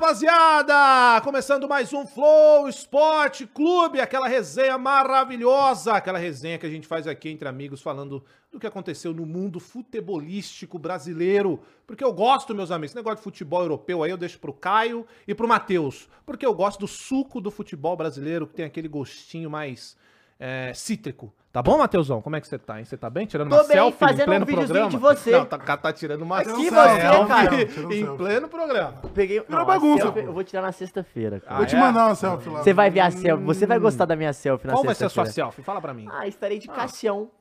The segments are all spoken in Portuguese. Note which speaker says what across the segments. Speaker 1: rapaziada! Começando mais um Flow Esporte Clube, aquela resenha maravilhosa, aquela resenha que a gente faz aqui entre amigos falando do que aconteceu no mundo futebolístico brasileiro. Porque eu gosto, meus amigos, esse negócio de futebol europeu aí eu deixo pro Caio e pro Matheus, porque eu gosto do suco do futebol brasileiro, que tem aquele gostinho mais é, cítrico. Tá bom, Matheusão? Como é que você tá, hein? Você tá bem? Tirando
Speaker 2: Tô
Speaker 1: uma
Speaker 2: bem,
Speaker 1: selfie
Speaker 2: fazendo
Speaker 1: em pleno
Speaker 2: um videozinho
Speaker 1: programa?
Speaker 2: de você.
Speaker 1: Não, tá, tá tirando uma
Speaker 2: Aqui
Speaker 1: selfie
Speaker 2: você, cara.
Speaker 1: em pleno programa.
Speaker 2: Peguei.
Speaker 3: Virou bagunça,
Speaker 2: selfie
Speaker 3: pô.
Speaker 2: eu vou tirar na sexta-feira, cara.
Speaker 1: Ah,
Speaker 3: Vou te
Speaker 1: é?
Speaker 3: mandar uma selfie lá.
Speaker 2: Você vai ver a selfie. Você vai gostar da minha selfie na
Speaker 1: Qual vai ser a sua
Speaker 2: sexta-feira.
Speaker 1: selfie? Fala pra mim.
Speaker 2: Ah, estarei de caixão.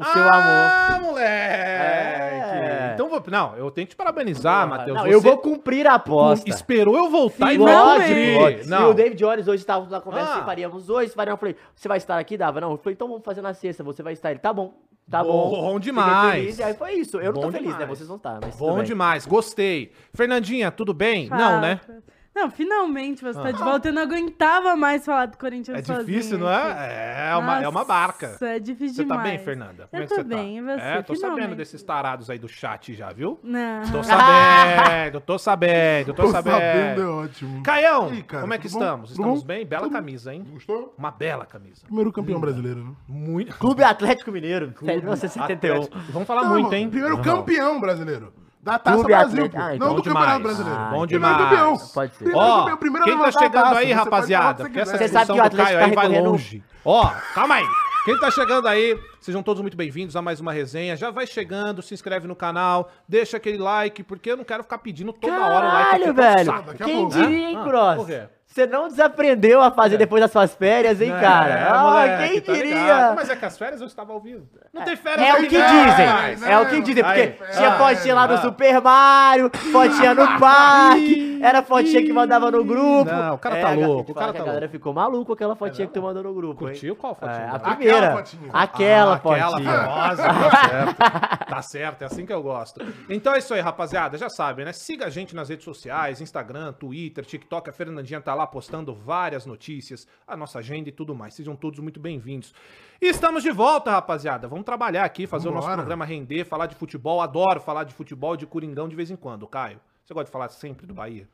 Speaker 2: O seu amor.
Speaker 1: Ah, moleque!
Speaker 2: É.
Speaker 1: Então, vou, não, eu tenho que te parabenizar, Matheus.
Speaker 2: Ah, Não, eu
Speaker 1: Você
Speaker 2: vou cumprir a aposta.
Speaker 1: Esperou eu voltar e
Speaker 2: Lógico,
Speaker 1: não
Speaker 2: lógico.
Speaker 1: cumprir.
Speaker 2: E o
Speaker 1: Não.
Speaker 2: David Jones hoje estava na conversa,
Speaker 1: Ah.
Speaker 2: separíamos hoje, separíamos. Eu falei, você vai estar aqui, Dava? Não, eu falei, então vamos fazer na sexta, você vai estar. Ele, tá bom, tá
Speaker 1: Bom
Speaker 2: bom.
Speaker 1: demais.
Speaker 2: Fiquei Feliz, e aí foi isso, eu não
Speaker 1: Bom
Speaker 2: tô feliz, né?
Speaker 1: demais.
Speaker 2: Vocês não tá, mas tudo
Speaker 1: Bom
Speaker 2: bem.
Speaker 1: demais, gostei. Fernandinha, tudo bem?
Speaker 4: Fala,
Speaker 1: Não, né? Ah.
Speaker 4: cara. Não, finalmente você tá de volta. Eu não aguentava mais falar do Corinthians
Speaker 1: É
Speaker 4: sozinha
Speaker 1: difícil, não
Speaker 4: aqui.
Speaker 1: é? É uma, é uma
Speaker 4: Nossa,
Speaker 1: barca.
Speaker 4: é difícil
Speaker 1: Você tá
Speaker 4: demais.
Speaker 1: bem, Fernanda?
Speaker 4: Eu
Speaker 1: que
Speaker 4: tô
Speaker 1: você
Speaker 4: bem, e você?
Speaker 1: É, tô sabendo
Speaker 4: Finalmente. Né?
Speaker 1: desses tarados aí do chat já, viu?
Speaker 4: Não.
Speaker 1: Tô sabendo, tô sabendo, tô
Speaker 3: Tô sabendo, é
Speaker 1: sabendo.
Speaker 3: ótimo.
Speaker 1: Caião,
Speaker 3: Ih, cara,
Speaker 1: como é que
Speaker 3: tudo bom?
Speaker 1: estamos?
Speaker 3: Tudo
Speaker 1: Estamos
Speaker 3: bom?
Speaker 1: bem? Bela
Speaker 3: Tudo-
Speaker 1: camisa, hein?
Speaker 3: Gostou?
Speaker 1: Uma bela camisa.
Speaker 3: Primeiro campeão brasileiro, né?
Speaker 1: Muito.
Speaker 2: Clube Atlético Mineiro,
Speaker 1: Clube
Speaker 2: 1971.
Speaker 1: Atlético. Vamos falar
Speaker 3: Não,
Speaker 1: Tá muito,
Speaker 3: irmão,
Speaker 1: hein? Uhum.
Speaker 3: Primeiro
Speaker 1: Não.
Speaker 3: campeão brasileiro. Da Taça
Speaker 2: Clube
Speaker 3: Brasil,
Speaker 2: Atlético.
Speaker 3: pô.
Speaker 2: Ah, então.
Speaker 3: não
Speaker 1: Bom
Speaker 3: do Campeonato
Speaker 1: demais.
Speaker 3: Brasileiro.
Speaker 2: Ah,
Speaker 1: Bom
Speaker 2: então.
Speaker 3: Primeiro
Speaker 1: demais.
Speaker 3: campeão.
Speaker 2: Pode ser.
Speaker 3: Primeiro
Speaker 1: Ó,
Speaker 3: campeão, primeiro
Speaker 1: quem tá
Speaker 3: levantar a
Speaker 1: chegando
Speaker 3: taça,
Speaker 1: aí,
Speaker 3: você pode falar o que
Speaker 1: rapaziada?
Speaker 3: você
Speaker 1: Porque essa
Speaker 3: quiser.
Speaker 2: Você sabe
Speaker 1: discussão
Speaker 2: que o
Speaker 1: do Caio
Speaker 2: Atlético tá
Speaker 1: aí vai
Speaker 2: recorrendo-
Speaker 1: longe. Ó, calma aí. Quem tá chegando aí, sejam todos muito bem-vindos a mais uma resenha. Já vai chegando, se inscreve no canal, deixa aquele like, porque eu não quero ficar pedindo toda hora o like. tá
Speaker 2: Caralho,
Speaker 1: aqui, eu tô
Speaker 2: velho.
Speaker 1: cansado.
Speaker 3: Daqui a
Speaker 2: Quem
Speaker 3: pouco.
Speaker 2: diria, hein,
Speaker 1: Ah, por
Speaker 2: Cross?
Speaker 1: quê?
Speaker 2: Você não desaprendeu a fazer depois das suas férias, hein,
Speaker 1: É,
Speaker 2: cara? ah,
Speaker 1: moleque,
Speaker 2: quem
Speaker 1: tá
Speaker 2: diria?
Speaker 1: ligado. Mas é que as férias eu estava ao vivo. Não tem férias né?
Speaker 2: É o
Speaker 1: aqui,
Speaker 2: que
Speaker 1: não,
Speaker 3: mas-
Speaker 2: dizem, é
Speaker 1: rapaz.
Speaker 2: o que dizem, porque
Speaker 1: Aí,
Speaker 2: tinha
Speaker 1: ah,
Speaker 2: fotinha lá do
Speaker 1: ah.
Speaker 2: Super Mario, fotinha no parque, era fotinha que mandava no grupo.
Speaker 1: Não, o cara
Speaker 2: É,
Speaker 1: tá
Speaker 2: a ga-
Speaker 1: louco,
Speaker 2: tem que
Speaker 1: o
Speaker 2: falar
Speaker 1: cara
Speaker 2: que
Speaker 1: tá
Speaker 2: A galera ficou maluca com aquela fotinha que tu mandou no grupo, hein?
Speaker 1: Curtiu qual
Speaker 2: É,
Speaker 1: fotinho?
Speaker 2: a
Speaker 1: Ah,
Speaker 2: primeira,
Speaker 3: Aquela
Speaker 2: aquela
Speaker 3: fotinha.
Speaker 1: Ah, aquela
Speaker 2: fotinha.
Speaker 1: famosa, tá certo. Tá certo, é assim que eu gosto. Então é isso aí, rapaziada. Já sabem, né? Siga a gente nas redes sociais, Instagram, Twitter, TikTok. A Fernandinha tá lá postando várias notícias, a nossa agenda e tudo mais. Sejam todos muito bem-vindos. E estamos de volta, rapaziada. Vamos trabalhar aqui, fazer o nosso
Speaker 3: Vambora.
Speaker 1: programa render, falar de futebol. Adoro falar de futebol e de Coringão de vez em quando, Caio. Você gosta de falar sempre do Bahia?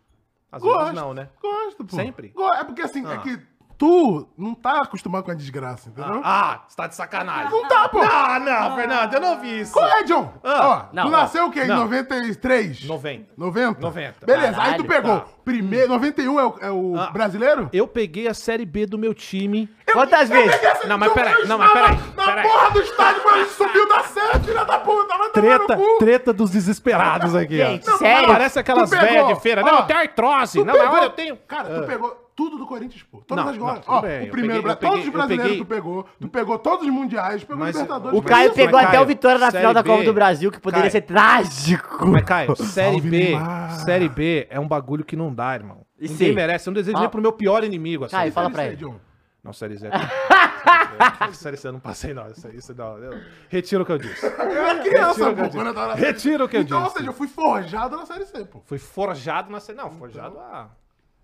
Speaker 1: Às
Speaker 3: Gosto.
Speaker 1: vezes não, né?
Speaker 3: Gosto, pô.
Speaker 1: Sempre?
Speaker 3: Go- É porque assim,
Speaker 1: Ah.
Speaker 3: é que tu não tá acostumado com a desgraça, entendeu?
Speaker 1: Ah, você tá de sacanagem.
Speaker 3: Não tá, pô.
Speaker 1: Ah, não, Fernando, eu não vi isso.
Speaker 3: Qual é, John?
Speaker 1: Ah.
Speaker 3: Ó,
Speaker 2: Não,
Speaker 3: tu nasceu o quê? Em
Speaker 1: não.
Speaker 3: 93?
Speaker 1: 90.
Speaker 3: 90?
Speaker 1: 90.
Speaker 3: Beleza, aí
Speaker 2: Caralho,
Speaker 3: tu pegou.
Speaker 1: tá.
Speaker 3: Primeiro, 91 é o, é o
Speaker 1: Ah.
Speaker 3: brasileiro?
Speaker 1: Eu peguei a Série B do meu time.
Speaker 2: Quantas vezes?
Speaker 1: Não, mas peraí, não, mas peraí,
Speaker 3: Na
Speaker 1: peraí.
Speaker 3: porra do estádio, mas ele subiu da série, filha da puta, vai tomar no cu.
Speaker 1: treta dos desesperados aqui, ó.
Speaker 2: Gente, sério?
Speaker 1: Parece aquelas
Speaker 3: Tu pegou,
Speaker 1: velhas de feira. Não,
Speaker 3: ó,
Speaker 1: eu tenho artrose.
Speaker 3: Tu
Speaker 1: Não,
Speaker 3: pegou-
Speaker 1: mas olha, eu tenho... Ah.
Speaker 3: Cara, tu pegou tudo do Corinthians, pô. Todas
Speaker 1: Não,
Speaker 3: as golas.
Speaker 1: não, tudo
Speaker 3: Ó,
Speaker 1: bem, eu
Speaker 3: o primeiro,
Speaker 1: peguei- eu
Speaker 3: bra- todos
Speaker 1: peguei- eu
Speaker 3: os brasileiros
Speaker 1: peguei-
Speaker 3: tu pegou. Tu pegou todos os mundiais, pegou
Speaker 1: Mas-
Speaker 3: Libertadores.
Speaker 2: O Caio
Speaker 1: Mas,
Speaker 2: pegou
Speaker 1: mas,
Speaker 2: até
Speaker 1: Caio,
Speaker 2: o Vitória na
Speaker 1: Série
Speaker 2: final da Copa
Speaker 1: B,
Speaker 2: do Brasil, que poderia
Speaker 1: Caio.
Speaker 2: ser trágico.
Speaker 1: Mas, Caio, Série
Speaker 3: Salve,
Speaker 1: B,
Speaker 3: Neymar.
Speaker 1: Série B é um bagulho que não dá, irmão.
Speaker 2: E
Speaker 1: Ninguém
Speaker 2: sim.
Speaker 1: merece. Eu não desejo nem
Speaker 2: Fala-
Speaker 1: pro meu pior inimigo. a
Speaker 2: Caio,
Speaker 1: Série B.
Speaker 2: fala pra ele.
Speaker 3: John.
Speaker 1: Não, Série Z. é Série C eu não passei, não. Isso, isso não. Eu... Retiro o que eu disse.
Speaker 3: Eu era É criança,
Speaker 1: Retiro o que eu
Speaker 3: pô.
Speaker 1: disse.
Speaker 3: quando eu tava na
Speaker 1: Retiro o que eu
Speaker 3: Então, ou
Speaker 1: disse.
Speaker 3: seja, eu fui forjado na Série C, pô.
Speaker 1: Fui forjado na Série... Não, forjado a...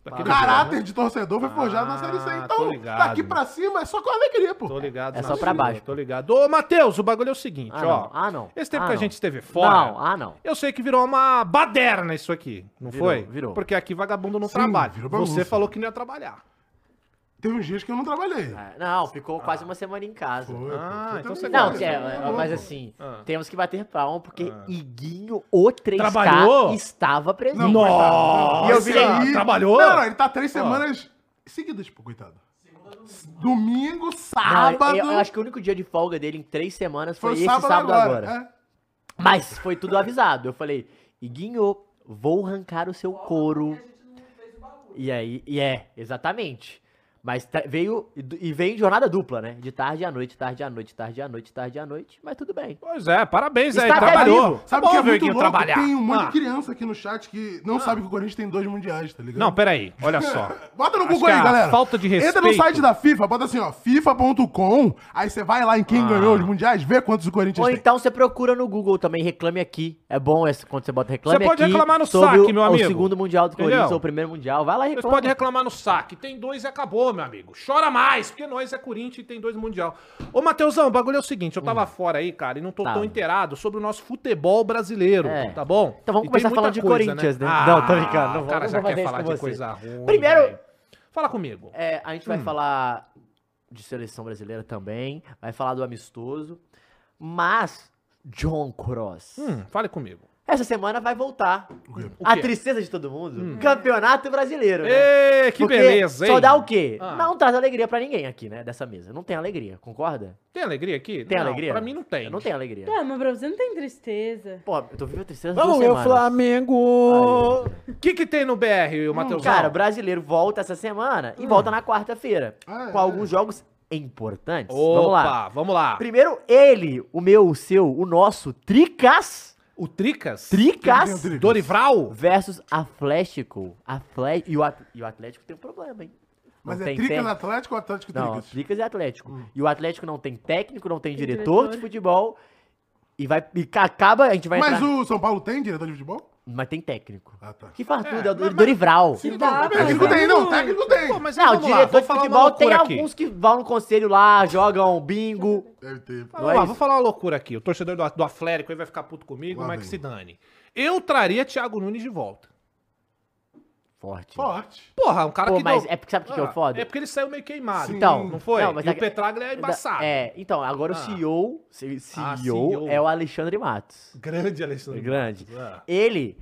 Speaker 1: daquele jeito,
Speaker 3: Caráter
Speaker 1: né?
Speaker 3: de torcedor foi forjado
Speaker 1: Ah,
Speaker 3: na Série C.
Speaker 1: tô
Speaker 3: Então,
Speaker 1: ligado.
Speaker 3: daqui pra cima é só com alegria, pô.
Speaker 1: Tô ligado.
Speaker 2: É
Speaker 1: na
Speaker 2: só pra
Speaker 1: sua,
Speaker 2: baixo.
Speaker 1: Tô ligado. Ô, Matheus, o bagulho é o seguinte,
Speaker 2: Ah,
Speaker 1: ó.
Speaker 2: não. Ah, não.
Speaker 1: Esse tempo
Speaker 2: Ah,
Speaker 1: que a
Speaker 2: não.
Speaker 1: gente esteve fora...
Speaker 2: Não, ah, não.
Speaker 1: Eu sei que virou uma baderna isso aqui, não
Speaker 2: Virou,
Speaker 1: foi?
Speaker 2: virou.
Speaker 1: Porque aqui vagabundo não
Speaker 3: Sim,
Speaker 1: trabalha.
Speaker 3: virou bagunça.
Speaker 1: Você falou que não ia trabalhar.
Speaker 3: Teve uns dias que eu não trabalhei.
Speaker 2: Ah, Não, ficou quase uma semana em casa.
Speaker 3: Foi, pô.
Speaker 1: Ah,
Speaker 3: Foi
Speaker 1: então
Speaker 3: também.
Speaker 1: você
Speaker 2: Não,
Speaker 1: Agora,
Speaker 2: que Ah. é,
Speaker 1: tá
Speaker 2: é,
Speaker 3: bom,
Speaker 2: mas
Speaker 3: pô.
Speaker 2: assim,
Speaker 1: Ah.
Speaker 2: temos que bater palma, porque Iguinho, o 3K,
Speaker 1: Trabalhou?
Speaker 2: estava presente.
Speaker 3: Não,
Speaker 2: tá-
Speaker 3: coitado, não.
Speaker 2: E eu vi
Speaker 3: Esse
Speaker 2: ele-
Speaker 3: aí-
Speaker 1: trabalhou?
Speaker 3: Não, não, ele tá três semanas seguidas, pô, coitado. Domingo,
Speaker 2: Não, eu-
Speaker 3: sábado.
Speaker 2: eu, acho que o único dia de folga dele em três semanas foi,
Speaker 3: foi
Speaker 2: esse sábado, agora. é.
Speaker 3: agora. É.
Speaker 2: Mas foi tudo avisado. Eu falei, Iguinho, vou arrancar o seu couro. E aí, e é, exatamente. Mas tra- veio, e du- e veio em jornada dupla, né? De tarde à noite, tarde à noite, tarde à noite, tarde à noite. Mas tudo bem.
Speaker 1: Pois é, parabéns aí,
Speaker 2: Está até
Speaker 1: trabalhou.
Speaker 2: vivo.
Speaker 3: É. Sabe o que é
Speaker 1: Bom ver
Speaker 3: muito
Speaker 1: Guinho
Speaker 3: louco? Tem um monte
Speaker 1: Ah,
Speaker 3: de criança aqui no chat que não sabe que o Corinthians tem dois mundiais, tá ligado?
Speaker 1: Não, peraí, olha só.
Speaker 3: Bota no
Speaker 1: Acho
Speaker 3: Google
Speaker 1: que
Speaker 3: aí,
Speaker 1: a
Speaker 3: galera.
Speaker 1: Falta de respeito.
Speaker 3: Entra no site da FIFA, bota assim, ó, fifa.com, aí você vai lá em quem
Speaker 1: Ah.
Speaker 3: ganhou os mundiais, vê quantos o
Speaker 2: Ou
Speaker 3: Corinthians tem.
Speaker 2: então você procura no Google também, reclame aqui. É bom esse, quando você bota reclame
Speaker 1: Você
Speaker 2: aqui.
Speaker 1: pode reclamar no
Speaker 2: sobre
Speaker 1: saque,
Speaker 2: o,
Speaker 1: meu amigo.
Speaker 2: O segundo mundial do
Speaker 1: Entendeu?
Speaker 2: Corinthians, ou o primeiro mundial. Vai lá e
Speaker 1: Vocês
Speaker 2: reclama.
Speaker 1: podem reclamar no saque. Tem dois e acabou. Ô, meu amigo, chora mais, porque nós é Corinthians e tem dois Mundial. Ô, Matheusão, o bagulho é o seguinte, eu tava fora aí, cara, e não tô
Speaker 2: Tá.
Speaker 1: tão inteirado sobre o nosso futebol brasileiro,
Speaker 2: É.
Speaker 1: tá bom?
Speaker 2: Então
Speaker 1: E
Speaker 2: vamos começar
Speaker 1: tem muita
Speaker 2: falando de
Speaker 1: coisa,
Speaker 2: Corinthians, né?
Speaker 1: Ah,
Speaker 2: Não, tô brincando, não
Speaker 1: o
Speaker 2: vou-
Speaker 1: cara
Speaker 2: não
Speaker 1: já
Speaker 2: vou
Speaker 1: quer
Speaker 2: fazer isso
Speaker 1: falar
Speaker 2: com
Speaker 1: de
Speaker 2: você.
Speaker 1: coisa ruim,
Speaker 2: Primeiro-
Speaker 1: velho. Fala comigo.
Speaker 2: É, a gente
Speaker 1: Hum.
Speaker 2: vai falar de seleção brasileira também, vai falar do amistoso, mas John Cross.
Speaker 1: Hum, fale comigo.
Speaker 2: Essa semana vai voltar.
Speaker 1: O
Speaker 2: A
Speaker 1: quê? Hum.
Speaker 2: tristeza de todo mundo. Campeonato brasileiro, né?
Speaker 1: Ê, que
Speaker 2: Porque
Speaker 1: beleza, hein?
Speaker 2: Só dá o quê?
Speaker 1: Ah.
Speaker 2: Não traz alegria pra ninguém aqui, né? Dessa mesa. Não tem alegria, concorda?
Speaker 1: Tem alegria aqui?
Speaker 2: Tem
Speaker 1: Não,
Speaker 2: alegria?
Speaker 1: Pra mim não tem.
Speaker 2: Eu não tenho alegria.
Speaker 1: É.
Speaker 4: Tá, mas pra você não tem tristeza.
Speaker 2: Pô, eu tô vivendo tristeza
Speaker 5: Vamos
Speaker 2: duas
Speaker 5: ver o
Speaker 2: semanas.
Speaker 5: Flamengo!
Speaker 1: O que que tem no BR, o Matheusão?
Speaker 2: Hum, Cara, o brasileiro volta essa semana e volta na quarta-feira.
Speaker 3: Ah, é,
Speaker 2: com alguns jogos importantes.
Speaker 1: Opa,
Speaker 2: Vamos lá.
Speaker 1: Vamos lá.
Speaker 2: Primeiro, ele, o meu, o seu, o nosso, Tricas.
Speaker 1: O Tricas?
Speaker 3: Quem que
Speaker 2: Tricas
Speaker 3: é o Tri-
Speaker 1: Dorival?
Speaker 2: versus Atlético. Atle... E, o At- e o Atlético tem um problema, hein? Não
Speaker 3: Mas é
Speaker 2: tem
Speaker 3: Tricas
Speaker 2: técnico.
Speaker 3: Atlético ou Atlético
Speaker 2: Não,
Speaker 3: Tricas? Hum.
Speaker 2: Tricas e Atlético. E o Atlético não tem técnico, não tem
Speaker 4: Tem
Speaker 2: diretor de
Speaker 4: diretor.
Speaker 2: futebol. E vai. E ca- acaba, a gente vai.
Speaker 3: Mas
Speaker 2: entrar-
Speaker 3: o São Paulo tem diretor de futebol?
Speaker 2: Mas tem técnico.
Speaker 3: Ah, tá.
Speaker 2: Que faz tudo, é o
Speaker 1: mas-
Speaker 2: Dorival.
Speaker 4: Que
Speaker 1: É
Speaker 4: dá, pra
Speaker 3: Técnico
Speaker 4: fazer
Speaker 3: tem, não,
Speaker 1: tá?
Speaker 4: muito.
Speaker 3: técnico tem.
Speaker 1: Pô, mas aí
Speaker 2: Não, o
Speaker 1: vamos lá,
Speaker 2: diretor
Speaker 1: vou
Speaker 2: de
Speaker 1: falar uma
Speaker 2: futebol tem
Speaker 1: loucura aqui.
Speaker 2: alguns que vão no conselho lá, jogam bingo.
Speaker 3: Deve ter.
Speaker 1: Ah,
Speaker 2: Não
Speaker 1: vamos
Speaker 2: é
Speaker 1: lá,
Speaker 2: isso?
Speaker 1: vou falar uma loucura aqui. O torcedor do, do Atlético aí vai ficar puto comigo,
Speaker 3: Lá
Speaker 1: mas que
Speaker 3: vem.
Speaker 1: se dane. Eu traria Thiago Nunes de volta.
Speaker 2: Forte.
Speaker 3: Forte.
Speaker 1: Porra, um cara
Speaker 2: Pô,
Speaker 1: que
Speaker 2: mas
Speaker 1: deu-
Speaker 2: é porque sabe o que, que é o
Speaker 1: Ah,
Speaker 2: foda?
Speaker 1: É porque ele saiu meio queimado.
Speaker 3: Sim.
Speaker 2: Então,
Speaker 1: Não foi?
Speaker 2: Não, mas
Speaker 1: e
Speaker 2: é
Speaker 1: o
Speaker 2: que-
Speaker 1: Petraglia é embaçado.
Speaker 2: É, então, agora
Speaker 1: Ah.
Speaker 2: o CEO, se- CEO,
Speaker 1: Ah, CEO.
Speaker 2: é o Alexandre Matos.
Speaker 1: Grande Alexandre.
Speaker 2: Grande.
Speaker 3: né?
Speaker 1: Ah.
Speaker 2: Ele.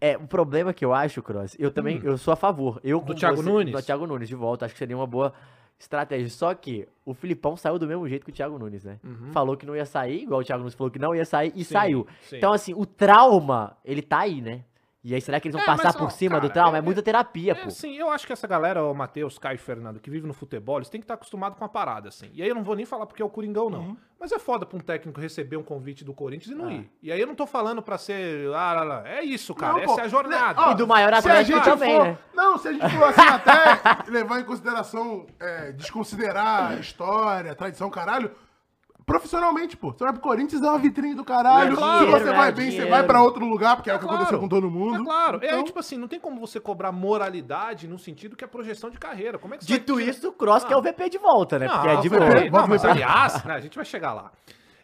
Speaker 2: É, o problema que eu acho, Cross, eu também, eu sou a favor. Eu,
Speaker 1: Hum. Do
Speaker 2: com
Speaker 1: Thiago Nunes?
Speaker 2: Do Thiago Nunes de volta, acho que seria uma boa estratégia. Só que o Filipão saiu do mesmo jeito que o Thiago Nunes, né? Falou que não ia sair, igual o Thiago Nunes falou que não ia sair
Speaker 1: Uhum.
Speaker 2: e
Speaker 1: Sim,
Speaker 2: saiu.
Speaker 1: sim.
Speaker 2: Então, assim, o trauma, ele tá aí, né? E aí, será que eles vão
Speaker 1: É,
Speaker 2: passar
Speaker 1: mas, ó,
Speaker 2: por cima do
Speaker 1: cara, é-
Speaker 2: trauma? É, muita terapia,
Speaker 1: É,
Speaker 2: pô.
Speaker 1: assim, eu acho que essa galera, o Matheus, Caio e Fernando, que vive no futebol, eles têm que estar acostumados com a parada, assim. E aí eu não vou nem falar porque é o Coringão, não.
Speaker 3: Uhum.
Speaker 1: Mas é foda pra um técnico receber um convite do Corinthians e não
Speaker 2: Ah.
Speaker 3: É.
Speaker 1: ir. E aí eu não tô falando pra ser. Ah, lá, lá. É isso, cara.
Speaker 3: Não,
Speaker 1: Essa
Speaker 3: pô. né,
Speaker 1: é a jornada.
Speaker 3: Ó,
Speaker 2: E do maior
Speaker 3: se a
Speaker 2: Atlético
Speaker 3: gente
Speaker 2: também,
Speaker 3: for-
Speaker 2: né?
Speaker 3: Não, se a gente for assim até levar em consideração, é, desconsiderar história, tradição, caralho, profissionalmente, pô. Você vai pro Corinthians, é uma vitrine do caralho.
Speaker 1: É claro,
Speaker 3: se você
Speaker 2: né?
Speaker 3: vai bem,
Speaker 2: Dinheiro.
Speaker 3: você vai pra outro lugar, porque é,
Speaker 1: É
Speaker 3: o que
Speaker 1: claro.
Speaker 3: aconteceu com todo mundo.
Speaker 1: É claro. É,
Speaker 3: Então,
Speaker 1: tipo assim, não tem como você cobrar moralidade no sentido que é projeção de carreira. Como é que você
Speaker 2: Dito
Speaker 1: vai-
Speaker 2: isso, o Cross quer o VP de volta, né? Porque é de
Speaker 1: foi
Speaker 2: boa.
Speaker 1: bem. Não, mas aliás, né, a gente vai chegar lá.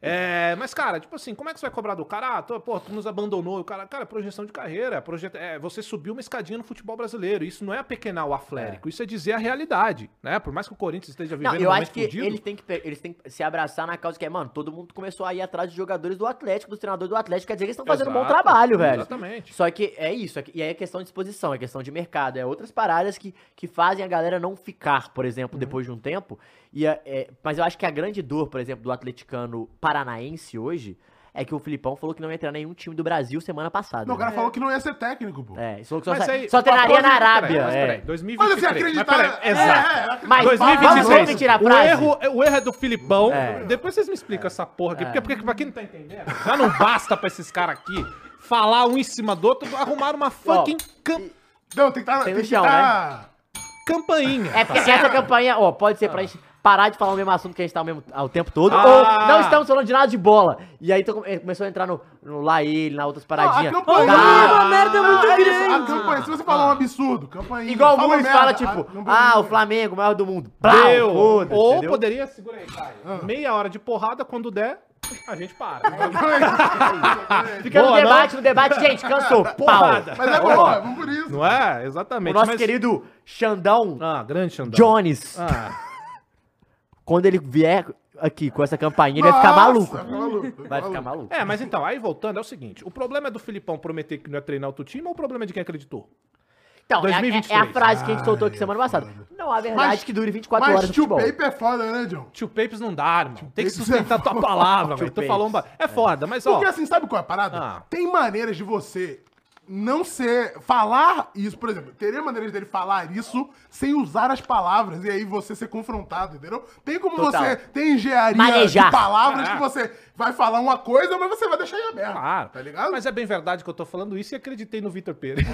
Speaker 1: É, mas, cara, tipo assim, como é que você vai cobrar do cara? Ah, tu, pô, tu nos abandonou. E O cara, cara, é projeção de carreira. é proje- é, você subiu uma escadinha no futebol brasileiro. Isso não é apequenar o Atlético, isso é dizer a realidade, né? Por mais que o Corinthians esteja vivendo
Speaker 2: Não,
Speaker 1: um
Speaker 2: eu
Speaker 1: momento
Speaker 2: acho que tá
Speaker 1: fudido,
Speaker 2: eles têm que, pe- eles têm que se abraçar na causa que é, mano, todo mundo começou a ir atrás dos jogadores do Atlético, dos treinadores do Atlético, quer dizer que eles estão fazendo um bom
Speaker 1: Exato,
Speaker 2: trabalho, velho.
Speaker 1: Exatamente.
Speaker 2: Só que é isso, é que- e aí é questão de disposição, é questão de mercado, é outras paradas que, que fazem a galera não ficar, por exemplo,
Speaker 1: Uhum.
Speaker 2: depois de um tempo. E é- é- mas eu acho que a grande dor, por exemplo, do atleticano paranaense hoje é que o Filipão falou que não ia entrar em nenhum time do Brasil semana passada.
Speaker 3: Não, o
Speaker 2: né?
Speaker 3: cara falou que não ia ser técnico, pô.
Speaker 2: É, ele falou que só,
Speaker 1: Mas
Speaker 2: sa-
Speaker 1: aí,
Speaker 2: só treinaria
Speaker 1: 14
Speaker 2: na
Speaker 1: Peraí,
Speaker 2: Arábia.
Speaker 1: mas
Speaker 2: é.
Speaker 1: peraí,
Speaker 3: Mas assim,
Speaker 1: 2023. Mas
Speaker 3: acreditar...
Speaker 1: peraí, exato.
Speaker 3: É, é,
Speaker 2: Mas
Speaker 3: acreditar-
Speaker 2: vamos- vamos
Speaker 1: 2026.
Speaker 2: retirar a
Speaker 1: o,
Speaker 2: frase?
Speaker 1: erro, o erro é do Filipão.
Speaker 2: É.
Speaker 1: Depois vocês me explicam essa porra aqui. Porque, porque pra quem não tá entendendo, já não basta pra esses caras aqui falar um em cima do outro, arrumar uma fucking cam-
Speaker 3: Não, tem que estar...
Speaker 2: Tem
Speaker 3: Tem
Speaker 2: no
Speaker 3: que tá
Speaker 2: chão, né?
Speaker 3: estar...
Speaker 1: campainha.
Speaker 2: É porque se essa campanha, ó, pode ser pra gente parar de falar o mesmo assunto que a gente tá ao, mesmo, ao tempo todo,
Speaker 1: Ah!
Speaker 2: ou não estamos falando de nada de bola. E aí então, come- começou a entrar no, no lá ele, na outras paradinhas.
Speaker 3: Ah, a campanha-
Speaker 4: Ah,
Speaker 2: Tá.
Speaker 4: uma merda muito
Speaker 3: É isso,
Speaker 4: grande.
Speaker 3: a campanha, se você falar um absurdo, campanha...
Speaker 2: Ah. Igual o Nunes
Speaker 3: merda,
Speaker 2: é fala,
Speaker 3: ah,
Speaker 2: tipo,
Speaker 3: não-
Speaker 2: ah, o Flamengo, o maior do mundo.
Speaker 1: Deu.
Speaker 2: Plau, foda-se,
Speaker 1: Ou
Speaker 2: entendeu? Ah.
Speaker 1: poderia, segura aí, Caio. Meia hora de porrada, quando der, a gente para.
Speaker 2: Fica
Speaker 1: Boa,
Speaker 2: no debate, no debate, gente, cansou.
Speaker 1: Porrada.
Speaker 2: Pau.
Speaker 3: Mas é boa, vamos por isso.
Speaker 1: Não é?
Speaker 2: O
Speaker 1: Exatamente.
Speaker 2: nosso
Speaker 1: mas-
Speaker 2: querido Xandão
Speaker 1: Ah, grande Xandão.
Speaker 2: Jones,
Speaker 1: Ah,
Speaker 2: quando ele vier aqui com essa campainha, ele vai ficar
Speaker 3: Nossa,
Speaker 2: maluco.
Speaker 3: Vai ficar maluco.
Speaker 2: Vai ficar maluco.
Speaker 1: é, mas então, aí voltando, é o seguinte: o problema é do Filipão prometer que não ia treinar outro time ou o problema é de quem acreditou?
Speaker 2: Então, é a- é, a
Speaker 1: 2023.
Speaker 2: frase que a gente soltou aqui
Speaker 3: Ai,
Speaker 2: semana
Speaker 3: é
Speaker 2: passada. Não há verdade é que dure 24 horas
Speaker 3: Mas
Speaker 2: no
Speaker 3: tio
Speaker 2: futebol.
Speaker 3: Paper é foda, né, John?
Speaker 1: Tio Papers não dá, irmão. Tem que
Speaker 3: Papers
Speaker 1: sustentar
Speaker 3: é
Speaker 1: tua palavra,
Speaker 2: Tio
Speaker 1: velho. Tu
Speaker 2: Papers.
Speaker 1: falou um ba... É foda, mas ó.
Speaker 3: Porque assim, sabe qual é a parada?
Speaker 1: Ah.
Speaker 3: Tem maneiras de você não ser. falar isso, por exemplo, teria maneiras dele falar isso sem usar as palavras e aí você ser confrontado, entendeu? Tem como
Speaker 2: Total.
Speaker 3: você ter engenharia
Speaker 2: Manejar.
Speaker 3: de palavras
Speaker 1: Ah.
Speaker 3: que você vai falar uma coisa, mas você vai deixar em aberto.
Speaker 1: Claro.
Speaker 3: Tá ligado?
Speaker 1: Mas é bem verdade que eu tô falando isso e acreditei no Vitor Pereira.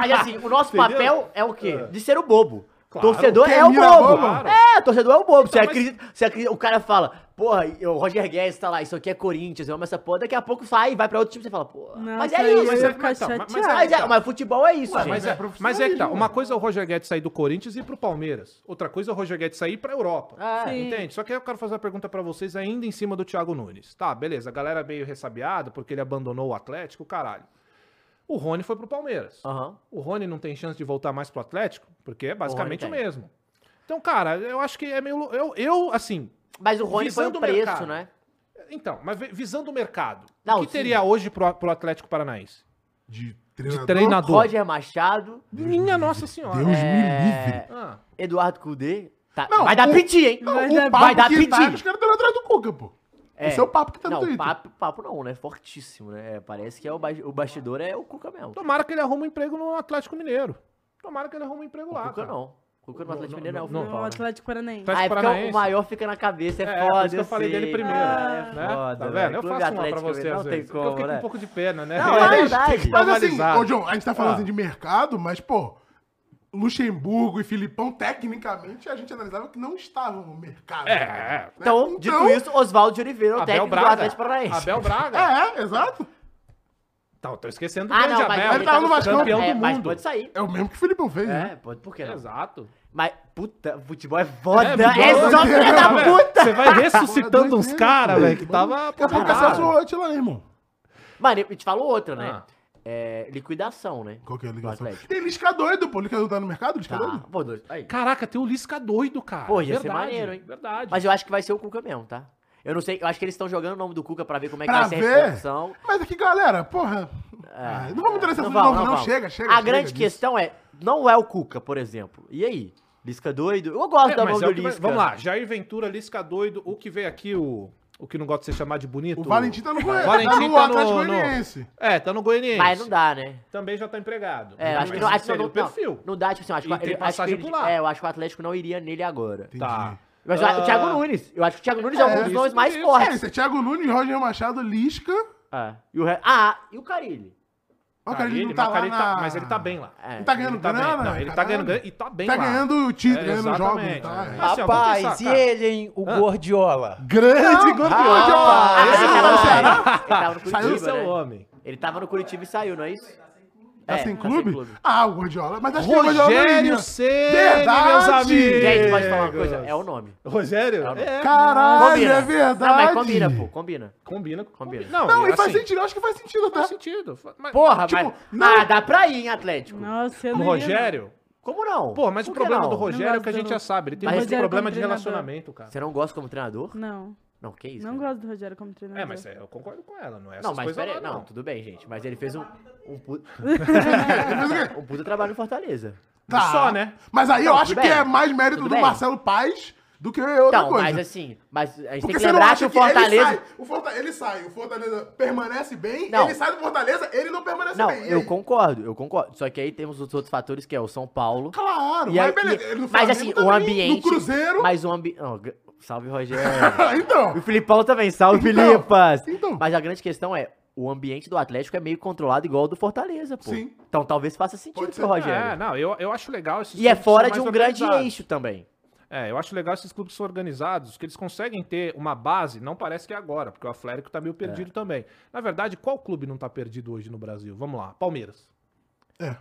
Speaker 2: Mas assim, o nosso
Speaker 1: Entendeu?
Speaker 2: papel é o quê? De ser o bobo.
Speaker 1: Claro,
Speaker 2: torcedor
Speaker 3: quem
Speaker 2: é o
Speaker 3: mira
Speaker 2: bobo.
Speaker 3: bobo.
Speaker 2: É, torcedor é o bobo. Você,
Speaker 1: Então, mas-
Speaker 2: acredita, você acredita- O cara fala, porra, e o Roger Guedes tá lá, isso aqui é Corinthians, eu amo essa porra. Daqui a pouco sai, vai pra outro time e você fala, porra.
Speaker 4: Nossa,
Speaker 2: mas é
Speaker 4: aí
Speaker 2: isso.
Speaker 4: eu
Speaker 1: Ah, mas
Speaker 4: ia
Speaker 1: é-
Speaker 4: ficar
Speaker 1: mas tá, mas- mas é-
Speaker 4: chateado.
Speaker 2: Mas, é, mas futebol é isso,
Speaker 3: Ué,
Speaker 2: gente.
Speaker 1: Mas
Speaker 3: Sim,
Speaker 1: é,
Speaker 3: é profissionalismo,
Speaker 1: mas é que tá. Uma
Speaker 3: né?
Speaker 1: coisa é o Roger Guedes sair do Corinthians e ir pro Palmeiras. Outra coisa é o Roger Guedes sair pra Europa.
Speaker 2: Ah,
Speaker 4: Sim.
Speaker 1: Entende? Só que eu quero fazer uma pergunta pra vocês ainda em cima do Thiago Nunes. Tá, beleza. A galera meio ressabiada porque ele abandonou o Atlético, caralho. O Rony foi pro Palmeiras.
Speaker 2: Aham.
Speaker 1: O Rony não tem chance de voltar mais pro Atlético, porque é basicamente o,
Speaker 2: tem.
Speaker 1: mesmo. Então, cara, eu acho que é meio. lou- Eu, eu assim.
Speaker 2: Mas o Rony foi
Speaker 1: Visando
Speaker 2: o
Speaker 1: o
Speaker 2: preço,
Speaker 1: mercado.
Speaker 2: né?
Speaker 1: Então, mas vi- visando o mercado,
Speaker 2: Não,
Speaker 1: o que
Speaker 2: sim.
Speaker 1: teria hoje pro, pro Atlético Paranaense?
Speaker 3: De
Speaker 1: De
Speaker 3: treinador.
Speaker 1: treinador.
Speaker 2: Roger Machado,
Speaker 1: Minha Nossa Senhora.
Speaker 3: Deus
Speaker 2: É.
Speaker 3: me livre.
Speaker 1: Ah.
Speaker 2: Eduardo Cudê. tá-
Speaker 3: Não,
Speaker 2: vai dar
Speaker 3: o-
Speaker 2: piti, hein?
Speaker 3: Não,
Speaker 2: é vai,
Speaker 3: o papo
Speaker 2: dar
Speaker 3: que
Speaker 2: piti.
Speaker 3: tá, os caras estão atrás do Cuca, pô.
Speaker 2: É.
Speaker 3: Esse é o papo que tá no
Speaker 2: não,
Speaker 3: Twitter.
Speaker 2: papo, papo não, né? Fortíssimo, né? É, Parece que é o, ba- o bastidor é o Cuca mesmo.
Speaker 1: Tomara que ele arrume um emprego no Atlético Mineiro. Tomara que ele arrume um emprego
Speaker 2: O
Speaker 1: lá.
Speaker 2: Cuca
Speaker 1: cara.
Speaker 2: não. O Cuca no
Speaker 1: Não,
Speaker 2: Atlético
Speaker 1: não,
Speaker 2: Mineiro não,
Speaker 1: não,
Speaker 2: não,
Speaker 1: não,
Speaker 4: O Atlético Paranaense.
Speaker 1: Tá-
Speaker 2: Ah, é porque o
Speaker 1: Paranaense.
Speaker 2: maior fica na cabeça, é,
Speaker 1: É,
Speaker 2: foda.
Speaker 1: por isso que eu falei
Speaker 2: sei.
Speaker 1: dele primeiro.
Speaker 2: Ah,
Speaker 1: né?
Speaker 2: foda,
Speaker 1: tá
Speaker 2: velho.
Speaker 1: vendo? Eu faço
Speaker 2: Clube
Speaker 1: uma pra
Speaker 2: Atlético
Speaker 1: você
Speaker 2: Mineiro
Speaker 1: às
Speaker 2: não tem
Speaker 1: vezes. porque
Speaker 2: como,
Speaker 1: eu fiquei
Speaker 2: né?
Speaker 1: com um pouco de pena, né?
Speaker 2: Não, é verdade.
Speaker 3: Mas assim,
Speaker 1: normalizado.
Speaker 3: ô John, a gente tá falando
Speaker 1: Ah.
Speaker 3: assim de mercado, mas, pô, Luxemburgo e Filipão, tecnicamente, a gente analisava que não estavam no mercado.
Speaker 1: É,
Speaker 3: né?
Speaker 1: é.
Speaker 2: Então, dito isso, Oswaldo de Oliveira é o
Speaker 1: Ah, Abel
Speaker 2: técnico do
Speaker 1: Braga.
Speaker 2: Atlético Paranaense.
Speaker 1: Abel Braga.
Speaker 3: É, exato.
Speaker 1: Tá, tô esquecendo do
Speaker 2: Ah,
Speaker 1: grande
Speaker 2: não, mas
Speaker 1: Abel.
Speaker 3: ele tava no Vascão.
Speaker 1: campeão
Speaker 2: é,
Speaker 1: do
Speaker 2: mas
Speaker 1: mundo.
Speaker 2: pode sair.
Speaker 3: É o mesmo que o Filipão fez, né?
Speaker 2: É, pode, por que não?
Speaker 1: Exato.
Speaker 2: Mas, puta, futebol é foda. É,
Speaker 1: futebol é
Speaker 2: só
Speaker 3: doideira,
Speaker 2: filha da
Speaker 1: Tá, velho,
Speaker 2: puta.
Speaker 1: Você vai ressuscitando uns
Speaker 3: Doideira,
Speaker 1: caras,
Speaker 3: pô.
Speaker 1: velho, que tava
Speaker 3: Daqui a pouco tá
Speaker 1: aposentado.
Speaker 3: acessa o Atila aí, irmão.
Speaker 2: Mano, eu te falo outra, né?
Speaker 1: Ah.
Speaker 2: É, liquidação, né?
Speaker 3: Qual que é a ligação?
Speaker 2: Do Atlético.
Speaker 3: Tem Lisca doido, pô. Lisca doido tá no mercado? Lisca
Speaker 2: Tá,
Speaker 3: doido?
Speaker 2: pô, dois. Aí.
Speaker 1: Caraca, tem o Lisca doido, cara.
Speaker 2: Pô, ia ser
Speaker 1: Verdade,
Speaker 2: maneiro, hein?
Speaker 1: Verdade.
Speaker 2: Mas eu acho que vai ser o Cuca mesmo, tá? Eu não sei, eu acho que eles estão jogando o nome do Cuca pra ver como é que
Speaker 3: Pra
Speaker 2: vai ser
Speaker 3: ver?
Speaker 2: a repercussão.
Speaker 3: Mas aqui, galera, porra. Ah, não vamos entrar nesse
Speaker 2: Não
Speaker 3: assunto de
Speaker 2: vamos,
Speaker 3: novo,
Speaker 2: não
Speaker 3: não.
Speaker 2: vamos.
Speaker 3: Chega, chega.
Speaker 2: A
Speaker 3: chega
Speaker 2: grande
Speaker 3: disso.
Speaker 2: questão é, não é o Cuca, por exemplo. E aí? Lisca doido? Eu gosto
Speaker 1: É,
Speaker 2: da
Speaker 1: mas
Speaker 2: mão
Speaker 1: é
Speaker 2: do
Speaker 1: o que vai-
Speaker 2: Lisca.
Speaker 1: Vamos lá, Jair Ventura, Lisca doido, o que veio aqui, o, o que não gosta de ser chamado de bonito.
Speaker 3: O Valentim tá no Goiânia.
Speaker 1: Valentim
Speaker 3: no
Speaker 1: tá
Speaker 3: Atlético
Speaker 1: no- no-
Speaker 3: Goianiense.
Speaker 1: É, tá no Goianiense.
Speaker 2: Mas não dá, né?
Speaker 1: Também já tá empregado.
Speaker 2: É,
Speaker 1: Então,
Speaker 2: acho que não,
Speaker 1: esse
Speaker 2: acho que não,
Speaker 1: seria
Speaker 2: não,
Speaker 1: o perfil.
Speaker 2: não dá, tipo assim, eu acho
Speaker 1: E
Speaker 2: que,
Speaker 1: tem
Speaker 2: ele- acho que
Speaker 1: passagem
Speaker 2: ele,
Speaker 1: por lá.
Speaker 2: é, eu acho que o Atlético não iria nele agora.
Speaker 1: Tá.
Speaker 2: Mas eu acho- o
Speaker 1: Ah,
Speaker 2: Thiago Nunes, eu acho que o Thiago Nunes é,
Speaker 1: é,
Speaker 2: um dos
Speaker 1: isso
Speaker 2: nomes
Speaker 1: é
Speaker 2: mais
Speaker 1: isso.
Speaker 3: É,
Speaker 2: fortes.
Speaker 3: esse é Thiago Nunes, Roger Machado, Lisca.
Speaker 2: É. E o re- Ah, e o Carilli?
Speaker 3: Ó, o cara, ele
Speaker 1: Carilli,
Speaker 3: não tá
Speaker 1: mas
Speaker 3: lá
Speaker 1: Carilli tá-
Speaker 3: na-
Speaker 1: Mas ele tá bem lá.
Speaker 2: É.
Speaker 3: Não tá ganhando
Speaker 1: Ele tá
Speaker 3: grana?
Speaker 1: bem, não, ele tá ganhando
Speaker 3: caralho.
Speaker 1: grana e tá bem
Speaker 3: Tá
Speaker 1: lá.
Speaker 3: ganhando o título,
Speaker 1: É,
Speaker 3: ganhando
Speaker 1: exatamente.
Speaker 3: jogos. Tá?
Speaker 1: É. Assim, ó, vamos
Speaker 5: Rapaz, e
Speaker 1: pensar,
Speaker 5: ele, hein? O Gordiola.
Speaker 3: Grande
Speaker 2: Ah,
Speaker 3: Guardiola!
Speaker 1: esse
Speaker 2: ele
Speaker 1: é
Speaker 2: tava no
Speaker 1: o
Speaker 2: Ceará? Ele tava no
Speaker 1: Saiu
Speaker 2: Curitiba,
Speaker 1: seu
Speaker 2: né?
Speaker 1: é homem.
Speaker 2: Ele tava no Curitiba e saiu, não é isso?
Speaker 3: Tá
Speaker 2: É,
Speaker 3: sem clube? Ah, o Guardiola. Mas acho que o Guardiola é não
Speaker 1: Rogério
Speaker 3: iria.
Speaker 1: Ceni,
Speaker 3: Verdade!
Speaker 1: meus amigos.
Speaker 2: Gente, pode falar uma coisa, é o nome.
Speaker 1: Rogério?
Speaker 2: É o nome.
Speaker 1: É,
Speaker 3: Caralho,
Speaker 2: Combina.
Speaker 3: é verdade.
Speaker 2: Não, mas combina, pô, combina.
Speaker 1: combina, combina.
Speaker 2: Combina.
Speaker 3: Não, e
Speaker 1: assim,
Speaker 3: faz sentido. né? Eu acho que faz sentido até.
Speaker 1: Faz sentido. fa- mas-
Speaker 2: Porra,
Speaker 3: Tipo,
Speaker 2: mas...
Speaker 3: não-
Speaker 2: Ah, dá pra ir, hein, Atlético?
Speaker 4: Nossa, eu
Speaker 1: O
Speaker 4: não ia,
Speaker 1: Rogério?
Speaker 2: Como não?
Speaker 1: Pô, mas o
Speaker 2: Por que
Speaker 1: problema
Speaker 2: não?
Speaker 1: do Rogério é
Speaker 4: gosto
Speaker 1: que a gente
Speaker 4: do-
Speaker 1: já sabe. Ele tem
Speaker 2: Mas é
Speaker 1: muito
Speaker 4: Rogério
Speaker 1: problema de
Speaker 4: como treinador.
Speaker 1: relacionamento, cara.
Speaker 2: Você não gosta como treinador?
Speaker 4: Não,
Speaker 2: Não, que isso?
Speaker 4: não
Speaker 2: cara?
Speaker 4: gosto do Rogério como treinador.
Speaker 1: É, mas é, eu concordo com ela, não é essas
Speaker 2: Não, mas
Speaker 1: coisas
Speaker 2: peraí.
Speaker 1: lá,
Speaker 2: Não, tudo bem, gente. Mas ele fez um, um, puta, um puta trabalho no Fortaleza.
Speaker 3: Tá.
Speaker 1: Só, né?
Speaker 3: Mas aí eu
Speaker 2: Ah. Não,
Speaker 3: acho
Speaker 2: tudo
Speaker 3: que
Speaker 2: bem.
Speaker 3: é mais mérito
Speaker 2: Tudo
Speaker 3: do
Speaker 2: bem.
Speaker 3: Marcelo Paz do que outra
Speaker 2: então,
Speaker 3: coisa.
Speaker 2: mas assim, mas a gente
Speaker 3: Porque
Speaker 2: tem que
Speaker 3: você não
Speaker 2: lembrar que
Speaker 3: acha
Speaker 2: o
Speaker 3: que ele
Speaker 2: Fortaleza.
Speaker 3: sai, o Fortaleza... Ele sai, o Fortaleza permanece bem,
Speaker 2: Não.
Speaker 3: ele sai do Fortaleza, ele não permanece
Speaker 2: Não,
Speaker 3: bem. E
Speaker 2: eu
Speaker 3: aí?
Speaker 2: concordo, eu concordo. Só que aí temos os outros fatores que é o São Paulo.
Speaker 3: Claro,
Speaker 2: E aí-
Speaker 3: mas beleza.
Speaker 2: e-
Speaker 3: ele no
Speaker 2: mas
Speaker 3: Flamengo
Speaker 2: assim, o
Speaker 3: também,
Speaker 2: ambiente.
Speaker 3: No Cruzeiro...
Speaker 2: Mas o ambiente. salve, Rogério.
Speaker 3: então,
Speaker 2: E o Filipão também, salve,
Speaker 3: Então,
Speaker 2: Filipas.
Speaker 3: então.
Speaker 2: Mas a grande questão é, o ambiente do Atlético é meio controlado igual ao do Fortaleza, pô.
Speaker 3: Sim.
Speaker 2: Então talvez faça sentido
Speaker 3: Pode
Speaker 2: pro
Speaker 3: ser.
Speaker 2: Rogério.
Speaker 1: É, não, eu, eu acho legal esses
Speaker 2: E é
Speaker 1: clubes que
Speaker 2: fora
Speaker 1: são
Speaker 2: de um
Speaker 1: mais
Speaker 2: grande
Speaker 1: organizados.
Speaker 2: eixo também.
Speaker 1: É, eu acho legal esses clubes que são organizados, que eles conseguem ter uma base, não parece que é agora, porque o Atlético tá meio
Speaker 2: É.
Speaker 1: perdido também. Na verdade, qual clube não tá perdido hoje no Brasil? Vamos lá, Palmeiras.
Speaker 3: É.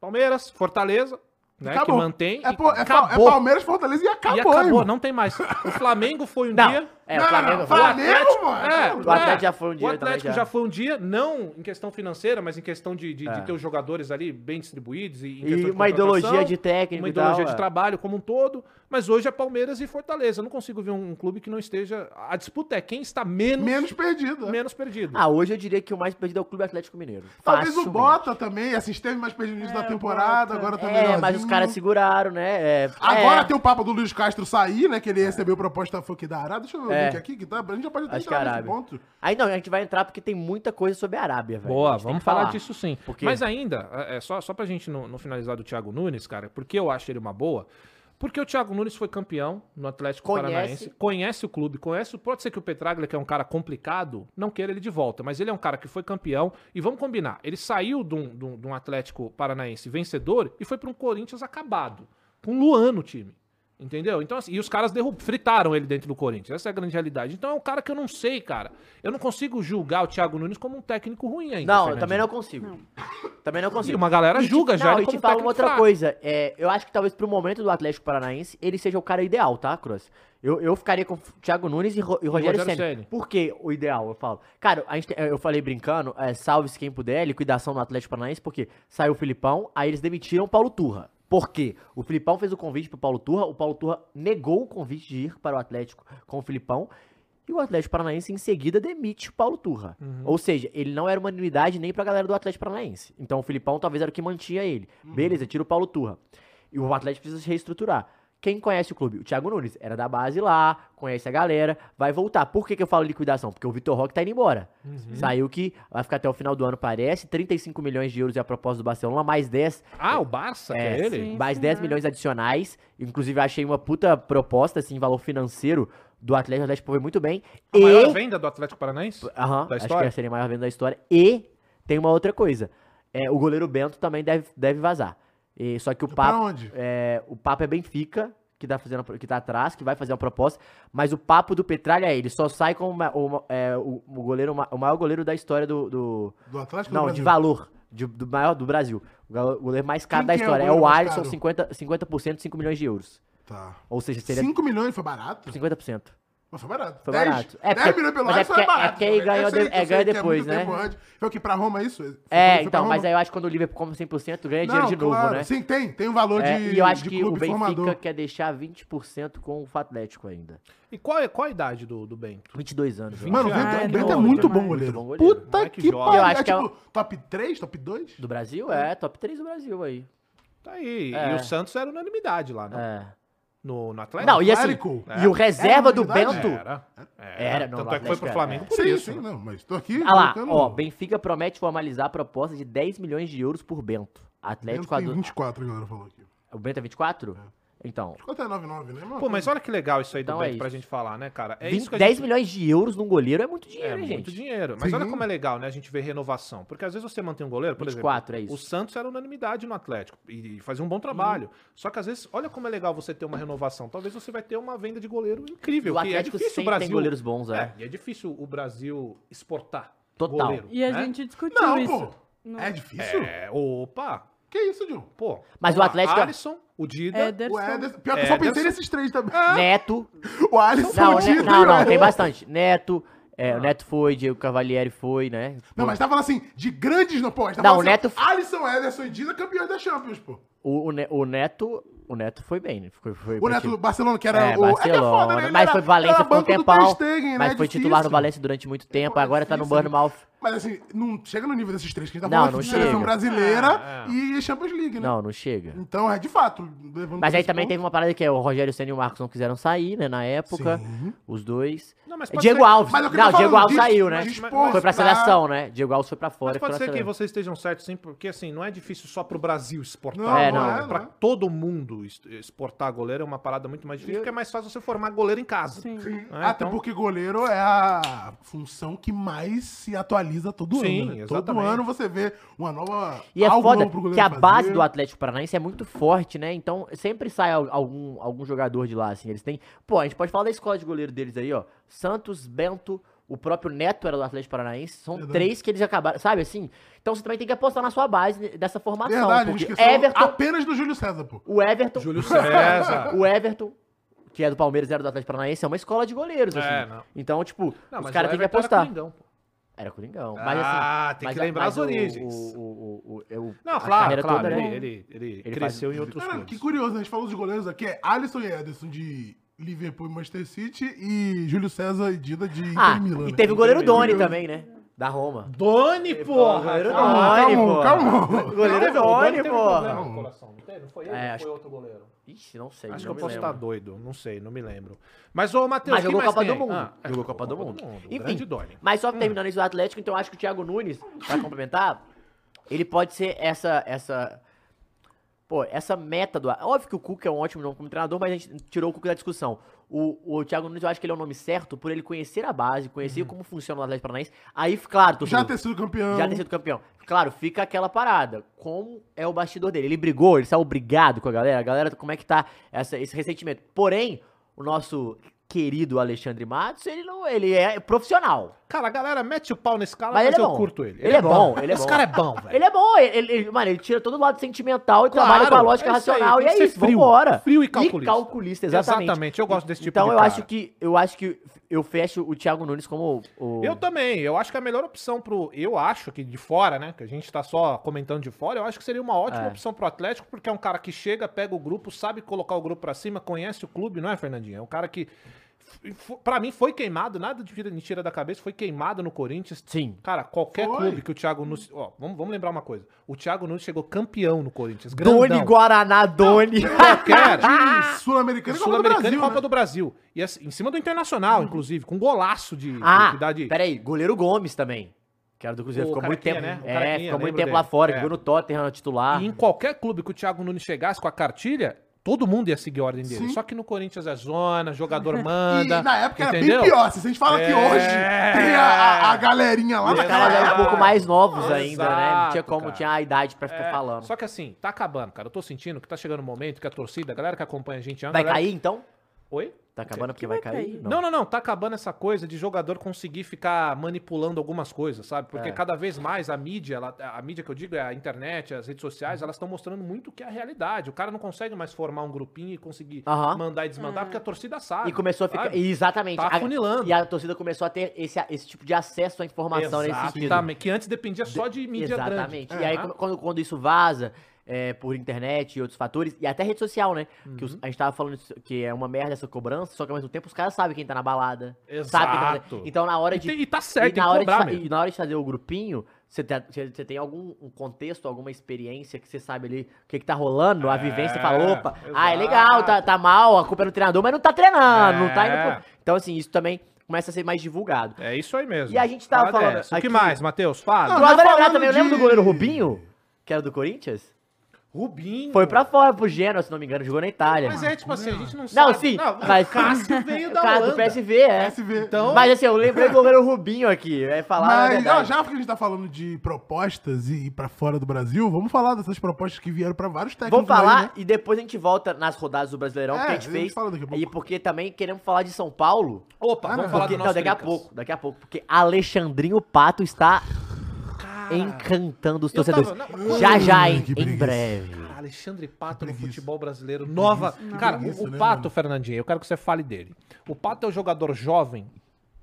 Speaker 1: Palmeiras, Fortaleza, né,
Speaker 3: Acabou.
Speaker 1: que mantém.
Speaker 3: é,
Speaker 1: e
Speaker 3: pô- é pa- é
Speaker 1: acabou.
Speaker 3: Palmeiras, Fortaleza e acabou,
Speaker 1: e acabou,
Speaker 2: né?
Speaker 3: irmão.
Speaker 1: não tem mais. O Flamengo foi um
Speaker 2: Não,
Speaker 1: dia...
Speaker 2: é,
Speaker 3: Não,
Speaker 2: o
Speaker 3: não,
Speaker 2: Flamengo...
Speaker 3: não,
Speaker 2: foi-
Speaker 1: Ah,
Speaker 3: Flamengo,
Speaker 1: É,
Speaker 3: mano.
Speaker 2: O Atlético
Speaker 1: é,
Speaker 2: já foi um dia
Speaker 1: O
Speaker 2: também,
Speaker 1: Atlético
Speaker 2: já.
Speaker 1: já foi um dia, não em questão financeira, mas em questão de, de- de
Speaker 2: É.
Speaker 1: ter os jogadores ali bem distribuídos. E, em questão
Speaker 2: E
Speaker 1: de
Speaker 2: uma ideologia
Speaker 1: contratação,
Speaker 2: de técnico
Speaker 1: Uma
Speaker 2: e tal,
Speaker 1: ideologia de
Speaker 2: é.
Speaker 1: trabalho como um todo. Mas hoje é Palmeiras e Fortaleza. Eu não consigo ver um, um clube que não esteja... A disputa é quem está menos, menos,
Speaker 3: Menos perdido. é.
Speaker 1: perdido.
Speaker 2: Ah, hoje eu diria que o mais perdido é o Clube Atlético Mineiro.
Speaker 3: Talvez o
Speaker 2: Facilmente.
Speaker 3: Bota também, assim, esteve mais perdido no início da
Speaker 4: o
Speaker 3: temporada,
Speaker 4: Bota.
Speaker 3: agora tá
Speaker 2: É,
Speaker 3: melhorzinho.
Speaker 2: mas os caras seguraram, né? É,
Speaker 3: Agora
Speaker 2: é,
Speaker 3: tem o papo do Luiz Castro sair, né? Que ele recebeu proposta foi que da Arábia. Deixa eu ver
Speaker 2: É.
Speaker 3: o link aqui, que tá. A gente já pode até
Speaker 2: Acho que é
Speaker 3: entrar nesse
Speaker 2: Arábia.
Speaker 3: ponto.
Speaker 2: Aí não, a gente vai entrar porque tem muita coisa sobre a Arábia, velho. A
Speaker 1: Boa,
Speaker 2: gente tem
Speaker 1: vamos
Speaker 2: que
Speaker 1: falar, disso sim.
Speaker 2: Porque-
Speaker 1: Mas ainda, é, é, só, só pra gente não, não finalizar do Thiago Nunes, cara, porque eu acho ele uma boa. Porque o Thiago Nunes foi campeão no Atlético
Speaker 2: Conhece.
Speaker 1: Paranaense, conhece o clube, conhece. o- Pode ser que o Petraglia, que é um cara complicado, não queira ele de volta, mas ele é um cara que foi campeão. E vamos combinar, ele saiu de um, de um- de um Atlético Paranaense vencedor e foi pra um Corinthians acabado, com Luan no time. Entendeu? Então, assim, e os caras derrub... fritaram ele dentro do Corinthians. Essa é a grande realidade. Então é um cara que eu não sei, cara. Eu não consigo julgar o Thiago Nunes como um técnico ruim ainda.
Speaker 2: Não, eu
Speaker 1: Fernandinho.
Speaker 2: também não consigo. Também não
Speaker 1: E
Speaker 2: consigo.
Speaker 1: uma galera
Speaker 2: E te-
Speaker 1: julga já
Speaker 2: Não,
Speaker 1: ele
Speaker 2: e
Speaker 1: como
Speaker 2: te falar
Speaker 1: técnico
Speaker 2: uma outra
Speaker 1: fraco.
Speaker 2: coisa. É, eu acho que talvez pro momento do Atlético Paranaense ele seja o cara ideal, tá, Cruz? Eu, eu ficaria com o Thiago Nunes e, Ro- e Rogério,
Speaker 1: Rogério
Speaker 2: Ceni.
Speaker 1: Ceni.
Speaker 2: Por que o ideal, eu falo? Cara, a gente, tem- eu falei brincando, é, salve-se quem puder, liquidação no Atlético Paranaense, porque saiu o Filipão, aí eles demitiram o Paulo Turra. Por quê? O Filipão fez o convite pro Paulo Turra, o Paulo Turra negou o convite de ir para o Atlético com o Filipão, e o Atlético Paranaense em seguida demite o Paulo Turra. Ou seja, ele não era uma unanimidade nem pra galera do Atlético Paranaense. Então o Filipão talvez era o que mantinha ele. Beleza, tira o Paulo Turra. E o Atlético precisa se reestruturar. Quem conhece o clube? O Thiago Nunes. Era da base lá, conhece a galera, vai voltar. Por que, que eu falo liquidação? Porque o Vitor Roque tá indo embora.
Speaker 1: Uhum.
Speaker 2: Saiu que vai ficar até o final do ano, parece. 35 milhões de euros é a proposta do Barcelona, mais 10
Speaker 1: Ah, o Barça?
Speaker 2: É,
Speaker 1: É, ele?
Speaker 4: sim.
Speaker 2: mais 10 milhões adicionais. Inclusive, eu achei uma puta proposta, assim, valor financeiro do Atlético. O Atlético foi muito bem.
Speaker 1: A maior venda do Atlético Paranaense?
Speaker 2: Aham,
Speaker 1: da
Speaker 2: acho que
Speaker 1: história?
Speaker 2: seria a maior venda da história. E tem uma outra coisa. É, o goleiro Bento também deve, deve vazar. E, só
Speaker 4: Então,
Speaker 2: que o
Speaker 3: Pra
Speaker 2: papo,
Speaker 3: onde?
Speaker 2: é, o papo é Benfica, que tá, fazendo, a- que tá atrás, que vai fazer uma proposta. Mas o papo do Petralha é ele. Só sai com uma- uma- é, o, o goleiro, ma- o maior goleiro da história do... do-
Speaker 3: Do Atlético
Speaker 2: não,
Speaker 3: do
Speaker 2: de
Speaker 3: Brasil?
Speaker 2: valor. de- do maior do Brasil. O galo- o goleiro mais caro
Speaker 3: Quem
Speaker 2: da
Speaker 3: que é o
Speaker 2: história. É o,
Speaker 3: goleiro mais
Speaker 2: Alisson,
Speaker 3: caro?
Speaker 2: 50%, 50 5 milhões de euros.
Speaker 3: Tá.
Speaker 2: Ou seja, seria
Speaker 3: 5 milhões foi barato?
Speaker 2: 50%.
Speaker 3: Mas foi barato.
Speaker 2: Foi
Speaker 3: 10,
Speaker 2: barato. É
Speaker 3: 10
Speaker 2: porque-
Speaker 3: milhões pelo
Speaker 2: mas é
Speaker 3: Alisson é
Speaker 2: porque- é
Speaker 3: barato.
Speaker 2: porque aí
Speaker 3: Eu
Speaker 2: ganhou
Speaker 3: sei,
Speaker 2: de-
Speaker 3: eu
Speaker 2: é,
Speaker 3: sei
Speaker 2: ganhou
Speaker 3: que muito
Speaker 2: depois, né?
Speaker 3: tempo antes. Foi o que pra Roma é isso? Foi quando
Speaker 2: É,
Speaker 3: foi pra
Speaker 2: então, mas
Speaker 3: Roma?
Speaker 2: aí eu acho que quando o Liverpool come 100%, ganha
Speaker 3: Não,
Speaker 2: dinheiro de novo,
Speaker 3: claro.
Speaker 2: né?
Speaker 3: Sim, tem. Tem um valor
Speaker 2: É,
Speaker 3: de,
Speaker 2: e eu acho
Speaker 3: de
Speaker 2: que o
Speaker 3: clube
Speaker 2: Benfica
Speaker 3: formador.
Speaker 2: quer deixar 20% com o Atlético ainda.
Speaker 1: E qual, é, qual a idade do, do Bento?
Speaker 2: 22 anos. eu
Speaker 3: Mano, o
Speaker 2: acho.
Speaker 3: Bento,
Speaker 4: Ah,
Speaker 3: o
Speaker 4: é
Speaker 3: Bento é
Speaker 4: novo
Speaker 3: muito bom
Speaker 4: demais.
Speaker 3: goleiro.
Speaker 2: né? Muito bom goleiro.
Speaker 3: Puta
Speaker 1: Moleque
Speaker 3: que
Speaker 1: jovem.
Speaker 3: pariu.
Speaker 2: Eu acho
Speaker 3: É
Speaker 2: que é
Speaker 3: tipo, top 3, top 2?
Speaker 2: Do Brasil? É, top 3 do Brasil aí.
Speaker 1: Tá aí.
Speaker 2: É.
Speaker 1: E o Santos era unanimidade lá, né?
Speaker 2: É.
Speaker 1: No, no Atlético?
Speaker 2: Não, e assim,
Speaker 3: Atlético?
Speaker 2: e o reserva
Speaker 3: É,
Speaker 2: do
Speaker 3: verdade.
Speaker 2: Bento...
Speaker 1: Era.
Speaker 2: Era, não,
Speaker 1: Tanto
Speaker 2: no
Speaker 1: é que foi pro
Speaker 2: Atlético,
Speaker 1: Flamengo
Speaker 2: é.
Speaker 1: por
Speaker 3: sim,
Speaker 1: isso.
Speaker 3: sim, não, mas tô aqui.
Speaker 2: Ah lá,
Speaker 3: colocando-
Speaker 2: ó, Benfica promete formalizar a proposta de 10 milhões de euros por Bento.
Speaker 3: Bento
Speaker 2: Atlético...
Speaker 3: tem
Speaker 2: adu-
Speaker 3: 24, a galera falou aqui.
Speaker 2: O Bento é 24? Então,
Speaker 3: 499, né, mano?
Speaker 1: Pô, mas olha que legal isso aí
Speaker 2: Então
Speaker 1: do
Speaker 2: é
Speaker 1: Bento pra
Speaker 2: isso.
Speaker 1: gente falar, né, cara? É
Speaker 2: 20
Speaker 1: isso que a
Speaker 2: 10
Speaker 1: gente...
Speaker 2: milhões de euros num goleiro é muito
Speaker 1: É
Speaker 2: dinheiro, hein,
Speaker 1: muito
Speaker 2: gente.
Speaker 1: dinheiro. Mas olha
Speaker 3: Sim.
Speaker 1: como é legal, né? A gente vê renovação. Porque às vezes você mantém um goleiro, por exemplo.
Speaker 2: 24, é isso. Uhum.
Speaker 1: O Santos era unanimidade no Atlético e fazia um bom trabalho. Só que às vezes, olha como é legal você ter uma renovação. Talvez você vai ter uma venda de goleiro incrível.
Speaker 2: o
Speaker 1: que é
Speaker 2: Atlético
Speaker 1: difícil o
Speaker 2: sempre
Speaker 1: Brasil.
Speaker 2: tem goleiros bons, é.
Speaker 1: É, e é difícil o Brasil exportar.
Speaker 2: Total.
Speaker 1: Goleiro,
Speaker 4: E a
Speaker 1: né?
Speaker 4: gente discutiu
Speaker 3: Não,
Speaker 4: isso.
Speaker 3: pô.
Speaker 4: Não.
Speaker 3: É difícil?
Speaker 1: É, opa!
Speaker 3: Que isso, Dil?
Speaker 1: Pô.
Speaker 2: Mas o Atlético- é-
Speaker 1: Alisson, o Dida.
Speaker 4: Ederson.
Speaker 3: O Ederson. Pior que eu só
Speaker 1: Ederson.
Speaker 3: pensei nesses três também.
Speaker 2: Ah. Neto,
Speaker 3: O Alisson é
Speaker 2: Não,
Speaker 3: o
Speaker 2: né- não,
Speaker 3: Tito, e o
Speaker 2: não,
Speaker 3: Ederson.
Speaker 2: tem bastante. Neto, é, o Neto foi, Diego Cavalieri foi, né?
Speaker 3: Ah. Não, mas tá falando assim, de grandes no pós. Tá
Speaker 2: Não,
Speaker 3: falando
Speaker 2: o
Speaker 3: assim,
Speaker 2: Neto-
Speaker 3: Alisson, Ederson e Dida campeões da Champions, pô.
Speaker 2: O, o Ne- o Neto, o Neto foi bem, né? Foi, foi
Speaker 3: O
Speaker 2: foi
Speaker 3: Neto do
Speaker 2: tipo-
Speaker 3: Barcelona, que era
Speaker 2: é,
Speaker 3: o... né?
Speaker 2: Barcelona,
Speaker 3: Ele
Speaker 2: mas foi
Speaker 3: era-
Speaker 2: Valência
Speaker 3: era
Speaker 2: por um
Speaker 3: banco do
Speaker 2: tempão,
Speaker 3: Ter Stegen, né?
Speaker 2: mas foi
Speaker 3: Difícil.
Speaker 2: titular no Valência durante muito tempo, agora tá no
Speaker 3: difícil, né?
Speaker 2: Bournemouth.
Speaker 3: Mas assim, não chega no nível desses três que a gente tá
Speaker 2: Não,
Speaker 3: falando,
Speaker 2: não
Speaker 3: de seleção
Speaker 2: chega.
Speaker 3: brasileira
Speaker 1: Ah, é.
Speaker 3: e Champions League, né?
Speaker 2: Não, não chega.
Speaker 3: Então é de fato. levando
Speaker 2: Mas aí
Speaker 3: pra esse
Speaker 2: também
Speaker 3: ponto.
Speaker 2: teve uma parada que é o Rogério Senna e o Marcos não quiseram sair, né, na época,
Speaker 3: Sim.
Speaker 2: os dois.
Speaker 1: Não, mas pode
Speaker 2: Diego
Speaker 1: ser-
Speaker 2: Alves,
Speaker 3: Mas é
Speaker 2: não,
Speaker 3: o que eu tô
Speaker 2: Diego
Speaker 3: falando,
Speaker 2: Alves
Speaker 3: diz-
Speaker 2: saiu, né?
Speaker 3: mas
Speaker 1: disposto
Speaker 2: Foi pra
Speaker 3: pra-
Speaker 2: seleção, né? Diego Alves foi pra fora.
Speaker 1: Mas
Speaker 2: e foi
Speaker 1: pode
Speaker 2: pra
Speaker 1: ser que
Speaker 2: seleção.
Speaker 1: vocês estejam certos, sim, porque assim, não é difícil só pro Brasil exportar
Speaker 3: Não,
Speaker 2: É,
Speaker 1: goleiro.
Speaker 2: não,
Speaker 3: é,
Speaker 1: Pra
Speaker 3: não é.
Speaker 1: todo mundo es- exportar goleiro é uma parada muito mais difícil, porque é mais fácil você formar goleiro em casa.
Speaker 4: Sim.
Speaker 1: né?
Speaker 3: Até
Speaker 1: Então-
Speaker 3: ah, porque goleiro é a função que mais se atualiza todo
Speaker 1: Sim,
Speaker 3: ano. né? Todo
Speaker 1: exatamente.
Speaker 3: ano você vê uma nova.
Speaker 2: E é
Speaker 3: algo
Speaker 2: foda
Speaker 3: novo pro goleiro
Speaker 2: que a base
Speaker 3: fazer.
Speaker 2: do Atlético Paranaense é muito forte, né? Então sempre sai al- algum, algum jogador de lá, assim. Eles têm. Pô, a gente pode falar da escola de goleiro deles aí, ó. Santos, Bento, o próprio Neto era do Atlético Paranaense. São
Speaker 3: Verdade.
Speaker 2: três que eles acabaram, sabe assim? Então você também tem que apostar na sua base né, dessa formação.
Speaker 3: Verdade, a gente
Speaker 2: porque
Speaker 3: esqueceu Ah,
Speaker 2: Everton,
Speaker 3: apenas do Júlio César, pô.
Speaker 2: o Everton.
Speaker 1: Júlio César.
Speaker 2: O Everton, que é do Palmeiras e era do Atlético Paranaense, é uma escola de goleiros,
Speaker 1: É,
Speaker 2: assim.
Speaker 1: não.
Speaker 2: Então, tipo,
Speaker 1: Não,
Speaker 2: os
Speaker 1: mas o
Speaker 2: caras têm
Speaker 1: Everton
Speaker 2: que
Speaker 1: era
Speaker 2: apostar.
Speaker 1: Coringão, pô.
Speaker 2: Era Coringão. Mas, assim,
Speaker 1: Ah, tem que
Speaker 2: mas-
Speaker 1: lembrar
Speaker 2: mas
Speaker 1: as
Speaker 2: o-
Speaker 1: origens.
Speaker 2: o- o- o- o-
Speaker 1: Não,
Speaker 2: a
Speaker 1: claro,
Speaker 2: carreira
Speaker 1: claro.
Speaker 2: toda,
Speaker 1: ele,
Speaker 2: né?
Speaker 1: ele, ele
Speaker 2: Ele
Speaker 1: cresceu
Speaker 2: faz-
Speaker 1: em outros
Speaker 3: Cara, que
Speaker 1: clubes.
Speaker 3: curioso, né? a gente falou dos goleiros aqui. É Alisson e Ederson de Liverpool e Manchester City e Júlio César e Dida de Inter
Speaker 2: Ah,
Speaker 3: e Milan.
Speaker 2: e
Speaker 3: né?
Speaker 2: teve o goleiro Doni também, né? Da Roma.
Speaker 1: Doni, porra! é
Speaker 2: Goleiro
Speaker 1: cara.
Speaker 2: Doni, pô.
Speaker 3: calma, calma.
Speaker 2: Goleiro Ah, Doni,
Speaker 1: teve um
Speaker 2: porra.
Speaker 1: problema no coração, não teve? Não foi ele?
Speaker 2: É,
Speaker 1: ou
Speaker 2: acho-
Speaker 1: foi outro goleiro?
Speaker 2: Ixi, não sei.
Speaker 1: Acho que
Speaker 2: não
Speaker 1: eu
Speaker 2: me
Speaker 1: posso
Speaker 2: lembro.
Speaker 1: estar doido, não sei, não me lembro. Mas o Matheus,
Speaker 2: Mas
Speaker 1: quem
Speaker 2: jogou
Speaker 1: mais
Speaker 2: Copa do
Speaker 1: tem?
Speaker 2: Mundo.
Speaker 1: Ah, é,
Speaker 2: jogou Copa do Mundo.
Speaker 1: o grande Doni.
Speaker 2: Mas só terminando isso do Atlético, então eu acho que o Thiago Nunes, pra complementar, ele pode ser essa. essa Pô, essa meta do. Óbvio que o Cuca é um ótimo nome como treinador, mas a gente tirou o Cuca da discussão. O, o Thiago Nunes, eu acho que ele é o nome certo por ele conhecer a base, conhecer como funciona o Atlético Paranaense. Aí, claro, torcedor,
Speaker 3: Já ter sido campeão.
Speaker 2: Uhum. já ter sido campeão. Claro, fica aquela parada. Como é o bastidor dele? Ele brigou, ele saiu brigado com a galera. A galera, como é que tá essa- esse ressentimento? Porém, o nosso querido Alexandre Matos, ele não, ele é profissional.
Speaker 1: Cara, a galera mete o pau nesse cara, mas,
Speaker 2: Mas ele é
Speaker 1: eu
Speaker 2: bom.
Speaker 1: curto ele.
Speaker 2: Ele é bom, ele é
Speaker 5: Esse
Speaker 2: bom.
Speaker 5: cara é bom, velho.
Speaker 2: Ele é bom, ele, ele- mano, ele tira todo o lado sentimental e
Speaker 1: Claro,
Speaker 2: trabalha com a lógica
Speaker 1: é isso aí,
Speaker 2: racional.
Speaker 1: tem que
Speaker 2: e é
Speaker 1: ser
Speaker 2: isso,
Speaker 1: frio,
Speaker 2: vambora.
Speaker 1: frio e calculista.
Speaker 2: E calculista, exatamente.
Speaker 1: Exatamente, eu gosto desse tipo
Speaker 2: então,
Speaker 1: de
Speaker 2: eu
Speaker 1: cara.
Speaker 2: acho que eu acho que eu fecho o Thiago Nunes como o.
Speaker 1: Eu também, eu acho que a melhor opção pro. Eu acho que de fora, né? Que a gente tá só comentando de fora, eu acho que seria uma ótima
Speaker 2: É.
Speaker 1: opção pro Atlético, porque é um cara que chega, pega o grupo, sabe colocar o grupo pra cima, conhece o clube, não é, Fernandinho? É um cara que. f- f- Pra mim foi queimado, nada de tira- me tira da cabeça, foi queimado no Corinthians.
Speaker 2: Sim.
Speaker 1: Cara, qualquer
Speaker 3: Foi.
Speaker 1: clube que o Thiago Nunes. Ó, vamos, vamos lembrar uma coisa. O Thiago Nunes chegou campeão no Corinthians.
Speaker 2: Doni
Speaker 1: Grandão.
Speaker 2: Guaraná, Doni.
Speaker 1: Qualquer.
Speaker 3: De Sul-Americano e Copa do
Speaker 1: Sul-Americano e
Speaker 3: Brasil,
Speaker 1: Copa
Speaker 3: né?
Speaker 1: do Brasil. E assim, em cima do Internacional, inclusive, com um golaço de,
Speaker 2: Ah,
Speaker 1: de dá de-
Speaker 2: peraí, goleiro Gomes também. Que era do Cruzeiro,
Speaker 1: O
Speaker 2: ficou muito tempo,
Speaker 1: Caraquinha, né? O
Speaker 2: É,
Speaker 1: Caraquinha,
Speaker 2: ficou muito
Speaker 1: lembro
Speaker 2: tempo
Speaker 1: dele.
Speaker 2: lá fora,
Speaker 1: É. Então,
Speaker 2: jogou no Tottenham, era titular.
Speaker 1: E em qualquer clube que o Thiago Nunes chegasse com a cartilha, todo mundo ia seguir a ordem dele.
Speaker 3: Sim.
Speaker 1: Só que no Corinthians é zona, jogador
Speaker 3: E
Speaker 1: manda.
Speaker 3: na época era
Speaker 1: entendeu?
Speaker 3: bem pior. Se a gente fala que
Speaker 1: É.
Speaker 3: hoje tem a, a- a galerinha lá
Speaker 2: Os
Speaker 3: na
Speaker 1: Exato.
Speaker 2: caras eram um pouco mais novos
Speaker 1: Exato,
Speaker 2: ainda, né? Não tinha como,
Speaker 1: cara.
Speaker 2: tinha a idade pra ficar
Speaker 1: É,
Speaker 2: falando.
Speaker 1: Só que assim, tá acabando, cara. Eu tô sentindo que tá chegando o momento que a torcida, a galera que acompanha a gente... é uma
Speaker 2: Vai
Speaker 1: galera-
Speaker 2: cair então?
Speaker 1: Oi?
Speaker 2: Tá acabando porque
Speaker 4: Que
Speaker 2: vai
Speaker 4: vai
Speaker 2: cair?
Speaker 4: cair.
Speaker 1: Não. não, não, Tá acabando essa coisa de jogador conseguir ficar manipulando algumas coisas, sabe? Porque
Speaker 2: É.
Speaker 1: cada vez mais a mídia, ela- a mídia que eu digo é a internet, as redes
Speaker 2: Uhum.
Speaker 1: sociais, elas estão mostrando muito o que é a realidade. O cara não consegue mais formar um grupinho e conseguir
Speaker 2: Aham.
Speaker 1: mandar e desmandar, porque a torcida sabe.
Speaker 2: E começou a ficar.
Speaker 1: sabe?
Speaker 2: Exatamente.
Speaker 1: Tá
Speaker 2: A-
Speaker 1: afunilando.
Speaker 2: E a torcida começou a ter esse, esse tipo de acesso à informação nesse sentido.
Speaker 1: Exatamente. Que antes dependia só de mídia grande. É.
Speaker 2: Exatamente. E aí,
Speaker 1: Aham.
Speaker 2: quando- quando, quando isso vaza é, por internet e outros fatores, e até rede social, né? Que
Speaker 1: Uhum.
Speaker 2: os- a gente tava falando isso- que é uma merda essa cobrança, só que ao mesmo tempo os caras sabem quem tá na balada. Sabe quem tá
Speaker 1: Exato.
Speaker 2: fazendo. Então, na hora
Speaker 1: E,
Speaker 2: de.
Speaker 1: tem- e tá
Speaker 2: E
Speaker 1: certo, tem
Speaker 2: na,
Speaker 1: que
Speaker 2: hora de,
Speaker 1: cobrar
Speaker 2: fa-
Speaker 1: mesmo.
Speaker 2: e na hora de fazer o grupinho, você tem, você- você tem algum um contexto, alguma experiência que você sabe ali o que, que tá rolando, a
Speaker 1: É,
Speaker 2: vivência, você fala, opa, ah, é
Speaker 1: exato.
Speaker 2: legal, tá, tá mal, a culpa é do treinador, mas não tá treinando, não tá
Speaker 1: É.
Speaker 2: indo pro... Então, assim, isso também começa a ser mais divulgado.
Speaker 1: É isso aí mesmo.
Speaker 2: E a gente tava
Speaker 1: Fala
Speaker 2: falando
Speaker 1: dessa. O que
Speaker 2: aqui-
Speaker 1: mais, Matheus? Fala.
Speaker 3: Não,
Speaker 2: Tu vai
Speaker 3: mas
Speaker 2: lembrar
Speaker 3: falando
Speaker 2: também, eu lembro do
Speaker 3: de-
Speaker 2: goleiro Rubinho, que era do Corinthians?
Speaker 1: Rubinho.
Speaker 2: Foi pra fora, pro Genoa, se não me engano, jogou na Itália.
Speaker 1: Mas é tipo assim, a gente não, sabe.
Speaker 2: Não, sim, mas...
Speaker 1: O Cássio veio da
Speaker 2: O cara
Speaker 1: Holanda.
Speaker 2: do PSV, é.
Speaker 3: PSV.
Speaker 1: Então-
Speaker 2: Mas assim, eu lembrei do goleiro Rubinho aqui, é falar a
Speaker 3: Mas
Speaker 2: verdade.
Speaker 3: ó, já que a gente tá falando de propostas e ir pra fora do Brasil, vamos falar dessas propostas que vieram pra vários técnicos.
Speaker 2: Vamos falar
Speaker 3: aí, né?
Speaker 2: e depois a gente volta nas rodadas do Brasileirão
Speaker 3: É,
Speaker 2: que a
Speaker 3: a
Speaker 2: gente
Speaker 3: gente
Speaker 2: fez.
Speaker 3: fala daqui a pouco.
Speaker 2: E porque também queremos falar de São Paulo.
Speaker 1: Opa,
Speaker 3: Ah,
Speaker 1: vamos
Speaker 3: não.
Speaker 1: falar
Speaker 2: Porque,
Speaker 1: do
Speaker 2: não,
Speaker 1: nosso
Speaker 2: daqui a
Speaker 1: Tricas.
Speaker 2: pouco, daqui a pouco. Porque Alexandrinho Pato está encantando os
Speaker 1: eu tava-
Speaker 2: torcedores.
Speaker 1: não,
Speaker 2: já, já,
Speaker 3: Ai,
Speaker 2: hein?
Speaker 3: que
Speaker 2: Em
Speaker 3: preguiça.
Speaker 2: breve.
Speaker 1: Cara, Alexandre Pato no
Speaker 3: preguiça.
Speaker 1: futebol brasileiro. Nova.
Speaker 3: preguiça,
Speaker 1: Cara,
Speaker 3: que preguiça,
Speaker 1: o, o
Speaker 3: né,
Speaker 1: Pato,
Speaker 3: mano?
Speaker 1: Fernandinho, eu quero que você fale dele. O Pato é um jogador jovem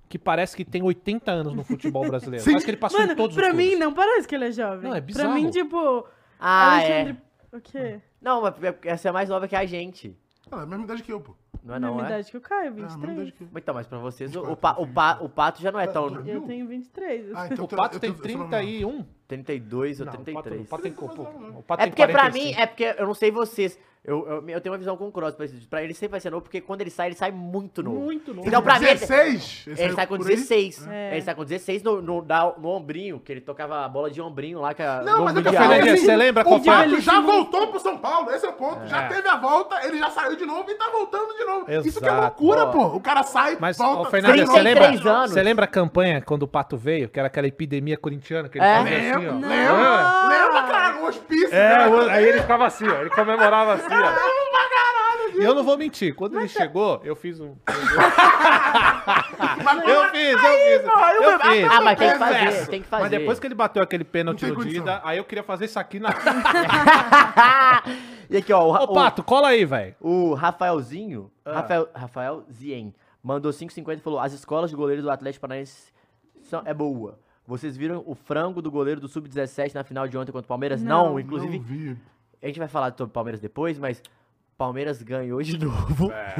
Speaker 1: que parece que tem 80 anos no futebol brasileiro.
Speaker 3: Sim.
Speaker 1: Parece que ele passou
Speaker 4: Mano,
Speaker 1: em todos os
Speaker 4: pra mim
Speaker 2: né?
Speaker 1: clubes.
Speaker 4: não parece que ele é jovem.
Speaker 1: Não, é
Speaker 4: Pra mim,
Speaker 1: bizarro.
Speaker 4: tipo,
Speaker 2: Ah,
Speaker 4: Alexandre... O quê?
Speaker 2: é. Não, mas essa é mais nova que a gente.
Speaker 3: Ah, é a mesma idade que eu, pô.
Speaker 2: Não é não,
Speaker 4: mesma
Speaker 2: é?
Speaker 4: idade que o Caio,
Speaker 3: É a mesma idade
Speaker 4: 23.
Speaker 3: que eu.
Speaker 2: Então, mas pra vocês, o, o, pa- o, pa- o Pato já não é tão...
Speaker 4: eu tenho 23.
Speaker 3: Ah, então
Speaker 1: O
Speaker 3: tu-
Speaker 1: Pato
Speaker 3: eu
Speaker 1: tem
Speaker 3: tô- eu sou
Speaker 1: 31?
Speaker 2: 32 ou
Speaker 1: Não, o Pato-
Speaker 2: 33.
Speaker 1: O Pato tem pouco. O Pato
Speaker 2: É
Speaker 1: tem
Speaker 2: porque pra
Speaker 1: 45.
Speaker 2: mim, é porque eu não sei vocês. Eu, eu, eu tenho uma visão com o Cross, pra isso. pra ele sempre vai ser novo, porque quando ele sai, ele sai muito novo.
Speaker 1: Muito novo.
Speaker 2: Então, pra mim, ele-
Speaker 3: 16? Esse
Speaker 2: Ele
Speaker 3: aí
Speaker 2: sai com
Speaker 3: por aí?
Speaker 2: 16.
Speaker 4: É.
Speaker 2: Ele sai com 16 no, no, da- no ombrinho, que ele tocava a bola de ombrinho lá. Que a,
Speaker 3: Não,
Speaker 2: no
Speaker 3: mas é que eu
Speaker 2: Mundial.
Speaker 3: falei
Speaker 1: Fernandinho,
Speaker 3: assim,
Speaker 1: você lembra
Speaker 3: o
Speaker 1: qual foi a-
Speaker 3: Diego, Ele já voltou pro São Paulo, esse é o ponto. Já teve a volta, ele já saiu de novo e tá voltando de novo. Isso que é
Speaker 1: Exato.
Speaker 3: loucura, pô. O cara sai,
Speaker 1: Mas,
Speaker 3: volta.
Speaker 1: ô, Fernando, você
Speaker 2: 33
Speaker 1: lembra,
Speaker 2: anos.
Speaker 1: você lembra a campanha quando o Pato veio, que era aquela epidemia corintiana que ele
Speaker 2: É.
Speaker 1: fazia assim,
Speaker 3: Lembra,
Speaker 1: ó?
Speaker 3: lembra, lembra, cara, o hospício.
Speaker 1: É,
Speaker 3: né?
Speaker 1: o- aí ele ficava assim, ó, ele comemorava assim, ó. E eu não vou mentir, quando ele
Speaker 2: é-
Speaker 1: chegou, eu fiz um...
Speaker 3: Mas, é-
Speaker 1: Eu
Speaker 2: é
Speaker 1: fiz, eu fiz, eu fiz.
Speaker 2: Ah, mas tem que
Speaker 1: Confesso.
Speaker 2: fazer, tem que fazer.
Speaker 1: Mas depois que ele bateu aquele pênalti
Speaker 3: Não tem
Speaker 1: no
Speaker 3: condição.
Speaker 1: Dida, aí eu queria fazer isso aqui na...
Speaker 2: e aqui, ó, o, Ra-
Speaker 1: Ô, Pato, cola aí, velho.
Speaker 2: o, o Rafaelzinho,
Speaker 3: Ah.
Speaker 2: Rafael, Rafael Zien, mandou 5,50 e falou, as escolas de goleiros do Atlético Paranaense são, é boa. Vocês viram o frango do goleiro do Sub-17 na final de ontem contra o Palmeiras? Não,
Speaker 4: Não,
Speaker 2: inclusive,
Speaker 3: Não vi.
Speaker 2: a gente vai falar sobre o Palmeiras depois, mas Palmeiras ganhou de novo.
Speaker 1: É.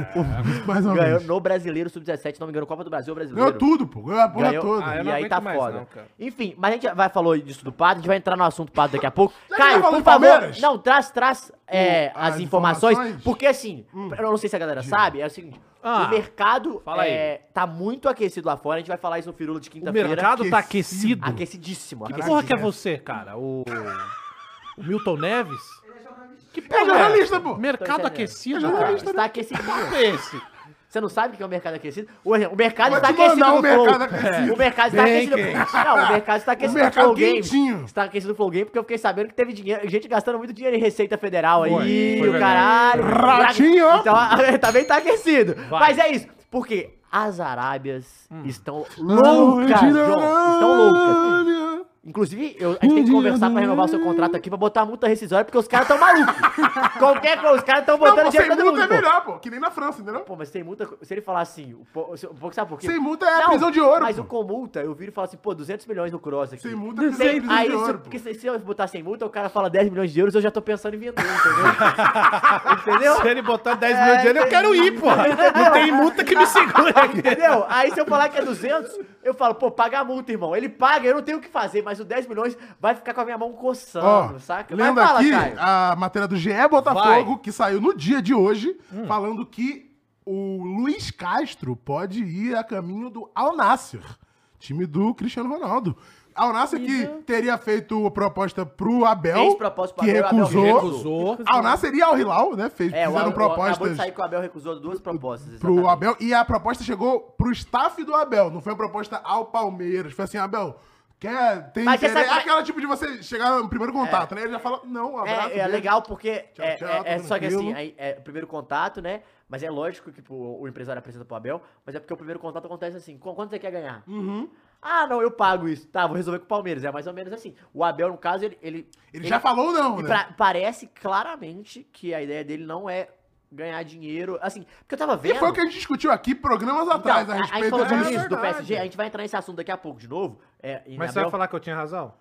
Speaker 3: Mais uma
Speaker 2: ganhou
Speaker 3: vez.
Speaker 2: no Brasileiro Sub-17, não me engano, Copa do Brasil,
Speaker 3: Ganhou
Speaker 2: Brasileiro.
Speaker 3: tudo, pô. Ganhou a bola
Speaker 2: Ganhou-
Speaker 3: toda.
Speaker 1: Ah, eu
Speaker 2: E
Speaker 1: não
Speaker 2: aí
Speaker 1: aguento
Speaker 2: tá
Speaker 1: mais
Speaker 2: foda.
Speaker 1: não, cara.
Speaker 2: Enfim, mas a gente vai falou disso do Pato, a gente vai entrar no assunto Pato daqui a pouco.
Speaker 3: Já que
Speaker 2: Caio,
Speaker 3: ele falou
Speaker 2: por
Speaker 3: do
Speaker 2: favor,
Speaker 3: Palmeiras?
Speaker 2: não, traz, traz é,
Speaker 3: O-
Speaker 2: as,
Speaker 3: as
Speaker 2: informações,
Speaker 3: informações? Hum.
Speaker 2: porque assim, eu não sei se a galera sabe, é o seguinte,
Speaker 1: Ah,
Speaker 2: o mercado
Speaker 1: fala aí.
Speaker 2: é, tá muito aquecido lá fora, a gente vai falar isso no Firula de
Speaker 1: O
Speaker 2: quinta-feira. Ah,
Speaker 1: mercado tá
Speaker 3: aquecido.
Speaker 1: aquecido.
Speaker 2: Aquecidíssimo.
Speaker 1: Que
Speaker 2: aquecido.
Speaker 1: porra que é você, cara? O, o Milton Neves?
Speaker 6: Que
Speaker 3: É jornalista, pô.
Speaker 6: Mercado
Speaker 2: Tô entendendo. É
Speaker 6: aquecido, cara.
Speaker 2: Jornalista está aquecido.
Speaker 6: Que é esse?
Speaker 2: Você não sabe o que é o mercado aquecido? O o mercado
Speaker 3: Vou
Speaker 2: está
Speaker 3: te mandar
Speaker 2: aquecido
Speaker 3: um
Speaker 2: no Flow. É.
Speaker 3: mercado aquecido.
Speaker 2: O mercado está
Speaker 6: Bem
Speaker 2: aquecido. Não, o mercado está aquecido no
Speaker 3: mercado
Speaker 2: Flow Game.
Speaker 3: quentinho.
Speaker 2: Está aquecido no Flow Game porque eu fiquei sabendo que teve dinheiro, gente gastando muito dinheiro em Receita Federal aí,
Speaker 6: foi
Speaker 2: o
Speaker 6: verdade.
Speaker 2: caralho.
Speaker 3: Ratinho.
Speaker 2: Então, a- também está aquecido. Mas é isso. Porque as Arábias
Speaker 3: Hum.
Speaker 2: estão
Speaker 3: Ah,
Speaker 2: loucas, assim. João. Estão loucas. Inclusive, eu- a gente tem que conversar pra renovar o seu contrato aqui pra botar multa rescisória, porque os caras tão malucos. Qualquer coisa, os caras tão
Speaker 3: Não,
Speaker 2: botando
Speaker 3: pô, sem
Speaker 2: dinheiro tá todo
Speaker 3: multa é
Speaker 2: mundo. pô.
Speaker 3: melhor, pô. Que nem na França, entendeu?
Speaker 2: Pô, mas sem multa, se ele falar assim, o po- se- o po- sabe por quê?
Speaker 3: Sem multa é prisão de ouro,
Speaker 2: Mas
Speaker 3: pô.
Speaker 2: o com multa, eu viro e falo assim, pô, 200 milhões no cross aqui.
Speaker 3: Sem multa é prisão-
Speaker 2: Sem-
Speaker 3: prisão
Speaker 2: aí,
Speaker 3: de
Speaker 2: se-
Speaker 3: ouro, pô.
Speaker 2: porque se, se eu botar sem multa, o cara fala 10 milhões de euros, eu já tô pensando em vender, entendeu? entendeu? É,
Speaker 1: Se ele botar 10 milhões de dinheiro, eu quero ir, pô. Não tem multa que me segure aqui.
Speaker 2: Entendeu? Aí se eu falar que é 200, eu falo, pô, paga a multa, irmão. Ele paga, eu não tenho o que fazer, mas o 10 milhões vai ficar com a minha mão coçando,
Speaker 3: Ó,
Speaker 2: saca? Mas
Speaker 3: lendo
Speaker 2: fala,
Speaker 3: aqui
Speaker 2: Caio.
Speaker 3: a matéria do GE Botafogo, que saiu no dia de hoje, falando que o Luiz Castro pode ir a caminho do Al Nasser, time do Cristiano Ronaldo. Al Nasser que teria feito a proposta pro Abel,
Speaker 2: Ex-proposta pro
Speaker 3: que
Speaker 2: Abel, Abel
Speaker 3: recusou.
Speaker 1: Recusou.
Speaker 3: Al Nasser e Al Hilal, né? Fez,
Speaker 2: É, o Abel,
Speaker 3: fizeram
Speaker 2: acabou de
Speaker 3: propostas
Speaker 2: sair que o Abel recusou duas propostas.
Speaker 3: pro
Speaker 2: exatamente.
Speaker 3: Abel e a proposta chegou pro staff do Abel, não foi uma proposta ao Palmeiras. Foi assim, Abel, quer tem
Speaker 2: Mas você
Speaker 3: interesse?
Speaker 2: sabe-
Speaker 3: aquela tipo de você chegar no primeiro contato, né? Ele já fala: "Não, abraço".
Speaker 2: É, é
Speaker 3: beijo.
Speaker 2: legal porque
Speaker 3: né? Tchau,
Speaker 2: é,
Speaker 3: tchau,
Speaker 2: é-
Speaker 3: tá
Speaker 2: é só que
Speaker 3: tranquilo.
Speaker 2: assim, aí, é o primeiro contato, né? Mas é lógico que pô, o empresário apresenta pro Abel, mas é porque o primeiro contato acontece assim, "Qu- quanto você quer ganhar?
Speaker 3: Uhum.
Speaker 2: Ah, não, eu pago isso. Tá, vou resolver com o Palmeiras. É mais ou menos assim. O Abel, no caso, ele. Ele,
Speaker 3: Ele já falou não,
Speaker 2: e
Speaker 3: né?
Speaker 2: pra- parece claramente que a ideia dele não é ganhar dinheiro. Assim, porque eu tava vendo.
Speaker 3: E foi o que a gente discutiu aqui programas
Speaker 2: Então,
Speaker 3: atrás a
Speaker 2: gente
Speaker 3: respeito
Speaker 2: falou
Speaker 3: disso. É
Speaker 2: disso do
Speaker 1: verdade.
Speaker 2: PSG, a gente vai entrar nesse assunto daqui a pouco de novo. É, em
Speaker 1: Mas você
Speaker 2: Abel.
Speaker 1: vai falar que eu tinha razão?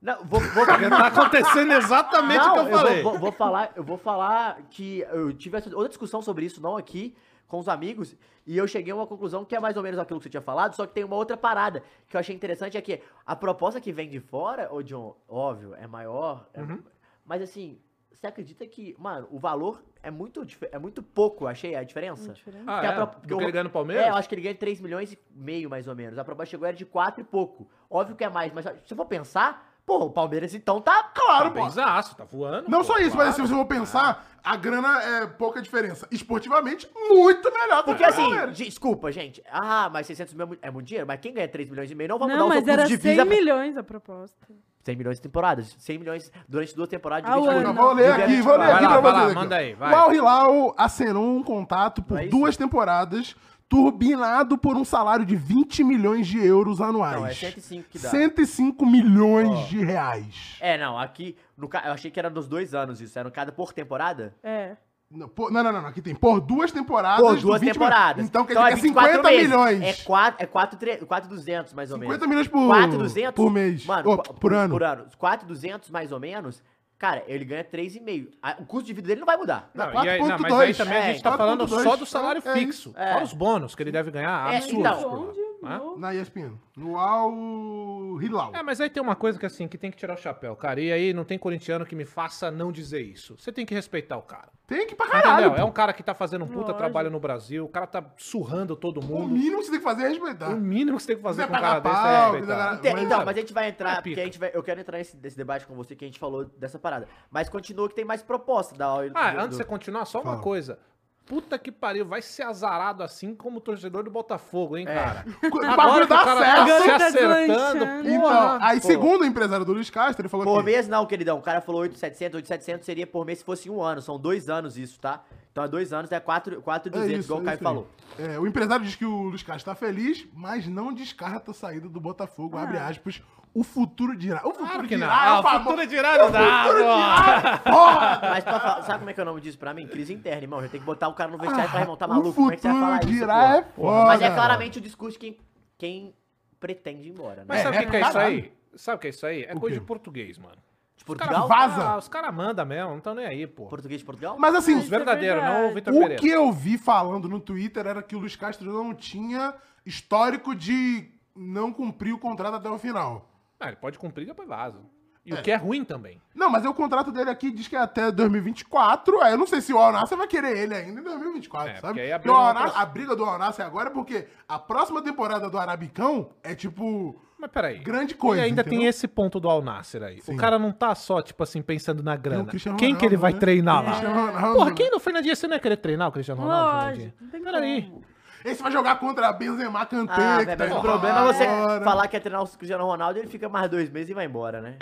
Speaker 2: Não, vou, vou,
Speaker 1: Tá acontecendo exatamente o que eu,
Speaker 2: vou-
Speaker 1: falei.
Speaker 2: Vou, vou falar, eu vou falar que eu tive essa- outra discussão sobre isso não aqui com os amigos e eu cheguei a uma conclusão que é mais ou menos aquilo que você tinha falado, só que tem uma outra parada que eu achei interessante é que a proposta que vem de fora, ô John, óbvio, é maior, é-
Speaker 1: Uhum.
Speaker 2: mas assim, você acredita que, mano, o valor é muito dif- é muito pouco, achei a diferença?
Speaker 1: Ah,
Speaker 2: Porque a
Speaker 1: é?
Speaker 2: pro-
Speaker 1: Do
Speaker 2: porque o-
Speaker 1: que ele ganha no Palmeiras?
Speaker 2: É, eu acho que ele ganha 3 milhões e meio, mais ou menos. A proposta chegou era de 4 e pouco. Óbvio que é mais, mas se eu for pensar, pô, o Palmeiras então tá
Speaker 1: Tá
Speaker 3: Claro, pô.
Speaker 1: benzaço, tá voando.
Speaker 3: Não
Speaker 1: pô,
Speaker 3: só isso,
Speaker 1: claro.
Speaker 3: mas assim, se você for pensar, a grana é pouca diferença. Esportivamente, muito melhor do
Speaker 2: Porque
Speaker 3: que o
Speaker 2: assim,
Speaker 3: Palmeiras.
Speaker 2: de- desculpa, gente. Ah, mas 600 mil é mu- é muito dinheiro, mas quem ganha 3 milhões e meio não vai mudar
Speaker 4: Não,
Speaker 2: Então, o seu
Speaker 4: mas era
Speaker 2: custo de
Speaker 4: 100
Speaker 2: vida.
Speaker 4: milhões a proposta.
Speaker 2: 100 milhões de temporadas. 100 milhões durante duas temporadas de
Speaker 4: Ao
Speaker 2: 20
Speaker 4: ano.
Speaker 3: Eu
Speaker 2: milhões.
Speaker 3: vou ler
Speaker 2: de
Speaker 3: aqui,
Speaker 2: 20
Speaker 3: vou ler
Speaker 2: milhões.
Speaker 3: aqui
Speaker 1: Vai
Speaker 3: pra
Speaker 1: lá, vai
Speaker 3: vocês.
Speaker 1: lá,
Speaker 3: aqui, ó.
Speaker 1: manda aí, vai.
Speaker 3: O Al Hilal assinou um contrato por
Speaker 2: Não é isso?
Speaker 3: duas temporadas, turbinado por um salário de 20 milhões de euros anuais.
Speaker 2: Não, é 105 que dá.
Speaker 3: 105 milhões de reais.
Speaker 2: É, não, aqui, no, ca- eu achei que era nos dois anos isso, era no cada por temporada.
Speaker 4: É.
Speaker 3: Não, por- não, não, não, aqui tem por duas temporadas.
Speaker 2: Por
Speaker 3: do
Speaker 2: duas
Speaker 3: 20 milhões.
Speaker 2: temporadas.
Speaker 3: Então quer dizer que é 50
Speaker 2: meses.
Speaker 3: milhões.
Speaker 2: É 4, é 4, 3, 4,200 mais ou menos.
Speaker 3: 50 milhões por,
Speaker 2: 4,200?
Speaker 3: por mês.
Speaker 2: Mano,
Speaker 3: Ô,
Speaker 2: qu-
Speaker 3: por, ano.
Speaker 2: Por ano. 4,200 mais ou menos, cara, ele ganha 3,5. Ah, O custo de vida dele não vai mudar.
Speaker 1: Não,
Speaker 3: Dá
Speaker 1: e aí- não, mas
Speaker 3: 4.2.
Speaker 1: aí também a
Speaker 2: É,
Speaker 1: gente tá falando
Speaker 3: 4.2.
Speaker 1: só do salário
Speaker 3: É isso.
Speaker 1: fixo. Fora os bônus que ele deve ganhar.
Speaker 2: É,
Speaker 1: Absurdo.
Speaker 2: então.
Speaker 1: pô. Hã?
Speaker 3: Na ESPN. No Al Hilal.
Speaker 1: É, mas aí tem uma coisa que assim, que tem que tirar o chapéu, cara. E aí não tem corintiano que me faça não dizer isso. Você tem que respeitar o cara.
Speaker 3: Tem que ir pra caralho.
Speaker 1: Entendeu? É
Speaker 3: pô.
Speaker 1: um cara que tá fazendo um puta
Speaker 4: Lógico.
Speaker 1: trabalho no Brasil, o cara tá surrando todo
Speaker 3: O
Speaker 1: mundo.
Speaker 3: mínimo que você tem que fazer é respeitar.
Speaker 1: O mínimo que você tem que fazer
Speaker 3: Quiser
Speaker 1: com um cara
Speaker 3: pagar
Speaker 1: desse é
Speaker 3: pau,
Speaker 1: respeitar.
Speaker 3: quiser-
Speaker 2: Tem-
Speaker 3: Mas,
Speaker 2: então,
Speaker 3: sabe,
Speaker 2: mas a gente vai entrar,
Speaker 1: é
Speaker 2: porque a
Speaker 1: pica.
Speaker 2: gente vai, eu quero entrar nesse, nesse debate com você que a gente falou dessa parada. Mas continua que tem mais proposta da Oil.
Speaker 1: Ah,
Speaker 2: do-
Speaker 1: antes de
Speaker 2: do-
Speaker 1: você continuar, só uma
Speaker 3: Fala.
Speaker 1: coisa. Puta que pariu, vai ser azarado assim como o torcedor do Botafogo,
Speaker 2: É.
Speaker 1: hein, cara?
Speaker 3: O
Speaker 1: Agora
Speaker 3: bagulho
Speaker 1: que o
Speaker 3: dá
Speaker 1: cara
Speaker 3: certo.
Speaker 1: tá se
Speaker 4: Agora tá
Speaker 1: acertando,
Speaker 4: deslanchando.
Speaker 3: Então, aí
Speaker 2: Pô.
Speaker 3: segundo o empresário do Luiz Castro, ele falou
Speaker 2: Por
Speaker 3: que...
Speaker 2: mês não, queridão. O cara falou 8,700. 8,700 seria por mês se fosse um ano. São dois anos isso, tá? Então é dois anos, é 4,200,
Speaker 3: É isso,
Speaker 2: igual
Speaker 3: é
Speaker 2: o Caio
Speaker 3: isso aí.
Speaker 2: falou.
Speaker 3: É, o empresário diz que o Luiz Castro tá feliz, mas não descarta a saída do Botafogo, abre aspas, o futuro dirá. O futuro
Speaker 1: Ah. Claro que
Speaker 3: dirá,
Speaker 1: não.
Speaker 3: é o
Speaker 1: Ah, o
Speaker 3: famoso-
Speaker 1: futuro dirá não dá,
Speaker 3: futuro
Speaker 1: pô.
Speaker 3: dirá, porra!
Speaker 2: Mas pra falar, sabe como é que é o nome disso pra mim? Crise interna, irmão. Já tem é que botar o cara no vestiário pra remontar
Speaker 3: Ah, O
Speaker 2: maluco. Como é que você vai
Speaker 3: futuro
Speaker 2: falar isso?
Speaker 3: dirá é
Speaker 2: porra?
Speaker 3: foda.
Speaker 2: Mas é claramente o discurso de quem, quem pretende ir embora, né?
Speaker 1: Mas sabe o
Speaker 3: é,
Speaker 1: que, que é isso
Speaker 3: caralho.
Speaker 1: aí? Sabe o que é isso aí? É
Speaker 3: O
Speaker 1: coisa
Speaker 3: quê?
Speaker 1: de português, mano.
Speaker 2: de
Speaker 1: Os caras
Speaker 2: Portugal?
Speaker 3: vaza.
Speaker 1: Ah, os caras mandam mesmo, não estão nem aí, pô.
Speaker 2: Português é de Portugal?
Speaker 3: Mas assim,
Speaker 1: Os verdadeiros, não o Vitor
Speaker 3: o
Speaker 1: Pereira.
Speaker 3: que eu vi falando no Twitter era que o Luiz Castro não tinha histórico de não cumprir o contrato até o final.
Speaker 1: Ah, ele pode cumprir e depois vaza. E o que é ruim também.
Speaker 3: Não, mas aí o contrato dele aqui diz que é até 2024. Aí eu não sei se o Alnasser vai querer ele ainda em 2024,
Speaker 1: É,
Speaker 3: sabe?
Speaker 1: porque aí
Speaker 3: Porque
Speaker 1: a
Speaker 3: a,
Speaker 1: briga
Speaker 3: Al Nassr-
Speaker 1: outra-
Speaker 3: a briga do Alnasser agora é porque a próxima temporada do Arabicão é tipo
Speaker 1: Mas peraí.
Speaker 3: Grande coisa.
Speaker 1: e ainda
Speaker 3: entendeu?
Speaker 1: tem esse ponto do Al Nasser aí.
Speaker 3: Sim.
Speaker 1: O cara não tá só, tipo assim, pensando na grana.
Speaker 3: Cristiano
Speaker 1: quem que ele
Speaker 3: Ronaldo,
Speaker 1: vai
Speaker 3: né?
Speaker 1: treinar lá?
Speaker 3: Cristiano Ronaldo,
Speaker 1: Porra,
Speaker 3: né?
Speaker 1: quem não foi na dia você não ia querer treinar o Cristiano Ronaldo? Fernandinho?
Speaker 4: Lógico, não tem
Speaker 1: Peraí.
Speaker 4: como.
Speaker 3: Esse vai jogar contra a Benzema Kanté.
Speaker 2: Ah,
Speaker 3: que
Speaker 2: velho,
Speaker 3: tá
Speaker 2: mas
Speaker 3: indo
Speaker 2: o problema é você
Speaker 3: agora.
Speaker 2: falar que ia treinar o Cristiano Ronaldo e ele fica mais dois meses e vai embora, né?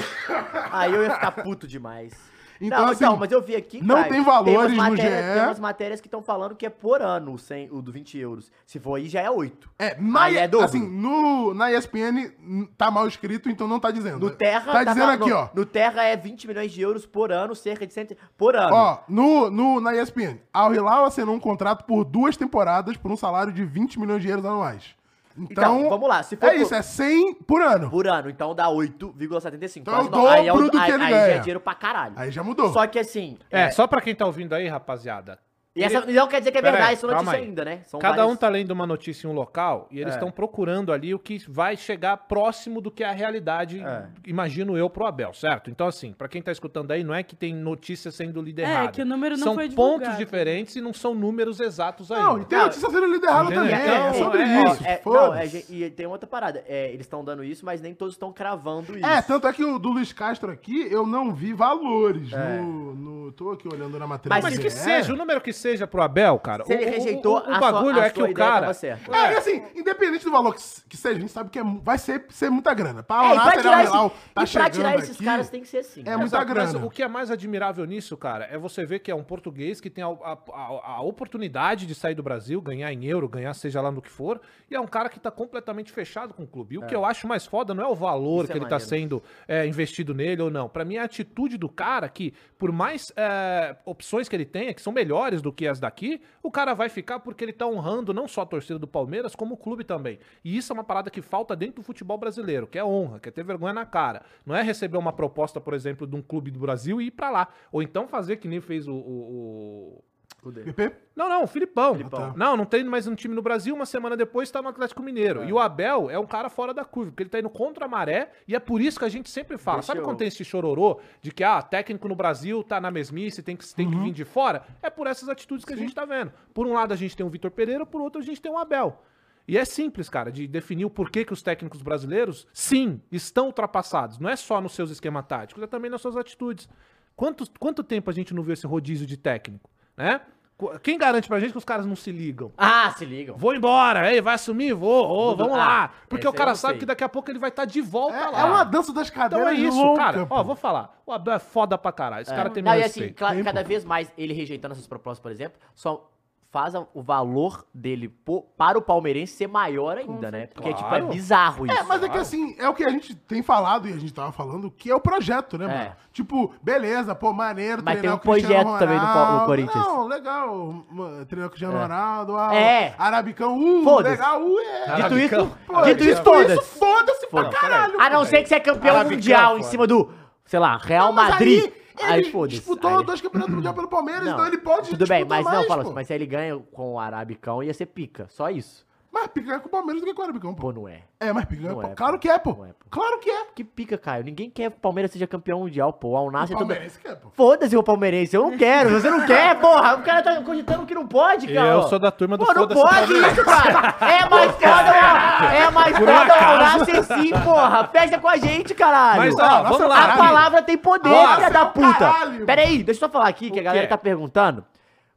Speaker 2: Aí eu ia ficar puto demais.
Speaker 3: Então,
Speaker 2: Então, não, então,
Speaker 3: assim,
Speaker 2: mas eu vi aqui.
Speaker 3: não tem valores
Speaker 2: umas
Speaker 3: no
Speaker 2: matérias-
Speaker 3: GE.
Speaker 2: Tem umas matérias que estão falando que é por ano o 100 o do 20 euros. Se for aí, já é 8.
Speaker 3: É, na,
Speaker 2: Aí é dobro.
Speaker 3: assim, no, na ESPN n- tá mal escrito, então não tá dizendo.
Speaker 2: No Terra.
Speaker 3: Tá dizendo
Speaker 2: no-
Speaker 3: aqui, ó.
Speaker 2: No Terra é 20 milhões de euros por ano, cerca de 100. Por ano.
Speaker 3: Ó, no, no, na ESPN, Al Hilal assinou um contrato por duas temporadas por um salário de 20 milhões de euros anuais. Então,
Speaker 2: Então, vamos lá, se for
Speaker 3: é
Speaker 2: por-
Speaker 3: isso, é 100 por ano.
Speaker 2: Por ano, então dá 8,75.
Speaker 3: Então é o
Speaker 2: Quase não- aí
Speaker 3: dobro do que
Speaker 2: aí-
Speaker 3: ele
Speaker 2: aí já
Speaker 3: ganha.
Speaker 2: é dinheiro pra caralho.
Speaker 3: Aí já mudou.
Speaker 2: Só que assim.
Speaker 1: É, só pra quem tá ouvindo aí, rapaziada.
Speaker 2: E essa não quer dizer que é
Speaker 1: Pera
Speaker 2: verdade
Speaker 1: aí,
Speaker 2: essa notícia
Speaker 1: calma aí.
Speaker 2: ainda, né? São
Speaker 4: Então
Speaker 1: Cada um
Speaker 2: várias-
Speaker 1: tá lendo uma notícia em um local e eles
Speaker 2: É.
Speaker 1: estão procurando ali o que vai chegar próximo do que é a realidade,
Speaker 2: É.
Speaker 1: imagino eu, pro Abel, certo? Então, assim, pra quem tá escutando aí, não é que tem notícia sendo lida
Speaker 4: É,
Speaker 1: errada.
Speaker 4: que o número não
Speaker 1: São
Speaker 4: foi
Speaker 1: pontos
Speaker 4: divulgado.
Speaker 1: diferentes e não são números exatos ainda.
Speaker 3: Não, então e tem notícia sendo liderada
Speaker 1: Entendeu?
Speaker 3: também. é
Speaker 1: Então,
Speaker 3: sobre
Speaker 1: é,
Speaker 3: isso.
Speaker 2: É, não, é,
Speaker 3: foda-se.
Speaker 2: gen- e tem outra parada. É, eles estão dando isso, mas nem todos estão cravando isso.
Speaker 3: É, tanto é que o do Luiz Castro aqui, eu não vi valores.
Speaker 2: É.
Speaker 3: No, no- tô aqui olhando na matéria.
Speaker 1: Mas
Speaker 3: do
Speaker 1: que
Speaker 3: GE.
Speaker 1: seja, o número que seja pro Abel, cara.
Speaker 2: Se ele
Speaker 1: o- o-
Speaker 2: rejeitou,
Speaker 1: o, o,
Speaker 2: a sua-
Speaker 1: bagulho
Speaker 2: a
Speaker 1: é que
Speaker 2: sua
Speaker 1: o
Speaker 2: ideia
Speaker 1: cara.
Speaker 2: tava certa.
Speaker 3: É, e assim, independente do valor que, s- que seja, a gente sabe que é mu- vai ser, ser muita grana. Pra
Speaker 2: É, e pra
Speaker 3: Alnasser,
Speaker 2: tirar,
Speaker 3: Al-Hilal,
Speaker 2: esse- e pra
Speaker 3: tá chegando
Speaker 2: tirar esses
Speaker 3: aqui,
Speaker 2: caras tem que ser assim.
Speaker 3: É
Speaker 2: né?
Speaker 3: muita
Speaker 1: Exato, mas
Speaker 3: grana.
Speaker 1: o que é mais admirável nisso, cara, é você ver que é um português que tem a, a- a- a oportunidade de sair do Brasil, ganhar em euro, ganhar seja lá no que for, e é um cara que tá completamente fechado com o clube. E o que eu acho mais foda não é o valor
Speaker 2: Isso
Speaker 1: que
Speaker 2: é
Speaker 1: ele tá
Speaker 2: maneiro.
Speaker 1: sendo é, investido nele ou não. Pra mim, é a atitude do cara que, por mais é, opções que ele tenha, que são melhores do que as daqui, o cara vai ficar porque ele tá honrando não só a torcida do Palmeiras, como o clube também. E isso é uma parada que falta dentro do futebol brasileiro, que é honra, que é ter vergonha na cara. Não é receber uma proposta, por exemplo, de um clube do Brasil e ir pra lá. Ou então fazer que nem fez o- o- o
Speaker 2: Fudeu.
Speaker 3: PP?
Speaker 1: não, não, o Filipão.
Speaker 3: Ah, tá.
Speaker 2: Filipão.
Speaker 1: Não, não tem mais um time no Brasil, uma semana depois tá no Atlético Mineiro. E o Abel é um cara fora da curva, porque ele tá indo contra a maré, e é por isso que a gente sempre fala.
Speaker 2: Deixa
Speaker 1: Sabe
Speaker 2: eu-
Speaker 1: quando tem esse chororô de que, ah, técnico no Brasil tá na mesmice, tem que, tem
Speaker 2: Uhum.
Speaker 1: que vir de fora? É por essas atitudes que a gente tá vendo. Por um lado a gente tem o Vitor Pereira, por outro a gente tem o Abel. E é simples, cara, de definir o porquê que os técnicos brasileiros, sim, estão ultrapassados. Não é só nos seus esquemas táticos, é também nas suas atitudes. Quanto, quanto tempo a gente não viu esse rodízio de técnico, né? Qu- Quem garante pra gente que os caras não se ligam?
Speaker 2: Ah, se ligam.
Speaker 1: Vou embora, ei, vai assumir? Vou, ô,
Speaker 2: Dudu-
Speaker 1: vamos
Speaker 2: ah,
Speaker 1: lá. Porque
Speaker 2: esse
Speaker 1: o cara
Speaker 2: aí eu
Speaker 1: sabe
Speaker 2: sei.
Speaker 1: que daqui a pouco ele vai estar de
Speaker 3: É,
Speaker 1: volta lá.
Speaker 3: é uma dança das
Speaker 1: Então
Speaker 3: cadeiras
Speaker 1: é isso,
Speaker 3: louca,
Speaker 1: cara. Ó,
Speaker 3: pô.
Speaker 1: vou falar. O Abel é foda pra caralho. Esse
Speaker 2: É.
Speaker 1: cara tem
Speaker 2: Não,
Speaker 1: meu
Speaker 2: e assim,
Speaker 1: respeito.
Speaker 2: claro,
Speaker 3: Tem,
Speaker 2: cada vez mais ele rejeitando essas propostas, por exemplo, só faz a- o valor dele po- para o palmeirense ser maior ainda, né? Porque,
Speaker 1: Claro.
Speaker 2: tipo, é bizarro isso.
Speaker 3: É, mas é que assim, é o que a gente tem falado e a gente tava falando, que é o projeto, né,
Speaker 2: É.
Speaker 3: mano? Tipo, beleza, pô, maneiro,
Speaker 2: Mas
Speaker 3: treinar
Speaker 2: tem um
Speaker 3: o Cristiano
Speaker 2: projeto também no Pau- no
Speaker 3: Ronaldo.
Speaker 2: Corinthians.
Speaker 3: Não, legal, mano, treinar o Cristiano
Speaker 2: É.
Speaker 3: Ronaldo, ah,
Speaker 2: É.
Speaker 3: Arabicão, uh,
Speaker 2: Foda-se.
Speaker 3: legal, uh, é.
Speaker 2: Dito isso,
Speaker 1: Arabicão.
Speaker 3: Pô,
Speaker 2: dito
Speaker 3: tipo
Speaker 2: isso todas.
Speaker 3: isso, foda-se pra
Speaker 2: Foda-se.
Speaker 3: caralho.
Speaker 2: A não ser que você é campeão
Speaker 1: Arabicão,
Speaker 2: mundial em
Speaker 1: foda.
Speaker 2: cima do, sei lá, Real
Speaker 3: Não, mas
Speaker 2: Madrid.
Speaker 3: Aí,
Speaker 2: Aí,
Speaker 3: ele
Speaker 2: foda-se.
Speaker 3: disputou
Speaker 2: Aí-
Speaker 3: dois campeonatos mundial pelo Palmeiras,
Speaker 2: Não,
Speaker 3: então ele pode
Speaker 2: Tudo bem,
Speaker 3: disputar
Speaker 2: mas não,
Speaker 3: mais,
Speaker 2: fala
Speaker 3: pô.
Speaker 2: assim, mas se ele ganha com o Arabicão, ia ser pica. Só isso.
Speaker 3: Mas pica com o Palmeiras do que com o Arabicão, pô.
Speaker 2: Pô, não é.
Speaker 3: É, mas pica
Speaker 2: Não
Speaker 3: pô.
Speaker 2: é,
Speaker 3: Claro
Speaker 2: pô.
Speaker 3: que é, pô.
Speaker 2: Não é, pô.
Speaker 3: Claro que é.
Speaker 2: Que pica, Caio. Ninguém quer que o Palmeiras seja campeão mundial, pô. O Alnasser é
Speaker 3: O
Speaker 2: tudo.
Speaker 3: Palmeiras que é, pô.
Speaker 2: Foda-se o palmeirense, eu não quero, você não quer, porra. O cara tá cogitando que não pode, cara.
Speaker 1: Eu sou da turma do
Speaker 2: Pô, não
Speaker 1: foda-se
Speaker 2: pode isso, cara. É mais foda, ó. É mais foda o Alnasser sim, porra. Fecha com a gente, caralho.
Speaker 1: Mas, ó,
Speaker 3: Ah,
Speaker 1: vamos
Speaker 3: nossa,
Speaker 1: lá.
Speaker 2: A
Speaker 3: caralho.
Speaker 2: palavra tem poder,
Speaker 3: Nossa,
Speaker 2: filha da puta.
Speaker 3: caralho.
Speaker 2: Pera aí, deixa eu só falar aqui que a
Speaker 1: O
Speaker 2: galera
Speaker 1: quê?
Speaker 2: tá perguntando.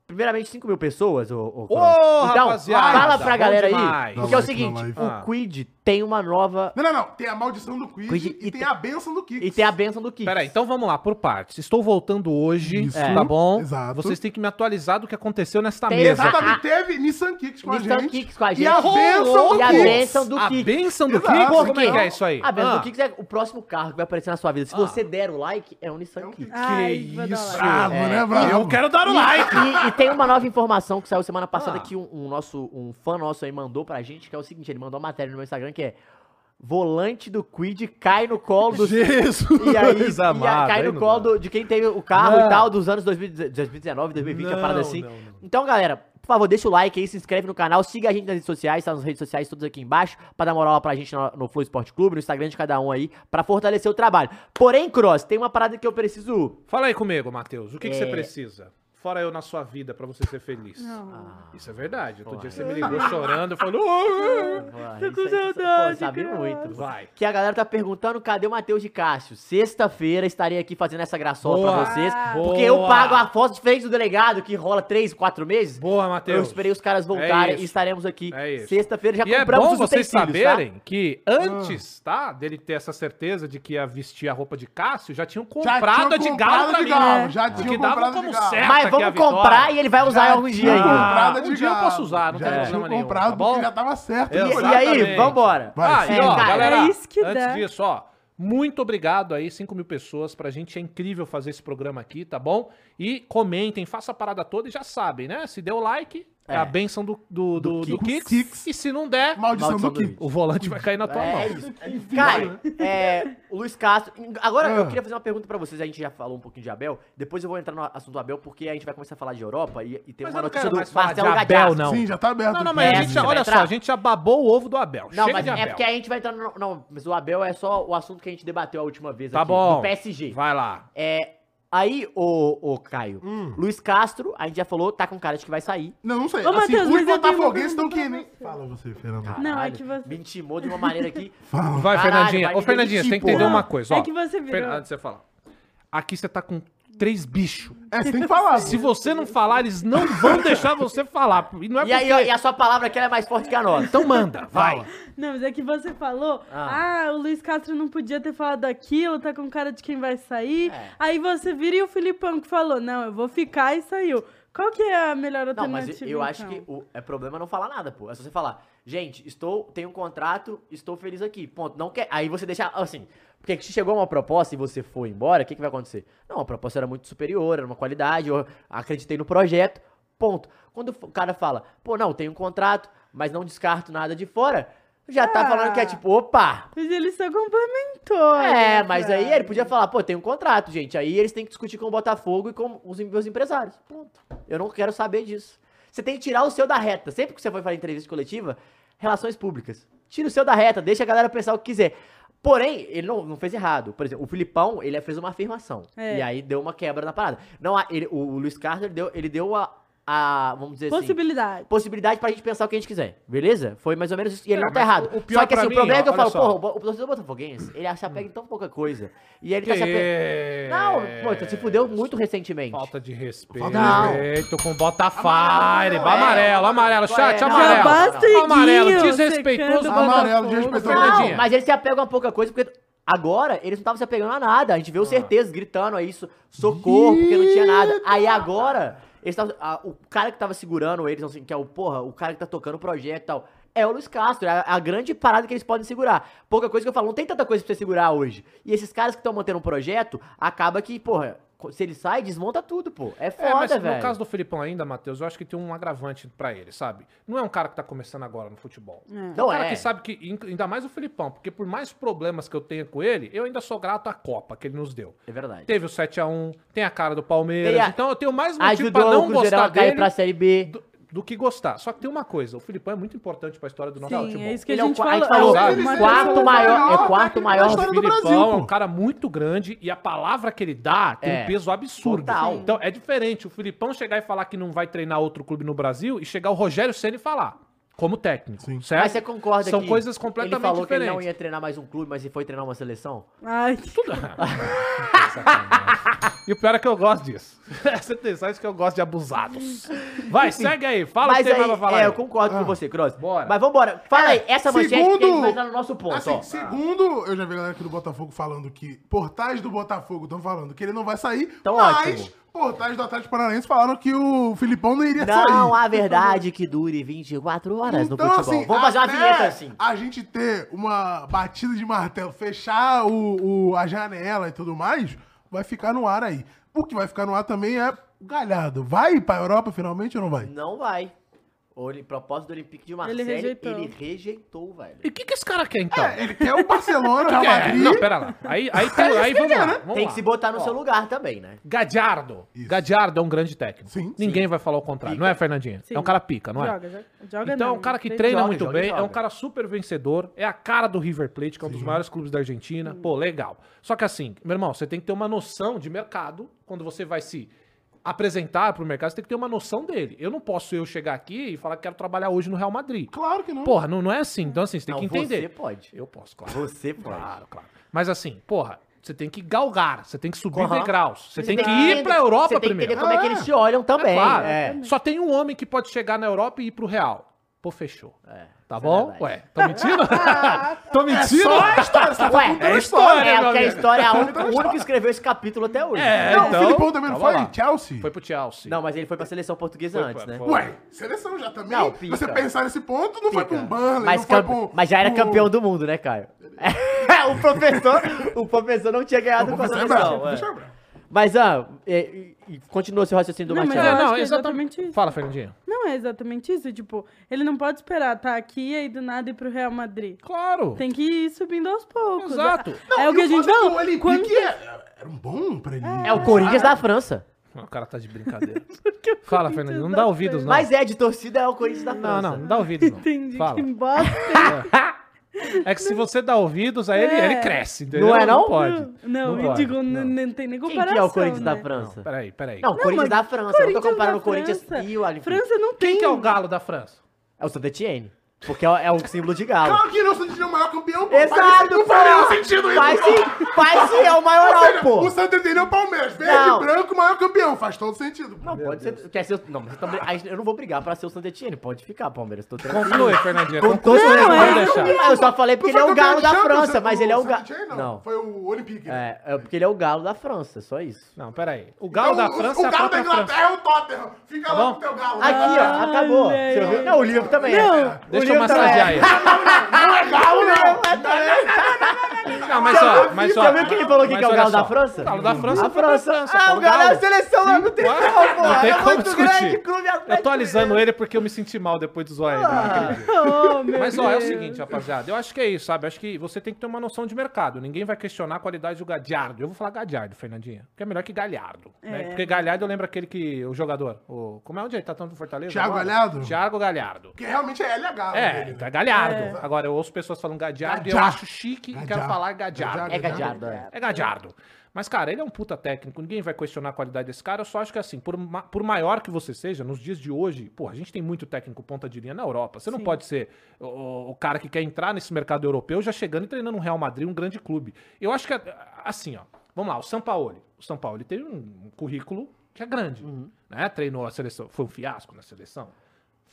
Speaker 2: Primeiramente, 5 mil pessoas, ô, ô, Cronos. Então,
Speaker 1: rapaziada,
Speaker 2: fala pra
Speaker 1: bom
Speaker 2: galera
Speaker 1: demais.
Speaker 2: aí, porque é o
Speaker 3: Like na
Speaker 2: seguinte,
Speaker 3: live.
Speaker 2: o
Speaker 1: Ah.
Speaker 2: Quid tem uma nova...
Speaker 3: Não, não, não. Tem a maldição do Quiz,
Speaker 2: Quiz
Speaker 3: e,
Speaker 2: e
Speaker 3: tem
Speaker 2: tem-
Speaker 3: a benção do Kicks.
Speaker 2: E tem a benção do Kicks.
Speaker 1: Peraí, então vamos lá, por partes. Estou voltando hoje,
Speaker 3: Isso.
Speaker 1: tá bom?
Speaker 3: Exato.
Speaker 1: Vocês têm que me atualizar do que aconteceu nesta
Speaker 2: Tem
Speaker 1: mesa. Ah,
Speaker 3: Exatamente.
Speaker 2: a-
Speaker 3: Teve Nissan Kicks com a
Speaker 2: Nissan
Speaker 3: gente.
Speaker 2: Kicks com a
Speaker 3: E
Speaker 2: gente.
Speaker 3: a benção do
Speaker 2: E a
Speaker 3: Kicks.
Speaker 2: benção do
Speaker 1: a
Speaker 2: Kicks.
Speaker 1: benção do
Speaker 3: Exato.
Speaker 1: Kicks?
Speaker 3: Por
Speaker 1: Como é
Speaker 3: quê?
Speaker 1: que é isso aí?
Speaker 2: A benção
Speaker 1: Ah.
Speaker 2: do Kicks é o próximo carro que vai aparecer na sua vida. Se você der o like, é um
Speaker 3: É
Speaker 2: Nissan
Speaker 3: um
Speaker 2: Kicks.
Speaker 3: Kicks.
Speaker 4: Ai,
Speaker 1: Que
Speaker 4: vou dar
Speaker 1: isso?
Speaker 4: like.
Speaker 3: Bravo,
Speaker 2: É.
Speaker 3: né, bravo?
Speaker 1: Eu quero dar o
Speaker 2: E-
Speaker 1: Tá like.
Speaker 2: E, e tem uma nova informação que saiu semana passada
Speaker 1: Ah.
Speaker 2: que um, um nosso, um fã nosso aí mandou pra gente, que é o seguinte, ele mandou uma matéria no meu Instagram que é Volante do Quid cai no colo do...
Speaker 1: Jesus
Speaker 2: E aí, e aí
Speaker 1: amado,
Speaker 2: cai
Speaker 1: aí
Speaker 2: no
Speaker 1: não
Speaker 2: colo
Speaker 1: dá.
Speaker 2: do- de quem teve o carro
Speaker 1: Não.
Speaker 2: e tal, dos anos 2019, 2020, a parada
Speaker 1: Não,
Speaker 2: assim.
Speaker 1: não, não.
Speaker 2: Então, galera, por favor, deixa o like aí, se inscreve no canal, siga a gente nas redes sociais, tá nas redes sociais todas aqui embaixo, pra dar moral pra gente no, no Flow Esporte Clube, no Instagram de cada um aí, pra fortalecer o trabalho. Porém, Cross, tem uma parada que eu preciso...
Speaker 1: Fala aí comigo, Matheus. O que, que você
Speaker 2: É.
Speaker 1: precisa? Fora eu na sua vida pra você ser feliz.
Speaker 4: Não.
Speaker 1: Isso é verdade. Outro dia você me
Speaker 2: Porra.
Speaker 1: ligou chorando, falou. "Ah,
Speaker 2: Porra,
Speaker 1: Tô
Speaker 2: isso
Speaker 1: com
Speaker 2: aí tu
Speaker 1: saudade,
Speaker 2: sabe
Speaker 1: cara."
Speaker 2: muito.
Speaker 1: Vai.
Speaker 2: Que a galera tá perguntando cadê o Matheus de Cássio. Sexta-feira estarei aqui fazendo essa graçola pra
Speaker 1: Boa.
Speaker 2: vocês.
Speaker 1: Boa.
Speaker 2: Porque eu pago a foto de frente do delegado, que rola três, quatro meses.
Speaker 1: Boa, Matheus.
Speaker 2: Eu esperei os caras voltarem
Speaker 1: É isso.
Speaker 2: e estaremos aqui.
Speaker 1: É isso.
Speaker 2: Sexta-feira já
Speaker 1: E é
Speaker 2: compramos
Speaker 1: bom
Speaker 2: os
Speaker 1: vocês
Speaker 2: utensílios, tá?
Speaker 1: saberem que antes, tá? Dele ter essa certeza de que ia vestir a roupa de Cássio, já tinham
Speaker 3: Já
Speaker 1: comprado a
Speaker 3: tinham
Speaker 1: de
Speaker 3: comprado
Speaker 1: galo pra
Speaker 3: de
Speaker 1: mim.
Speaker 3: galo,
Speaker 1: né?
Speaker 3: Já
Speaker 1: Porque
Speaker 3: tinham
Speaker 1: dava
Speaker 3: comprado
Speaker 1: como
Speaker 3: de galo.
Speaker 1: certo.
Speaker 2: Mas
Speaker 1: que é a
Speaker 2: vamos
Speaker 1: vitória-
Speaker 2: comprar e ele vai usar em algum dia
Speaker 3: tinha
Speaker 2: aí.
Speaker 1: Ah,
Speaker 3: comprado de
Speaker 1: um dia eu
Speaker 3: galo.
Speaker 1: posso usar, não
Speaker 3: já
Speaker 1: tem
Speaker 3: tinha
Speaker 1: problema nenhum,
Speaker 3: comprado
Speaker 1: tá bom?
Speaker 3: porque já tava certo.
Speaker 1: Eu-
Speaker 3: né?
Speaker 2: E aí,
Speaker 1: Exatamente.
Speaker 2: vambora.
Speaker 3: Vai.
Speaker 1: Ah, e
Speaker 2: É,
Speaker 1: ó,
Speaker 2: cara,
Speaker 1: galera,
Speaker 4: é isso que
Speaker 1: antes
Speaker 4: dá.
Speaker 1: disso, ó, muito obrigado aí, 5 mil pessoas, pra gente é incrível fazer esse programa aqui, tá bom? E comentem, faça a parada toda e já sabem, né? Se deu like, é,
Speaker 2: É.
Speaker 1: a benção do, do, do, do, Kix,
Speaker 3: Kix.
Speaker 1: e se não der,
Speaker 3: Maldição,
Speaker 2: Maldição
Speaker 3: do
Speaker 2: do
Speaker 3: Kim.
Speaker 1: o volante vai cair na tua mão.
Speaker 2: É isso. Caio, é, o Luiz Castro. Agora
Speaker 3: Ah.
Speaker 2: eu queria fazer uma pergunta pra vocês. A gente já falou um pouquinho de Abel. Depois eu vou entrar no assunto do Abel, porque a gente vai começar a falar de Europa e, e tem
Speaker 1: Mas eu
Speaker 2: uma
Speaker 1: não
Speaker 2: notícia
Speaker 1: quero
Speaker 2: do é um
Speaker 1: mais falar
Speaker 2: Marcelo
Speaker 1: de Abel,
Speaker 2: Gadias.
Speaker 1: não.
Speaker 3: Sim, já tá aberto.
Speaker 1: Não, não, mas a
Speaker 2: É,
Speaker 1: gente
Speaker 2: você
Speaker 1: já,
Speaker 2: vai
Speaker 1: olha
Speaker 2: entrar?
Speaker 1: só, a gente já babou o ovo do Abel.
Speaker 2: Não,
Speaker 1: Chega
Speaker 2: mas
Speaker 1: de
Speaker 2: é
Speaker 1: Abel.
Speaker 2: porque a gente vai entrar no. Não, mas o Abel é só o assunto que a gente debateu a última vez
Speaker 1: Tá
Speaker 2: aqui.
Speaker 1: bom.
Speaker 2: Do PSG.
Speaker 1: Vai Hum. lá.
Speaker 2: É. Aí, ô, ô Caio, Luiz Castro, a gente já falou, tá com cara de que vai sair.
Speaker 3: Não, não sei.
Speaker 4: Ô,
Speaker 3: assim,
Speaker 4: Matheus,
Speaker 3: os
Speaker 4: mas eu tenho uma
Speaker 3: botafoguenses estão
Speaker 4: pergunta
Speaker 3: que nem...
Speaker 4: pra você.
Speaker 3: Fala você, Fernando.
Speaker 4: Não, é que
Speaker 2: Caralho,
Speaker 4: você-
Speaker 2: Me intimou de uma maneira que.
Speaker 3: Fala.
Speaker 1: Vai,
Speaker 2: Caralho,
Speaker 1: Fernandinha.
Speaker 2: vai tipo,
Speaker 1: Ô,
Speaker 2: me
Speaker 1: Fernandinha,
Speaker 2: demitir,
Speaker 1: você tem que entender
Speaker 2: porra.
Speaker 1: uma coisa, ó.
Speaker 4: É que você virou.
Speaker 1: Fernando, antes de você falar. Aqui você tá com três bichos.
Speaker 3: É, você tem que
Speaker 2: Tá
Speaker 3: falar.
Speaker 1: Se você não falar, eles não vão deixar você falar. E não é
Speaker 2: E aí, ó,
Speaker 1: porque-
Speaker 2: e a sua palavra aqui ela é mais forte que a nossa.
Speaker 1: Então manda, vai.
Speaker 4: Não, mas é que você falou, ah.
Speaker 2: Ah.
Speaker 4: o Luiz Castro não podia ter falado aquilo, tá com cara de quem vai sair.
Speaker 2: É.
Speaker 4: Aí você vira e o Filipão que falou, não, eu vou ficar e saiu. Qual que é a melhor
Speaker 2: Não,
Speaker 4: alternativa?
Speaker 2: mas eu acho
Speaker 4: então?
Speaker 2: que o, é problema não falar nada, pô. É só você falar, gente, estou, tenho um contrato, estou feliz aqui. Ponto. Não quer. Aí você deixa assim. Porque se chegou uma proposta e você foi embora, o que, que vai acontecer? Não, a proposta era muito superior, era uma qualidade, eu acreditei no projeto. Ponto. Quando o cara fala, pô, não, tenho um contrato, mas não descarto nada de fora, já tá
Speaker 4: Ah.
Speaker 2: falando que é tipo, opa!
Speaker 4: Mas ele só complementou.
Speaker 2: É,
Speaker 4: né,
Speaker 2: mas
Speaker 4: cara?
Speaker 2: aí ele podia falar, pô, tem um contrato, gente. Aí eles têm que discutir com o Botafogo e com os em- meus empresários. Ponto. Eu não quero saber disso. Você tem que tirar o seu da reta. Sempre que você for fazer entrevista coletiva, relações públicas. Tira o seu da reta, deixa a galera pensar o que quiser. Porém, ele não, não fez errado. Por exemplo, o Filipão, ele fez uma afirmação.
Speaker 4: É.
Speaker 2: E aí deu uma quebra na parada. Não, a- ele- o, o Luiz Carlos, ele deu, ele deu a, a, vamos dizer assim,
Speaker 4: Possibilidade.
Speaker 2: possibilidade pra gente pensar o que a gente quiser. Beleza? Foi mais ou menos isso. E ele
Speaker 1: É,
Speaker 2: não tá
Speaker 1: mas
Speaker 2: errado.
Speaker 1: o- o pior
Speaker 2: só que assim,
Speaker 1: pra mim,
Speaker 2: o problema é que eu
Speaker 1: olha
Speaker 2: falo,
Speaker 1: só.
Speaker 2: porra, o bo- o torcedor botafoguense, ele se apega em tão pouca coisa. E ele tá se apegando.
Speaker 1: Que-
Speaker 2: Não, pô, então se fudeu muito recentemente.
Speaker 1: Falta de respeito.
Speaker 2: Não.
Speaker 1: com o Botafire.
Speaker 3: Amarelo,
Speaker 1: amarelo, amarelo,
Speaker 2: Qual
Speaker 1: chat,
Speaker 2: é? Não,
Speaker 4: Já
Speaker 1: amarelo.
Speaker 4: basta
Speaker 2: não,
Speaker 4: Iguinho
Speaker 1: Amarelo,
Speaker 4: secando
Speaker 1: desrespeitoso.
Speaker 4: o
Speaker 3: Amarelo,
Speaker 4: Botafogo.
Speaker 3: desrespeitoso.
Speaker 2: Não,
Speaker 1: Fernandinha.
Speaker 2: mas eles se apegam a pouca coisa porque agora eles não estavam se apegando a nada. A gente
Speaker 1: Ah.
Speaker 2: viu certeza gritando aí, so- socorro, porque não tinha nada. Aí agora, eles tavam- a- o cara que tava segurando eles, assim, que é o porra, o cara que tá tocando o projeto e tal. É o Luiz Castro, é a- a grande parada que eles podem segurar. Pouca coisa que eu falo, não tem tanta coisa pra você segurar hoje. E esses caras que estão mantendo um projeto, acaba que, porra, co- se ele sai, desmonta tudo, pô. É foda,
Speaker 1: É, mas
Speaker 2: velho.
Speaker 1: no caso do Filipão ainda, Matheus, eu acho que tem um agravante pra ele, sabe? Não é um cara que tá começando agora no futebol.
Speaker 4: É.
Speaker 1: O
Speaker 2: Não
Speaker 1: cara
Speaker 2: é.
Speaker 1: que sabe que, inc- ainda mais o Filipão, porque por mais problemas que eu tenha com ele, eu ainda sou grato à Copa que ele nos deu.
Speaker 2: É verdade.
Speaker 1: Teve o 7x1, tem a cara do Palmeiras,
Speaker 2: Tem a-
Speaker 1: então eu tenho mais motivo pra
Speaker 2: Ajudou
Speaker 1: não
Speaker 2: o Cruzeirão
Speaker 1: gostar
Speaker 2: a cair
Speaker 1: dele
Speaker 2: pra Série B.
Speaker 1: do, do que gostar. Só que tem uma coisa, o Filipão é muito importante pra história do nosso
Speaker 4: Sim,
Speaker 1: futebol.
Speaker 4: é isso que
Speaker 2: Ele
Speaker 4: a
Speaker 2: é o
Speaker 4: gente
Speaker 2: qua- a gente
Speaker 4: falou.
Speaker 2: falou,
Speaker 4: É o
Speaker 1: sabe?
Speaker 4: Matheus
Speaker 2: Quarto
Speaker 4: falou.
Speaker 2: maior- é quarto
Speaker 3: técnico da
Speaker 2: maior
Speaker 3: história
Speaker 1: O
Speaker 3: do
Speaker 1: Filipão
Speaker 3: Brasil,
Speaker 1: é
Speaker 3: pô.
Speaker 1: um cara muito grande e a palavra que ele dá tem
Speaker 2: É.
Speaker 1: um peso absurdo.
Speaker 2: Total.
Speaker 1: Então é diferente o Filipão chegar e falar que não vai treinar outro clube no Brasil e chegar o Rogério Ceni e falar como técnico,
Speaker 3: Sim.
Speaker 1: certo?
Speaker 2: Mas você concorda
Speaker 1: São
Speaker 2: que
Speaker 1: coisas completamente
Speaker 2: ele falou
Speaker 1: diferentes.
Speaker 2: que ele não ia treinar mais um clube, mas ele foi treinar uma seleção?
Speaker 4: Ai, que
Speaker 1: E o pior é que eu gosto disso. você tem só isso que eu gosto de abusados. Vai, segue aí, fala o que
Speaker 2: mas
Speaker 1: tem mais pra falar.
Speaker 2: é,
Speaker 1: aí. Ah,
Speaker 2: eu concordo com você, Cross.
Speaker 1: Bora. É,
Speaker 2: Mas vambora. Fala aí, essa manchete que a gente vai entrar no nosso ponto,
Speaker 3: assim,
Speaker 2: ó.
Speaker 3: Segundo, eu já vi galera aqui do Botafogo falando que portais do Botafogo estão falando que ele não vai sair,
Speaker 2: Então
Speaker 3: mas
Speaker 2: ótimo.
Speaker 3: portais do Atlético Paranaense falaram que o Filipão não
Speaker 1: é
Speaker 3: iria sair. Então,
Speaker 2: Não há verdade que dure 24 horas
Speaker 1: Então,
Speaker 2: no futebol.
Speaker 1: assim,
Speaker 2: Vamos fazer uma
Speaker 3: até
Speaker 2: vinheta assim.
Speaker 3: A gente ter uma batida de martelo, fechar o, o- a janela e tudo mais, vai ficar no ar aí. O que vai ficar no ar também é o Galhardo. Vai pra Europa finalmente ou não vai?
Speaker 2: Não vai. O Oli- propósito do Olympique de Marseille, ele
Speaker 4: rejeitou.
Speaker 2: rejeitou, velho.
Speaker 1: E o que, que esse cara quer então?
Speaker 3: Ele quer o Barcelona, o Real
Speaker 1: Que é?
Speaker 3: Madrid.
Speaker 1: Não, pera lá. Aí, aí, tem- aí vamos lá. vamos
Speaker 2: Tem
Speaker 1: lá.
Speaker 2: que se botar no
Speaker 1: Ó,
Speaker 2: seu lugar também, né?
Speaker 1: Gadiardo.
Speaker 3: Isso.
Speaker 1: Gadiardo é um grande técnico.
Speaker 3: Sim,
Speaker 1: Ninguém vai falar o contrário, não é, Fernandinha?
Speaker 4: Sim.
Speaker 1: É um cara pica, não é?
Speaker 4: joga, joga, joga
Speaker 1: então,
Speaker 4: não,
Speaker 1: é um cara que
Speaker 4: tem-
Speaker 1: treina
Speaker 2: joga,
Speaker 1: muito
Speaker 2: joga,
Speaker 1: bem, é um
Speaker 2: joga.
Speaker 1: cara super vencedor, é a cara do River Plate, que é um dos maiores clubes da Argentina. Pô, legal. Só que assim, meu irmão, você tem que ter uma noção de mercado quando você vai se apresentar pro mercado, você tem que ter uma noção dele. Eu não posso eu chegar aqui e falar que quero trabalhar hoje no Real Madrid.
Speaker 3: Claro que não.
Speaker 1: Porra, não, não é assim. Então, assim, você tem
Speaker 2: Não,
Speaker 1: que
Speaker 2: Você
Speaker 1: entender.
Speaker 2: pode.
Speaker 1: Eu posso, claro.
Speaker 2: Você pode.
Speaker 1: Claro, claro. Mas assim, porra, você tem que galgar, você tem que subir
Speaker 2: Aham.
Speaker 1: degraus. Você, tem,
Speaker 2: tem
Speaker 1: que ir
Speaker 2: entender-
Speaker 1: pra Europa
Speaker 2: Você tem que
Speaker 1: primeiro.
Speaker 2: entender como é que
Speaker 3: Ah,
Speaker 2: eles te olham também.
Speaker 1: É claro.
Speaker 2: é.
Speaker 1: Só tem um homem que pode chegar na Europa e ir pro Real. Pô, fechou.
Speaker 2: É,
Speaker 1: Tá
Speaker 2: isso é
Speaker 1: bom?
Speaker 2: verdade.
Speaker 1: Ué, tô mentindo? tô mentindo?
Speaker 3: Só a história, você tá
Speaker 2: Ué,
Speaker 3: contando
Speaker 1: é história,
Speaker 3: a história.
Speaker 2: É,
Speaker 1: meu
Speaker 2: porque a
Speaker 1: amigo.
Speaker 2: história é a única- o único que escreveu esse capítulo até hoje.
Speaker 1: É,
Speaker 3: Não,
Speaker 1: então,
Speaker 3: o Filipão também não
Speaker 1: calma
Speaker 3: foi?
Speaker 1: lá.
Speaker 3: Chelsea?
Speaker 1: Foi pro Chelsea.
Speaker 2: Não, mas ele foi pra seleção portuguesa
Speaker 1: Foi,
Speaker 2: antes,
Speaker 1: foi,
Speaker 2: né?
Speaker 1: foi.
Speaker 3: Ué, seleção já também.
Speaker 2: Não, pica.
Speaker 3: Você pensar nesse ponto, não foi pra um Burnley,
Speaker 2: Mas,
Speaker 3: não foi
Speaker 2: campe-
Speaker 3: pra um-
Speaker 2: mas já era
Speaker 3: pro-
Speaker 2: campeão do mundo, né, Caio? É, o, professor, o professor não tinha ganhado
Speaker 3: pro
Speaker 2: com a
Speaker 3: Professor Abraão,
Speaker 2: seleção. é.
Speaker 3: professor Abraão.
Speaker 2: Mas, ah, e- e- e continua seu raciocínio do
Speaker 4: Não, mas
Speaker 1: É,
Speaker 4: eu
Speaker 2: Machado.
Speaker 4: acho
Speaker 1: não,
Speaker 4: que é
Speaker 1: exatamente.
Speaker 4: exatamente
Speaker 1: isso.
Speaker 4: isso.
Speaker 1: Fala, Fernandinho.
Speaker 4: Não é exatamente isso. Tipo, ele não pode esperar tá aqui e aí do nada ir pro Real Madrid.
Speaker 1: Claro.
Speaker 4: Tem que ir subindo aos poucos.
Speaker 1: Exato.
Speaker 4: É, é o
Speaker 3: e
Speaker 4: que a gente
Speaker 3: foda é
Speaker 4: falou.
Speaker 3: O Olympique
Speaker 4: Quando-
Speaker 3: é- era um bom pra ele.
Speaker 2: É o Corinthians da França.
Speaker 1: O cara tá de brincadeira.
Speaker 4: Porque o
Speaker 1: Fala,
Speaker 4: Corinthians
Speaker 1: Fernandinho. Não
Speaker 4: tá
Speaker 1: dá ouvidos, não.
Speaker 2: Mas é, de torcida é o Corinthians da
Speaker 1: Não,
Speaker 2: França.
Speaker 1: não, não dá ouvidos, não.
Speaker 4: Entendi,
Speaker 1: Fala.
Speaker 4: que bosta.
Speaker 1: É que se você dá ouvidos, aí ele,
Speaker 4: É.
Speaker 1: ele cresce, entendeu?
Speaker 2: Não é, não?
Speaker 1: pode.
Speaker 4: Não,
Speaker 1: Não
Speaker 4: eu
Speaker 1: pode,
Speaker 4: digo, n-
Speaker 1: não.
Speaker 4: n- não tem nem
Speaker 2: Quem
Speaker 4: comparação.
Speaker 2: que é o Corinthians
Speaker 4: né?
Speaker 2: da França?
Speaker 1: Peraí, peraí.
Speaker 2: Não, o Corinthians
Speaker 4: mas
Speaker 2: da França. Eu não tô
Speaker 4: Corinthians
Speaker 2: comparando o
Speaker 4: da
Speaker 2: Corinthians
Speaker 4: França.
Speaker 2: e o Olympique.
Speaker 4: França não tem.
Speaker 1: Quem que é o galo da França?
Speaker 2: É o Santa Etienne. Porque é o, é o símbolo de galo.
Speaker 3: Claro que não, se a gente não é o maior campeão, pô. Mas
Speaker 2: Exato,
Speaker 3: Não
Speaker 2: pô!
Speaker 3: faria sentido isso,
Speaker 2: Faz
Speaker 3: pô.
Speaker 2: sim, faz sim, é o
Speaker 3: Ou seja,
Speaker 2: maioral, pô!
Speaker 3: O Santo Entendeu é o Palmeiras. Verde,
Speaker 2: Não.
Speaker 3: branco, maior campeão. Faz todo sentido. pô.
Speaker 2: Não, pode ser. Quer ser não, mas também, aí eu não vou brigar pra ser o Santa Etienne. Pode ficar, Palmeiras. Tô tranquilo.
Speaker 1: Conclui, Fernandinho.
Speaker 2: Tô
Speaker 1: Conclui,
Speaker 2: sendo-
Speaker 1: não,
Speaker 4: é-
Speaker 1: pode deixar.
Speaker 2: Mas eu só falei porque ele
Speaker 3: Não
Speaker 2: é
Speaker 3: foi
Speaker 2: o galo
Speaker 3: campeão
Speaker 2: da
Speaker 3: de Champions,
Speaker 2: França,
Speaker 3: o-
Speaker 2: mas ele é o
Speaker 3: Saint
Speaker 2: galo.
Speaker 3: Etienne, não.
Speaker 2: Não.
Speaker 3: Foi o Olympique. né?
Speaker 2: É, é porque ele é o galo da França, só isso.
Speaker 1: Não, peraí. O galo
Speaker 3: Então,
Speaker 1: da
Speaker 3: o-
Speaker 1: França é
Speaker 3: O
Speaker 1: a
Speaker 3: galo da
Speaker 1: própria França.
Speaker 3: Inglaterra é o Tottenham. Fica
Speaker 1: Tá
Speaker 3: lá
Speaker 1: bom?
Speaker 3: com o teu galo. né?
Speaker 2: Aqui, ó,
Speaker 4: Ah,
Speaker 2: acabou.
Speaker 4: velho.
Speaker 2: Você viu? Não, o livro também é.
Speaker 4: Não.
Speaker 2: O
Speaker 1: Deixa eu
Speaker 2: livro
Speaker 1: massagear
Speaker 2: também é.
Speaker 1: ele.
Speaker 3: Não é galo, não.
Speaker 2: É também.
Speaker 1: Não, mas ó, mas ó.
Speaker 2: Então, Você viu que ele falou aqui
Speaker 1: mas
Speaker 2: que é o
Speaker 1: olha
Speaker 2: galo
Speaker 1: só.
Speaker 2: da França?
Speaker 1: O galo da França
Speaker 2: A
Speaker 1: foi pra
Speaker 2: França.
Speaker 1: França,
Speaker 2: Ah,
Speaker 1: pô,
Speaker 2: o galo da
Speaker 1: galo. é
Speaker 2: seleção não tem
Speaker 1: Ué,
Speaker 2: como, pô.
Speaker 1: não tem
Speaker 2: É
Speaker 1: como
Speaker 2: muito
Speaker 1: discutir.
Speaker 2: grande clube
Speaker 1: Eu
Speaker 2: atlético né?
Speaker 1: tô alisando ele porque eu me senti mal depois de zoar ele.
Speaker 2: Ah,
Speaker 1: não acredito.
Speaker 4: Oh, meu
Speaker 1: Mas ó, é o
Speaker 4: Deus.
Speaker 1: seguinte, rapaziada, eu acho que é isso, sabe? Eu acho que você tem que ter uma noção de mercado. Ninguém vai questionar a qualidade do Gadiardo. Eu vou falar Gadiardo, Fernandinha. Porque é melhor que Galhardo.
Speaker 2: É.
Speaker 1: né? Porque Galhardo eu lembro aquele que. O jogador. O, como é onde ele tá tanto no Fortaleza?
Speaker 3: Thiago
Speaker 1: agora?
Speaker 3: Galhardo?
Speaker 1: Thiago Galhardo.
Speaker 3: Porque realmente é LH.
Speaker 1: É,
Speaker 3: dele,
Speaker 1: tá
Speaker 3: né?
Speaker 1: Galhardo. Agora eu ouço pessoas falando Gadiardo e eu
Speaker 3: Gadiá.
Speaker 1: acho chique e quero
Speaker 3: Gadiá.
Speaker 1: falar Gadiardo.
Speaker 3: Gadiá,
Speaker 2: É gadiardo, é.
Speaker 1: É Gadiardo. Mas, cara, ele é um puta técnico, ninguém vai questionar a qualidade desse cara. Eu só acho que, assim, por, ma- por maior que você seja, nos dias de hoje, pô, a gente tem muito técnico ponta de linha na Europa. Você não pode ser o- o, o cara que quer entrar nesse mercado europeu já chegando e treinando um Real Madrid, um grande clube. Eu acho que, é- assim, ó, vamos lá, o Sampaoli. O Sampaoli teve um, um currículo que é grande, né? Treinou a seleção, foi um fiasco na seleção.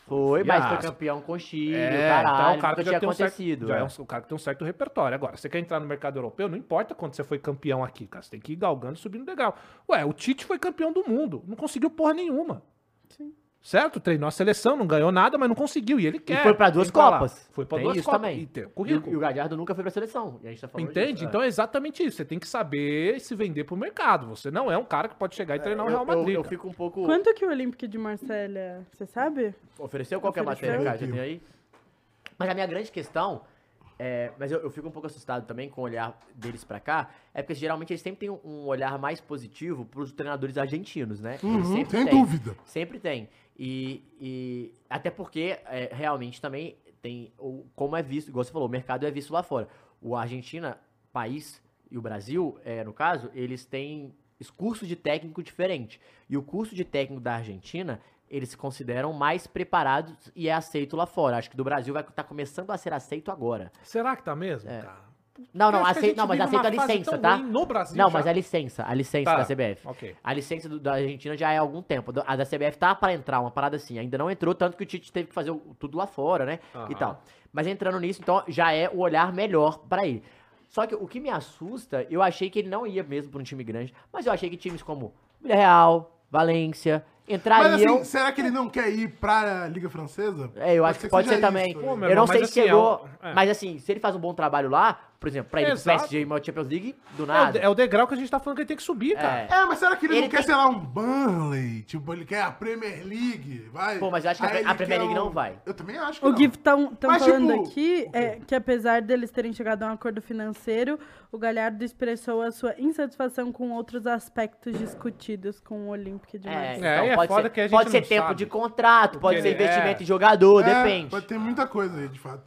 Speaker 2: Foi, mas foi
Speaker 1: Fiasco.
Speaker 2: campeão com Chile,
Speaker 1: É, então,
Speaker 2: caralho.
Speaker 1: o cara
Speaker 2: nunca
Speaker 1: que
Speaker 2: tinha
Speaker 1: já tem um certo,
Speaker 2: acontecido.
Speaker 1: já é
Speaker 2: é.
Speaker 1: um, o cara que tem um certo repertório. Agora, você quer entrar no mercado europeu, não importa quando você foi campeão aqui, cara. Você tem que ir galgando e subindo degrau. Ué, o Tite foi campeão do mundo, não conseguiu porra nenhuma. Certo? Treinou a seleção, não ganhou nada, mas não conseguiu. E ele quer.
Speaker 2: foi pra duas
Speaker 1: tem que É, falar.
Speaker 2: Copas.
Speaker 1: Foi pra
Speaker 2: Tem
Speaker 1: duas
Speaker 2: isso
Speaker 1: Copas.
Speaker 2: também.
Speaker 1: E tem o
Speaker 2: E,
Speaker 1: currículo.
Speaker 2: o- e o Gadiardo nunca foi pra seleção. E a gente tá falando
Speaker 1: Entende?
Speaker 2: disso, é.
Speaker 1: Então é exatamente isso. Você tem que saber se vender pro mercado. Você não é um cara que pode chegar e treinar é o
Speaker 2: eu,
Speaker 1: Real Madrid.
Speaker 2: Eu, eu
Speaker 1: cara.
Speaker 2: fico um
Speaker 3: Tipo,
Speaker 2: pouco.
Speaker 4: Quanto que o Olímpico de Marselha, você sabe?
Speaker 2: Ofereceu qualquer
Speaker 4: Ofereceu.
Speaker 2: matéria, cara, já tem aí. Mas a minha grande questão, é, mas eu, eu fico um pouco assustado também com o olhar deles pra cá, é porque geralmente eles sempre têm um, um olhar mais positivo pros treinadores argentinos, né? Eles
Speaker 3: Uhum,
Speaker 2: sempre
Speaker 3: sem
Speaker 2: têm.
Speaker 3: dúvida.
Speaker 2: Sempre tem. E, e até porque é, realmente também tem o, como é visto, igual você falou, o mercado é visto lá fora. O Argentina, país, e o Brasil, é, no caso, eles têm es- curso de técnico diferente. E o curso de técnico da Argentina, eles se consideram mais preparados e é aceito lá fora. Acho que do Brasil vai estar começando a ser aceito agora.
Speaker 1: Será que tá mesmo, cara?
Speaker 2: Não,
Speaker 1: Eu
Speaker 2: É. não,
Speaker 1: acho que
Speaker 2: aceito,
Speaker 1: gente
Speaker 2: não, mas
Speaker 1: vive
Speaker 2: aceito
Speaker 1: uma
Speaker 2: a
Speaker 1: fase
Speaker 2: licença,
Speaker 1: tão
Speaker 2: tá?
Speaker 1: ruim No Brasil
Speaker 2: Não,
Speaker 1: já.
Speaker 2: mas a licença, a licença
Speaker 1: Tá,
Speaker 2: da CBF.
Speaker 1: ok.
Speaker 2: A licença do- da Argentina já é há algum tempo. A da CBF tá pra entrar, uma parada assim. Ainda não entrou, tanto que o Tite teve que fazer o- tudo lá fora, né?
Speaker 1: Aham.
Speaker 2: E tal. Mas entrando nisso, então já é o olhar melhor pra ele. Só que o que me assusta, eu achei que ele não ia mesmo pra um time grande, mas eu achei que times como Real, Valência,
Speaker 3: Mas
Speaker 2: entrariam.
Speaker 3: assim, será que ele não quer ir pra Liga Francesa?
Speaker 2: É, eu acho que pode ser,
Speaker 3: seja
Speaker 2: também.
Speaker 3: isso,
Speaker 1: Pô, meu
Speaker 3: né?
Speaker 2: eu não
Speaker 1: irmão,
Speaker 2: sei
Speaker 1: mas
Speaker 2: se
Speaker 1: assim, é
Speaker 2: chegou.
Speaker 1: um- é.
Speaker 2: Mas assim, se ele faz um bom trabalho lá, por exemplo, pra ele pro
Speaker 1: Exato.
Speaker 2: PSG e uma Champions League, do
Speaker 1: É o,
Speaker 2: nada.
Speaker 1: é o degrau que a gente tá falando que ele tem que subir, cara.
Speaker 2: É.
Speaker 3: É, mas será que ele,
Speaker 2: Ele
Speaker 3: não quer,
Speaker 2: tem-
Speaker 3: sei lá, um Burnley? Tipo, ele quer a Premier League, vai.
Speaker 2: Pô, mas eu acho que a
Speaker 3: Aí
Speaker 2: Pre-
Speaker 3: ele
Speaker 2: a Premier
Speaker 3: quer um-
Speaker 2: League não vai.
Speaker 3: Eu também acho que
Speaker 4: O
Speaker 3: não.
Speaker 4: Gif estão
Speaker 3: Então, Mas,
Speaker 4: falando
Speaker 3: tipo,
Speaker 4: aqui é, que apesar deles terem chegado a um acordo financeiro, o Galhardo expressou a sua insatisfação com outros aspectos discutidos com o Olímpico de
Speaker 2: É,
Speaker 4: Marselha.
Speaker 2: então,
Speaker 1: É, e é
Speaker 2: pode
Speaker 1: foda
Speaker 2: ser,
Speaker 1: que a gente
Speaker 2: pode
Speaker 1: não
Speaker 2: ser tempo
Speaker 1: sabe.
Speaker 2: de contrato, pode
Speaker 1: Porque-
Speaker 2: ser investimento
Speaker 1: é.
Speaker 2: em jogador,
Speaker 3: É,
Speaker 2: depende.
Speaker 3: Pode ter muita coisa aí, de fato.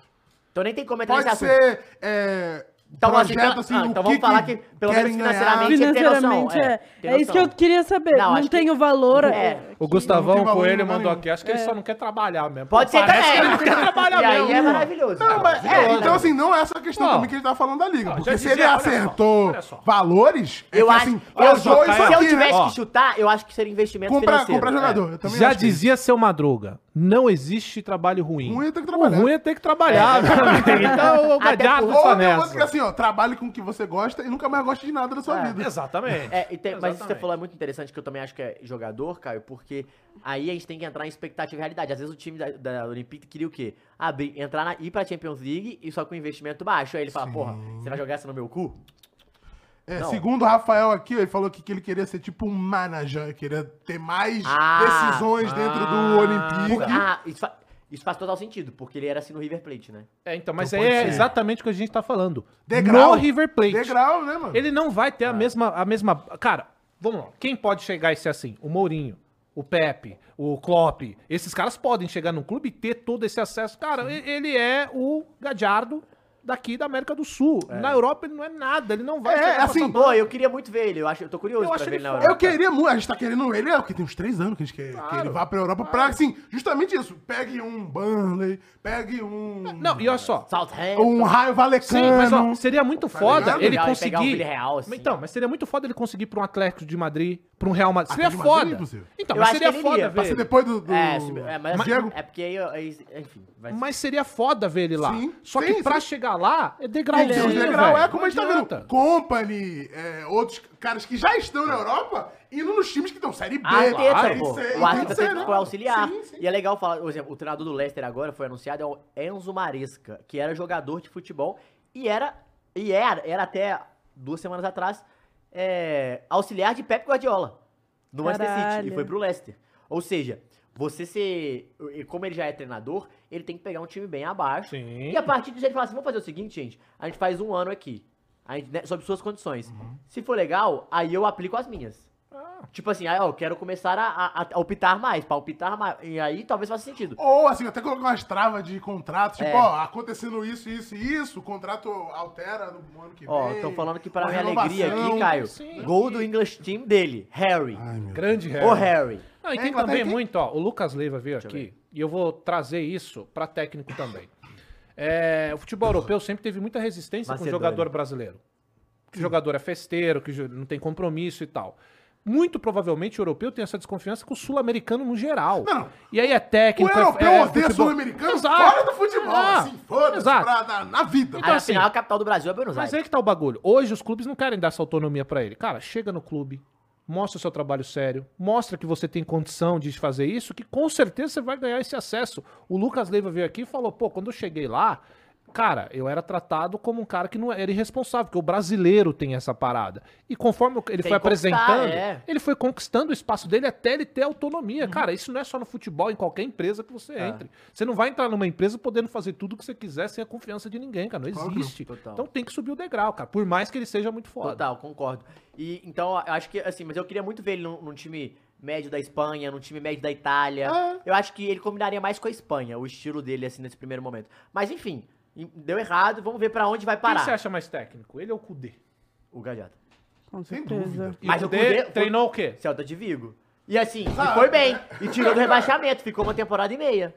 Speaker 2: Então nem tem que comentar
Speaker 3: Pode
Speaker 2: nesse assunto.
Speaker 3: ser é,
Speaker 2: Então, assim,
Speaker 3: projeto,
Speaker 2: então-
Speaker 3: assim,
Speaker 2: ah,
Speaker 3: o
Speaker 2: então
Speaker 3: que
Speaker 2: vamos falar
Speaker 3: que
Speaker 2: que, pelo menos
Speaker 3: querem ganhar.
Speaker 2: financeiramente, ele tem noção.
Speaker 4: Financeiramente, é.
Speaker 2: tem
Speaker 4: É isso que eu
Speaker 2: noção.
Speaker 4: queria saber.
Speaker 2: Não,
Speaker 4: Não,
Speaker 2: acho que-
Speaker 4: tem o valor.
Speaker 2: É.
Speaker 1: O
Speaker 3: Não tem
Speaker 1: Gustavão
Speaker 3: valor
Speaker 1: Coelho
Speaker 3: nenhum,
Speaker 1: mandou
Speaker 3: nenhum.
Speaker 1: aqui. Acho que ele só não quer trabalhar mesmo.
Speaker 2: Pode ser
Speaker 1: Parece que ele não
Speaker 2: também.
Speaker 1: quer trabalhar
Speaker 2: E aí
Speaker 1: mesmo.
Speaker 2: é maravilhoso.
Speaker 3: Não, mas é,
Speaker 2: É,
Speaker 3: então assim, não é essa questão
Speaker 1: Não.
Speaker 3: também que a gente tava falando da liga.
Speaker 1: Não,
Speaker 3: porque
Speaker 1: já
Speaker 3: se
Speaker 1: dizia,
Speaker 3: ele
Speaker 1: olha só,
Speaker 3: acertou
Speaker 1: olha só.
Speaker 3: valores, é
Speaker 2: eu
Speaker 3: que,
Speaker 2: acho.
Speaker 3: assim,
Speaker 1: olha
Speaker 2: eu-
Speaker 1: só,
Speaker 3: casou isso
Speaker 1: Caio.
Speaker 2: se eu
Speaker 3: aqui, né?
Speaker 2: tivesse
Speaker 1: Ó.
Speaker 2: que chutar, eu acho que seria investimento
Speaker 3: Comprar,
Speaker 2: financeiro.
Speaker 3: comprar
Speaker 2: É.
Speaker 3: jogador. Eu também
Speaker 1: Já
Speaker 3: acho que-
Speaker 1: dizia seu Madruga, não existe trabalho ruim.
Speaker 3: Ruim é ter que
Speaker 1: O
Speaker 3: trabalhar.
Speaker 1: ruim é ter que trabalhar, meu amigo. Então o gadiado
Speaker 2: Até porque-
Speaker 1: tá
Speaker 3: Ou tem outro que
Speaker 1: nessa.
Speaker 3: assim, ó, trabalhe com o que você gosta e nunca mais goste de nada da sua vida.
Speaker 1: Exatamente.
Speaker 2: É, e tem- mas isso que você
Speaker 1: Exatamente.
Speaker 2: falou é muito interessante, que eu também acho que é jogador, Caio, porque aí a gente tem que entrar em expectativa e realidade. Às vezes o time da, da Olympique queria o quê? Abrir, entrar na, ir pra Champions League e só com investimento baixo. Aí ele fala, porra, você vai jogar isso no meu cu?
Speaker 3: É,
Speaker 2: Não.
Speaker 3: segundo o Rafael aqui, ele falou que, que ele queria ser tipo um manager, queria ter mais
Speaker 2: Ah,
Speaker 3: decisões dentro
Speaker 1: ah,
Speaker 3: do Olympique.
Speaker 2: Ah, isso, fa- isso faz total sentido, porque ele era assim no River Plate, né?
Speaker 1: É, então, mas
Speaker 3: Então
Speaker 1: aí
Speaker 3: pode
Speaker 1: é
Speaker 3: ser.
Speaker 1: exatamente o que a gente tá falando.
Speaker 3: Degrau.
Speaker 1: no River Plate.
Speaker 3: Degrau, né, mano?
Speaker 1: Ele não vai ter a mesma a mesma, cara, vamos lá. Quem pode chegar e ser assim? O Mourinho, o Pepe, o Klopp. Esses caras podem chegar num clube e ter todo esse acesso. Cara, e- ele é o Gadiardo daqui da América do Sul. Na Europa ele não é nada, ele não vai
Speaker 3: É,
Speaker 1: chegar e passar
Speaker 3: assim,
Speaker 1: por-
Speaker 2: Pô, eu queria muito ver ele, eu, acho, eu tô curioso
Speaker 1: Eu
Speaker 2: pra
Speaker 1: acho
Speaker 2: ver
Speaker 1: ele
Speaker 2: ele na
Speaker 1: foda. É
Speaker 2: Europa.
Speaker 3: Eu queria muito, a gente tá querendo ele, é porque tem uns três anos que a gente quer que ele vá pra Europa pra, assim, justamente isso. Pegue um Burnley, pegue um.
Speaker 1: Não, e olha só.
Speaker 2: Southampton.
Speaker 3: Um raio valecano.
Speaker 1: Sim, mas ó, seria muito foda
Speaker 3: Tá ligado?
Speaker 1: É ele
Speaker 2: Legal, ele pegar o
Speaker 1: conseguir.
Speaker 2: Vila Real, assim.
Speaker 1: Então, mas seria muito foda ele conseguir pra um Atlético de Madrid, pra um Real Madrid. Seria
Speaker 3: Atlético de Madrid,
Speaker 1: foda.
Speaker 3: é inclusive.
Speaker 1: então,
Speaker 2: Eu
Speaker 1: mas
Speaker 2: acho
Speaker 1: seria
Speaker 2: que ele
Speaker 1: foda
Speaker 2: iria.
Speaker 1: ver.
Speaker 3: Pra ser
Speaker 1: ele.
Speaker 3: depois do. do...
Speaker 2: É, se- é, mas,
Speaker 3: Diego.
Speaker 2: é porque aí, eu- aí- enfim, vai ser.
Speaker 1: Mas seria foda ver ele lá.
Speaker 3: Sim,
Speaker 1: Só
Speaker 3: sim,
Speaker 1: que pra
Speaker 3: sim.
Speaker 1: chegar lá, é
Speaker 3: Tem que
Speaker 1: degrauzinho,
Speaker 3: ser os
Speaker 1: velho.
Speaker 3: degrau, é como a gente
Speaker 1: Não
Speaker 3: tá vendo.
Speaker 1: adianta.
Speaker 3: Company, é, outros caras que já estão na Europa, indo nos times que estão Série B,
Speaker 2: Ah,
Speaker 3: Série
Speaker 2: Arteta, pô.
Speaker 3: C,
Speaker 2: O
Speaker 3: tem que
Speaker 2: Arteta
Speaker 3: ser,
Speaker 2: tem que
Speaker 3: né?
Speaker 2: foi auxiliar.
Speaker 3: Sim, sim.
Speaker 2: E é legal falar, por exemplo, o treinador do Leicester agora foi anunciado é o Enzo Maresca, que era jogador de futebol e era e era, era até duas semanas atrás é, auxiliar de Pep Guardiola no Manchester City
Speaker 4: Caralho.
Speaker 2: e foi pro Leicester. Ou seja, você ser, e como ele já é treinador, ele tem que pegar um time bem abaixo.
Speaker 1: Sim.
Speaker 2: E a partir disso ele fala assim, vamos fazer o seguinte, gente, a gente faz um ano aqui, a gente, né, sob suas condições. Se for legal, aí eu aplico as minhas. Tipo assim, ah, eu quero começar a, a- a optar mais, pra optar mais. E aí talvez faça sentido.
Speaker 3: Ou assim, até colocar umas travas de contrato, tipo,
Speaker 2: É.
Speaker 3: ó, acontecendo isso, isso e isso, o contrato altera no ano que
Speaker 2: Ó,
Speaker 3: vem.
Speaker 2: estão falando que pra
Speaker 3: uma
Speaker 2: minha alegria aqui,
Speaker 3: renovação.
Speaker 2: Caio,
Speaker 1: Sim.
Speaker 2: gol do English team dele, Harry.
Speaker 3: Ai, meu Deus.
Speaker 1: Grande
Speaker 2: Ô,
Speaker 1: Harry.
Speaker 2: Harry.
Speaker 1: Não, e
Speaker 3: É,
Speaker 1: tem
Speaker 3: Inglaterra
Speaker 1: também
Speaker 3: tem-
Speaker 1: muito, ó. O Lucas Leiva veio aqui e eu vou trazer isso pra técnico também. É, o futebol europeu sempre teve muita resistência com o
Speaker 2: Macedônia.
Speaker 1: jogador brasileiro. Que o jogador é festeiro, que jo- não tem compromisso e tal. Muito provavelmente o europeu tem essa desconfiança com o sul-americano no geral.
Speaker 3: Não, não.
Speaker 1: E aí é técnico.
Speaker 3: o
Speaker 1: é-
Speaker 3: europeu
Speaker 1: é
Speaker 3: odeia
Speaker 1: futebol-
Speaker 3: sul-americano
Speaker 1: Exato.
Speaker 3: fora do futebol.
Speaker 1: Ah,
Speaker 3: assim, foda-se,
Speaker 1: exato.
Speaker 3: pra- na, na vida.
Speaker 1: Então,
Speaker 2: Então,
Speaker 1: assim,
Speaker 2: afinal, a capital do Brasil é Buenos
Speaker 1: Mas
Speaker 2: Aires.
Speaker 1: aí que tá o bagulho. Hoje os clubes não querem dar essa autonomia pra ele. Cara, chega no clube, mostra o seu trabalho sério, mostra que você tem condição de fazer isso, que com certeza você vai ganhar esse acesso. O Lucas Leiva veio aqui e falou: pô, quando eu cheguei lá. Cara, eu era tratado como um cara que não era irresponsável, porque o brasileiro tem essa parada. E conforme ele
Speaker 2: Tem
Speaker 1: foi
Speaker 2: que conquistar,
Speaker 1: apresentando,
Speaker 2: é. Uhum.
Speaker 1: ele foi conquistando o espaço dele até ele ter autonomia. Cara, isso não é só no futebol, em qualquer empresa que você
Speaker 2: É.
Speaker 1: entre. Você não vai entrar numa empresa podendo fazer tudo o que você quiser sem a confiança de ninguém, cara. Não
Speaker 3: Claro que não.
Speaker 1: existe.
Speaker 2: Total.
Speaker 1: Então tem que subir o degrau, cara. Por mais que ele seja muito foda.
Speaker 2: Total, concordo. E então, eu acho que, assim, mas eu queria muito ver ele num, num time médio da Espanha, num time médio da Itália.
Speaker 1: É.
Speaker 2: Eu acho que ele combinaria mais com a Espanha, o estilo dele, assim, nesse primeiro momento. Mas, enfim, em- deu errado, vamos ver pra onde vai
Speaker 1: Quem
Speaker 2: parar
Speaker 1: você acha mais técnico? Ele ou o Kudê?
Speaker 2: o Gadiata.
Speaker 4: Com
Speaker 3: Sem
Speaker 4: certeza.
Speaker 3: dúvida.
Speaker 1: E
Speaker 2: Mas
Speaker 1: o
Speaker 2: o
Speaker 1: Kudê,
Speaker 2: Kudê-
Speaker 1: treinou o quê?
Speaker 2: Celta de Vigo. E assim, e
Speaker 3: Ah,
Speaker 2: foi bem. E tirou do rebaixamento, ficou uma temporada e meia.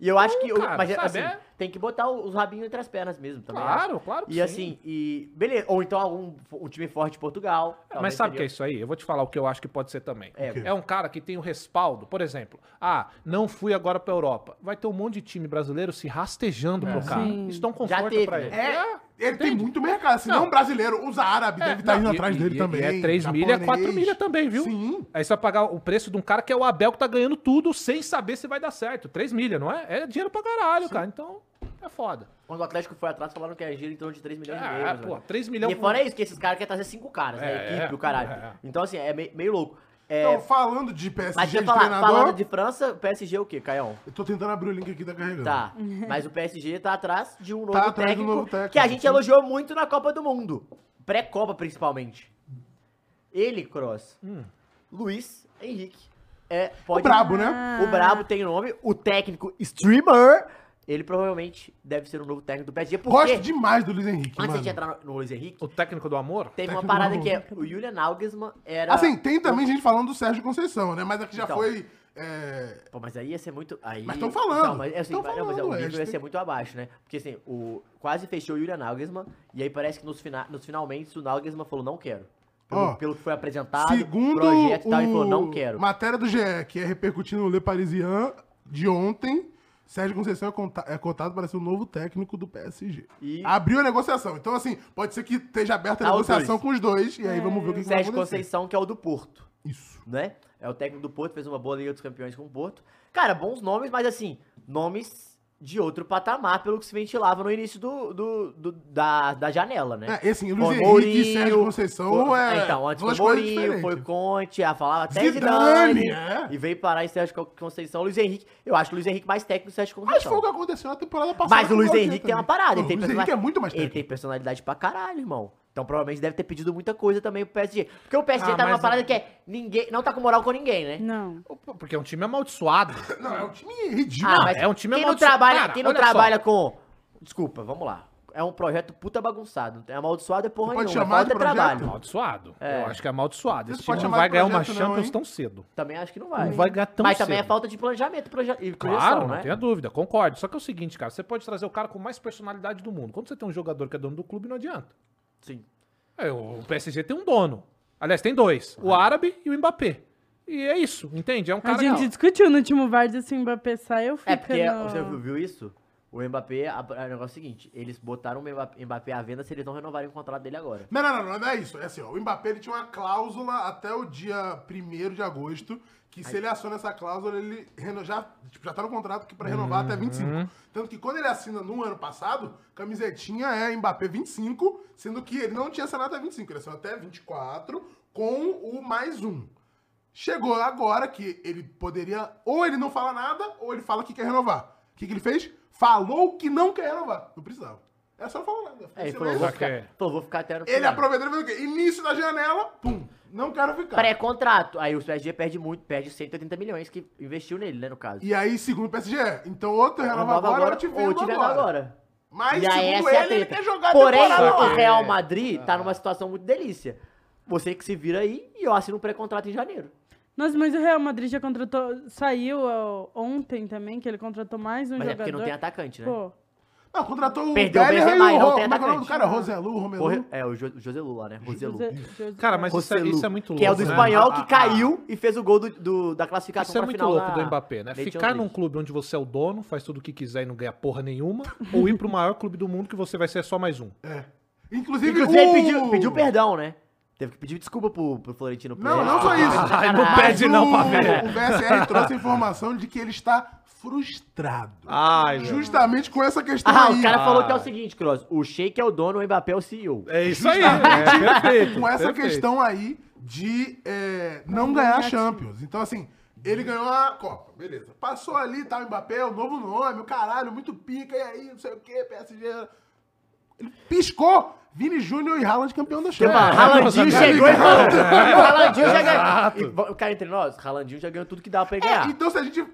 Speaker 2: E eu acho que. o-
Speaker 1: É? cara,
Speaker 2: mas
Speaker 1: sabe,
Speaker 2: assim,
Speaker 1: é?
Speaker 2: tem que botar os rabinhos entre as pernas mesmo também. acho.
Speaker 1: Claro, claro que
Speaker 2: E
Speaker 1: sim.
Speaker 2: assim, e. Beleza. Ou então algum um time forte de Portugal.
Speaker 1: Mas
Speaker 2: talvez
Speaker 1: sabe o que é
Speaker 2: seria-
Speaker 1: isso aí? Eu vou te falar o que eu acho que pode ser também.
Speaker 2: É,
Speaker 1: É um cara que tem o respaldo, por exemplo. Ah, não fui agora pra Europa. Vai ter um monte de time brasileiro se rastejando pro cara.
Speaker 4: Sim.
Speaker 1: Isso dá um
Speaker 2: Já
Speaker 1: conforto
Speaker 2: teve,
Speaker 1: pra
Speaker 2: né?
Speaker 1: ele.
Speaker 3: É, ele tem muito mercado. Se não,
Speaker 1: Não. É,
Speaker 3: brasileiro, os árabes devem estar
Speaker 1: não,
Speaker 3: indo
Speaker 1: e-
Speaker 3: atrás
Speaker 1: e-
Speaker 3: dele
Speaker 1: e
Speaker 3: também.
Speaker 1: É 3 milha, é 4 milha também, viu?
Speaker 3: Sim.
Speaker 1: Aí você vai pagar o preço de um cara que é o Abel que tá ganhando tudo sem saber se vai dar certo. 3 milha, não é? É dinheiro pra caralho, cara. Então, é foda.
Speaker 2: Quando o Atlético foi atrás, falaram que gira em torno de 3 milhões de
Speaker 1: Ah,
Speaker 2: euros.
Speaker 1: pô,
Speaker 2: né?
Speaker 1: 3 milhões
Speaker 2: E fora isso, que esses caras querem trazer cinco caras, né?
Speaker 1: É,
Speaker 2: equipe,
Speaker 1: é,
Speaker 2: o caralho.
Speaker 1: é.
Speaker 2: Então, assim, é meio, meio louco. É,
Speaker 3: Então, falando de
Speaker 2: mas
Speaker 3: PSG
Speaker 2: você
Speaker 3: de
Speaker 2: falar,
Speaker 3: treinador,
Speaker 2: falando de França, o PSG é o quê, Caião?
Speaker 3: eu tô tentando abrir o link aqui da carregando.
Speaker 2: Tá. Mas o PSG tá atrás de um novo,
Speaker 3: atrás do
Speaker 2: técnico,
Speaker 3: novo técnico,
Speaker 2: que a gente
Speaker 3: sim.
Speaker 2: elogiou muito na Copa do Mundo. Pré-Copa, principalmente. Ele, Cross. Luiz Henrique. É, pode...
Speaker 3: Hum. brabo, né?
Speaker 2: O Brabo tem nome. O técnico streamer. ele provavelmente deve ser o novo técnico do PSG. Porque
Speaker 3: Gosto demais do Luiz Henrique,
Speaker 2: antes de
Speaker 3: mano. Tá
Speaker 2: entrar no, no Luiz Henrique,
Speaker 1: O técnico do amor?
Speaker 2: teve uma
Speaker 3: técnico
Speaker 2: parada
Speaker 3: do
Speaker 2: que é o Julian Nagelsmann era.
Speaker 3: Assim, tem também gente falando do Sérgio Conceição, né? Mas aqui já
Speaker 2: Então.
Speaker 3: foi... é,
Speaker 2: Pô, mas aí ia ser muito. Aí...
Speaker 3: Mas tão falando,
Speaker 2: Não, mas, é assim,
Speaker 3: tão
Speaker 2: mas- não, mas é,
Speaker 3: falando,
Speaker 2: o
Speaker 3: é,
Speaker 2: nível
Speaker 3: eles
Speaker 2: ia
Speaker 3: têm-
Speaker 2: ser muito abaixo, né? Porque assim, o... quase fechou o Julian Nagelsmann, e aí parece que nos, fina... nos finalmente o Nagelsmann falou, não quero. Pelo,
Speaker 3: Ó,
Speaker 2: pelo que foi apresentado,
Speaker 3: Segundo
Speaker 2: Tá, projeto e tal, ele
Speaker 3: o-
Speaker 2: falou, não quero.
Speaker 3: Matéria do GE, que é repercutindo no Le Parisien de ontem, Sérgio Conceição é, conta- é cotado para ser o novo técnico do PSG.
Speaker 2: E-
Speaker 3: Abriu a negociação. Então, assim, pode ser que esteja aberta a
Speaker 2: Ah, os
Speaker 3: negociação
Speaker 2: dois.
Speaker 3: com os dois, e aí vamos ver o que,
Speaker 2: O
Speaker 3: que vai
Speaker 2: Sérgio
Speaker 3: acontecer.
Speaker 2: Conceição, que é o do Porto,
Speaker 3: Isso.
Speaker 2: né? É o técnico do Porto, fez uma boa Liga dos Campeões com o Porto. Cara, bons nomes, mas assim, nomes de outro patamar, pelo que se ventilava no início do, do, do- da, da janela, né?
Speaker 3: É, e assim, Luiz
Speaker 2: Foi
Speaker 3: Henrique e Sérgio Conceição
Speaker 2: foi-
Speaker 3: é
Speaker 2: Então, antes
Speaker 3: duas
Speaker 2: foi
Speaker 3: coisas
Speaker 2: Mourinho, foi
Speaker 3: diferentes.
Speaker 2: Conte, a falava até
Speaker 3: Zidane,
Speaker 2: Zidane.
Speaker 3: é.
Speaker 2: E veio parar em Sérgio Conceição, Luiz Henrique. Eu acho o Luiz Henrique mais técnico do Sérgio
Speaker 3: Mas foi o
Speaker 2: Conceição.
Speaker 3: que aconteceu na temporada
Speaker 2: Então. Mas,
Speaker 3: passada.
Speaker 2: o
Speaker 3: com
Speaker 2: Luiz
Speaker 3: Galtier
Speaker 2: Henrique tem
Speaker 3: também.
Speaker 2: uma parada. Ele
Speaker 3: Não, O
Speaker 2: tem,
Speaker 3: Luiz Henrique é
Speaker 2: personalidade-
Speaker 3: muito mais
Speaker 2: ele
Speaker 3: técnico.
Speaker 2: tem personalidade pra caralho, irmão. Então provavelmente deve ter pedido muita coisa também pro PSG. Porque o PSG
Speaker 1: Ah,
Speaker 2: tá numa
Speaker 1: mas-
Speaker 2: parada que é ninguém, não tá com moral com ninguém, né?
Speaker 4: Não.
Speaker 1: Porque é um time amaldiçoado.
Speaker 3: Não, é um time ridículo.
Speaker 2: Ah,
Speaker 1: Não,
Speaker 2: mas
Speaker 1: é um time
Speaker 2: quem não
Speaker 1: amaldiçoado.
Speaker 2: trabalha,
Speaker 1: Cara,
Speaker 2: quem não
Speaker 1: olha só.
Speaker 2: trabalha com. Desculpa, vamos lá. É um projeto puta bagunçado. É amaldiçoado é porra
Speaker 3: Você pode
Speaker 2: nenhuma.
Speaker 3: chamar de
Speaker 2: Falta
Speaker 3: projeto?
Speaker 2: trabalho.
Speaker 1: Amaldiçoado.
Speaker 2: É.
Speaker 1: Eu acho que é amaldiçoado.
Speaker 3: Você
Speaker 1: Esse
Speaker 3: pode
Speaker 1: time não
Speaker 3: chamar
Speaker 1: vai
Speaker 3: de
Speaker 1: ganhar uma
Speaker 3: projeto não,
Speaker 1: Champions
Speaker 3: hein?
Speaker 1: tão cedo.
Speaker 2: Também acho que não vai.
Speaker 1: Não vai ganhar tão
Speaker 2: Mas
Speaker 1: cedo.
Speaker 2: também é falta de planejamento proje- e projeção,
Speaker 1: Claro, não
Speaker 2: né?
Speaker 1: tenha dúvida, concordo. Só que é o seguinte, cara, você pode trazer o cara com mais personalidade do mundo. Quando você tem um jogador que é dono do clube, não adianta.
Speaker 2: Sim.
Speaker 1: É, o PSG tem um dono. Aliás, tem dois: o
Speaker 2: Ah.
Speaker 1: árabe e o Mbappé. E é isso, entende? É um
Speaker 4: A
Speaker 1: cara.
Speaker 4: gente
Speaker 1: que-
Speaker 4: discutiu no último Vard se o Mbappé sai ou fica
Speaker 2: É porque,
Speaker 4: no...
Speaker 2: você viu- viu isso? O Mbappé, a- a- o negócio é o seguinte, eles botaram o Mbappé- Mbappé à venda se eles não renovarem o contrato dele agora.
Speaker 3: Não, não, não, não é isso. É assim, ó, o Mbappé ele tinha uma cláusula até o dia 1 de agosto, que se ele aciona essa cláusula, ele reno... já, tipo, já tá no contrato que pra renovar até
Speaker 2: Uhum.
Speaker 3: 25. Tanto que quando ele assina no ano passado, camisetinha é Mbappé 25, sendo que ele não tinha assinado até 25, ele assinou até 24 com o mais um. Chegou agora que ele poderia, ou ele não fala nada, ou ele fala que quer renovar. O que, que ele fez? Falou que não quer renovar. Não precisava. É só não falar nada.
Speaker 2: É, ele
Speaker 3: Silêncio.
Speaker 2: falou, vou
Speaker 1: Só que
Speaker 2: ficar,
Speaker 1: é.
Speaker 2: falou, vou ficar até no
Speaker 3: Ele
Speaker 2: final.
Speaker 3: aproveitou e fez o quê? Início da janela, pum. Não quero ficar.
Speaker 2: Pré-contrato. Aí o PSG perde muito, perde 180 milhões que investiu nele, né, no caso.
Speaker 3: E aí, segundo o PSG, então outro renova agora, ou te vendo
Speaker 2: ou te vendo
Speaker 3: agora.
Speaker 2: agora.
Speaker 3: Mas,
Speaker 2: e aí
Speaker 3: segundo
Speaker 2: essa é a
Speaker 3: ele, ele
Speaker 2: treta.
Speaker 3: quer jogar a
Speaker 2: Porém,
Speaker 3: temporada
Speaker 2: o
Speaker 3: lá.
Speaker 2: Real Madrid
Speaker 4: É.
Speaker 2: tá numa situação muito delícia. Você que se vira aí e eu assino um pré-contrato em janeiro.
Speaker 4: Nossa, mas o Real Madrid já contratou... Saiu ó, ontem também, que ele contratou mais um
Speaker 2: Mas é
Speaker 4: jogador.
Speaker 2: porque não tem atacante, né?
Speaker 4: Pô,
Speaker 3: Não, contratou o
Speaker 2: Perdeu o
Speaker 3: Bellingham
Speaker 2: Benzema,
Speaker 3: e o
Speaker 2: não
Speaker 3: Ro-
Speaker 2: tem
Speaker 3: como é que é o nome do
Speaker 2: atacante.
Speaker 3: cara? Roselu, Romelu.
Speaker 2: Corre- É, o, jo o Joselu lá, né? Roselu.
Speaker 4: José- José-
Speaker 1: Cara, mas isso é,
Speaker 2: Roselu,
Speaker 1: isso é muito louco.
Speaker 2: Que é o do
Speaker 1: né?
Speaker 2: espanhol
Speaker 1: Ah,
Speaker 2: que
Speaker 1: ah,
Speaker 2: caiu e fez o gol do, do- da classificação
Speaker 1: Isso é
Speaker 2: pra
Speaker 1: muito
Speaker 2: final
Speaker 1: louco
Speaker 4: Ah,
Speaker 2: na-
Speaker 1: do Mbappé, né?
Speaker 2: na Champions
Speaker 1: Ficar num
Speaker 2: League.
Speaker 1: clube onde você é o dono, faz tudo o que quiser e não ganha porra nenhuma, ou ir pro maior clube do mundo que você vai ser só mais um.
Speaker 3: É. Inclusive,
Speaker 2: Inclusive,
Speaker 3: o-
Speaker 2: ele pediu, pediu perdão, né? Teve que pedir desculpa pro, pro Florentino
Speaker 3: Não,
Speaker 2: Pérez.
Speaker 3: não só isso.
Speaker 1: Ai, não
Speaker 3: Mas
Speaker 1: pede não pra ver.
Speaker 3: O BSR trouxe a informação de que ele está frustrado.
Speaker 1: Ai,
Speaker 3: Justamente com essa questão
Speaker 2: Ah,
Speaker 3: aí.
Speaker 2: o cara falou que é o seguinte, Cross. O Sheik é o dono, o Mbappé é o CEO.
Speaker 1: É isso aí. É, perfeito,
Speaker 3: com essa
Speaker 1: perfeito.
Speaker 3: questão aí de é, não ganhar a Champions. Então, assim, ele ganhou a Copa, beleza. Passou ali, tá, o Mbappé, o novo nome, o caralho, muito pica, e aí, não sei o que, PSG... Ele piscou, Vini Júnior e Haaland campeão da
Speaker 2: Tem
Speaker 3: Champions. Então, assim,
Speaker 2: uma,
Speaker 1: É.
Speaker 2: Ralandinho chegou e falou. O Ralandinho já
Speaker 1: Exato.
Speaker 2: ganhou. E va- O cara entre nós, Ralandinho já ganhou tudo que dava pra ele
Speaker 3: É,
Speaker 2: ganhar.
Speaker 3: então se a gente...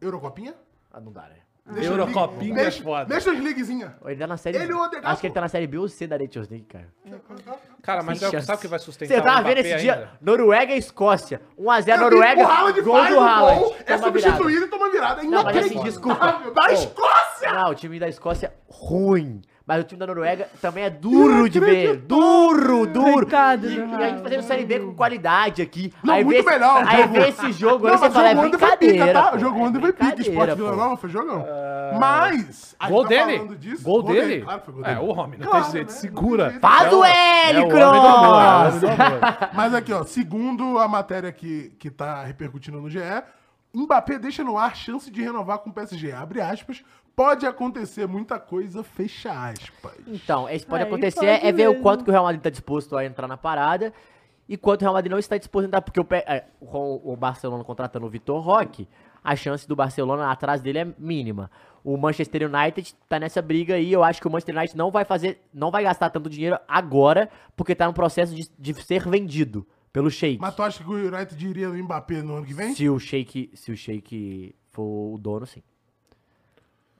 Speaker 3: Eurocopinha?
Speaker 2: Ah, não dá, né?
Speaker 3: eu ligar.
Speaker 1: Eurocopinha é
Speaker 3: deixa,
Speaker 1: foda.
Speaker 3: Deixa os liguezinha.
Speaker 2: Ou Ele tá na série
Speaker 3: Ele
Speaker 2: B.
Speaker 3: ou o Degato?
Speaker 2: Acho que ele tá na série B ou C da Nations League, cara.
Speaker 1: Cara, mas
Speaker 2: Sem
Speaker 1: é o que-
Speaker 2: chance.
Speaker 1: sabe o que vai sustentar
Speaker 2: Você
Speaker 1: o
Speaker 2: tava
Speaker 1: Mbappé
Speaker 2: vendo esse
Speaker 1: ainda?
Speaker 2: dia? Noruega e Escócia. 1x0
Speaker 3: Eu vi,
Speaker 2: Noruega,
Speaker 3: o Haaland
Speaker 2: gol
Speaker 3: faz
Speaker 2: do
Speaker 3: o gol,
Speaker 2: Haaland.
Speaker 3: é
Speaker 2: Toma virada.
Speaker 3: substituído e toma virada. É
Speaker 2: Não, mas assim,
Speaker 3: inacreditável.
Speaker 2: desculpa.
Speaker 3: Da
Speaker 2: Pô.
Speaker 3: Escócia!
Speaker 2: Não, o time da Escócia, ruim. Mas o time da Noruega também é duro de ver. Duro, duro.
Speaker 4: Coitado
Speaker 2: E,
Speaker 4: do
Speaker 2: e a gente
Speaker 4: Haaland.
Speaker 2: fazendo série B com qualidade aqui.
Speaker 3: Não,
Speaker 2: aí vê
Speaker 3: muito
Speaker 2: esse-
Speaker 3: melhor o
Speaker 2: Aí
Speaker 3: jogo.
Speaker 2: vê esse jogo, aí
Speaker 3: Não,
Speaker 2: você
Speaker 3: mas
Speaker 2: fala, é
Speaker 3: jogo ontem foi pica,
Speaker 2: brincadeira.
Speaker 3: tá?
Speaker 2: pô,
Speaker 3: O jogo
Speaker 2: é
Speaker 3: ontem foi pica.
Speaker 2: brincadeira,
Speaker 3: Esporte
Speaker 2: pô. Ah.
Speaker 3: Vila Nova foi jogão. Mas. a gente
Speaker 1: Gol
Speaker 3: tá
Speaker 1: dele.
Speaker 3: falando disso,
Speaker 1: gol, dele.
Speaker 3: Claro que foi gol
Speaker 1: É,
Speaker 3: dele.
Speaker 1: o homem, não
Speaker 3: Claro,
Speaker 1: tem jeito.
Speaker 3: né?
Speaker 1: Segura.
Speaker 2: Faz o
Speaker 1: É
Speaker 2: L,
Speaker 1: o homem do amor,
Speaker 2: Cross!
Speaker 1: é o homem do amor.
Speaker 3: Mas aqui, ó, segundo a matéria que, que tá repercutindo no GE, Mbappé deixa no ar chance de renovar com o PSG. Abre aspas. Pode acontecer muita coisa, fecha aspas.
Speaker 2: Então, isso pode
Speaker 4: Aí
Speaker 2: acontecer,
Speaker 4: pode
Speaker 2: é ver o
Speaker 4: mesmo.
Speaker 2: quanto que o Real Madrid tá disposto a entrar na parada e quanto o Real Madrid não está disposto a entrar, porque o, Pe- é, com o Barcelona contratando o Vitor Roque, a chance do Barcelona atrás dele é mínima. O Manchester United tá nessa briga aí, eu acho que o Manchester United não vai fazer, não vai gastar tanto dinheiro agora, porque tá no processo de, de ser vendido pelo Sheik.
Speaker 3: Mas tu acha que o United iria no Mbappé no ano que vem?
Speaker 2: Se o Sheik, se o Sheik for o dono, sim.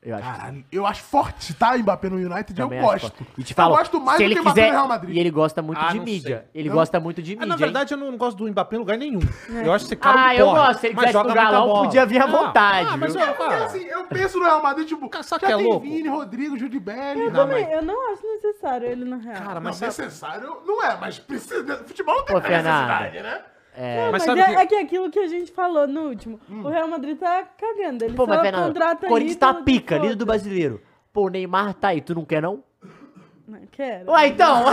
Speaker 2: Eu acho.
Speaker 3: Caralho, eu acho forte, tá? Mbappé no United,
Speaker 2: Também
Speaker 3: eu
Speaker 2: acho
Speaker 3: gosto.
Speaker 2: forte. E te falo,
Speaker 3: eu gosto mais
Speaker 2: se
Speaker 3: do
Speaker 2: ele
Speaker 3: que Mbappé
Speaker 2: quiser,
Speaker 3: no Real Madrid.
Speaker 2: E ele gosta muito
Speaker 1: Ah,
Speaker 2: de
Speaker 1: não
Speaker 2: mídia.
Speaker 1: sei.
Speaker 2: Ele
Speaker 3: Não?
Speaker 2: gosta muito de
Speaker 1: Ah,
Speaker 2: mídia.
Speaker 1: na
Speaker 2: hein?
Speaker 1: verdade, eu não gosto do Mbappé em lugar nenhum. Eu acho esse cara
Speaker 2: Ah,
Speaker 1: um
Speaker 2: eu
Speaker 1: porra,
Speaker 2: gosto. Se ele
Speaker 1: mas
Speaker 2: quisesse
Speaker 1: joga
Speaker 2: pro Galão,
Speaker 1: muita bola.
Speaker 2: podia vir à vontade,
Speaker 1: Ah, mas
Speaker 2: viu?
Speaker 1: eu,
Speaker 3: Porque,
Speaker 1: ah,
Speaker 3: assim, eu penso no Real Madrid, tipo,
Speaker 1: Cara,
Speaker 3: já
Speaker 1: só que é
Speaker 3: tem
Speaker 1: louco.
Speaker 3: Vini, Rodrigo, Jude Belli.
Speaker 4: Eu
Speaker 3: Não,
Speaker 1: Não,
Speaker 4: também, eu não acho necessário ele no Real.
Speaker 1: cara,
Speaker 3: mas
Speaker 1: mas, sabe,
Speaker 3: necessário não é, mas precisa. Futebol não tem
Speaker 2: Ô,
Speaker 3: essa
Speaker 2: Fernando.
Speaker 3: necessidade, né?
Speaker 4: Não,
Speaker 1: mas
Speaker 4: mas,
Speaker 1: sabe
Speaker 4: é,
Speaker 1: que-
Speaker 4: é que aquilo que a gente falou no último.
Speaker 1: Hum.
Speaker 4: O Real Madrid tá cagando. Ele
Speaker 2: Pô,
Speaker 4: só
Speaker 2: mas Fernando,
Speaker 4: contrata
Speaker 2: Corinthians tá
Speaker 4: ídolo de
Speaker 2: pica, líder do
Speaker 4: foda.
Speaker 2: brasileiro. Pô, o Neymar tá aí, tu não quer não?
Speaker 4: Não quero.
Speaker 2: Ué, então!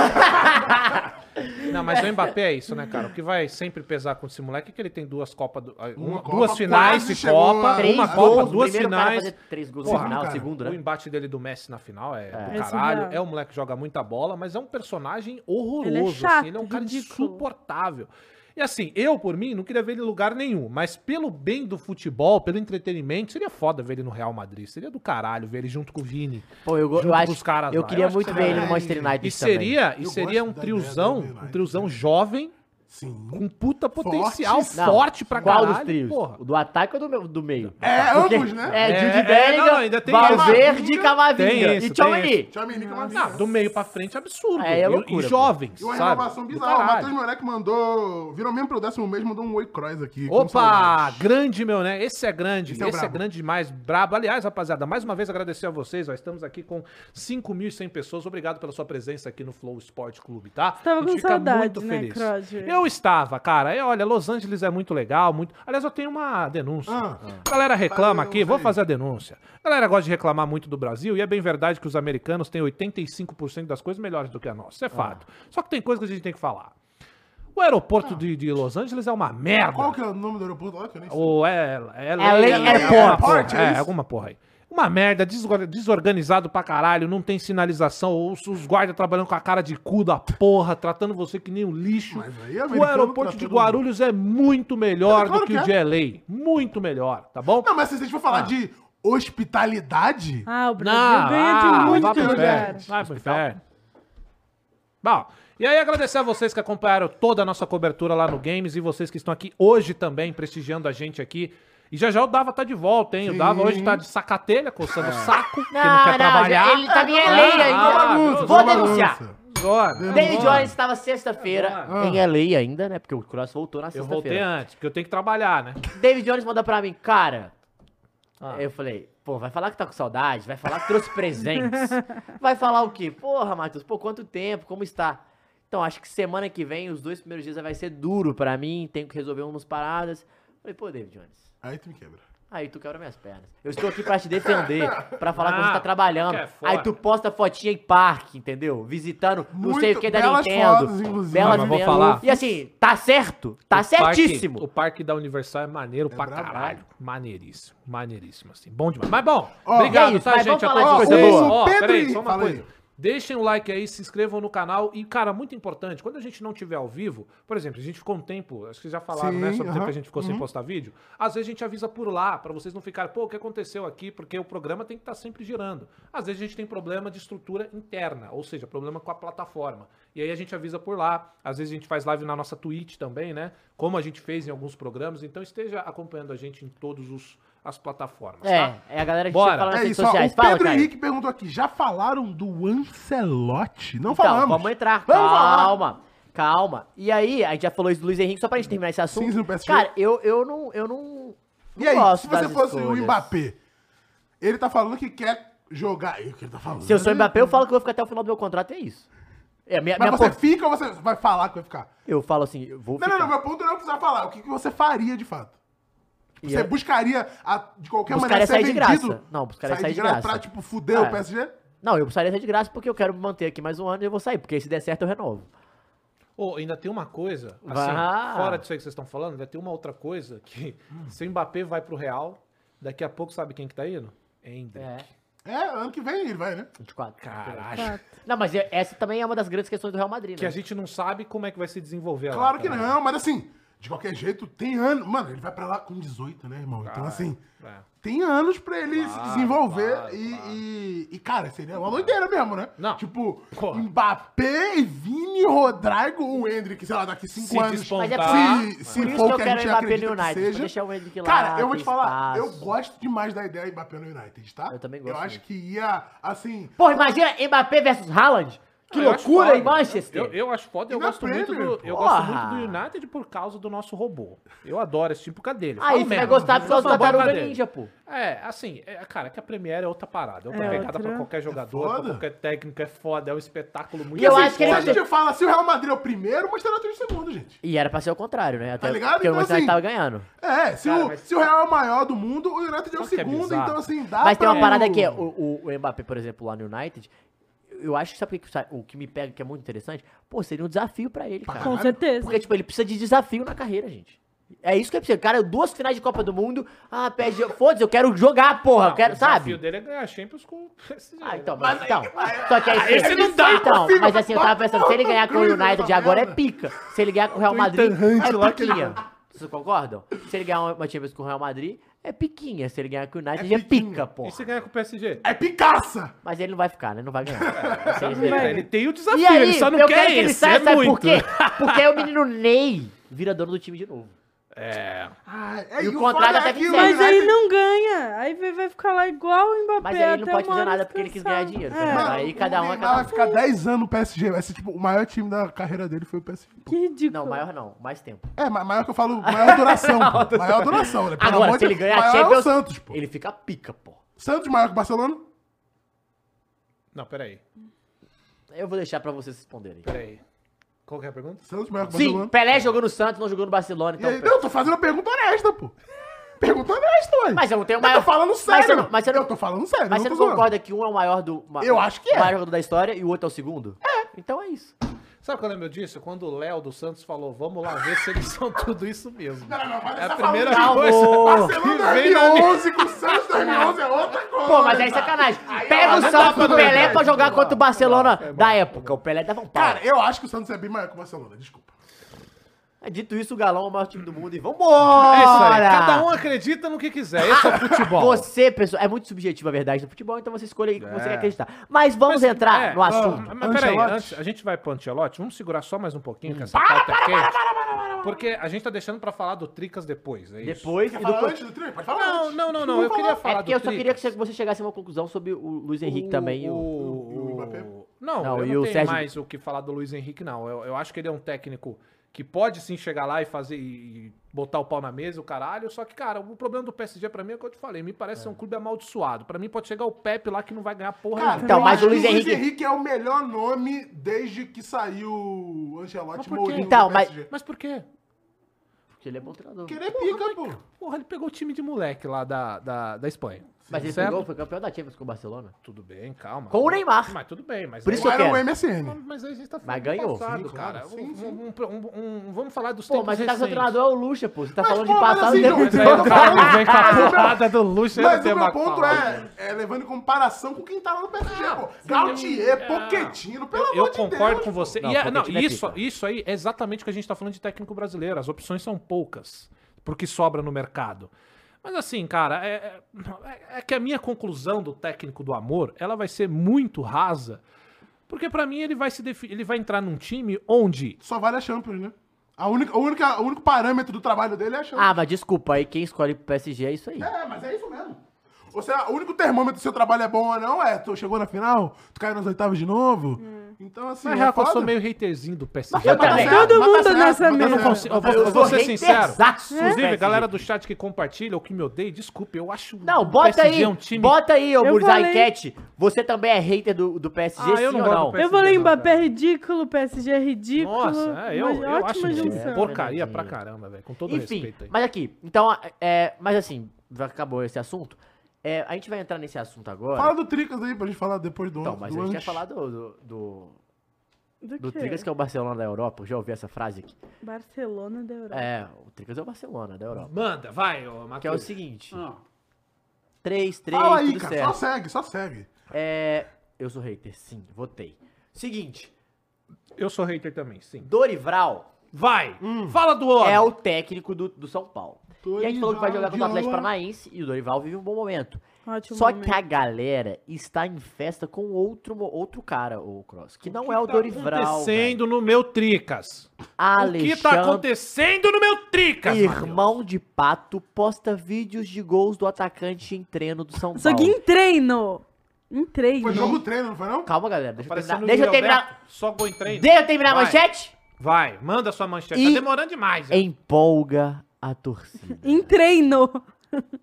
Speaker 1: não, mas o Mbappé é isso, né, cara? O que vai sempre pesar com esse moleque é que ele tem duas Copas, do- uma-
Speaker 3: Copa,
Speaker 1: duas finais
Speaker 3: quase
Speaker 1: de
Speaker 3: chegou a-
Speaker 1: Copa,
Speaker 3: Três
Speaker 1: uma
Speaker 3: gols,
Speaker 1: Copa,
Speaker 2: o
Speaker 1: duas
Speaker 2: primeiro cara
Speaker 1: finais.
Speaker 2: fazer três gols
Speaker 1: Porra,
Speaker 2: no final,
Speaker 3: cara.
Speaker 2: o segundo,
Speaker 1: O
Speaker 2: né?
Speaker 1: embate dele do Messi na final é, do
Speaker 4: Esse
Speaker 1: caralho.
Speaker 4: dá.
Speaker 1: É um moleque que joga muita bola, mas é um personagem horroroso.
Speaker 4: Ele é
Speaker 1: assim,
Speaker 4: chato,
Speaker 1: ele é um cara
Speaker 4: ridículo.
Speaker 1: insuportável. E assim, eu, por mim, não queria ver ele em lugar nenhum. Mas pelo bem do futebol, pelo entretenimento, seria foda ver ele no Real Madrid. Seria do caralho ver ele junto com o Vini.
Speaker 2: Pô, eu, go-
Speaker 1: junto
Speaker 2: eu
Speaker 1: com
Speaker 2: acho.
Speaker 1: os caras
Speaker 2: eu
Speaker 1: lá.
Speaker 2: queria
Speaker 1: Eu acho
Speaker 2: muito
Speaker 1: que
Speaker 2: ver
Speaker 1: seria-
Speaker 2: ele no Manchester United
Speaker 1: E
Speaker 2: É também.
Speaker 1: seria, e
Speaker 3: Eu
Speaker 1: seria
Speaker 3: gosto
Speaker 1: um
Speaker 3: da
Speaker 1: triozão,
Speaker 3: ideia do
Speaker 1: um triozão jovem,
Speaker 3: Sim.
Speaker 1: com puta potencial, forte,
Speaker 2: Não,
Speaker 1: pra
Speaker 2: Qual
Speaker 1: caralho.
Speaker 2: dos trios?
Speaker 1: Porra.
Speaker 2: O do ataque ou do, meu- do meio?
Speaker 3: É,
Speaker 2: Porque-
Speaker 3: ambos, né?
Speaker 2: É,
Speaker 1: É,
Speaker 2: Jude
Speaker 1: é, não, ainda
Speaker 2: Bellingham,
Speaker 1: tem
Speaker 2: Valverde e
Speaker 3: Camavinga.
Speaker 2: Camavinga.
Speaker 1: Tem isso,
Speaker 2: E tchau,
Speaker 1: tem
Speaker 2: Meni.
Speaker 3: Chamini, que é uma
Speaker 1: Não, do meio pra frente é absurdo.
Speaker 2: É, é
Speaker 1: E-
Speaker 2: loucura,
Speaker 1: e
Speaker 2: pô.
Speaker 1: jovens,
Speaker 3: E uma
Speaker 1: sabe?
Speaker 3: renovação
Speaker 1: Do
Speaker 3: bizarra. O
Speaker 1: caralho.
Speaker 3: Matheus Morek mandou. Virou mesmo pro décimo mês, mandou um Oi Cross aqui. com
Speaker 1: Opa,
Speaker 3: saudades.
Speaker 1: grande meu, né? Esse é grande, esse,
Speaker 3: Esse é o
Speaker 1: é,
Speaker 3: brabo.
Speaker 1: grande demais, brabo. Aliás, rapaziada, mais uma vez agradecer a vocês, ó, estamos aqui com 5.100 pessoas. Obrigado pela sua presença aqui no Flow Sport Clube, tá?
Speaker 4: Tava
Speaker 1: A gente
Speaker 4: com
Speaker 1: fica
Speaker 4: saudade,
Speaker 1: muito
Speaker 4: né,
Speaker 1: feliz. Eu
Speaker 4: Croger?
Speaker 1: estava, cara. É, olha, Los Angeles é muito legal, muito. Aliás, eu tenho uma denúncia.
Speaker 3: Ah.
Speaker 1: A Galera reclama
Speaker 3: Faz a
Speaker 1: aqui,
Speaker 3: denúncia
Speaker 1: vou
Speaker 3: aí.
Speaker 1: fazer a denúncia. A Galera gosta de reclamar muito do Brasil e é bem verdade que os americanos têm 85% das coisas melhores do que a
Speaker 3: Ah.
Speaker 1: nossa, isso é fato. Só que tem coisa que a gente tem que falar. O aeroporto de, de Los Angeles é uma merda.
Speaker 3: Ah. Qual que é o nome do aeroporto? Olha que eu nem sei.
Speaker 1: Ou é, é,
Speaker 2: LA Airport.
Speaker 1: alguma porra,
Speaker 3: É
Speaker 1: É,
Speaker 3: isso?
Speaker 1: alguma porra aí. Uma merda, desor- desorganizado pra caralho, não tem sinalização, os, os guardas trabalhando com a cara de cu da porra, tratando você que nem um lixo.
Speaker 3: Mas aí é
Speaker 1: o
Speaker 3: americano
Speaker 1: aeroporto
Speaker 3: pra
Speaker 1: de
Speaker 3: todo mundo.
Speaker 1: Guarulhos é muito melhor
Speaker 3: É, claro
Speaker 1: do que,
Speaker 3: que
Speaker 1: o de LA. Muito melhor, tá bom?
Speaker 3: Não, mas se a gente for falar de hospitalidade.
Speaker 4: Ah, o Brasil ganha de
Speaker 1: ah,
Speaker 4: muito
Speaker 1: vai pro
Speaker 4: lugar.
Speaker 1: inferno, Vai pro inferno. Bom, e aí agradecer a vocês que acompanharam toda a nossa cobertura lá no Games e vocês que estão aqui hoje também, prestigiando a gente aqui. E já já o Dava tá de volta, hein? O Dava hoje tá de sacatelha, coçando o saco, porque não quer trabalhar.
Speaker 2: ele tá em LA
Speaker 3: é
Speaker 1: Ah,
Speaker 2: ainda.
Speaker 1: bagunça,
Speaker 2: Vou
Speaker 1: bagunça.
Speaker 2: denunciar.
Speaker 1: Zona,
Speaker 2: David
Speaker 1: zona.
Speaker 2: Jones estava sexta-feira em LA ainda, né? Porque o Cross voltou na
Speaker 1: Eu voltei
Speaker 2: sexta-feira.
Speaker 1: antes, porque eu tenho que trabalhar, né?
Speaker 2: David Jones mandou pra mim, cara.
Speaker 1: Ah.
Speaker 2: Eu falei, pô, vai falar que tá com saudade, vai falar que trouxe presentes. Vai falar o quê? Porra, Matheus, pô, quanto tempo, como está? Então, acho que semana que vem, os dois primeiros dias vai ser duro pra mim, tenho que resolver umas paradas. Falei, pô, David Jones,
Speaker 3: Aí tu me quebra.
Speaker 2: Aí tu quebra minhas pernas. Eu estou aqui pra te defender, pra falar que
Speaker 1: Ah,
Speaker 2: você tá trabalhando.
Speaker 1: que é foda.
Speaker 2: Aí tu posta fotinha em parque, entendeu? Visitando não sei
Speaker 3: Muito
Speaker 2: o que da
Speaker 3: belas
Speaker 2: Nintendo.
Speaker 3: fotos, inclusive.
Speaker 2: belas
Speaker 1: Mas vou
Speaker 2: mesmo.
Speaker 1: falar.
Speaker 2: E assim, tá certo, tá certíssimo.
Speaker 1: Parque, o parque da Universal é maneiro pra
Speaker 3: brabo.
Speaker 1: caralho. Maneiríssimo, maneiríssimo, assim. Bom demais. Mas bom,
Speaker 3: Ó,
Speaker 1: obrigado,
Speaker 2: e é isso,
Speaker 1: tá,
Speaker 2: mas
Speaker 1: gente?
Speaker 2: vamos falar de
Speaker 1: Ó,
Speaker 2: coisa
Speaker 1: o-
Speaker 3: boa.
Speaker 1: Ó,
Speaker 3: Pedro,
Speaker 1: peraí, só uma
Speaker 3: fala aí.
Speaker 1: coisa. Deixem o like aí, se inscrevam no canal. E, cara, muito importante, quando a gente não tiver ao vivo, por exemplo, a gente ficou um tempo, acho que já falaram,
Speaker 3: Sim,
Speaker 1: né, sobre o tempo
Speaker 3: aham.
Speaker 1: que a gente ficou
Speaker 2: Uhum.
Speaker 1: sem postar vídeo. Às vezes a gente avisa por lá, pra vocês não ficarem, pô, o que aconteceu aqui? Porque o programa tem que estar sempre girando. Às vezes a gente tem problema de estrutura interna, ou seja, problema com a plataforma. E aí a gente avisa por lá. Às vezes a gente faz live na nossa Twitch também, né? Como a gente fez em alguns programas. Então esteja acompanhando a gente em todas as plataformas, tá?
Speaker 2: É, é a galera que
Speaker 1: Bora.
Speaker 2: sempre fala nas
Speaker 3: É
Speaker 2: redes
Speaker 3: isso, ó. O
Speaker 2: sociais.
Speaker 3: Pedro
Speaker 2: Fala, cara.
Speaker 3: Henrique perguntou aqui: já falaram do Ancelotti? Não
Speaker 2: Então,
Speaker 3: falamos.
Speaker 2: vamos entrar.
Speaker 3: Vamos falar.
Speaker 2: calma, calma. E aí, a gente já falou isso do Luiz Henrique, só pra gente terminar esse assunto.
Speaker 3: Sim, sim, o PSG.
Speaker 2: cara, eu, eu não. Eu não.
Speaker 3: E
Speaker 2: não
Speaker 3: aí,
Speaker 2: gosto
Speaker 3: se você
Speaker 2: das
Speaker 3: fosse o
Speaker 2: escolhas.
Speaker 3: Mbappé, ele tá falando que quer jogar. E o que ele tá falando?
Speaker 2: Se eu sou o Mbappé, eu falo que eu vou ficar até o final do meu contrato, é isso. É, minha,
Speaker 3: Mas
Speaker 2: minha
Speaker 3: você
Speaker 2: por-
Speaker 3: fica ou você vai falar que vai ficar?
Speaker 2: Eu falo assim, eu vou
Speaker 3: Não,
Speaker 2: ficar.
Speaker 3: não, não. Meu ponto não é o que você vai falar. O que, que você faria de fato? Tipo,
Speaker 2: E
Speaker 3: você
Speaker 2: é-
Speaker 3: buscaria, a- de qualquer
Speaker 2: Buscaria
Speaker 3: maneira,
Speaker 2: sair de
Speaker 3: vendido?
Speaker 2: graça. Não, buscaria sair de graça.
Speaker 3: Pra, tipo, fuder
Speaker 2: É.
Speaker 3: o PSG?
Speaker 2: Não, eu precisaria ser de graça porque eu quero me manter aqui mais um ano e eu vou sair, porque se der certo eu renovo.
Speaker 1: Ô, ainda tem uma coisa, assim,
Speaker 2: Vá. Hum.
Speaker 1: fora disso aí que vocês estão falando, ainda tem uma outra coisa que se o Mbappé vai pro Real, daqui a pouco sabe quem que tá indo? Hendrick.
Speaker 2: É,
Speaker 3: É, ano que vem ele vai, né?
Speaker 2: 24.
Speaker 1: Caralho.
Speaker 2: Não, mas é- essa também é uma das grandes questões do Real Madrid,
Speaker 1: Que
Speaker 2: né?
Speaker 1: a gente não sabe como é que vai se desenvolver lá,
Speaker 3: Claro que
Speaker 1: cara.
Speaker 3: não, mas assim, De qualquer jeito, tem anos. Mano, ele vai pra lá com 18, né, irmão? Então, assim,
Speaker 1: é.
Speaker 3: tem anos pra ele se
Speaker 1: Claro,
Speaker 3: desenvolver.
Speaker 1: claro,
Speaker 3: e,
Speaker 1: claro.
Speaker 3: E, e, cara, seria uma doideira mesmo, né?
Speaker 1: Não.
Speaker 3: Tipo,
Speaker 1: Porra.
Speaker 3: Mbappé, Vini, Rodrigo, o Hendrick, sei lá, daqui 5
Speaker 1: Se
Speaker 3: anos.
Speaker 1: despontar.
Speaker 2: Mas é
Speaker 1: Tá.
Speaker 3: Se, se
Speaker 2: por isso
Speaker 3: for
Speaker 2: que eu
Speaker 3: o que a
Speaker 2: quero
Speaker 3: gente
Speaker 2: o Mbappé
Speaker 3: acredita
Speaker 2: no
Speaker 3: que
Speaker 2: United.
Speaker 3: seja.
Speaker 2: Vou deixar o Henrique lá.
Speaker 3: Cara, eu vou te
Speaker 2: tem
Speaker 3: falar, eu
Speaker 2: espaço.
Speaker 3: gosto demais da ideia Mbappé no United, tá?
Speaker 2: Eu também gosto
Speaker 3: Eu acho
Speaker 2: muito.
Speaker 3: que ia, assim,
Speaker 2: Porra, imagina Mbappé versus Haaland. Que
Speaker 1: Ah, Eu acho
Speaker 2: loucura
Speaker 1: foda.
Speaker 2: em Manchester.
Speaker 1: Eu, eu acho foda, eu
Speaker 3: E na
Speaker 1: gosto, muito
Speaker 3: Premier,
Speaker 1: do, eu
Speaker 2: porra.
Speaker 1: gosto muito do United por causa do nosso robô. Eu adoro esse tipo de cadeira.
Speaker 2: Aí você vai gostar por causa do Tartaruga Ninja, pô.
Speaker 1: É, assim, é, cara, que a Premier é outra parada. É outra
Speaker 4: É
Speaker 1: pegada
Speaker 4: outra.
Speaker 1: pra qualquer jogador, pra
Speaker 3: foda.
Speaker 1: qualquer técnico, é foda, é um espetáculo muito
Speaker 2: E eu
Speaker 1: foda.
Speaker 2: acho que ele é
Speaker 3: se a gente fala se o Real Madrid é o primeiro, o Manchester United é o segundo, gente.
Speaker 2: E era pra ser o contrário, né? Até
Speaker 3: Tá ligado?
Speaker 2: porque o
Speaker 3: Então,
Speaker 2: Manchester United tava
Speaker 3: assim,
Speaker 2: ganhando.
Speaker 3: É, se,
Speaker 1: Cara,
Speaker 3: o,
Speaker 1: mas-
Speaker 3: se o Real é o maior do mundo, o United é o
Speaker 1: Só que é
Speaker 3: segundo,
Speaker 1: bizarro.
Speaker 3: então assim, dá
Speaker 2: Mas tem uma
Speaker 3: pra-
Speaker 2: parada que é o, o- o Mbappé, por exemplo, lá no United. Eu acho que sabe o que, que sa- o que me pega, que é muito interessante? Pô, seria um desafio pra ele, cara.
Speaker 4: Com certeza.
Speaker 2: Porque, tipo, ele precisa de desafio na carreira, gente. É isso que é preciso. Cara, duas finais de Copa do Mundo. Ah, perde. Foda-se, eu quero jogar, porra. eu
Speaker 1: Não,
Speaker 2: quero,
Speaker 1: o
Speaker 2: sabe?
Speaker 1: desafio dele é ganhar a Champions com o PSG.
Speaker 2: Ah, então,
Speaker 3: Mas
Speaker 2: mas,
Speaker 3: aí-
Speaker 2: então. Só que aí. se-
Speaker 1: esse não dá,
Speaker 2: Então,
Speaker 3: filho,
Speaker 2: mas assim, eu tava
Speaker 3: vai
Speaker 2: pensando, se ele ganhar com o
Speaker 3: cruz nessa
Speaker 2: United
Speaker 1: né?
Speaker 2: agora é
Speaker 3: merda.
Speaker 2: pica. Se ele ganhar com o Real Madrid,
Speaker 1: enterrante
Speaker 2: é
Speaker 1: lá que ele
Speaker 2: piquinha. Vocês concordam? Se ele ganhar uma Champions com o Real Madrid, é piquinha. Se ele ganhar com o United, é,
Speaker 3: É
Speaker 2: pica,
Speaker 3: piquinha.
Speaker 1: E
Speaker 2: porra.
Speaker 1: se ganhar com o PSG?
Speaker 3: É picaça!
Speaker 2: Mas ele não vai ficar, né? Não vai ganhar. Isso é isso
Speaker 4: vai.
Speaker 2: aí.
Speaker 1: Ele tem o desafio,
Speaker 2: E aí,
Speaker 1: ele só não
Speaker 2: eu
Speaker 1: quer
Speaker 2: quero que ele
Speaker 1: esse,
Speaker 2: saia,
Speaker 1: é
Speaker 2: sabe por
Speaker 1: muito.
Speaker 2: quê? Porque aí o menino Ney vira dono do time de novo.
Speaker 1: É,
Speaker 3: Ah, é,
Speaker 2: E o contrato
Speaker 3: foda é
Speaker 2: até que
Speaker 3: que o
Speaker 2: segue.
Speaker 4: Mas
Speaker 3: United-
Speaker 4: aí não ganha. Aí vai vai ficar lá igual o Mbappé.
Speaker 2: Mas aí ele não
Speaker 4: até
Speaker 2: pode
Speaker 4: uma
Speaker 2: fazer
Speaker 4: hora
Speaker 2: nada porque ele quis
Speaker 4: descansar.
Speaker 2: ganhar dinheiro,
Speaker 4: É.
Speaker 2: tá ligado? Aí cada um
Speaker 3: Tipo, o
Speaker 2: acaba-
Speaker 3: Neymar vai ficar 10 anos no PSG. Vai ser tipo o maior time da carreira dele foi o PSG.
Speaker 4: Que ridículo.
Speaker 2: Não, maior não, mais tempo.
Speaker 3: É, ma- maior que eu falo, maior duração. pô. maior duração, né? Pelo
Speaker 2: Agora,
Speaker 3: amor
Speaker 2: se
Speaker 3: de-
Speaker 2: ele ganhar a
Speaker 3: maior é o
Speaker 2: Champions,
Speaker 3: Santos, pô.
Speaker 2: ele fica pica, pô.
Speaker 3: Santos maior que o Barcelona?
Speaker 1: não, peraí,
Speaker 2: Eu vou deixar pra vocês responderem.
Speaker 1: peraí. Qual que é a pergunta?
Speaker 3: Santos maior que o
Speaker 2: Sim,
Speaker 3: Barcelona?
Speaker 2: Pelé jogou no Santos, não jogou no Barcelona,
Speaker 3: E
Speaker 2: então...
Speaker 3: aí, não, eu tô fazendo uma pergunta honesta, pô. Pergunta honesta, ué.
Speaker 2: Mas eu não tenho
Speaker 3: Eu
Speaker 2: maior...
Speaker 3: tô falando sério.
Speaker 2: Mas você não, mas você não-
Speaker 3: Eu tô falando sério.
Speaker 2: mas
Speaker 3: eu
Speaker 2: você
Speaker 3: tô
Speaker 2: não
Speaker 3: zoando.
Speaker 2: concorda que um é o maior do... ma-
Speaker 3: Eu acho que é.
Speaker 2: O maior jogador da história e o outro é o segundo? É. Então é isso.
Speaker 1: Sabe quando eu lembro disso? Quando o Léo dos Santos falou, vamos lá ver se eles são tudo isso mesmo.
Speaker 3: Não, não,
Speaker 1: é
Speaker 3: mas
Speaker 2: tá
Speaker 1: a
Speaker 3: essa
Speaker 1: primeira
Speaker 2: fala-
Speaker 1: coisa
Speaker 2: Calma.
Speaker 1: que
Speaker 3: Barcelona
Speaker 1: vem na
Speaker 2: tá
Speaker 1: minha...
Speaker 3: 2011 com o Santos 2011 é outra coisa.
Speaker 2: Pô, mas aí é sacanagem. Pega
Speaker 3: ó,
Speaker 2: o
Speaker 3: não
Speaker 1: dá
Speaker 2: Santos
Speaker 1: pra
Speaker 2: do Pelé
Speaker 1: verdade,
Speaker 2: pra jogar
Speaker 1: não dá,
Speaker 2: contra o
Speaker 1: não dá,
Speaker 2: Barcelona
Speaker 1: foi bom,
Speaker 2: da
Speaker 1: foi
Speaker 2: época. O Pelé dava um pau.
Speaker 3: é Cara, eu acho que o Santos é bem maior que o Barcelona, desculpa.
Speaker 2: Dito isso, o Galão é o maior time do mundo e
Speaker 1: É
Speaker 2: vambora!
Speaker 1: isso aí, cada um acredita no que quiser, esse é o futebol.
Speaker 2: Ah, Você, pessoal, é muito subjetiva a verdade do futebol, então você escolhe aí o que você
Speaker 1: É.
Speaker 2: quer acreditar. Mas vamos
Speaker 1: Mas,
Speaker 2: entrar
Speaker 1: é,
Speaker 2: no assunto.
Speaker 1: Mas peraí,
Speaker 3: Ancelotti.
Speaker 1: antes, a gente vai pro Ancelotti, vamos segurar só mais um pouquinho
Speaker 2: Hum.
Speaker 1: que essa pauta é quente. Porque a gente tá deixando pra falar do Tricas depois, é isso?
Speaker 2: Depois
Speaker 3: Quer
Speaker 2: e
Speaker 3: falar
Speaker 2: depois.
Speaker 3: Então, antes do trio? Pode falar
Speaker 1: Não,
Speaker 3: antes.
Speaker 1: não, não, não, eu queria
Speaker 2: É
Speaker 1: falar do
Speaker 2: porque eu só queria que
Speaker 1: Tricas.
Speaker 2: você chegasse a uma conclusão sobre o Luiz Henrique também. e o-
Speaker 3: e o
Speaker 1: o-
Speaker 3: Mbappé?
Speaker 1: Não,
Speaker 2: Não,
Speaker 1: eu
Speaker 2: e
Speaker 1: não
Speaker 2: o
Speaker 1: tenho
Speaker 2: Sérgio-
Speaker 1: mais o que falar do Luiz Henrique, não. Eu, eu acho que ele é um técnico que pode sim chegar lá e fazer e botar o pau na mesa, o caralho. Só que, cara, o problema do PSG pra mim é o que eu te falei. Me parece ser um clube amaldiçoado. Pra mim pode chegar o Pepe lá que não vai ganhar porra
Speaker 3: Cara,
Speaker 1: nenhuma.
Speaker 2: Então,
Speaker 3: eu
Speaker 2: mas
Speaker 3: acho
Speaker 2: o
Speaker 3: que
Speaker 2: Luiz Henrique-
Speaker 3: é o melhor nome desde que saiu o Ancelotti
Speaker 1: Mas por quê?
Speaker 3: Mourinho do
Speaker 2: Então, mas-
Speaker 3: PSG.
Speaker 1: Mas por quê?
Speaker 2: Porque ele é bom treinador.
Speaker 3: Porque ele é pica, pô.
Speaker 1: Porra, ele pegou o time de moleque lá da, da, da Espanha.
Speaker 2: Mas ele
Speaker 1: Certo?
Speaker 2: pegou, foi campeão da Champions com o Barcelona.
Speaker 1: Tudo bem, calma.
Speaker 2: Com o Neymar.
Speaker 1: Mas tudo bem, mas.
Speaker 2: Por
Speaker 1: aí-
Speaker 2: isso
Speaker 3: Ou
Speaker 2: eu
Speaker 3: era o
Speaker 2: quero.
Speaker 3: MSN.
Speaker 1: Mas aí a gente tá
Speaker 2: Mas
Speaker 1: do
Speaker 2: ganhou.
Speaker 1: Passado,
Speaker 3: Sim,
Speaker 1: cara.
Speaker 3: claro, sim,
Speaker 1: Um-
Speaker 3: sim.
Speaker 1: um- um- um- um- vamos falar dos
Speaker 2: Pô,
Speaker 1: tempos
Speaker 2: mas você tá com o
Speaker 1: recentes.
Speaker 2: treinador é o Lucha, pô. Você tá
Speaker 3: Mas,
Speaker 2: falando
Speaker 3: pô,
Speaker 2: de
Speaker 3: mas
Speaker 2: passado
Speaker 3: assim,
Speaker 2: e
Speaker 3: não,
Speaker 1: Mas
Speaker 2: depois
Speaker 1: aí o
Speaker 3: Então,
Speaker 1: cara
Speaker 3: cara,
Speaker 1: vem com a
Speaker 3: mas-
Speaker 1: porrada do luxo aí tem
Speaker 3: Mas o meu
Speaker 1: mais
Speaker 3: ponto
Speaker 1: falar.
Speaker 3: é, é levando em comparação com quem tava no PSG, pô. Gautier, Pochettino, pelo
Speaker 1: Ah, Eu
Speaker 3: amor de Deus.
Speaker 1: concordo com você.
Speaker 2: Não,
Speaker 1: E é- não,
Speaker 2: Pochettino é
Speaker 1: isso,
Speaker 2: pica.
Speaker 1: isso aí é exatamente o que a gente tá falando de técnico brasileiro. As opções são poucas pro que sobra no mercado. Mas assim, cara, é, é- é que a minha conclusão do técnico do amor, ela vai ser muito rasa. Porque pra mim ele vai se defi- ele vai entrar num time onde
Speaker 3: Só vale a Champions, né? A única, a única- o único parâmetro do trabalho dele é a Champions.
Speaker 2: Ah, mas desculpa, aí quem escolhe pro PSG é isso aí.
Speaker 3: É, mas é isso mesmo. Ou seja, o único termômetro do seu trabalho é bom ou não é, tu chegou na final, tu caiu nas oitavas de novo.
Speaker 1: Hum.
Speaker 3: Então, assim,
Speaker 1: Na real, que eu sou
Speaker 3: foda.
Speaker 1: meio haterzinho do PSG.
Speaker 2: eu
Speaker 1: Mas
Speaker 2: também.
Speaker 1: tá certo.
Speaker 3: Mas
Speaker 4: Todo
Speaker 3: tá
Speaker 4: mundo
Speaker 3: certo,
Speaker 4: nessa
Speaker 3: mas tá
Speaker 1: Eu não
Speaker 4: mesa.
Speaker 3: certo.
Speaker 1: consigo. Eu vou, eu vou ser sincero.
Speaker 2: haterzaço do
Speaker 1: Inclusive,
Speaker 3: É.
Speaker 2: PSG.
Speaker 1: galera do chat que compartilha ou que me odeia, desculpe, eu acho.
Speaker 2: Não,
Speaker 1: o
Speaker 2: bota
Speaker 1: PSG
Speaker 2: aí,
Speaker 1: é um time-
Speaker 2: bota aí, ô
Speaker 4: Eu
Speaker 2: Burzai
Speaker 4: falei.
Speaker 2: Cat. Você também é hater do, do PSG,
Speaker 1: Ah,
Speaker 2: sim
Speaker 1: eu não
Speaker 2: ou
Speaker 1: gosto do
Speaker 2: não?
Speaker 1: PSG.
Speaker 4: Eu falei
Speaker 1: não,
Speaker 4: Mbappé é
Speaker 1: cara.
Speaker 4: ridículo, PSG é ridículo.
Speaker 1: Nossa, é, eu,
Speaker 4: mas
Speaker 1: eu acho um time
Speaker 2: junção.
Speaker 1: porcaria pra caramba, velho. Com todo
Speaker 2: Enfim,
Speaker 1: respeito aí.
Speaker 2: mas aqui, então, é, mas assim, já acabou esse assunto. É, a gente vai entrar nesse assunto agora.
Speaker 3: Fala do Tricas aí pra gente falar depois do
Speaker 2: então,
Speaker 3: do
Speaker 2: mas a gente vai
Speaker 3: antes.
Speaker 2: falar do, do, do,
Speaker 4: Do,
Speaker 2: do
Speaker 4: quê?
Speaker 2: Tricas, que é o Barcelona da Europa. Eu já ouvi essa frase aqui.
Speaker 4: Barcelona da Europa.
Speaker 2: É, o Tricas é o Barcelona da Europa.
Speaker 1: Manda, vai, ô Matheus.
Speaker 2: Que é o seguinte: 3, 3,
Speaker 3: Ah. Fala aí,
Speaker 2: tudo
Speaker 3: cara,
Speaker 2: certo.
Speaker 3: só segue, só segue.
Speaker 2: É, eu sou hater, sim, votei. Seguinte,
Speaker 1: Eu sou hater também, sim.
Speaker 2: Dorival
Speaker 1: Vai. Fala do homem.
Speaker 2: é o técnico do, do São Paulo. e a gente
Speaker 3: Dorival
Speaker 2: falou que vai jogar contra o Atlético
Speaker 3: Diola.
Speaker 2: Paranaense e o Dorival vive um bom momento.
Speaker 4: Ótimo
Speaker 2: Só
Speaker 4: momento.
Speaker 2: que a galera está em festa com outro, mo- outro cara, o Cross, que não é o
Speaker 1: O que tá
Speaker 2: Dorival. velho.
Speaker 1: acontecendo no meu Tricas? O que tá
Speaker 2: Alexandre,
Speaker 1: acontecendo no meu Tricas? Matheus?
Speaker 2: irmão de pato, posta vídeos de gols do atacante em treino do São
Speaker 4: Só
Speaker 2: Paulo.
Speaker 4: que em treino. Em treino.
Speaker 3: Foi jogo treino, não foi não?
Speaker 2: Calma, galera. Deixa eu
Speaker 1: Aparecendo
Speaker 2: terminar.
Speaker 1: no
Speaker 2: Deixa eu terminar,
Speaker 1: Gilberto, Só gol em treino.
Speaker 2: deixa eu terminar a
Speaker 1: Vai.
Speaker 2: manchete.
Speaker 1: Vai, manda sua manchete. Tá
Speaker 2: E-
Speaker 1: demorando demais. hein?
Speaker 2: Empolga a torcida.
Speaker 4: Em treino.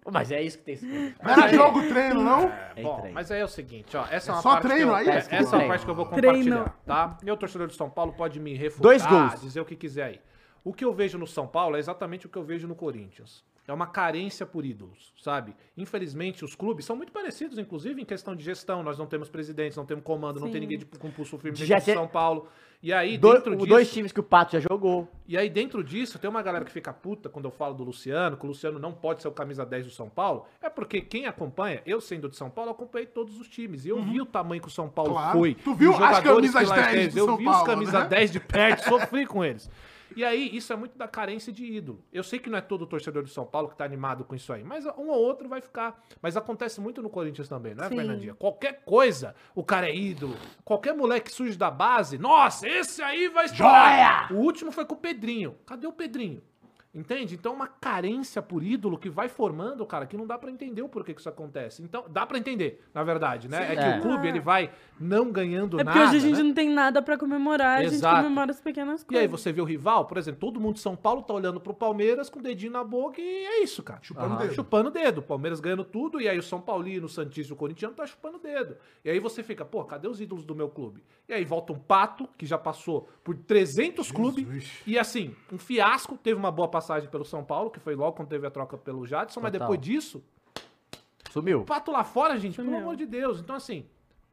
Speaker 2: Mas é isso que tem esse
Speaker 3: Não era jogo treino, não?
Speaker 2: É
Speaker 1: Bom,
Speaker 2: treino.
Speaker 1: mas aí é o seguinte, ó. Essa é,
Speaker 3: É
Speaker 1: uma
Speaker 3: só
Speaker 1: parte
Speaker 3: treino
Speaker 1: que eu,
Speaker 3: aí?
Speaker 1: é-
Speaker 3: Parece que
Speaker 1: Essa é
Speaker 2: treino.
Speaker 1: a parte que eu vou
Speaker 4: Treino.
Speaker 1: compartilhar, tá? Meu torcedor de São Paulo pode me refutar,
Speaker 2: Dois gols.
Speaker 1: dizer o que quiser aí. O que eu vejo no São Paulo é exatamente o que eu vejo no Corinthians. É uma carência por ídolos, sabe? Infelizmente, os clubes são muito parecidos, inclusive em questão de gestão. Nós não temos presidentes, não temos comando, não
Speaker 4: Sim.
Speaker 1: tem ninguém de, com pulso firme
Speaker 2: Já
Speaker 1: dentro de
Speaker 2: tem-
Speaker 1: São Paulo. E aí,
Speaker 2: Do-
Speaker 1: dentro
Speaker 2: o-
Speaker 1: disso...
Speaker 2: dois times que o Pato já jogou.
Speaker 1: E aí, dentro disso, tem uma galera que fica puta quando eu falo do Luciano, que o Luciano não pode ser o camisa 10 do São Paulo. É porque quem acompanha, eu sendo de São Paulo, acompanhei todos os times. E eu vi o tamanho que o São Paulo
Speaker 3: Uhum. Claro.
Speaker 1: foi.
Speaker 3: Tu viu
Speaker 1: os
Speaker 3: as
Speaker 1: jogadores
Speaker 3: camisas
Speaker 1: que lá
Speaker 3: 10
Speaker 1: esteve,
Speaker 3: do
Speaker 1: Eu
Speaker 3: São
Speaker 1: vi os
Speaker 3: Paulo,
Speaker 1: camisa
Speaker 3: né?
Speaker 1: 10 de perto, sofri com eles. E aí, isso é muito da carência de ídolo. Eu sei que não é todo torcedor de São Paulo que tá animado com isso aí, mas um ou outro vai ficar. Mas acontece muito no Corinthians também, né,
Speaker 4: Sim.
Speaker 1: Fernandinha? Qualquer coisa, o cara é ídolo. Qualquer moleque que surge da base, nossa, esse aí vai estourar. O último foi com o Pedrinho. Cadê o Pedrinho? Entende? Então, uma carência por ídolo que vai formando, cara, que não dá pra entender o porquê que isso acontece. Então, dá pra entender, na verdade, né? é que
Speaker 2: É.
Speaker 1: o clube ele vai não ganhando
Speaker 4: É
Speaker 1: nada.
Speaker 4: porque hoje a gente
Speaker 1: né?
Speaker 4: não tem nada pra comemorar, a
Speaker 1: Exato.
Speaker 4: gente comemora as pequenas
Speaker 1: E
Speaker 4: coisas.
Speaker 1: aí você vê o rival, por exemplo, todo mundo de São Paulo tá olhando pro Palmeiras com o dedinho na boca e é isso, cara.
Speaker 3: Ah, Chupando
Speaker 1: Aham.
Speaker 3: dedo.
Speaker 1: Chupando o dedo. O Palmeiras ganhando tudo e aí o São Paulino, o Santista e o Corintiano tá chupando o dedo. E aí você fica, pô, cadê os ídolos do meu clube? E aí volta um Pato, que já passou por 300 clubes. E assim, um fiasco. Teve uma boa passagem pelo São Paulo, que foi logo quando teve a troca pelo Jadson, mas
Speaker 2: Total.
Speaker 1: depois disso,
Speaker 2: Sumiu.
Speaker 1: o Pato lá fora, gente, pelo
Speaker 4: Meu.
Speaker 1: amor de Deus. Então, assim,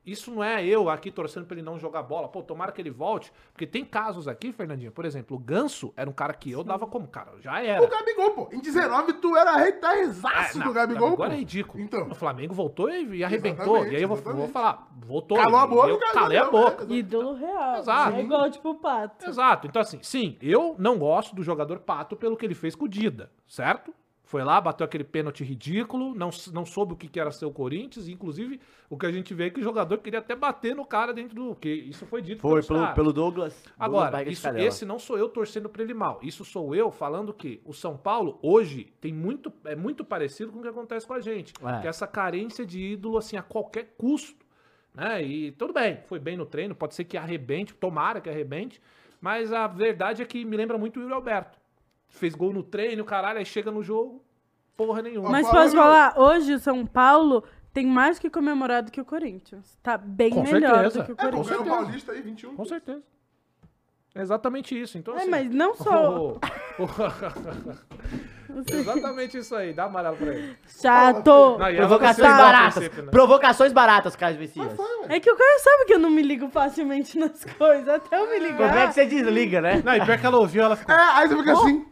Speaker 1: isso não é eu aqui torcendo pra ele não jogar bola. Pô, tomara que ele volte. Porque tem casos aqui, Fernandinho. Por exemplo, o Ganso era um cara que eu dava como, cara, já era.
Speaker 3: O Gabigol, pô. Em 19 tu era reitarrezaço
Speaker 1: É,
Speaker 3: do
Speaker 1: não,
Speaker 3: Gabigol, pô.
Speaker 1: Gabigol era ridículo.
Speaker 3: Então.
Speaker 1: O Flamengo voltou e, e arrebentou.
Speaker 3: Exatamente,
Speaker 1: e aí eu vou,
Speaker 3: exatamente.
Speaker 1: vou falar, voltou.
Speaker 3: Calou a
Speaker 1: e
Speaker 3: boca,
Speaker 1: Eu
Speaker 3: cara,
Speaker 1: calei a
Speaker 3: não,
Speaker 1: boca.
Speaker 3: né?
Speaker 4: Ídolo real.
Speaker 1: é Exato.
Speaker 4: É igual, tipo, o pato.
Speaker 1: Exato. Então, assim, sim, eu não gosto do jogador Pato pelo que ele fez com o Dida, certo? Foi lá, bateu aquele pênalti ridículo, não, s- não soube o que, que era ser o Corinthians, e, inclusive o que a gente vê é que o jogador queria até bater no cara dentro do. que Isso foi dito
Speaker 2: Foi
Speaker 1: pelos
Speaker 2: pelo,
Speaker 1: caras.
Speaker 2: pelo Douglas. Douglas
Speaker 1: Agora,
Speaker 2: Barriga de
Speaker 1: isso,
Speaker 2: Cadela.
Speaker 1: esse não sou eu torcendo pra ele mal. Isso sou eu falando que o São Paulo hoje tem muito, é muito parecido com o que acontece com a gente.
Speaker 2: É.
Speaker 1: Que é essa carência de ídolo, assim, a qualquer custo. Né? E tudo bem, foi bem no treino, pode ser que arrebente, tomara que arrebente. Mas a verdade é que me lembra muito o Yuri Alberto. Fez gol no treino, caralho, aí chega no jogo, porra nenhuma.
Speaker 4: Mas
Speaker 3: Paulo
Speaker 4: posso
Speaker 3: não.
Speaker 4: falar, hoje o São Paulo tem mais que comemorar do que o Corinthians. Tá bem
Speaker 1: Com
Speaker 4: melhor
Speaker 1: certeza.
Speaker 4: do que o
Speaker 1: É, com
Speaker 3: Pô,
Speaker 4: Corinthians.
Speaker 3: ganhou o
Speaker 1: certeza.
Speaker 3: Paulista aí, 21.
Speaker 1: Com certeza. É exatamente isso. Então,
Speaker 4: É,
Speaker 1: assim,
Speaker 4: mas não só.
Speaker 1: exatamente isso aí. Dá amarelo pra ele.
Speaker 4: Chato!
Speaker 1: Não, e ela
Speaker 2: Provocações
Speaker 1: desceu lá no
Speaker 2: baratas.
Speaker 1: princípio, né?
Speaker 2: Provocações baratas, Carlos Messias.
Speaker 4: É que o cara sabe que eu não me ligo facilmente nas coisas, até eu me
Speaker 2: Como é
Speaker 4: ligar.
Speaker 2: que você desliga, né?
Speaker 1: Não, e pior que ela ouviu, ela ficou.
Speaker 3: É, aí você fica assim.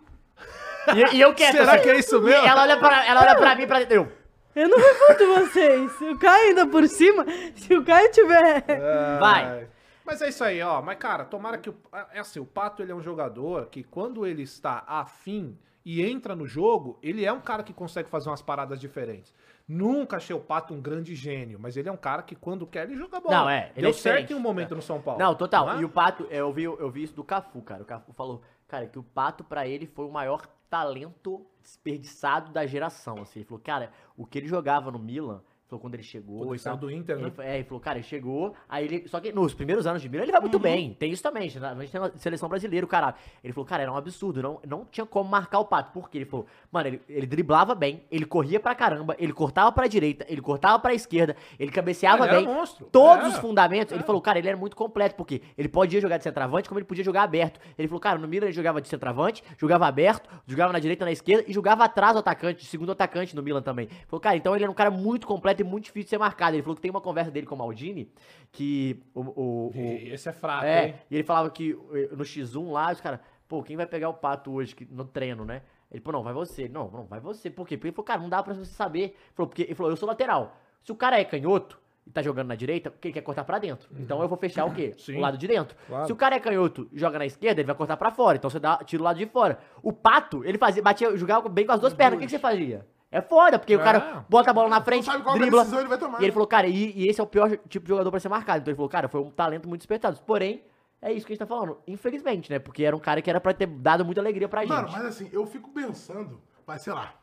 Speaker 2: E, e eu quero.
Speaker 1: Será que é isso mesmo?
Speaker 2: Ela olha pra, ela olha pra mim e pra eu.
Speaker 4: Eu não refuto vocês. Se o Caio ainda por cima, se o Caio tiver.
Speaker 1: Ah,
Speaker 2: Vai.
Speaker 1: Mas é isso aí, ó. Mas, cara, tomara que. O, é assim, o Pato ele é um jogador que, quando ele está afim e entra no jogo, ele é um cara que consegue fazer umas paradas diferentes. Nunca achei o Pato um grande gênio, mas ele é um cara que, quando quer, ele joga bola.
Speaker 2: Não, é, ele
Speaker 1: Deu
Speaker 2: é
Speaker 1: certo
Speaker 2: diferente.
Speaker 1: em um momento no São Paulo.
Speaker 2: Não, total.
Speaker 1: é?
Speaker 2: E o Pato, eu vi, eu vi isso do Cafu, cara. O Cafu falou, cara, que o Pato pra ele foi o maior talento desperdiçado da geração, assim. Ele falou, cara, o que ele jogava no Milan, ele falou quando ele chegou,
Speaker 1: Quando ele
Speaker 2: e
Speaker 1: saiu
Speaker 2: tal,
Speaker 1: do Inter, né?
Speaker 2: ele, é, ele falou, cara, ele chegou, aí ele, só que nos primeiros anos de Milan ele vai
Speaker 1: Uhum.
Speaker 2: muito bem, tem isso também, a gente tem na seleção brasileira, o caralho. Ele falou, cara, era um absurdo, não, não tinha como marcar o Pato, porque ele falou, mano, ele, ele driblava bem, ele corria pra caramba, ele cortava pra direita, ele cortava pra esquerda, ele cabeceava
Speaker 1: Ele era
Speaker 2: bem,
Speaker 1: monstro. É.
Speaker 2: todos
Speaker 1: Era.
Speaker 2: os fundamentos, ele falou, cara, ele era muito completo, porque ele podia jogar de centroavante, como ele podia jogar aberto. Ele falou, cara, no Milan ele jogava de centroavante, jogava aberto, jogava na direita, na esquerda e jogava atrás do atacante, de segundo atacante no Milan também. Ele falou, cara, então ele era um cara muito completo e muito difícil de ser marcado. Ele falou que tem uma conversa dele com o Maldini, que o- o- o,
Speaker 1: E Esse é fraco,
Speaker 2: é,
Speaker 1: hein?
Speaker 2: e ele falava que eh, no X1 lá, os caras, pô, quem vai pegar o pato hoje que- no treino, né? Ele falou, não, vai você. Não, não, vai você. Por quê? Porque ele falou, cara, não dá pra você saber. Ele falou, porque, ele falou, eu sou lateral. Se o cara é canhoto, e tá jogando na direita, porque ele quer cortar pra dentro. Então eu vou fechar o quê?
Speaker 1: Sim.
Speaker 2: O lado de dentro.
Speaker 1: Claro.
Speaker 2: Se o cara é canhoto e joga na esquerda, ele vai cortar pra fora. Então você dá, tira o lado de fora. O pato, ele fazia, batia, jogava bem com as duas pernas. O que, que você fazia? É foda, porque o cara bota a bola na frente,
Speaker 3: sabe qual
Speaker 2: dribla.
Speaker 3: decisão ele vai tomar,
Speaker 2: E ele
Speaker 3: né?
Speaker 2: falou, cara, e, e esse é o pior tipo de jogador pra ser marcado. Então ele falou, cara, foi um talento muito despertado. Porém, é isso que a gente tá falando. Infelizmente, né? Porque era um cara que era pra ter dado muita alegria pra gente.
Speaker 3: Mano, mas assim, eu fico pensando, mas sei lá,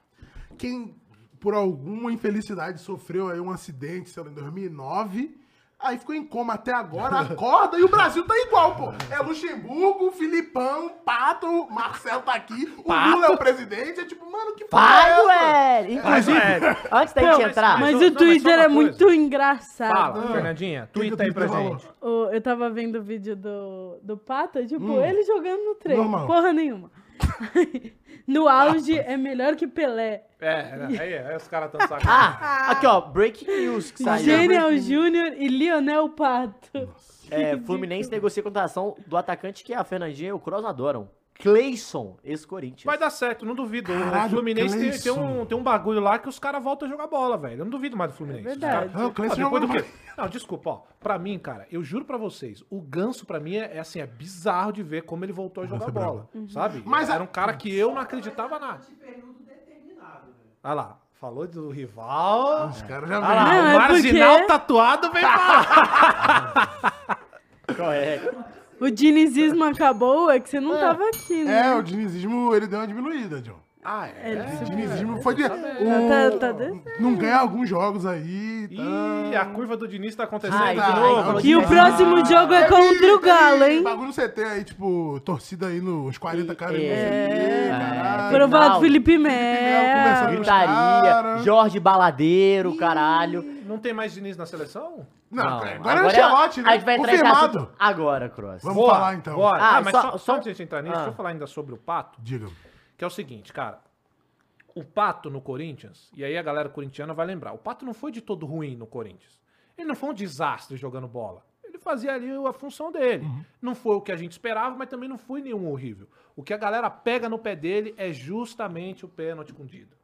Speaker 3: quem por alguma infelicidade sofreu aí um acidente, sei lá, em 2009, aí ficou em coma até agora, acorda e o Brasil tá igual, pô. É Luxemburgo, Filipão, Pato, Marcelo tá aqui, o Lula é o presidente, é tipo, mano, que
Speaker 2: Pago,
Speaker 3: porra é essa?
Speaker 2: velho! Inclusive, antes da
Speaker 4: Não,
Speaker 2: gente entrar...
Speaker 1: Mas,
Speaker 4: Mas
Speaker 1: ô,
Speaker 4: o
Speaker 1: não, mas só uma
Speaker 4: Twitter é
Speaker 1: coisa.
Speaker 4: muito engraçado.
Speaker 1: Fala, Fernandinha,
Speaker 3: Ah, que
Speaker 1: tuita aí
Speaker 3: o
Speaker 1: pra
Speaker 3: Twitter falou?
Speaker 1: gente.
Speaker 4: O- eu tava vendo o vídeo do, do Pata, tipo, ele jogando no trem.
Speaker 3: normal.
Speaker 4: Porra nenhuma. no auge é melhor que Pelé.
Speaker 1: É, aí, aí os caras tão sacando.
Speaker 2: Ah, aqui ó, Breaking News que saiu.
Speaker 4: Genial Júnior e Lionel Pato.
Speaker 2: É, Fluminense negocia contratação do atacante que a Fernandinha e o Kroos adoram. Cleison, ex-Corinthians.
Speaker 1: Vai dar certo, não duvido. o
Speaker 3: Caralho,
Speaker 1: Fluminense tem, tem
Speaker 3: Cleison.
Speaker 1: um, tem um bagulho lá que os caras voltam a jogar bola, velho. Eu não duvido mais do Fluminense. Os
Speaker 4: verdade.
Speaker 1: caras-
Speaker 3: Ah, o Cleiton
Speaker 1: Ah,
Speaker 3: jogou
Speaker 1: depois do
Speaker 3: no
Speaker 1: quê? Não, desculpa, ó. Pra mim, cara, eu juro pra vocês, o Ganso, pra mim, é é assim, é bizarro de ver como ele voltou a jogar bola. Sabe?
Speaker 3: é Mas a-
Speaker 1: Era um cara que eu não acreditava nada. Ah lá, falou do rival.
Speaker 3: Os caras já
Speaker 1: Ah lá,
Speaker 4: Não, é
Speaker 1: o marginal
Speaker 4: porque-
Speaker 1: tatuado vem falar.
Speaker 2: Correto.
Speaker 4: O dinizismo acabou, é que você não tava aqui, né?
Speaker 3: É, o dinizismo, ele deu uma diminuída, John.
Speaker 1: Ah, é.
Speaker 3: O dinizismo foi de...
Speaker 4: Tá-
Speaker 3: o-
Speaker 4: tá descendo.
Speaker 3: Não ganha alguns jogos aí, tá...
Speaker 1: Ih, a curva do Diniz tá acontecendo
Speaker 2: Ai,
Speaker 1: de
Speaker 2: ai,
Speaker 1: novo.
Speaker 2: ai.
Speaker 4: E o próximo
Speaker 1: Ah.
Speaker 2: Ah.
Speaker 4: jogo é contra o Galo, hein?
Speaker 3: Bagulho no CT aí, tipo, torcida aí nos 40 caras.
Speaker 2: É.
Speaker 3: caralho.
Speaker 4: Provado
Speaker 2: Final.
Speaker 4: Felipe
Speaker 3: Melo
Speaker 4: Melo.
Speaker 3: conversando.
Speaker 2: Gritaria,
Speaker 3: Ah, cara.
Speaker 2: Jorge Baladeiro, caralho.
Speaker 1: Não tem mais Diniz na seleção?
Speaker 3: Não, agora, é o Ancelotti, né?
Speaker 2: A gente vai entrar nesse
Speaker 3: Confirmado.
Speaker 2: assunto agora, Kroos.
Speaker 3: Vamos
Speaker 1: Bora,
Speaker 3: falar, então.
Speaker 1: Bora.
Speaker 2: Ah,
Speaker 1: Ah, mas
Speaker 2: só-
Speaker 1: só, só,
Speaker 2: só-
Speaker 1: antes de a gente entrar nisso,
Speaker 2: Ah.
Speaker 1: deixa eu falar ainda sobre o Pato,
Speaker 3: Diga.
Speaker 1: que é o seguinte, cara. O Pato no Corinthians, e aí a galera corintiana vai lembrar, o Pato não foi de todo ruim no Corinthians. Ele não foi um desastre jogando bola. Ele fazia ali a função dele.
Speaker 2: Uhum.
Speaker 1: Não foi o que a gente esperava, mas também não foi nenhum horrível. O que a galera pega no pé dele é justamente o pênalti cundido.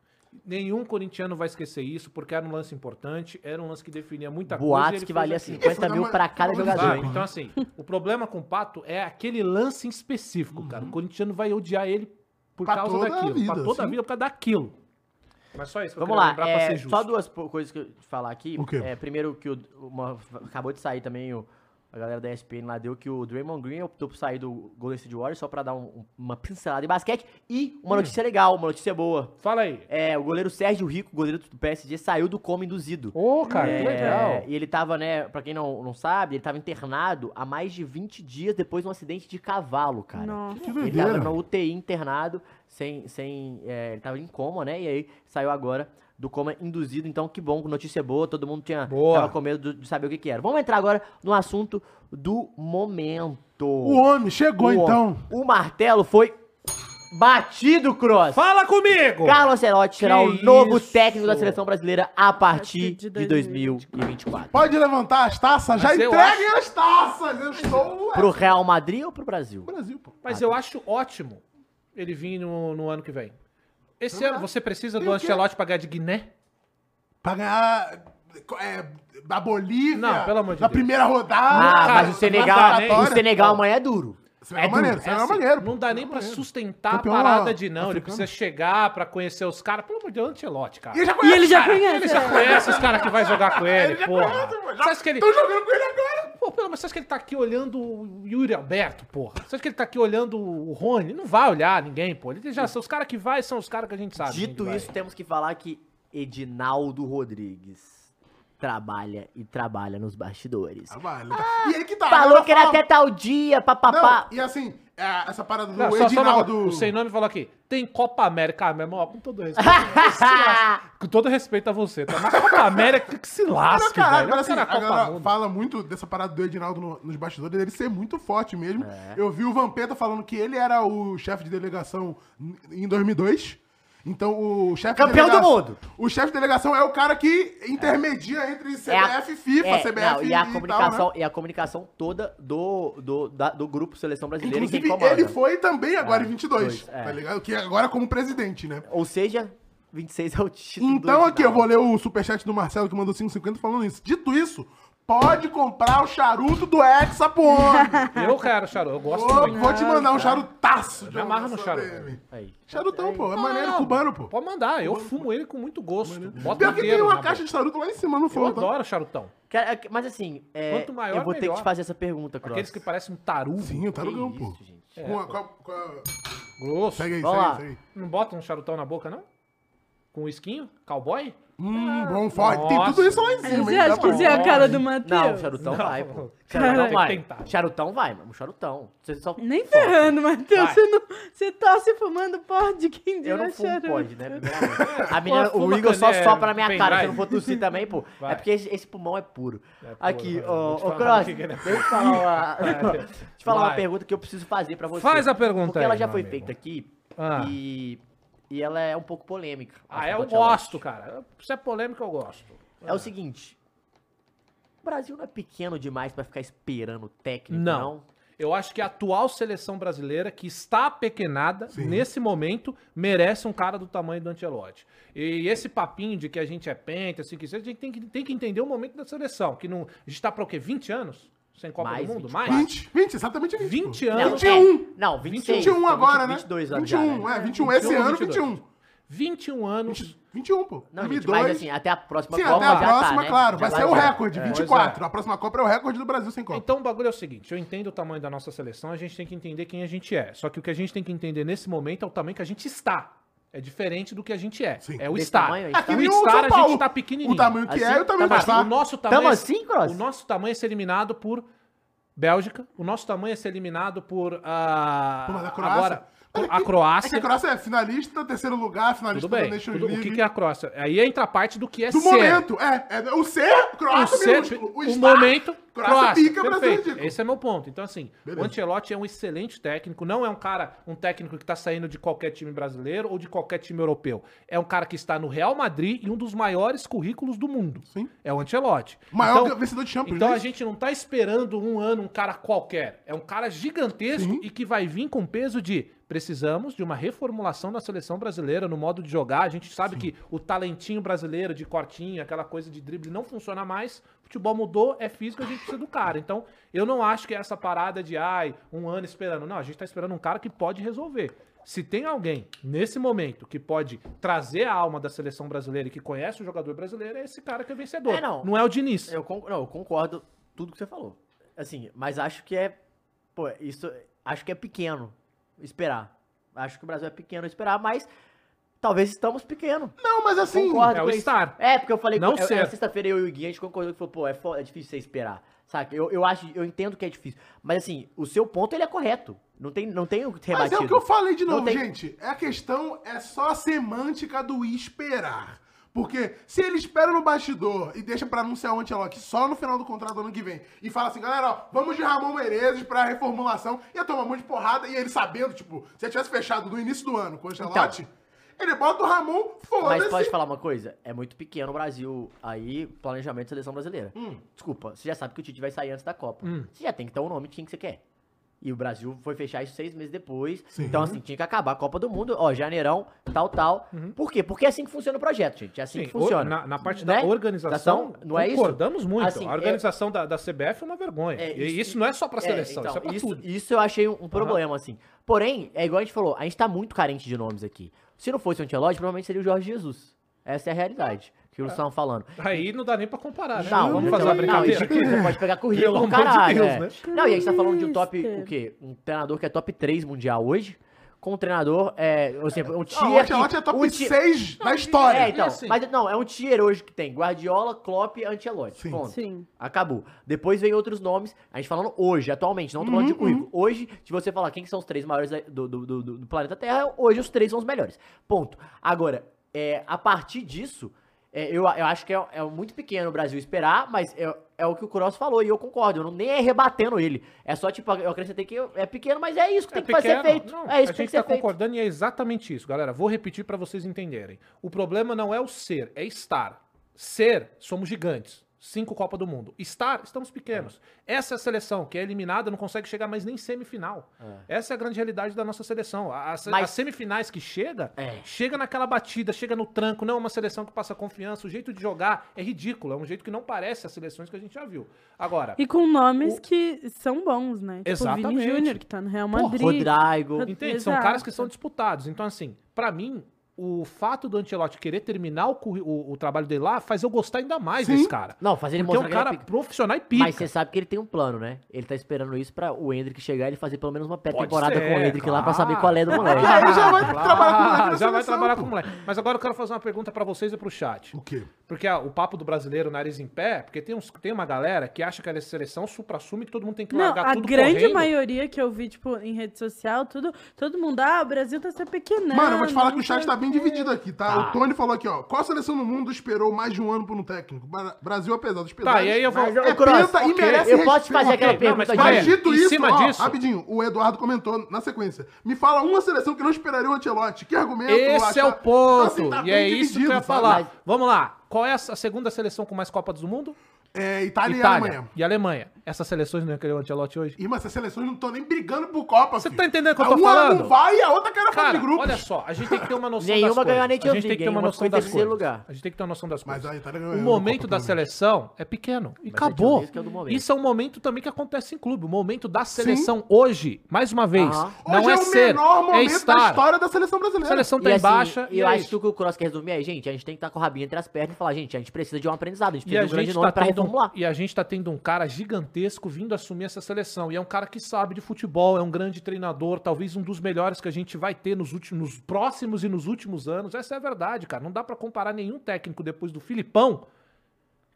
Speaker 1: Nenhum corintiano vai esquecer isso, porque era um lance importante, era um lance que definia muita coisa. e
Speaker 2: Boatos
Speaker 1: ele
Speaker 2: que
Speaker 1: fez
Speaker 2: valia
Speaker 1: aquilo.
Speaker 2: 50 mil pra cada
Speaker 3: Sabe,
Speaker 2: jogador.
Speaker 1: Sabe?
Speaker 2: hein?
Speaker 1: Então, assim, o problema com o Pato é aquele lance em específico, cara.
Speaker 2: Uhum.
Speaker 1: O corintiano vai odiar ele por
Speaker 3: Pra
Speaker 1: causa
Speaker 3: toda a
Speaker 1: daquilo.
Speaker 3: vida,
Speaker 1: pra toda a
Speaker 3: sim.
Speaker 1: vida, por causa daquilo. Mas só isso que
Speaker 2: Vamos
Speaker 1: eu queria
Speaker 2: lá,
Speaker 1: lembrar
Speaker 2: é,
Speaker 1: pra ser justo.
Speaker 2: só duas po- coisas que eu te falar aqui.
Speaker 3: O quê?
Speaker 2: É, primeiro que o, uma- acabou de sair também, o- a galera da ESPN lá deu que o Draymond Green optou por sair do Golden State Warriors só pra dar um- uma pincelada em basquete. E
Speaker 3: Hum.
Speaker 2: uma notícia legal, uma notícia boa.
Speaker 1: Fala aí.
Speaker 2: É, o goleiro Sérgio Rico, goleiro do PSG, saiu do coma induzido.
Speaker 1: Ô,
Speaker 3: Ah,
Speaker 1: cara,
Speaker 2: É, E ele tava, né, pra quem não, não sabe, ele tava internado há mais de 20 dias depois de um acidente de cavalo, cara.
Speaker 4: Nossa.
Speaker 3: Que
Speaker 2: Ele tava
Speaker 3: doideira.
Speaker 2: na UTI internado, sem. sem é, ele tava em coma, né? E aí saiu agora do coma induzido. Então, que bom, notícia boa, todo mundo tinha
Speaker 1: Boa.
Speaker 2: tava com medo do- de saber o que, que era. Vamos entrar agora no assunto do momento.
Speaker 3: O homem chegou,
Speaker 2: O-
Speaker 3: então.
Speaker 2: O martelo foi batido, Cross.
Speaker 1: Fala comigo!
Speaker 2: Carlos Ancelotti será o
Speaker 1: Que
Speaker 2: novo
Speaker 1: isso.
Speaker 2: técnico da seleção brasileira a partir
Speaker 4: de
Speaker 2: de
Speaker 4: 2024.
Speaker 2: 2024.
Speaker 3: Pode levantar as taças, já
Speaker 1: Mas eu
Speaker 3: entreguem as taças. Eu estou...
Speaker 2: Pro Real Madrid ou pro Brasil?
Speaker 3: Brasil, pô.
Speaker 1: Mas eu acho ótimo ele vir no, no ano que vem. Esse ano, você precisa
Speaker 3: E
Speaker 1: do
Speaker 3: o quê?
Speaker 1: Ancelotti pra ganhar de Guiné?
Speaker 3: Pra ganhar... é, da Bolívia.
Speaker 1: Não, pelo amor de
Speaker 3: Na
Speaker 1: Deus.
Speaker 3: primeira rodada.
Speaker 2: Ah,
Speaker 1: cara, né?
Speaker 2: mas o Senegal,
Speaker 1: classificatória.
Speaker 2: o Senegal amanhã é duro.
Speaker 3: Será maneiro,
Speaker 1: É
Speaker 3: será
Speaker 1: assim,
Speaker 3: Ah, maneiro.
Speaker 1: Não dá nem pra sustentar
Speaker 3: Campeão
Speaker 1: a parada de não. Ele
Speaker 3: africano.
Speaker 1: precisa chegar pra conhecer os caras. Pelo amor de Deus, Ancelotti, cara.
Speaker 3: E ele já conhece,
Speaker 4: E
Speaker 3: cara.
Speaker 4: ele já conhece.
Speaker 1: Ele já
Speaker 4: é.
Speaker 1: conhece os caras que vai jogar com ele,
Speaker 3: Ele já
Speaker 1: porra.
Speaker 3: conhece, pô.
Speaker 1: Você acha que ele...
Speaker 3: Tô jogando com ele agora.
Speaker 1: Pô, pelo menos você acha que ele tá aqui olhando o Yuri Alberto, porra? Você acha que ele tá aqui olhando o Rony? Não vai olhar ninguém, pô. Ele já, os caras que vai são os caras que a gente sabe.
Speaker 2: Dito
Speaker 1: quem que
Speaker 2: isso, temos que falar que Edinaldo Rodrigues trabalha e trabalha nos bastidores.
Speaker 3: Trabalho. Ah,
Speaker 4: Ah,
Speaker 3: E ele que tá.
Speaker 2: Falou
Speaker 3: agora
Speaker 2: que era
Speaker 3: fala-
Speaker 2: até tal dia, papapá.
Speaker 3: Não, e assim, é, essa parada do
Speaker 1: vai. Não, só, só uma coisa.
Speaker 3: Edinaldo.
Speaker 1: O sem nome falou aqui, tem Copa América. Ah, meu irmão, ó, com todo respeito. se lasca. com todo respeito a você, tá? Mas Copa América que, que se
Speaker 3: Não,
Speaker 1: lasque,
Speaker 3: caralho,
Speaker 1: velho. é
Speaker 3: mas assim,
Speaker 1: Cara,
Speaker 3: a
Speaker 1: Copa
Speaker 3: galera
Speaker 1: Mundo.
Speaker 3: fala muito dessa parada do Edinaldo no- nos bastidores, dele ser muito forte mesmo.
Speaker 2: É.
Speaker 3: Eu vi o Vampeta falando que ele era o chefe de delegação n- em 2002. Então o chefe de
Speaker 2: Campeão do
Speaker 3: delega-
Speaker 2: mundo.
Speaker 3: O chefe de delegação é o cara que intermedia entre CBF e FIFA,
Speaker 2: é,
Speaker 3: CBF
Speaker 2: não, e a
Speaker 3: tal,
Speaker 2: comunicação
Speaker 3: né?
Speaker 2: E a comunicação toda do, do, da- do grupo Seleção Brasileira e quem
Speaker 3: Inclusive,
Speaker 2: comanda.
Speaker 3: ele foi também agora em 22,
Speaker 2: dois, é.
Speaker 3: tá ligado? Que agora como presidente, né?
Speaker 2: Ou seja, 26 é o título.
Speaker 3: Então aqui, eu
Speaker 2: original.
Speaker 3: vou ler o superchat do Marcelo que mandou 5,50 falando isso. Dito isso, pode comprar o charuto do Hexa pro homem.
Speaker 1: Eu quero, Charu. Eu gosto
Speaker 3: Ô,
Speaker 1: muito.
Speaker 3: vou te mandar um charutaço.
Speaker 1: Me amarra no
Speaker 3: Alonso
Speaker 1: charuto.
Speaker 3: ADM.
Speaker 2: Aí.
Speaker 3: Charutão, pô. É maneiro,
Speaker 1: Não.
Speaker 3: cubano, pô.
Speaker 1: Pode mandar, eu fumo ele com muito gosto. Bota
Speaker 3: né? Pior que tem
Speaker 1: inteiro
Speaker 3: uma
Speaker 1: na
Speaker 3: caixa de charuto lá em cima no
Speaker 1: boca. Eu
Speaker 3: fundo. tá?
Speaker 1: adoro charutão.
Speaker 2: Cara, é- mas assim, é,
Speaker 1: Quanto maior,
Speaker 2: eu vou ter que
Speaker 1: melhor.
Speaker 2: te fazer essa pergunta, Cross.
Speaker 1: Aqueles que parecem um tarugo.
Speaker 3: Sim,
Speaker 2: Que
Speaker 3: o tarugão, pô.
Speaker 2: isso, gente.
Speaker 1: É,
Speaker 3: Com a-
Speaker 1: pô.
Speaker 3: com a- com a-
Speaker 1: grosso.
Speaker 3: Segue aí,
Speaker 2: Vamos
Speaker 3: segue aí,
Speaker 2: lá.
Speaker 3: segue aí.
Speaker 1: Não bota um charutão na boca, não? Com um esquinho? Cowboy?
Speaker 3: Hum, bom, forte. Tem
Speaker 1: Ah. Nossa.
Speaker 3: tudo isso lá em cima,
Speaker 4: Você
Speaker 3: hein? Dá
Speaker 4: acha
Speaker 3: pra-
Speaker 4: que isso é a cara do
Speaker 2: Não,
Speaker 4: Matheus?
Speaker 2: charutão
Speaker 1: Não.
Speaker 2: vai, pô.
Speaker 1: Cara,
Speaker 2: Charutão
Speaker 1: tem que
Speaker 2: vai.
Speaker 1: tentar.
Speaker 2: Charutão vai, mano. Charutão. Você só...
Speaker 4: Nem ferrando, Matheus.
Speaker 1: Vai.
Speaker 4: Você, não, você tosse fumando pode, quem dirá
Speaker 2: Eu não fumo,
Speaker 4: charuto.
Speaker 2: pode, né? Pelo amor de
Speaker 1: É,
Speaker 2: Deus. A menina,
Speaker 1: fuma
Speaker 2: o Igor só
Speaker 1: caneca,
Speaker 2: sopra na minha cara,
Speaker 1: né? pendrive.
Speaker 2: se eu não for tossir também, pô.
Speaker 1: Vai.
Speaker 2: É porque esse, esse pulmão é puro.
Speaker 1: É puro,
Speaker 2: Aqui,
Speaker 1: vai,
Speaker 2: ô,
Speaker 1: vou te
Speaker 2: ô
Speaker 1: falar
Speaker 2: Cross,
Speaker 1: o que que é, né?
Speaker 2: deixa eu falar uma, deixa eu falar uma
Speaker 1: Vai.
Speaker 2: pergunta que eu preciso fazer pra você.
Speaker 1: Faz a pergunta
Speaker 2: Porque
Speaker 1: aí,
Speaker 2: ela já
Speaker 1: meu
Speaker 2: foi
Speaker 1: amigo.
Speaker 2: feita aqui
Speaker 1: Ah.
Speaker 2: e, e ela é um pouco polêmica.
Speaker 1: Ah, é, eu
Speaker 2: Acho que
Speaker 1: gosto, cara. Se é polêmico, eu gosto.
Speaker 2: É o seguinte, o Brasil não é pequeno demais pra ficar esperando o técnico,
Speaker 1: Não.
Speaker 2: não?
Speaker 1: Eu acho que a atual seleção brasileira, que está apequenada
Speaker 3: Sim.
Speaker 1: nesse momento, merece um cara do tamanho do Ancelotti. E esse papinho de que a gente é penta, assim, que isso, a gente tem que, tem que entender o momento da seleção. Que não, a gente tá pra o quê? 20 anos? Sem Copa
Speaker 2: Mais
Speaker 1: do Mundo?
Speaker 2: 24.
Speaker 1: Mais?
Speaker 3: 20, 20, exatamente 20.
Speaker 1: 20
Speaker 3: pô.
Speaker 1: anos.
Speaker 3: 21.
Speaker 2: É, não, 26.
Speaker 3: 21
Speaker 2: então,
Speaker 3: agora, né?
Speaker 2: 22 anos
Speaker 3: 21,
Speaker 2: já, né?
Speaker 3: é, 21. Esse
Speaker 1: 21,
Speaker 3: ano,
Speaker 1: 22.
Speaker 3: 21.
Speaker 1: 21 anos.
Speaker 3: 21, pô.
Speaker 2: Não, gente, mas assim, até a próxima
Speaker 3: é Sim,
Speaker 2: Copa
Speaker 3: até a
Speaker 2: já tá,
Speaker 3: próxima,
Speaker 2: né?
Speaker 3: claro.
Speaker 2: Já
Speaker 3: Vai
Speaker 2: tá
Speaker 3: ser o
Speaker 2: já.
Speaker 3: recorde,
Speaker 1: É,
Speaker 3: 24.
Speaker 1: pois é.
Speaker 3: A próxima Copa é o recorde do Brasil sem Copa.
Speaker 1: Então o bagulho é o seguinte, eu entendo o tamanho da nossa seleção, a gente tem que entender quem a gente é. Só que o que a gente tem que entender nesse momento é o tamanho que a gente está. É diferente do que a gente é.
Speaker 3: Sim.
Speaker 1: É o
Speaker 2: Desse
Speaker 1: estar.
Speaker 2: tamanho aí,
Speaker 1: o
Speaker 2: tá?
Speaker 3: Aqui nem o
Speaker 1: estar
Speaker 3: São
Speaker 1: a
Speaker 3: Paulo.
Speaker 1: gente tá pequenininho. Tá,
Speaker 3: O tamanho que
Speaker 2: Assim,
Speaker 3: é e o tamanho que
Speaker 1: Mas
Speaker 3: está.
Speaker 1: o nosso tamanho
Speaker 2: Tamo
Speaker 1: é-
Speaker 2: assim, Cross?
Speaker 1: O nosso tamanho é ser eliminado por Bélgica, o nosso tamanho é ser eliminado por ah,
Speaker 3: Pô, mas a Croácia-
Speaker 1: agora por
Speaker 3: Olha
Speaker 1: a
Speaker 3: que- É que
Speaker 1: Croácia.
Speaker 3: a Croácia é finalista, terceiro lugar, finalista
Speaker 1: Tudo bem.
Speaker 3: da Nations
Speaker 1: Tudo- o
Speaker 3: League.
Speaker 1: que que é a Croácia? Aí entra a parte do que é
Speaker 3: Do
Speaker 1: ser.
Speaker 3: momento, é, é. O ser,
Speaker 1: O,
Speaker 3: Croácia, tipo,
Speaker 1: ser,
Speaker 3: minúsculo.
Speaker 1: o
Speaker 3: estar,
Speaker 1: momento,
Speaker 3: Croácia, pica, Brasil,
Speaker 1: perfeito.
Speaker 3: ridículo.
Speaker 1: Esse é meu ponto. Então, assim,
Speaker 3: Beleza.
Speaker 1: o Ancelotti é um excelente técnico. Não é um cara, um técnico que tá saindo de qualquer time brasileiro ou de qualquer time europeu. É um cara que está no Real Madrid e um dos maiores currículos do mundo.
Speaker 3: Sim.
Speaker 1: É o Ancelotti.
Speaker 3: Maior
Speaker 1: Então,
Speaker 3: vencedor de Champions né?
Speaker 1: então a
Speaker 3: League.
Speaker 1: gente não tá esperando um ano um cara qualquer. É um cara gigantesco e que vai vir com peso de precisamos de uma reformulação na seleção brasileira, no modo de jogar. A gente sabe que o talentinho brasileiro de cortinho, aquela coisa de drible não funciona mais. Futebol mudou, é físico, a gente precisa do cara. Então, eu não acho que é essa parada de ai, um ano esperando. Não, a gente tá esperando um cara que pode resolver. Se tem alguém nesse momento que pode trazer a alma da seleção brasileira e que conhece o jogador brasileiro, é esse cara que é vencedor.
Speaker 2: É, não.
Speaker 1: não é o Diniz.
Speaker 2: Eu, con- não, eu concordo tudo que você falou. Assim, mas acho que é. Pô, isso. Acho que é pequeno esperar. Acho que o Brasil é pequeno esperar, mas talvez estamos pequeno.
Speaker 3: Não, mas assim.
Speaker 2: Concordo
Speaker 1: é o
Speaker 2: com isso.
Speaker 1: estar.
Speaker 2: É, porque eu falei
Speaker 1: Não
Speaker 2: é- é
Speaker 1: ser.
Speaker 2: sexta-feira eu e o Gui, a gente concordou que falou, pô, é, fo- é difícil você esperar. Saca? Eu, eu acho, eu entendo que é difícil. Mas assim, o seu ponto ele é correto. Não tem, não tem o que
Speaker 3: Mas é o
Speaker 2: rebatido.
Speaker 3: que eu falei de
Speaker 2: Não
Speaker 3: novo,
Speaker 2: tem-
Speaker 3: gente. É a questão é só a semântica do esperar. Porque se ele espera no bastidor e deixa pra anunciar o Anteloque só no final do contrato do ano que vem e fala assim, galera, ó, vamos de Ramon Menezes pra reformulação, ia tomar um monte de porrada e ele sabendo, tipo, se ele tivesse fechado no início do ano com o Antelote, ele bota o Ramon,
Speaker 2: Então. Mas
Speaker 3: foda-se.
Speaker 2: pode falar uma coisa? É muito pequeno o Brasil aí, planejamento de seleção brasileira.
Speaker 3: Hum.
Speaker 2: Desculpa, você já sabe que o Tite vai sair antes da Copa.
Speaker 1: Hum.
Speaker 2: Você já tem que ter um nome de time que você quer. E o Brasil foi fechar isso seis meses depois.
Speaker 3: Sim.
Speaker 2: Então, assim, tinha que acabar a Copa do Mundo. Ó, janeirão, tal, tal. Por quê? Porque é assim que funciona o projeto, gente. É assim
Speaker 1: Uhum. Sim,
Speaker 2: que funciona.
Speaker 1: o- Na, na parte
Speaker 2: Né?
Speaker 1: da organização,
Speaker 2: Ação, não é isso?
Speaker 1: concordamos muito.
Speaker 2: Assim,
Speaker 1: a organização da, da CBF é uma vergonha.
Speaker 2: É,
Speaker 1: e isso, não é só pra seleção,
Speaker 2: então,
Speaker 1: isso é pra
Speaker 2: isso,
Speaker 1: tudo.
Speaker 2: isso eu achei um, um problema, assim. Porém, é igual a gente falou, a gente tá muito carente de nomes aqui. Se não fosse o Antelote, provavelmente seria o Jorge Jesus. Essa é a realidade que eles estavam falando.
Speaker 1: Aí não dá nem pra comparar, né?
Speaker 2: Não, então
Speaker 1: Vamos fazer uma
Speaker 2: não,
Speaker 1: brincadeira
Speaker 2: isso- Você
Speaker 1: aqui.
Speaker 2: pode pegar currículo
Speaker 1: Pelo
Speaker 2: do
Speaker 1: amor de
Speaker 2: caralho.
Speaker 1: Deus, né?
Speaker 2: é. Não, e a gente tá falando de um top,
Speaker 4: Triste.
Speaker 2: o quê? Um treinador que é top 3 mundial hoje, com um treinador, é, ou seja,
Speaker 1: Ah,
Speaker 2: um tier...
Speaker 3: Ó, o Antelote
Speaker 2: que-
Speaker 3: é top
Speaker 2: um tier-
Speaker 3: 6 da história.
Speaker 2: É, então,
Speaker 1: E assim?
Speaker 2: mas não, é um tier hoje que tem Guardiola, Klopp e Ancelotti,
Speaker 3: Sim.
Speaker 2: ponto.
Speaker 4: Sim.
Speaker 2: Acabou. Depois vem outros nomes, a gente falando hoje, atualmente, não tô falando de
Speaker 1: Uhum,
Speaker 2: currículo. Hoje, se você falar quem que são os três maiores da- do, do, do- do planeta Terra, hoje os três são os melhores. Ponto. Agora, é, a partir disso, é, eu, eu acho que é, é muito pequeno o Brasil esperar, mas é, é o que o Cross falou, e eu concordo, eu não, nem é rebatendo ele. É só, tipo, eu acrescentei que eu- é pequeno, mas é isso que
Speaker 1: É
Speaker 2: tem que ser
Speaker 1: pequeno.
Speaker 2: feito.
Speaker 1: Não,
Speaker 2: é isso
Speaker 1: a
Speaker 2: que tem
Speaker 1: gente
Speaker 2: que ser
Speaker 1: tá
Speaker 2: feito.
Speaker 1: concordando e é exatamente isso, galera. Vou repetir pra vocês entenderem. O problema não é o ser, é estar. Ser, somos gigantes. Cinco Copa do Mundo. Estar, estamos pequenos. Essa é a seleção que é eliminada, não consegue chegar mais nem semifinal. Essa é a grande realidade da nossa seleção. A- a-
Speaker 2: Mas-
Speaker 1: As semifinais que chega,
Speaker 2: É.
Speaker 1: chega naquela batida, chega no tranco. Não é uma seleção que passa confiança. O jeito de jogar é ridículo. É um jeito que não parece as seleções que a gente já viu. Agora,
Speaker 4: E com nomes que são bons, né? Tipo o
Speaker 1: Exatamente.
Speaker 4: Vini Júnior, que tá no Real
Speaker 1: Porra,
Speaker 4: Madrid.
Speaker 2: Rodrigo.
Speaker 1: Entende? São
Speaker 4: Exato.
Speaker 1: caras que são disputados. Então, assim, pra mim, o fato do Ancelotti querer terminar o, curri- o- o trabalho dele lá faz eu gostar ainda mais
Speaker 3: Sim.
Speaker 1: desse cara.
Speaker 2: Não, fazer ele
Speaker 1: Porque é
Speaker 2: mostrar
Speaker 1: um
Speaker 2: que ele
Speaker 1: cara
Speaker 2: pica.
Speaker 1: profissional e pica.
Speaker 2: Mas você sabe que ele tem um plano, né? Ele tá esperando isso pra o Hendrick chegar e ele fazer pelo menos uma
Speaker 1: Pode
Speaker 2: pré-temporada
Speaker 1: ser,
Speaker 2: com o Hendrick lá pra
Speaker 1: claro.
Speaker 2: saber qual é do moleque.
Speaker 3: E aí já vai trabalhar com o moleque na
Speaker 1: Ah, já vai
Speaker 3: seleção,
Speaker 1: trabalhar
Speaker 3: pô.
Speaker 1: com o moleque. Mas agora eu quero fazer uma pergunta pra vocês e pro chat.
Speaker 3: O quê?
Speaker 1: Porque ah, o papo do brasileiro, nariz em pé, porque tem, uns, tem uma galera que acha que a seleção supra-assume que todo mundo tem que
Speaker 4: Não,
Speaker 1: largar
Speaker 4: a
Speaker 1: tudo
Speaker 4: grande
Speaker 1: correndo.
Speaker 4: maioria que eu vi, tipo, em rede social, tudo, todo mundo, ah, o Brasil tá se pequenando.
Speaker 3: Mano, eu vou te falar
Speaker 4: não
Speaker 3: que o chat
Speaker 4: sei
Speaker 3: tá bem dividido aqui, tá?
Speaker 2: Tá.
Speaker 3: O Tony falou aqui, ó. Qual seleção no mundo esperou mais de um ano por um técnico? Bra- Brasil, é apesar dos pesares.
Speaker 1: Tá, e aí eu vou...
Speaker 2: Mas, ô,
Speaker 3: É
Speaker 2: Cross,
Speaker 3: penta e
Speaker 2: ok,
Speaker 3: merece
Speaker 2: Eu posso te
Speaker 3: respeito,
Speaker 2: fazer aquela
Speaker 1: ok. Não, mas
Speaker 2: pergunta
Speaker 1: peraí,
Speaker 3: Mas
Speaker 2: de...
Speaker 3: dito
Speaker 1: em
Speaker 3: isso,
Speaker 1: cima
Speaker 3: ó,
Speaker 1: disso-
Speaker 3: rapidinho, o Eduardo comentou na sequência. Me fala uma seleção que não esperaria o Antelote. Que argumento?
Speaker 1: Esse
Speaker 3: achar-
Speaker 1: é o
Speaker 3: Então,
Speaker 1: ponto.
Speaker 3: assim, tá
Speaker 1: e
Speaker 3: bem
Speaker 1: é isso que eu ia
Speaker 3: dividido, sabe?
Speaker 1: falar.
Speaker 2: Mas-
Speaker 1: Vamos lá. Qual é a segunda seleção com mais Copas do Mundo?
Speaker 3: É Itália,
Speaker 1: Itália
Speaker 3: e Alemanha.
Speaker 1: e Alemanha. Essas seleções não iam querer o Ancelotti hoje?
Speaker 3: Irmã, essas seleções não estão nem brigando por Copa,
Speaker 1: Você
Speaker 3: filho.
Speaker 1: tá entendendo o que eu
Speaker 3: A
Speaker 1: tô
Speaker 3: uma
Speaker 1: falando?
Speaker 3: não vai e a outra cara, fora de
Speaker 1: Cara,
Speaker 3: grupo.
Speaker 1: olha só, a gente tem que ter uma noção das
Speaker 2: Nenhuma
Speaker 1: coisas.
Speaker 2: ganhou a
Speaker 1: a gente
Speaker 2: Nations
Speaker 1: tem que
Speaker 2: League,
Speaker 1: ter uma
Speaker 2: nenhuma
Speaker 1: noção
Speaker 2: ficou em
Speaker 1: das
Speaker 2: terceiro
Speaker 1: coisas.
Speaker 2: lugar.
Speaker 1: A gente tem que ter uma noção das coisas.
Speaker 3: Mas a Itália ganhou
Speaker 1: O
Speaker 3: a
Speaker 1: momento
Speaker 3: Copa,
Speaker 1: da
Speaker 3: pelo menos.
Speaker 1: seleção é pequeno e
Speaker 2: Nations
Speaker 1: acabou.
Speaker 2: League é o do momento.
Speaker 1: Isso é um momento também que acontece em clube. O momento da seleção hoje, mais uma vez,
Speaker 2: Aham.
Speaker 1: não
Speaker 3: Hoje
Speaker 1: é,
Speaker 3: é, o
Speaker 1: ser,
Speaker 3: menor
Speaker 1: é
Speaker 3: momento da
Speaker 1: estar.
Speaker 3: história né? da seleção brasileira.
Speaker 1: a seleção
Speaker 2: E
Speaker 1: tá em
Speaker 2: assim,
Speaker 1: baixa e
Speaker 2: eu
Speaker 1: é
Speaker 2: acho
Speaker 1: isso.
Speaker 2: que o Cross quer resumir é, gente, a gente tem que estar com o rabinho entre as pernas e falar, gente, a gente precisa de um aprendizado, a gente
Speaker 1: E a,
Speaker 2: precisa de um grande
Speaker 1: gente
Speaker 2: nome
Speaker 1: tá
Speaker 2: pra
Speaker 1: tendo, um-
Speaker 2: reformular.
Speaker 1: e a gente tá tendo um cara gigantesco vindo assumir essa seleção. E é um cara que sabe de futebol, é um grande treinador, talvez um dos melhores que a gente vai ter nos, últimos, nos próximos e nos últimos anos. Essa é a verdade, cara. Não dá pra comparar nenhum técnico depois do Filipão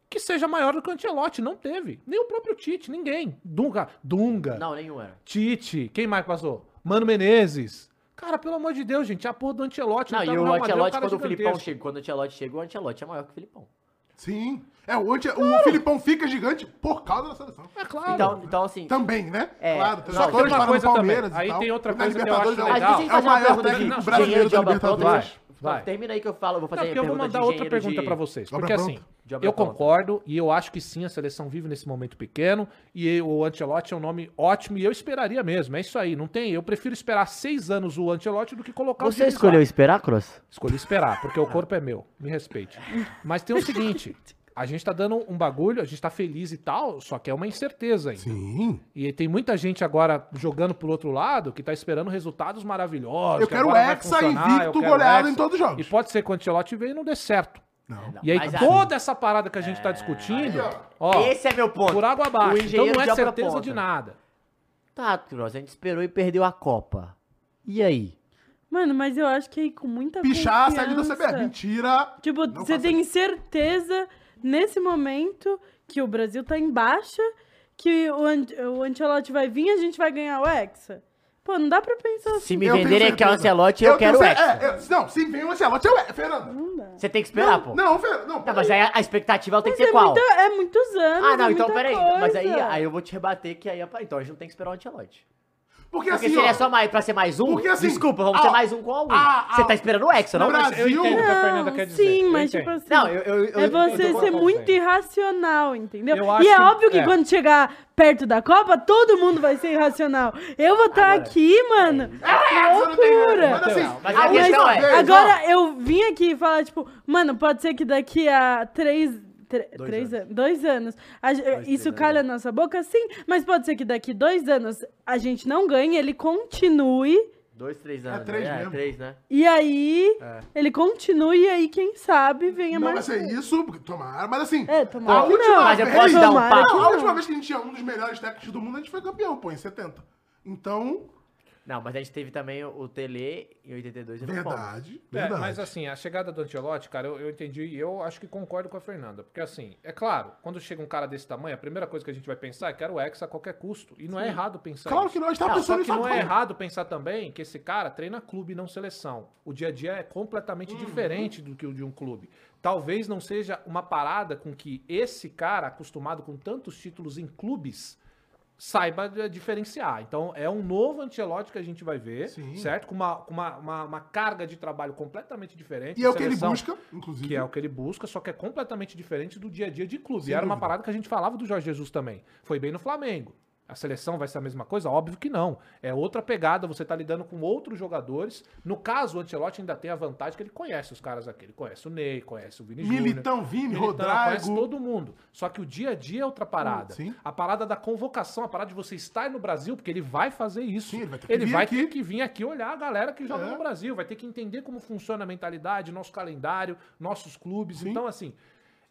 Speaker 1: que seja maior do que o Ancelotti. Não teve. Nem o próprio Tite, ninguém. Dunga, Dunga,
Speaker 2: Não, nenhum era.
Speaker 1: Tite, quem mais passou? Mano Menezes. Cara, pelo amor de Deus, gente, a porra do Ancelotti.
Speaker 2: Não,
Speaker 1: ele tá
Speaker 2: e
Speaker 1: no
Speaker 2: o
Speaker 1: Real Madrid, é um
Speaker 2: Ancelotti,
Speaker 1: cara
Speaker 2: quando o Filipão
Speaker 1: gigantesco.
Speaker 2: chega, quando o Ancelotti chega, o Ancelotti é maior que o Filipão.
Speaker 3: Sim. É, o, Ante- o Filipão fica gigante por causa da seleção.
Speaker 1: É claro.
Speaker 2: Então, então assim,
Speaker 1: Tá,
Speaker 3: Também, né?
Speaker 2: É.
Speaker 3: Claro,
Speaker 2: Só que
Speaker 1: tem uma
Speaker 3: para no
Speaker 1: coisa também.
Speaker 3: Palmeiras e
Speaker 1: Aí
Speaker 3: tal.
Speaker 1: tem outra
Speaker 3: Na
Speaker 1: coisa que eu
Speaker 3: Libertadores
Speaker 1: acho
Speaker 3: é o-
Speaker 1: legal.
Speaker 2: Mas deixa eu
Speaker 3: É o
Speaker 2: fazer uma
Speaker 3: maior
Speaker 2: pergunta de
Speaker 3: técnico
Speaker 1: não,
Speaker 2: engenheiro
Speaker 3: brasileiro
Speaker 2: de
Speaker 3: da
Speaker 2: obra pronta,
Speaker 3: Libertadores.
Speaker 1: vai.
Speaker 2: Não, Termina aí que eu falo, eu vou fazer
Speaker 1: Não,
Speaker 2: a
Speaker 1: porque eu
Speaker 2: pergunta
Speaker 1: vou mandar
Speaker 2: de
Speaker 1: outra
Speaker 2: engenheiro
Speaker 1: pergunta
Speaker 2: de-
Speaker 1: pra vocês.
Speaker 3: Obra
Speaker 1: Porque assim,
Speaker 3: pronta.
Speaker 2: De obra
Speaker 1: eu
Speaker 2: pronta.
Speaker 1: concordo e eu acho que sim, a seleção vive nesse momento pequeno e o Ancelotti é um nome ótimo e eu esperaria mesmo. É isso aí, não tem. Eu prefiro esperar seis anos o Ancelotti do que colocar o
Speaker 2: Você
Speaker 1: Diniz lá.
Speaker 2: escolheu esperar, Cross?
Speaker 1: Escolhi esperar, porque o corpo é meu. Me respeite. Mas tem o seguinte: a gente tá dando um bagulho, a gente tá feliz e tal, só que é uma incerteza ainda.
Speaker 3: Sim.
Speaker 1: E tem muita gente agora jogando pro outro lado que tá esperando resultados maravilhosos.
Speaker 3: Eu
Speaker 1: que
Speaker 3: quero
Speaker 1: agora vai
Speaker 3: Hexa
Speaker 1: funcionar, eu
Speaker 3: invicto
Speaker 1: quero
Speaker 3: goleado em
Speaker 1: Hexa.
Speaker 3: todos os
Speaker 1: E
Speaker 3: jogos.
Speaker 1: pode ser que o Ancelotti veio e não dê certo.
Speaker 3: Não.
Speaker 1: E aí,
Speaker 2: Mas a-
Speaker 1: toda essa parada que a gente tá discutindo, ó,
Speaker 2: Esse é meu ponto.
Speaker 1: por água abaixo.
Speaker 2: O
Speaker 1: Então
Speaker 2: engenheiro
Speaker 1: não é
Speaker 2: já
Speaker 1: certeza
Speaker 2: aponta.
Speaker 1: de nada.
Speaker 2: Tá, Cross, a gente esperou e perdeu a Copa. E aí?
Speaker 4: Mano, mas eu acho que aí com muita
Speaker 3: Pichar a saída da
Speaker 4: confiança-
Speaker 3: CBF. Mentira.
Speaker 4: Tipo,
Speaker 3: Não
Speaker 4: você
Speaker 3: faça
Speaker 4: tem certeza, nesse momento, que o Brasil tá em baixa, que o, An o Ancelotti vai vir e a gente vai ganhar o Hexa. Pô, não dá pra pensar assim.
Speaker 2: Se me
Speaker 3: Eu tenho
Speaker 2: venderem aqui o
Speaker 3: certeza.
Speaker 2: Ancelotti, eu, quero o
Speaker 3: tenho cer-
Speaker 2: Hexa.
Speaker 3: é, eu- Não, se vem o Ancelotti, eu é, Fernando.
Speaker 4: Não dá.
Speaker 2: Você tem que esperar,
Speaker 3: não,
Speaker 2: pô.
Speaker 3: Não, Fernando. Não,
Speaker 2: Tá, mas aí a a expectativa ela tem que
Speaker 4: Mas
Speaker 2: ser
Speaker 4: é,
Speaker 2: qual?
Speaker 4: muita- é muitos anos.
Speaker 2: Ah, não,
Speaker 4: é
Speaker 2: então
Speaker 4: muita
Speaker 2: peraí.
Speaker 4: Coisa.
Speaker 2: Mas aí, aí eu vou te rebater que aí. é pra- Então a gente não tem que esperar o Antelote.
Speaker 3: Porque
Speaker 2: Porque
Speaker 3: assim,
Speaker 2: se ele é
Speaker 3: ó.
Speaker 2: só mais, pra ser mais um,
Speaker 3: Porque assim,
Speaker 2: desculpa, vamos
Speaker 3: ah,
Speaker 2: ser mais um com algum.
Speaker 3: ah, ah,
Speaker 2: Você tá esperando o Hexa, não?
Speaker 3: no Brasil-
Speaker 1: Eu entendo o que a Fernanda
Speaker 4: Não,
Speaker 1: quer dizer.
Speaker 4: sim,
Speaker 1: eu
Speaker 4: mas tipo
Speaker 1: entendo.
Speaker 4: assim.
Speaker 2: Não, eu, eu, eu
Speaker 4: É você
Speaker 2: entendo.
Speaker 4: ser
Speaker 1: eu
Speaker 4: muito
Speaker 1: entendo.
Speaker 4: irracional, entendeu?
Speaker 1: Eu
Speaker 4: e
Speaker 1: acho
Speaker 4: é
Speaker 1: que-
Speaker 4: óbvio que
Speaker 1: é.
Speaker 4: quando chegar perto da Copa, todo mundo vai ser irracional. Eu vou estar aqui, mano.
Speaker 2: Ah,
Speaker 3: é, você não tem-
Speaker 4: loucura.
Speaker 3: Mas assim,
Speaker 2: Não, mas
Speaker 3: é
Speaker 2: a
Speaker 3: uma
Speaker 2: questão
Speaker 3: vez,
Speaker 2: é-
Speaker 3: ó.
Speaker 4: Agora, eu vim aqui e falar, tipo, mano, pode ser que daqui a três. tre-
Speaker 2: Dois
Speaker 4: três
Speaker 2: anos.
Speaker 4: anos. Dois anos. a ge-
Speaker 2: Dois,
Speaker 4: isso
Speaker 2: três
Speaker 4: calha na nossa boca, sim, mas pode ser que daqui dois anos a gente não ganhe, ele continue,
Speaker 2: Dois, três anos.
Speaker 3: É três
Speaker 2: né?
Speaker 3: mesmo.
Speaker 2: três, né?
Speaker 4: e aí
Speaker 2: É.
Speaker 4: ele continue, e aí quem sabe venha
Speaker 3: Não vai
Speaker 4: mais.
Speaker 3: ser isso, porque- tomara. Mas assim,
Speaker 4: É, tomara
Speaker 3: a
Speaker 4: que
Speaker 3: última
Speaker 4: não.
Speaker 2: Mas eu
Speaker 3: vez...
Speaker 2: posso dar um
Speaker 4: Tomara
Speaker 2: papo?
Speaker 4: que
Speaker 3: Não, a
Speaker 4: não.
Speaker 3: última vez que a gente tinha um dos melhores técnicos do mundo, a gente foi campeão, pô, em 70. Então,
Speaker 2: Não, mas a gente teve também o Tele em 82 e não fomos.
Speaker 3: verdade,
Speaker 1: É,
Speaker 3: verdade.
Speaker 1: mas assim, a chegada do Ancelotti, cara, eu, eu entendi e eu acho que concordo com a Fernanda. Porque assim, é claro, quando chega um cara desse tamanho, a primeira coisa que a gente vai pensar é quero o Hexa a qualquer custo. E não é errado pensar
Speaker 3: Claro
Speaker 1: isso.
Speaker 3: que não, a gente tava
Speaker 2: Não,
Speaker 1: Só
Speaker 3: pensando
Speaker 1: que não é
Speaker 3: agora.
Speaker 1: errado pensar também que esse cara treina clube, não seleção. O dia a dia é
Speaker 3: Uhum.
Speaker 1: completamente diferente do que o de um clube. Talvez não seja uma parada com que esse cara, acostumado com tantos títulos em clubes, saiba de- diferenciar. Então, é um novo Ancelotti que a gente vai ver,
Speaker 3: Sim.
Speaker 1: certo? Com, uma, com uma, uma, uma carga de trabalho completamente diferente.
Speaker 3: E
Speaker 1: de
Speaker 3: é o que ele
Speaker 1: seleção,
Speaker 3: busca, inclusive.
Speaker 1: Que é o que ele busca, só que é completamente diferente do dia a dia de clube.
Speaker 3: Sem
Speaker 1: e era uma
Speaker 3: dúvida.
Speaker 1: parada que a gente falava do Jorge Jesus também. Foi bem no Flamengo. A seleção vai ser a mesma coisa? Óbvio que não. É outra pegada, você tá lidando com outros jogadores. No caso, o Ancelotti ainda tem a vantagem que ele conhece os caras aqui. Ele conhece o Ney, conhece o Vini Júnior.
Speaker 3: Militão, Vini,
Speaker 1: Militão, tá, conhece
Speaker 3: Rodrigo.
Speaker 1: todo mundo. Só que o dia a dia é outra parada.
Speaker 3: Sim.
Speaker 1: A parada da convocação, a parada de você estar no Brasil, porque ele vai fazer isso.
Speaker 3: Sim, ele vai ter que
Speaker 1: ele
Speaker 3: vir
Speaker 1: vai
Speaker 3: aqui.
Speaker 1: ter que vir aqui olhar a galera que joga
Speaker 3: É.
Speaker 1: no Brasil, vai ter que entender como funciona a mentalidade, nosso calendário, nossos clubes.
Speaker 3: Sim.
Speaker 1: Então, assim,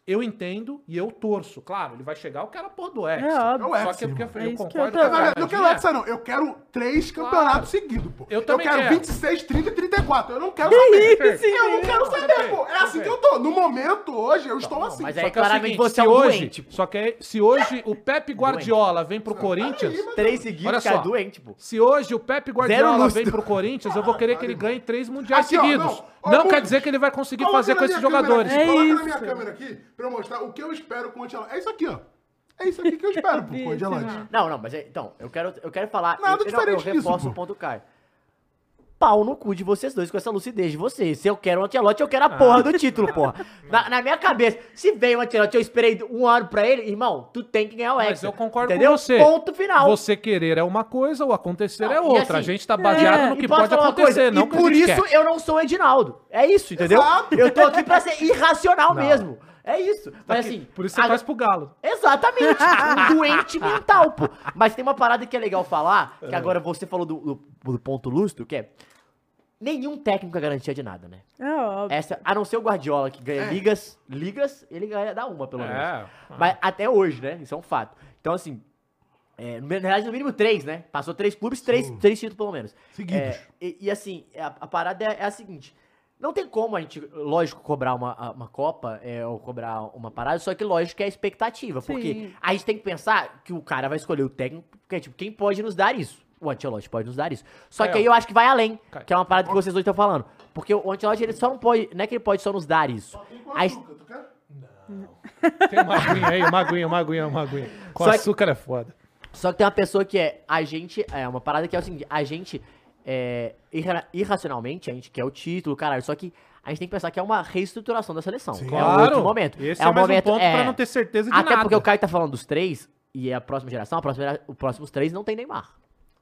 Speaker 1: eu entendo e eu torço. Claro, ele vai chegar, eu quero a porra do Hexa.
Speaker 4: É óbvio.
Speaker 3: É o
Speaker 1: Só
Speaker 3: Hexa,
Speaker 1: que eu,
Speaker 3: irmão.
Speaker 1: eu,
Speaker 4: É isso que eu
Speaker 1: concordo
Speaker 4: tô-
Speaker 1: com a
Speaker 3: Na verdade, eu
Speaker 1: Fernandinha.
Speaker 3: não quero Hexa, não. Eu quero três campeonatos seguidos, pô.
Speaker 1: é. Eu também
Speaker 3: quero,
Speaker 1: quero.
Speaker 3: 26, 30 e 34. Eu não quero saber.
Speaker 1: isso,
Speaker 3: eu não
Speaker 1: hein?
Speaker 3: quero saber, pô. É assim
Speaker 1: Perfeito.
Speaker 3: que eu tô. No momento, hoje, eu estou assim.
Speaker 2: mas
Speaker 1: Só
Speaker 2: aí
Speaker 1: que é o
Speaker 2: claramente
Speaker 1: seguinte,
Speaker 2: você
Speaker 1: se
Speaker 2: é um
Speaker 1: hoje,
Speaker 2: doente, pô.
Speaker 1: Só que aí, se hoje o Pepe Guardiola vem pro Corinthians,
Speaker 3: Tá Aí, mas-
Speaker 2: Três
Speaker 1: Olha
Speaker 2: seguidos, cara, é
Speaker 1: só.
Speaker 2: doente, pô.
Speaker 1: Se hoje o Pepe Guardiola
Speaker 2: lúcido.
Speaker 1: vem pro Corinthians, eu vou querer que ele ganhe três mundiais
Speaker 3: Aqui, ó,
Speaker 1: seguidos.
Speaker 3: não.
Speaker 1: Não,
Speaker 3: Ó, Mundo,
Speaker 1: quer dizer que ele vai conseguir
Speaker 3: Coloca
Speaker 1: fazer
Speaker 3: na
Speaker 1: com esses
Speaker 3: minha câmera
Speaker 1: jogadores.
Speaker 3: aqui,
Speaker 4: É
Speaker 3: Coloca na
Speaker 4: isso.
Speaker 3: minha câmera aqui pra eu mostrar o que eu espero com o Angelotti. É isso aqui, ó. É isso aqui que eu espero pô, com o Angelotti.
Speaker 2: Não, não, mas é- então, eu quero, eu quero falar.
Speaker 3: Nada
Speaker 2: eu, eu-
Speaker 3: diferente
Speaker 2: eu reforço
Speaker 3: disso, pô.
Speaker 2: o ponto do Caio. Pau no cu de vocês dois com essa lucidez de vocês. Se eu quero um antelote, eu
Speaker 1: Ah.
Speaker 2: quero a porra do título, porra. Na, na minha cabeça, se veio um antelote, eu esperei um ano pra ele, irmão, tu tem que ganhar o
Speaker 1: Mas
Speaker 2: Hexa.
Speaker 1: eu concordo com
Speaker 2: entendeu?
Speaker 1: você.
Speaker 2: Ponto final.
Speaker 1: Você querer é uma coisa, o acontecer
Speaker 2: Não,
Speaker 1: é
Speaker 2: e
Speaker 1: outra. A
Speaker 2: assim,
Speaker 1: gente tá baseado
Speaker 4: é,
Speaker 1: no que
Speaker 2: e posso
Speaker 1: pode
Speaker 2: falar uma
Speaker 1: acontecer,
Speaker 2: coisa?
Speaker 1: não
Speaker 2: e
Speaker 1: que a gente
Speaker 2: por isso
Speaker 1: quer.
Speaker 2: eu não sou o Edinaldo. É isso, entendeu?
Speaker 3: Exato.
Speaker 2: Eu tô aqui pra ser irracional
Speaker 1: Não. Tá
Speaker 2: mesmo. É isso. Mas
Speaker 1: Aqui,
Speaker 2: assim.
Speaker 1: por isso você
Speaker 2: a-
Speaker 1: faz pro galo.
Speaker 2: Exatamente. Um doente mental, pô. Mas tem uma parada que é legal falar, que agora você falou do, do- do ponto lustro, que é. Nenhum técnico é garantia de nada, né?
Speaker 4: É óbvio.
Speaker 2: Essa, a não ser o Guardiola, que
Speaker 3: É.
Speaker 2: ganha ligas, ligas, ele ganha da uma, pelo menos.
Speaker 1: É.
Speaker 2: Mas até hoje, né? Isso é um fato. Então, assim, é, no- na verdade, no mínimo três, né? Passou três clubes, três,
Speaker 3: Sim.
Speaker 2: três títulos, pelo menos.
Speaker 3: Seguidos.
Speaker 2: É, e, e, assim, a, a parada é, é a seguinte. Não tem como a gente, lógico, cobrar uma, a- uma Copa é, ou cobrar uma parada, só que lógico que é a expectativa. Porque
Speaker 4: Sim.
Speaker 2: a gente tem que pensar que o cara vai escolher o técnico, porque, tipo, quem pode nos dar isso? O Ancelotti pode nos dar isso. Só que
Speaker 1: Caio.
Speaker 2: aí eu acho que vai além,
Speaker 1: Caio.
Speaker 2: que é uma parada que vocês dois estão falando. Porque o Ancelotti, ele só não pode, não é que ele pode só nos dar isso. A es-
Speaker 3: Tu quer?
Speaker 1: Tem uma aguinha aí, uma aguinha, uma aguinha, uma aguinha. Com
Speaker 2: Só que-
Speaker 1: açúcar é foda.
Speaker 2: Só que tem uma pessoa que é. A gente. É uma parada que é o seguinte: a gente. É, irra- irracionalmente, a gente quer o título, caralho. Só que a gente tem que pensar que é uma reestruturação da seleção.
Speaker 3: Sim.
Speaker 2: é
Speaker 1: Claro.
Speaker 2: outro momento.
Speaker 1: Esse é, mais um ponto pra
Speaker 2: é,
Speaker 1: não ter certeza de
Speaker 2: Até
Speaker 1: nada.
Speaker 2: porque o Caio tá falando dos três, e é a próxima geração, a próxima, gera- os próximos três não tem Neymar.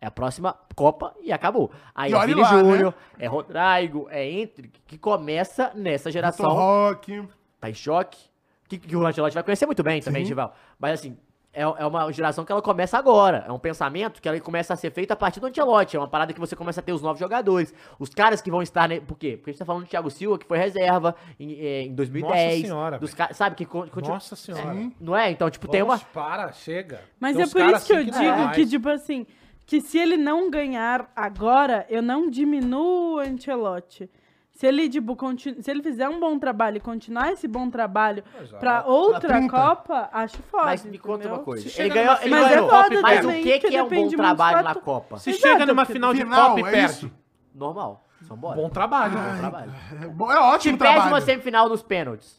Speaker 2: É a próxima Copa e acabou. Aí
Speaker 3: E
Speaker 2: é
Speaker 3: olhe
Speaker 2: Vini
Speaker 3: lá, né?
Speaker 2: Júnior, é Rodrigo, é Entre, que começa nessa
Speaker 3: Tom
Speaker 2: geração
Speaker 3: Rock.
Speaker 2: tá em choque. Que, que o Ancelotti vai conhecer muito bem também,
Speaker 3: Sim.
Speaker 2: Gival. Mas assim, é, é uma geração que ela começa agora. É um pensamento que ela começa a ser feito a partir do Ancelotti. É uma parada que você começa a ter os novos jogadores. Os caras que vão estar. Né, por quê? Porque a gente tá falando do Thiago Silva, que foi reserva em, eh, em 2010.
Speaker 1: Nossa senhora,
Speaker 2: dos ca- Sabe? Que con- continua-
Speaker 1: Nossa senhora.
Speaker 3: Sim.
Speaker 2: Não é? Então, tipo, tem uma.
Speaker 1: Vamos, para, chega.
Speaker 4: Mas
Speaker 1: Tem
Speaker 4: é
Speaker 1: uns
Speaker 4: por
Speaker 1: cara
Speaker 4: isso que eu
Speaker 1: assim não dá
Speaker 4: digo que,
Speaker 1: mais.
Speaker 4: tipo assim, que se ele não ganhar agora, eu não diminuo o Ancelotti. Se ele, tipo, continu... se ele fizer um bom trabalho e continuar esse bom trabalho
Speaker 1: Exato.
Speaker 4: pra outra
Speaker 3: 30.
Speaker 4: Copa, acho foda.
Speaker 2: Mas me conta
Speaker 4: entendeu?
Speaker 2: uma coisa.
Speaker 1: Se
Speaker 2: Ele
Speaker 1: chega
Speaker 2: ganhou.
Speaker 1: numa
Speaker 2: Ele
Speaker 1: final
Speaker 4: Mas é
Speaker 1: de
Speaker 2: ganhou.
Speaker 1: Copa
Speaker 4: foda
Speaker 1: e
Speaker 2: mas
Speaker 4: também,
Speaker 2: o que, que é um
Speaker 4: depende
Speaker 2: bom
Speaker 4: muito
Speaker 2: trabalho na
Speaker 4: fato-
Speaker 2: Copa?
Speaker 1: Se
Speaker 4: Exato,
Speaker 1: chega numa
Speaker 4: porque-
Speaker 1: final de
Speaker 3: Final,
Speaker 1: Copa e
Speaker 3: é
Speaker 1: perde.
Speaker 3: isso.
Speaker 2: Normal. Vambora.
Speaker 1: Bom trabalho.
Speaker 2: Bom trabalho.
Speaker 3: É, bom- é ótimo
Speaker 2: Se
Speaker 3: o
Speaker 2: perde
Speaker 3: trabalho.
Speaker 2: uma semifinal nos pênaltis.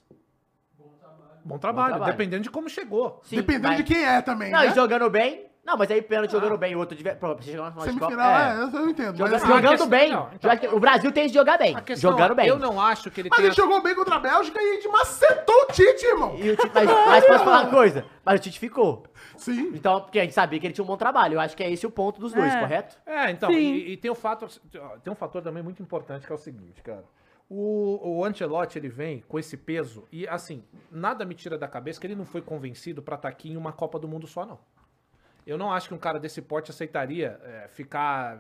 Speaker 1: Bom trabalho,
Speaker 2: trabalho.
Speaker 1: dependendo de como chegou.
Speaker 2: Sim,
Speaker 3: Dependendo
Speaker 2: mas-
Speaker 3: de quem é também,
Speaker 2: Não,
Speaker 3: né?
Speaker 2: e jogando bem. Não, mas aí pênalti
Speaker 1: Ah.
Speaker 2: jogando bem, o outro de. Pô, você chegar na final de Copa,
Speaker 3: Semifinal,
Speaker 2: é.
Speaker 3: é, eu- eu entendo.
Speaker 2: Joga-
Speaker 3: Mas, assim,
Speaker 1: a
Speaker 2: jogando
Speaker 1: questão-
Speaker 2: bem.
Speaker 1: não, então-
Speaker 2: joga que- o Brasil tem que jogar bem.
Speaker 1: A questão
Speaker 2: Jogando
Speaker 1: é,
Speaker 2: bem. Ah,
Speaker 1: Eu não acho que ele
Speaker 3: mas
Speaker 1: tenha
Speaker 3: ele jogou bem contra a Bélgica e ele macetou o Tite, irmão.
Speaker 2: E o Tite, mas, mas posso falar uma coisa? Mas o Tite ficou.
Speaker 3: Sim.
Speaker 2: Então, porque a gente sabia que ele tinha um bom trabalho. Eu acho que é esse o ponto dos dois,
Speaker 4: É.
Speaker 2: correto?
Speaker 1: É, então,
Speaker 4: Sim.
Speaker 1: e, e tem, o fato, tem um fator também muito importante que é o seguinte, cara. O, o Ancelotti, ele vem com esse peso e, assim, nada me tira da cabeça que ele não foi convencido pra estar aqui em uma Copa do Mundo só, não. Eu não acho que um cara desse porte aceitaria é, ficar...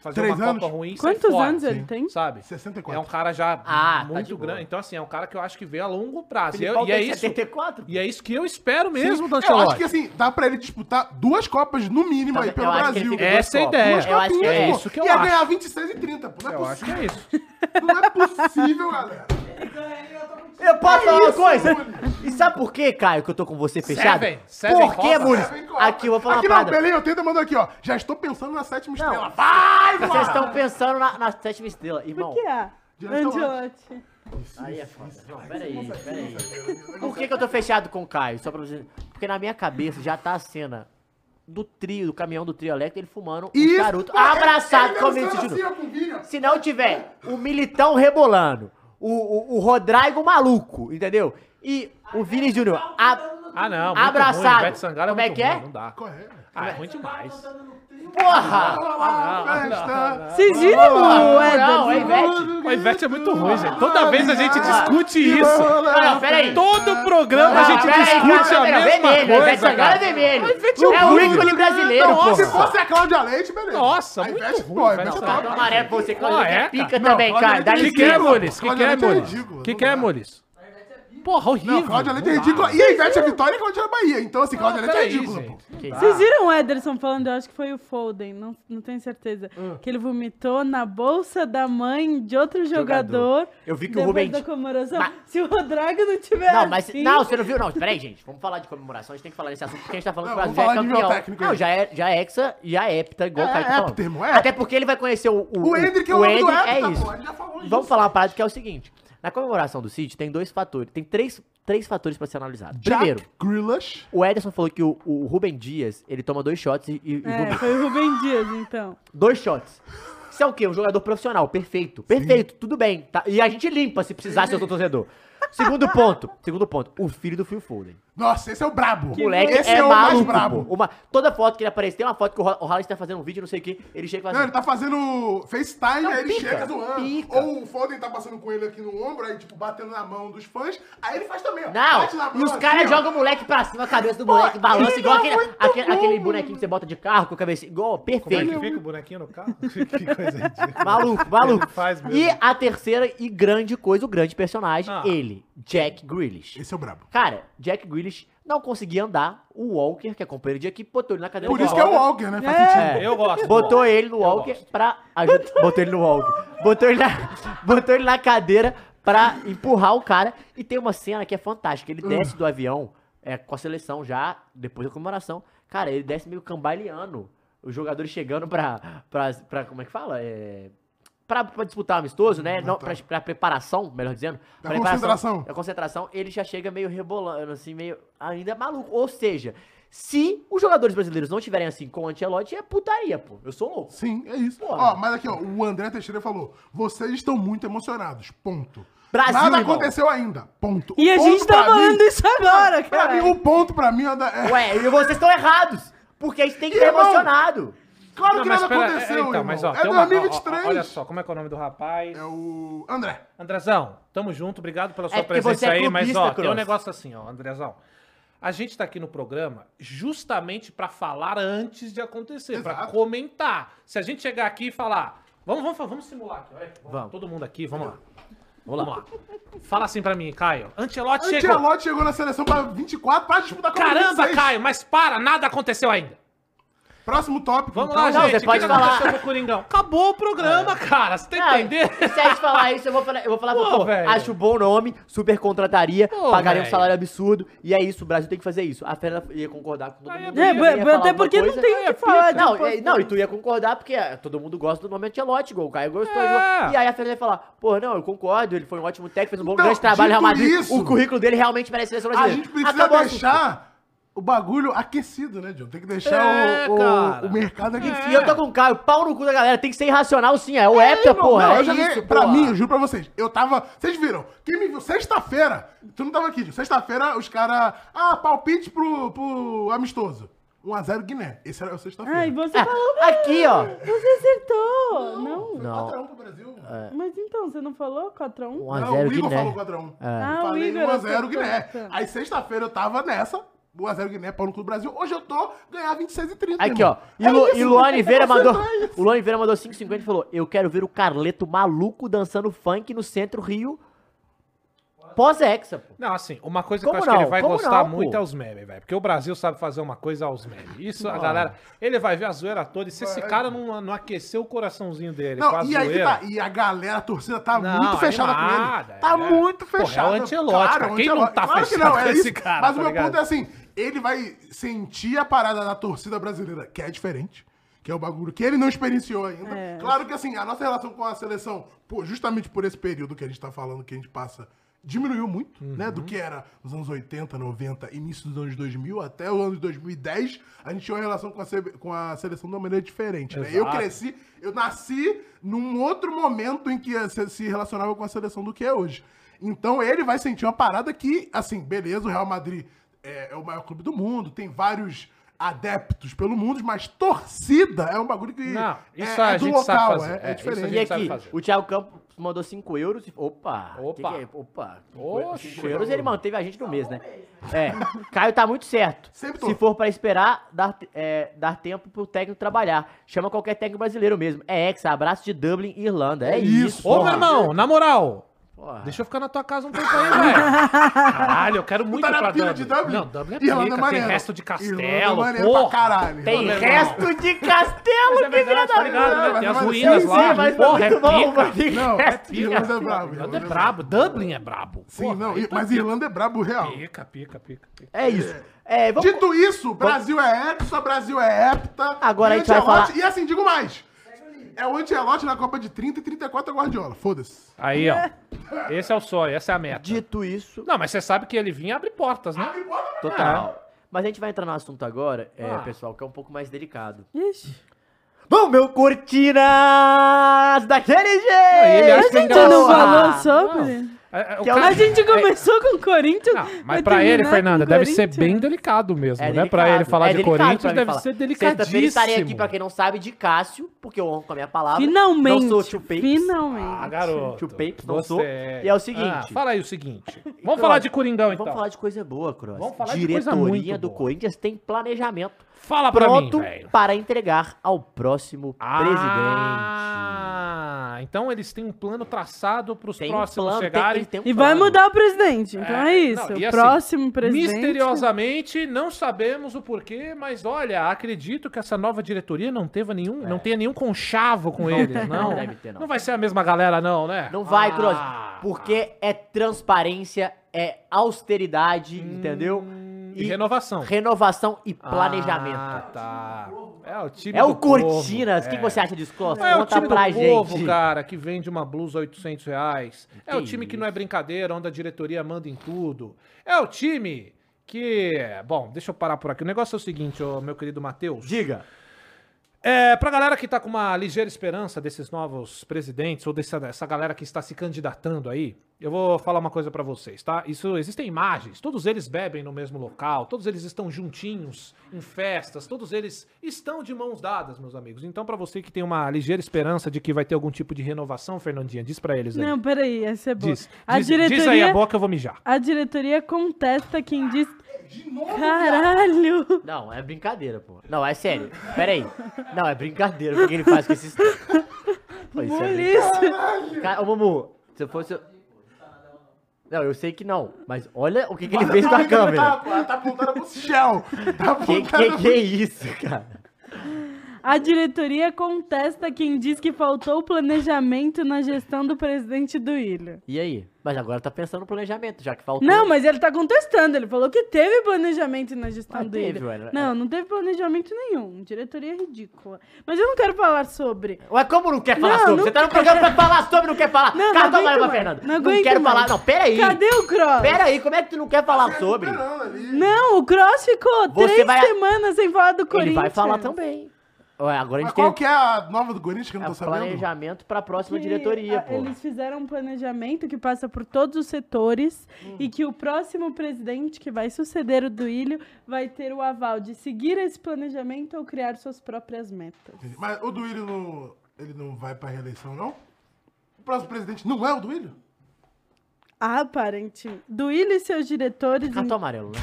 Speaker 1: Fazer
Speaker 3: Três
Speaker 1: uma
Speaker 3: anos?
Speaker 1: Copa ruim e sair
Speaker 4: Quantos
Speaker 1: fora,
Speaker 4: anos ele tem?
Speaker 1: Sabe?
Speaker 3: 64.
Speaker 1: É um cara já
Speaker 2: Ah, tá de
Speaker 1: muito
Speaker 2: boa.
Speaker 1: grande. Então, assim, é um cara que eu acho que vê a longo prazo. E, é-
Speaker 2: Filipão
Speaker 1: e é
Speaker 2: tem
Speaker 1: isso,
Speaker 2: 74.
Speaker 1: e é isso que eu espero mesmo do
Speaker 3: Eu acho
Speaker 1: Ancelotti.
Speaker 3: que, assim, dá pra ele disputar duas Copas, no mínimo,
Speaker 2: Tá,
Speaker 3: aí,
Speaker 2: eu
Speaker 3: pelo
Speaker 2: acho que ele
Speaker 3: Brasil.
Speaker 2: fica-
Speaker 1: Essa é a
Speaker 2: Duas
Speaker 1: ideia.
Speaker 2: Copas. Eu acho que é
Speaker 1: Duas
Speaker 3: pô.
Speaker 1: isso que eu
Speaker 3: Ia
Speaker 1: acho.
Speaker 3: ganhar 26 e 30, pô. Não é
Speaker 1: Eu acho que
Speaker 3: possível.
Speaker 1: é isso.
Speaker 3: Não é possível, galera.
Speaker 2: Eu posso falar uma
Speaker 3: isso,
Speaker 2: coisa?
Speaker 3: Mule?
Speaker 2: E sabe por quê, Caio, que eu tô com você fechado?
Speaker 1: Seven. Seven
Speaker 2: por quê,
Speaker 1: Copas.
Speaker 2: Muniz?
Speaker 3: Seven Copas.
Speaker 2: Aqui, eu vou falar
Speaker 3: Aqui
Speaker 2: uma
Speaker 3: não,
Speaker 2: parada.
Speaker 3: Belém 80 mandou aqui, ó. Já estou pensando na sétima estrela.
Speaker 2: Vocês estão pensando na, na sétima estrela, irmão.
Speaker 4: O que é?
Speaker 3: Direção-
Speaker 4: Ancelotti.
Speaker 2: Aí é foda. Não, peraí, peraí. Por que, que eu tô fechado com o Caio? Só pra você. Porque na minha cabeça já tá a cena do trio, do caminhão do trio elétrico, ele fumando
Speaker 3: Isso.
Speaker 2: um charuto abraçado
Speaker 3: Ele
Speaker 2: com o Vinícius
Speaker 3: dançando
Speaker 2: Júnior.
Speaker 3: assim, ó, com o Vini, ó.
Speaker 2: Se não tiver o Militão rebolando, o, o, o Rodrigo maluco, entendeu? E o Vini Júnior a-
Speaker 1: Ah, não. Muito
Speaker 2: abraçado.
Speaker 1: Ruim. Ivete Sangalo
Speaker 2: Como é
Speaker 1: muito
Speaker 2: que é?
Speaker 1: ruim, Não dá.
Speaker 3: Correto.
Speaker 1: Ah, é ruim demais.
Speaker 2: Porra! Ah,
Speaker 4: Vocês viram o Éder?
Speaker 2: Não, é é Ivete.
Speaker 1: A Ivete é muito ruim, gente. Toda vez a gente discute
Speaker 3: é
Speaker 1: isso.
Speaker 2: Não, não, peraí.
Speaker 1: Todo programa a gente
Speaker 2: peraí,
Speaker 1: discute
Speaker 2: cara,
Speaker 1: a
Speaker 2: vermelho,
Speaker 1: mesma
Speaker 2: vermelho, Ivete
Speaker 1: coisa,
Speaker 2: Sangalo
Speaker 1: cara.
Speaker 2: é vermelho.
Speaker 1: A Ivete um
Speaker 2: É o
Speaker 1: muito-
Speaker 2: ícone brasileiro,
Speaker 1: Nossa,
Speaker 3: Se
Speaker 2: porra.
Speaker 3: fosse a Cláudia Leite, beleza. é
Speaker 1: Nossa,
Speaker 3: Aí
Speaker 1: muito
Speaker 3: veste,
Speaker 1: ruim,
Speaker 3: pô,
Speaker 1: Ivete
Speaker 3: veste
Speaker 1: Sangalo.
Speaker 3: a
Speaker 2: Cartão amarelo pra você,
Speaker 1: Ah,
Speaker 2: Cláudio, que
Speaker 1: é,
Speaker 2: é pica
Speaker 1: cara?
Speaker 2: também,
Speaker 3: Cláudio
Speaker 2: cara. Dá
Speaker 1: O que, que é,
Speaker 2: licença.
Speaker 1: Mules? O que, que é,
Speaker 3: Cláudia Leite é
Speaker 1: Mules?
Speaker 3: ridícula,
Speaker 1: O que,
Speaker 3: não
Speaker 1: que é,
Speaker 3: dá.
Speaker 1: Mules? Porra, horrível.
Speaker 3: Não, Cláudia Leite é
Speaker 1: Não dá.
Speaker 3: ridícula. E a Ivete é Vitória e Cláudia é Bahia. Então, assim, Cláudia Leite é
Speaker 1: peraí,
Speaker 3: ridícula, pô.
Speaker 1: gente.
Speaker 2: Que isso?
Speaker 4: Vocês viram o Ederson falando, eu acho que foi o Foden, não, não tenho certeza.
Speaker 2: Hum.
Speaker 4: Que ele vomitou na bolsa da mãe de outro jogador.
Speaker 2: Eu vi que o
Speaker 4: depois
Speaker 2: Rubens-
Speaker 4: da comemoração.
Speaker 2: Mas-
Speaker 4: Se o Rodrigo não tiver
Speaker 2: Não, mas.
Speaker 4: assim-
Speaker 2: Não, você não viu, não. Peraí, gente. Vamos falar de comemoração. A gente tem que falar desse assunto porque a gente tá falando
Speaker 3: Não,
Speaker 2: que o
Speaker 3: vamos
Speaker 2: Brasil
Speaker 3: falar de
Speaker 2: é campeão.
Speaker 3: biotécnico aí.
Speaker 2: não, já é, já é hexa e já é hepta, igual
Speaker 3: É,
Speaker 2: o Kaique
Speaker 3: é
Speaker 2: falando.
Speaker 3: hepta, irmão, é
Speaker 2: Até porque ele vai conhecer o.
Speaker 3: O Hendrick é o
Speaker 2: o
Speaker 3: nome do
Speaker 2: Hendrick é
Speaker 3: hepta,
Speaker 2: isso.
Speaker 3: pô, ele já falou isso.
Speaker 2: Vamos falar uma parada que é o seguinte: na comemoração do City tem dois fatores. Tem três, três fatores pra ser analisado. Primeiro,
Speaker 3: Jack Grealish.
Speaker 2: o Ederson falou que o, o Rubem Dias ele toma dois shots e, e, e
Speaker 4: É,
Speaker 2: vomita.
Speaker 4: foi o Rubem Dias, então.
Speaker 2: Dois shots. Isso é o quê? Um jogador profissional. Perfeito. Perfeito. Tudo bem. tá? E a gente limpa se precisar, se eu sou torcedor. Segundo ponto. Segundo ponto. O filho do Phil Foden.
Speaker 3: Nossa, esse é o brabo.
Speaker 2: O moleque
Speaker 3: esse
Speaker 2: é,
Speaker 3: é, o mais
Speaker 2: maluco.
Speaker 3: brabo.
Speaker 2: pô. Uma, toda foto que ele aparece, tem uma foto que o Ho- o Haaland tá fazendo um vídeo, não sei o que, ele chega e fala
Speaker 3: Não, ele
Speaker 2: assim,
Speaker 3: tá fazendo FaceTime, aí ele
Speaker 2: pica,
Speaker 3: chega zoando.
Speaker 2: pica.
Speaker 3: Ou o Foden tá passando com ele aqui no ombro, aí, tipo, batendo na mão dos fãs. Aí ele faz também, ó. Bate na
Speaker 2: não!
Speaker 3: mão
Speaker 2: E os
Speaker 3: assim,
Speaker 2: caras
Speaker 3: ó.
Speaker 2: jogam o moleque pra cima, a cabeça do moleque balança,
Speaker 3: ele
Speaker 2: igual
Speaker 3: é
Speaker 2: aquele,
Speaker 3: muito
Speaker 2: aquele,
Speaker 3: bom,
Speaker 2: aquele
Speaker 3: mano.
Speaker 2: bonequinho que você bota de carro com a cabeça igual,
Speaker 7: Como é
Speaker 2: perfeito.
Speaker 7: que fica o bonequinho no carro? que coisa ridícula.
Speaker 2: Maluco, maluco.
Speaker 7: Ele faz mesmo.
Speaker 2: E a terceira e grande coisa, o grande personagem,
Speaker 7: Ah.
Speaker 2: ele, Jack Grealish.
Speaker 3: Esse é o brabo.
Speaker 2: Cara, Jack Grealish não conseguia andar, o Walker, que é companheiro de equipe, botou ele na cadeira
Speaker 3: Por
Speaker 2: de
Speaker 3: isso que é o
Speaker 2: rodas.
Speaker 3: Walker, né? Faz
Speaker 4: É.
Speaker 3: sentido.
Speaker 2: É.
Speaker 7: Eu gosto.
Speaker 2: Botou ele no Walker pra. ajudar. Botou ele no Walker. Botou ele, na, botou ele na cadeira pra empurrar o cara. E tem uma cena que é fantástica. Ele desce do avião é, com a seleção já, depois da comemoração. Cara, ele desce meio cambaleando. Os jogadores chegando pra. pra, pra como é que fala? É. Pra, pra disputar o amistoso, né? Não, pra, pra preparação, melhor dizendo.
Speaker 3: Da
Speaker 2: Preparação-
Speaker 3: concentração.
Speaker 2: Da concentração, ele já chega meio rebolando, assim, meio ainda maluco. Ou seja, se os jogadores brasileiros não tiverem assim com o Ancelotti, é putaria, pô. Eu sou louco.
Speaker 3: Sim, é isso.
Speaker 2: Porra.
Speaker 3: Ó, mas aqui, ó, o André Teixeira falou: vocês estão muito emocionados. Ponto.
Speaker 2: Brasil,
Speaker 3: Nada
Speaker 2: irmão.
Speaker 3: aconteceu ainda. Ponto.
Speaker 4: E
Speaker 3: O
Speaker 4: a
Speaker 3: ponto
Speaker 4: gente tá
Speaker 3: pra mim-
Speaker 4: falando isso agora,
Speaker 3: Pra
Speaker 4: cara.
Speaker 3: mim, o ponto pra mim é. da- é-
Speaker 2: Ué, e vocês estão errados. Porque a gente tem que estar
Speaker 3: Irmão!
Speaker 2: emocionado.
Speaker 3: Claro
Speaker 1: Não,
Speaker 3: que
Speaker 1: mas
Speaker 3: nada
Speaker 1: pera-
Speaker 3: aconteceu,
Speaker 1: é, então,
Speaker 3: irmão.
Speaker 1: mas ó,
Speaker 3: é
Speaker 1: tem uma- ó, ó,
Speaker 3: 2023.
Speaker 1: Olha só, como é que é o nome do rapaz?
Speaker 3: É o André.
Speaker 1: Andrezão, tamo junto, obrigado pela sua
Speaker 2: É porque
Speaker 1: presença
Speaker 2: você é
Speaker 1: aí, mas ó,
Speaker 2: clubista,
Speaker 1: tem um
Speaker 2: Cross.
Speaker 1: negócio assim, ó, Andrezão. A gente tá aqui no programa justamente pra falar antes de acontecer, pra
Speaker 3: Exato.
Speaker 1: comentar. Se a gente chegar aqui e falar, vamos, vamos, fa- vamos simular aqui, olha, vamos,
Speaker 2: Vamos.
Speaker 1: todo mundo aqui, vamos lá. Vamos lá. Fala assim pra mim, Caio. Antelote chegou.
Speaker 3: Ancelotti chegou na seleção pra 24 pra disputar com
Speaker 1: Caramba,
Speaker 3: 26.
Speaker 1: Caio, mas para, nada aconteceu ainda.
Speaker 3: Próximo tópico.
Speaker 1: Vamos
Speaker 3: então.
Speaker 1: lá,
Speaker 2: não,
Speaker 1: gente.
Speaker 2: você
Speaker 1: o
Speaker 2: pode
Speaker 1: que
Speaker 2: falar. É.
Speaker 1: aconteceu com o Coringão? Acabou o programa, cara. Você tá
Speaker 2: Ah,
Speaker 1: entendendo?
Speaker 2: Se a gente falar isso, eu vou falar, eu vou falar
Speaker 1: Pô,
Speaker 2: pô,
Speaker 1: velho.
Speaker 2: acho bom nome, super contrataria,
Speaker 1: Pô,
Speaker 2: pagaria um
Speaker 1: velho.
Speaker 2: salário absurdo, e é isso, o Brasil tem que fazer isso. A Fernanda ia concordar com todo
Speaker 1: Aí é
Speaker 2: mundo.
Speaker 1: bonito.
Speaker 2: eu ia
Speaker 4: É,
Speaker 2: falar
Speaker 4: até
Speaker 2: uma
Speaker 4: porque não
Speaker 2: coisa.
Speaker 4: tem o que falar.
Speaker 2: Não,
Speaker 4: tipo,
Speaker 2: e, não, e tu ia concordar porque é, todo mundo gosta do nome Antelote, igual o Caio gostou.
Speaker 1: É.
Speaker 2: igual- E aí a Fernanda ia falar, pô, não, eu concordo, ele foi um ótimo técnico, fez um bom
Speaker 3: Então,
Speaker 2: grande trabalho no Real
Speaker 3: dito
Speaker 2: Madrid,
Speaker 3: isso,
Speaker 2: o currículo dele realmente merece a seleção
Speaker 3: A
Speaker 2: brasileira.
Speaker 3: gente precisa
Speaker 2: Acabou o assunto.
Speaker 3: deixar o bagulho aquecido, né, John? Tem que deixar
Speaker 1: É,
Speaker 3: o, o-
Speaker 1: cara.
Speaker 3: o mercado aquecido.
Speaker 2: E eu tô com o Caio, pau no cu da galera, tem que ser irracional sim, é o hepta,
Speaker 3: Não,
Speaker 2: porra.
Speaker 3: não,
Speaker 2: é
Speaker 3: eu joguei,
Speaker 2: isso,
Speaker 3: pra
Speaker 2: porra.
Speaker 3: mim, eu juro pra vocês, eu tava. Vocês viram? Quem me viu sexta-feira, tu não tava aqui, Gil. sexta-feira os caras. Ah, palpite pro, pro amistoso. 1x0 Guiné. Esse era o sexta-feira.
Speaker 4: Ai, você
Speaker 2: Ah,
Speaker 4: falou.
Speaker 2: aqui, ó.
Speaker 4: Você acertou! Não.
Speaker 2: Não. é.
Speaker 3: 4x1 pro Brasil.
Speaker 4: Mas então, você não falou 4x1?
Speaker 2: 1 a né?
Speaker 3: Não,
Speaker 2: 0
Speaker 3: o Igor falou
Speaker 2: Guiné. É.
Speaker 3: 4x1.
Speaker 4: Ah,
Speaker 3: Eu
Speaker 4: o
Speaker 3: falei
Speaker 4: Igor
Speaker 3: 1x0 Guiné.
Speaker 4: acertou.
Speaker 3: Aí sexta-feira eu tava nessa. 1x0 Guiné, Paulo Clube Brasil. Hoje eu tô ganhar 26,30.
Speaker 2: Aqui,
Speaker 3: irmão.
Speaker 2: ó. E, Lu,
Speaker 3: É isso,
Speaker 2: e Luan Oliveira
Speaker 3: você
Speaker 2: mandou.
Speaker 3: tá isso.
Speaker 2: O Luan Oliveira mandou 5,50 e falou: Eu quero ver o Carleto maluco dançando funk no centro Rio pós-Hexa, pô.
Speaker 1: Não, assim, uma coisa
Speaker 2: Como
Speaker 1: que eu acho que
Speaker 2: não?
Speaker 1: ele vai
Speaker 2: Como
Speaker 1: gostar
Speaker 2: não, pô?
Speaker 1: muito é os memes, velho. Porque o Brasil sabe fazer uma coisa aos memes. Isso, a galera. Ele vai ver a zoeira toda. E se esse cara não, não aquecer o coraçãozinho dele com a
Speaker 3: Não, e
Speaker 1: zoeira.
Speaker 3: aí que tá. E a galera, a torcida tá
Speaker 1: Não,
Speaker 3: muito fechada com
Speaker 1: animada,
Speaker 3: ele. Tá
Speaker 1: é.
Speaker 3: muito
Speaker 1: Porra, é o
Speaker 3: fechada.
Speaker 1: Ancelotti, cara. Quem não
Speaker 3: Ancelotti.
Speaker 1: tá
Speaker 3: claro
Speaker 1: fechado
Speaker 3: que não, é
Speaker 1: com
Speaker 3: isso.
Speaker 1: esse cara,
Speaker 3: Mas o
Speaker 1: tá
Speaker 3: meu
Speaker 1: ligado?
Speaker 3: ponto é assim: ele vai sentir a parada da torcida brasileira, que é diferente. Que é o bagulho que ele não experienciou ainda. Claro que assim, a nossa relação com a seleção, pô, justamente por esse período que a gente tá falando, que a gente passa diminuiu muito, né? Do que era nos anos 80, 90, início dos anos 2000 até os anos 2010, a gente tinha uma relação com a, sele- com a seleção de uma maneira diferente, né? Eu
Speaker 1: Exato.
Speaker 3: cresci, eu nasci num outro momento em que se, se relacionava com a seleção do que é hoje. Então ele vai sentir uma parada que, assim, beleza, o Real Madrid é, é o maior clube do mundo, tem vários adeptos pelo mundo, mas torcida é um bagulho que
Speaker 1: Não, isso
Speaker 3: é,
Speaker 1: a
Speaker 3: é do
Speaker 1: gente sabe
Speaker 3: local,
Speaker 1: fazer.
Speaker 3: é- é,
Speaker 1: É, isso a
Speaker 3: diferente.
Speaker 1: gente
Speaker 2: E
Speaker 1: sabe
Speaker 2: aqui,
Speaker 1: fazer.
Speaker 2: o Thiago Campos mandou 5 euros e. Opa!
Speaker 1: Opa.
Speaker 2: que que é? Opa!
Speaker 1: Oxi.
Speaker 2: 5 euros ele manteve a gente no mês, né? É. Caio tá muito certo.
Speaker 3: Sempre tô.
Speaker 2: Se for pra esperar, dar, te- é, dar tempo pro técnico trabalhar. Chama qualquer técnico brasileiro mesmo. É ex, abraço de Dublin, Irlanda. É
Speaker 3: Isso,
Speaker 2: isso.
Speaker 1: Ô, meu
Speaker 2: porra.
Speaker 1: irmão, na moral,
Speaker 2: Porra.
Speaker 1: deixa eu ficar na tua casa um pouco aí, velho. Caralho, eu quero muito
Speaker 3: tá na
Speaker 1: pra
Speaker 3: pilha
Speaker 1: Dublin.
Speaker 3: de Dublin?
Speaker 1: Não, Dublin é
Speaker 3: Irlanda
Speaker 1: pica,
Speaker 3: é
Speaker 1: tem
Speaker 3: maneiro.
Speaker 1: resto de castelo,
Speaker 3: Irlanda é maneiro pra
Speaker 1: porra.
Speaker 3: caralho.
Speaker 2: Tem
Speaker 1: Ô, meu irmão.
Speaker 2: resto de castelo
Speaker 1: Mas é
Speaker 2: que vira
Speaker 1: verdade, tá
Speaker 3: Não,
Speaker 1: ligado, né?
Speaker 3: mas
Speaker 1: Tem as
Speaker 3: não, mas
Speaker 1: ruínas
Speaker 3: sim,
Speaker 1: lá.
Speaker 3: sim, mas
Speaker 1: Porra, é
Speaker 2: muito bom,
Speaker 1: pica.
Speaker 2: mas-
Speaker 3: Não,
Speaker 1: É
Speaker 3: é,
Speaker 1: pica.
Speaker 3: Irlanda é brabo.
Speaker 1: Irlanda é brabo. Dublin é brabo.
Speaker 3: Sim,
Speaker 1: Porra,
Speaker 3: não,
Speaker 1: aí
Speaker 3: e-
Speaker 1: tu
Speaker 3: mas Irlanda é brabo real.
Speaker 1: Pica, pica, pica. pica.
Speaker 2: É isso. É, vamos.
Speaker 3: Dito isso, Brasil é hexa, Brasil é hepta.
Speaker 2: Agora a
Speaker 3: e
Speaker 2: gente vai
Speaker 3: Ancelotti-
Speaker 2: falar-
Speaker 3: E assim, digo mais. É o Ancelotti na Copa de 30 e 34 é Guardiola. Foda-se.
Speaker 1: Aí, ó. Esse é o sonho, essa é a meta.
Speaker 2: Dito isso.
Speaker 1: Não, mas você sabe que ele vinha e abre portas, né?
Speaker 2: Total. Mas a gente vai entrar no assunto agora, é,
Speaker 1: É. Ah.
Speaker 2: pessoal, que é um pouco mais delicado.
Speaker 4: Ixi.
Speaker 2: Bom, meu cortinas daquele
Speaker 1: ele
Speaker 2: jeito!
Speaker 1: acha
Speaker 4: A
Speaker 1: que é
Speaker 4: gente
Speaker 1: engraçado.
Speaker 4: não falou
Speaker 2: Porra!
Speaker 4: sobre.
Speaker 1: É, é, o
Speaker 2: Que é o-
Speaker 1: cara-
Speaker 4: A gente começou com o Corinthians.
Speaker 1: Não, mas
Speaker 4: vai
Speaker 1: pra ele,
Speaker 4: terminar com
Speaker 1: Fernanda, deve ser
Speaker 4: Corinthians?
Speaker 1: bem delicado mesmo,
Speaker 2: É
Speaker 1: né? Pra
Speaker 2: delicado,
Speaker 1: ele falar
Speaker 2: é
Speaker 1: de
Speaker 2: delicado pra
Speaker 1: Corinthians
Speaker 2: mim
Speaker 1: deve
Speaker 2: falar.
Speaker 1: ser
Speaker 2: Sexta-feira estarei aqui,
Speaker 1: delicadíssimo.
Speaker 2: pra quem não sabe, de Cássio, porque eu honro com a minha palavra. Não
Speaker 4: Finalmente.
Speaker 2: sou chupei.
Speaker 4: Finalmente.
Speaker 1: Ah, garoto.
Speaker 2: Chupei, não
Speaker 1: Você
Speaker 2: sou.
Speaker 1: é.
Speaker 2: E é o seguinte.
Speaker 1: Ah, fala aí o seguinte. Vamos
Speaker 2: Então,
Speaker 1: falar de Coringão, então.
Speaker 2: Vamos falar de coisa boa, Cross.
Speaker 1: Vamos falar de
Speaker 2: Diretoria
Speaker 1: coisa muito
Speaker 2: do
Speaker 1: boa.
Speaker 2: Corinthians tem planejamento
Speaker 1: Fala pra
Speaker 2: pronto
Speaker 1: mim, velho.
Speaker 2: para entregar ao próximo
Speaker 1: Ah, então eles têm um plano traçado pros
Speaker 2: presidente. Tem um
Speaker 1: próximos
Speaker 2: plano, tem,
Speaker 1: chegarem.
Speaker 2: ele tem um
Speaker 4: E vai
Speaker 2: plano.
Speaker 4: mudar o presidente. Então é,
Speaker 1: É,
Speaker 4: isso.
Speaker 1: não,
Speaker 4: o
Speaker 1: e assim,
Speaker 4: próximo presidente.
Speaker 1: Misteriosamente, não sabemos o porquê, mas olha, acredito que essa nova diretoria não teve nenhum, não tenha nenhum conchavo com eles, não.
Speaker 2: É. não deve ter, não.
Speaker 1: vai ser a mesma galera, não, né?
Speaker 2: Não vai,
Speaker 1: Ah.
Speaker 2: Cross. Porque é transparência, é austeridade, entendeu?
Speaker 1: E renovação.
Speaker 2: Renovação e planejamento.
Speaker 1: Ah, tá. É o time
Speaker 2: é
Speaker 1: do
Speaker 2: o
Speaker 1: povo.
Speaker 2: Cortinas. O que você acha disso, Cross?
Speaker 1: É o
Speaker 2: Conta
Speaker 1: time do
Speaker 2: pra
Speaker 1: povo,
Speaker 2: gente.
Speaker 1: cara, que vende uma blusa a 800 reais. É o
Speaker 2: Que
Speaker 1: time que não é brincadeira, onde a diretoria manda em tudo. É o time que... Bom, deixa eu parar por aqui. O negócio é o seguinte, ô, meu querido Matheus.
Speaker 2: Diga.
Speaker 1: É, pra galera que tá com uma ligeira esperança desses novos presidentes, ou dessa essa galera que está se candidatando aí, eu vou falar uma coisa pra vocês, tá? Isso, existem imagens, todos eles bebem no mesmo local, todos eles estão juntinhos em festas, todos eles estão de mãos dadas, meus amigos. Então, pra você que tem uma ligeira esperança de que vai ter algum tipo de renovação, Fernandinha, diz pra eles aí.
Speaker 4: Não, peraí, essa é boa.
Speaker 1: diz,
Speaker 4: a
Speaker 1: diz,
Speaker 4: diretoria.
Speaker 1: diz aí a boca, eu vou mijar.
Speaker 4: A diretoria contesta quem diz.
Speaker 3: De novo,
Speaker 4: Caralho!
Speaker 2: Não, é brincadeira, pô. Não, é sério. Pera aí. Não, é brincadeira. O que que ele faz com esses... Pô, isso é
Speaker 4: Polícia!
Speaker 2: Cara, ô Mumu, se eu fosse. Não, eu sei que não, mas olha o que, que ele fez com a câmera.
Speaker 3: Tá, tá apontando pro Shell. Tá
Speaker 2: Que,
Speaker 3: apontando
Speaker 2: que, que é isso, cara?
Speaker 4: A diretoria contesta quem diz que faltou planejamento na gestão do presidente do Ilha.
Speaker 2: E aí? Mas agora tá pensando no planejamento, já que faltou.
Speaker 4: Não, mas ele tá contestando. Ele falou que teve planejamento na gestão
Speaker 2: Mas
Speaker 4: do
Speaker 2: Ah, teve,
Speaker 4: Ilha.
Speaker 2: ué.
Speaker 4: Não, não teve planejamento nenhum. Diretoria é ridícula. Mas eu não quero falar sobre.
Speaker 2: Ué, como não quer falar
Speaker 4: Não,
Speaker 2: sobre?
Speaker 4: não
Speaker 2: Você tá no programa pra falar sobre, não quer falar.
Speaker 4: Não, não
Speaker 2: Carta
Speaker 4: aguento
Speaker 2: amarela pra
Speaker 4: mais,
Speaker 2: Fernanda.
Speaker 4: não
Speaker 2: Não,
Speaker 4: aguento
Speaker 2: quero falar.
Speaker 4: mais.
Speaker 2: Não, pera aí.
Speaker 4: Cadê o Cross?
Speaker 2: Pera aí, como é que tu não quer falar sobre?
Speaker 3: Esperando ali.
Speaker 4: Não, o Cross ficou
Speaker 2: Você
Speaker 4: três
Speaker 2: vai-
Speaker 4: semanas sem falar do Corinthians.
Speaker 2: Ele vai falar também. Ué, agora a
Speaker 3: Mas
Speaker 2: gente
Speaker 3: qual
Speaker 2: tem
Speaker 3: que é a nova do Corinthians que eu não
Speaker 2: é
Speaker 3: tô
Speaker 2: o
Speaker 3: sabendo?
Speaker 2: planejamento pra próxima
Speaker 4: que
Speaker 2: diretoria,
Speaker 4: a-
Speaker 2: pô.
Speaker 4: Eles fizeram um planejamento que passa por todos os setores
Speaker 2: Hum.
Speaker 4: e que o próximo presidente que vai suceder o Duílio vai ter o aval de seguir esse planejamento ou criar suas próprias metas.
Speaker 3: Mas o Duílio não, ele não vai pra reeleição, não? O próximo presidente não é o Duílio?
Speaker 4: Aparentemente. Duílio e seus diretores.
Speaker 2: Cartão amarelo, né?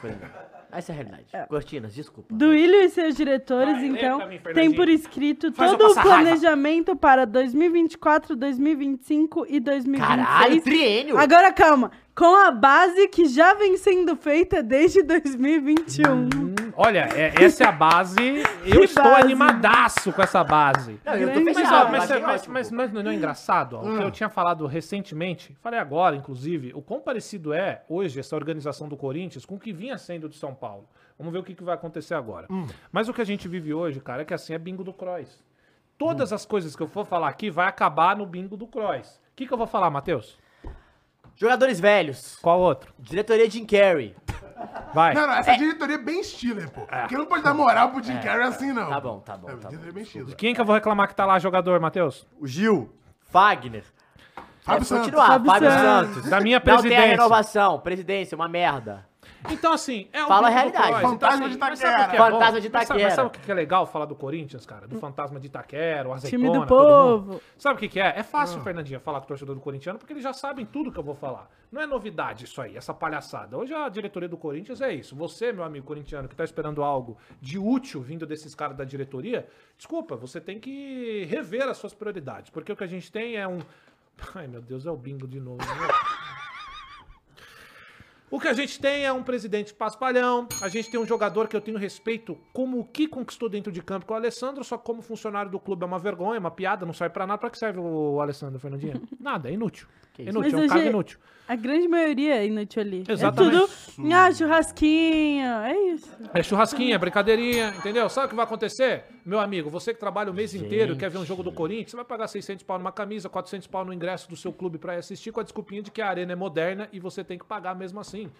Speaker 2: Pois é. Essa é a realidade. Cortinas, desculpa.
Speaker 4: Duílio e seus diretores,
Speaker 1: Vai, lê
Speaker 4: então,
Speaker 1: pra mim,
Speaker 4: têm
Speaker 1: Fernandinho.
Speaker 4: por escrito
Speaker 1: Faz eu
Speaker 4: todo o
Speaker 1: passar raiva.
Speaker 4: planejamento para 2024, 2025 e 2026.
Speaker 2: Caralho, triênio!
Speaker 4: Agora calma, com a base que já vem sendo feita desde 2021.
Speaker 1: Hum. Olha, é- essa é a base. Eu estou
Speaker 4: base.
Speaker 1: animadaço com essa base.
Speaker 2: Não, eu tô
Speaker 4: Grande
Speaker 1: Mas,
Speaker 2: fechado,
Speaker 1: ó,
Speaker 4: Thiago,
Speaker 1: mas,
Speaker 2: achei
Speaker 1: mas, mas,
Speaker 2: ótimo. Hum.
Speaker 1: mas não é engraçado, ó, o que eu tinha falado recentemente, falei agora, inclusive, o quão parecido é hoje essa organização do Corinthians com o que vinha sendo do São Paulo. Vamos ver o que, que vai acontecer agora.
Speaker 2: Hum.
Speaker 1: Mas o que a gente vive hoje, cara, é que assim é bingo do Cross.
Speaker 2: Hum.
Speaker 1: Todas as coisas que eu for falar aqui vai acabar no bingo do Cross. O que, que eu vou falar, Matheus?
Speaker 2: Jogadores velhos.
Speaker 1: Qual outro?
Speaker 2: Diretoria Jim Carrey.
Speaker 1: Vai.
Speaker 3: Não, não, essa diretoria é bem Stiller, pô. Porque não pode dar moral pro
Speaker 1: É.
Speaker 3: Jim Carrey assim, não.
Speaker 2: Tá bom, tá bom,
Speaker 3: É,
Speaker 2: tá
Speaker 3: diretoria
Speaker 2: bom.
Speaker 3: é bem Stiller.
Speaker 1: Quem que eu vou reclamar que tá lá jogador, Matheus?
Speaker 2: O Gil. Fagner.
Speaker 3: Fábio
Speaker 2: Deve
Speaker 3: Santos.
Speaker 2: continuar.
Speaker 4: Fábio
Speaker 2: É, Fábio
Speaker 4: Santos.
Speaker 2: Santos.
Speaker 1: Da minha
Speaker 2: Não tem a
Speaker 1: presidência.
Speaker 2: renovação. Presidência, uma merda.
Speaker 1: Então, assim, é um
Speaker 2: Fala a
Speaker 1: bingo
Speaker 2: realidade.
Speaker 1: pro Cross.
Speaker 3: Fantasma
Speaker 1: assim,
Speaker 3: de
Speaker 1: mas sabe o
Speaker 3: Itaquera.
Speaker 1: que é bom?
Speaker 2: Fantasma de
Speaker 1: Mas sabe- Mas
Speaker 2: Itaquera.
Speaker 1: sabe o que é legal falar do Corinthians, cara? Do fantasma de Itaquera, o azeitona,
Speaker 4: Time do
Speaker 1: todo mundo.
Speaker 4: povo.
Speaker 1: Sabe o que, que é? É
Speaker 3: Ah.
Speaker 1: fácil, Fernandinha, falar com o torcedor do corintiano, porque eles já sabem tudo que eu vou falar. Não é novidade isso aí, essa palhaçada. Hoje a diretoria do Corinthians é isso. Você, meu amigo corintiano, que tá esperando algo de útil vindo desses caras da diretoria, desculpa, você tem que rever as suas prioridades. Porque o que a gente tem é um. Ai, meu Deus, é o bingo de novo. né? O que a gente tem é um presidente paspalhão, a gente tem um jogador que eu tenho respeito como o que conquistou dentro de campo com o Alessandro, só que como funcionário do clube é uma vergonha, é uma piada, não serve pra nada. Pra que serve o Alessandro, Fernandinho? Nada, é inútil.
Speaker 2: Que isso.
Speaker 1: Inútil,
Speaker 4: Mas
Speaker 1: é um cara
Speaker 4: hoje-
Speaker 1: inútil.
Speaker 4: A grande maioria é inútil ali.
Speaker 1: Exatamente.
Speaker 4: É tudo, ah, churrasquinho, é isso.
Speaker 1: É churrasquinha, é brincadeirinha, entendeu? Sabe o que vai acontecer? Meu amigo, você que trabalha o mês inteiro e quer ver um jogo do Corinthians, você vai pagar 600 pau numa camisa, 400 pau no ingresso do seu clube pra ir assistir com a desculpinha de que a arena é moderna e você tem que pagar mesmo assim.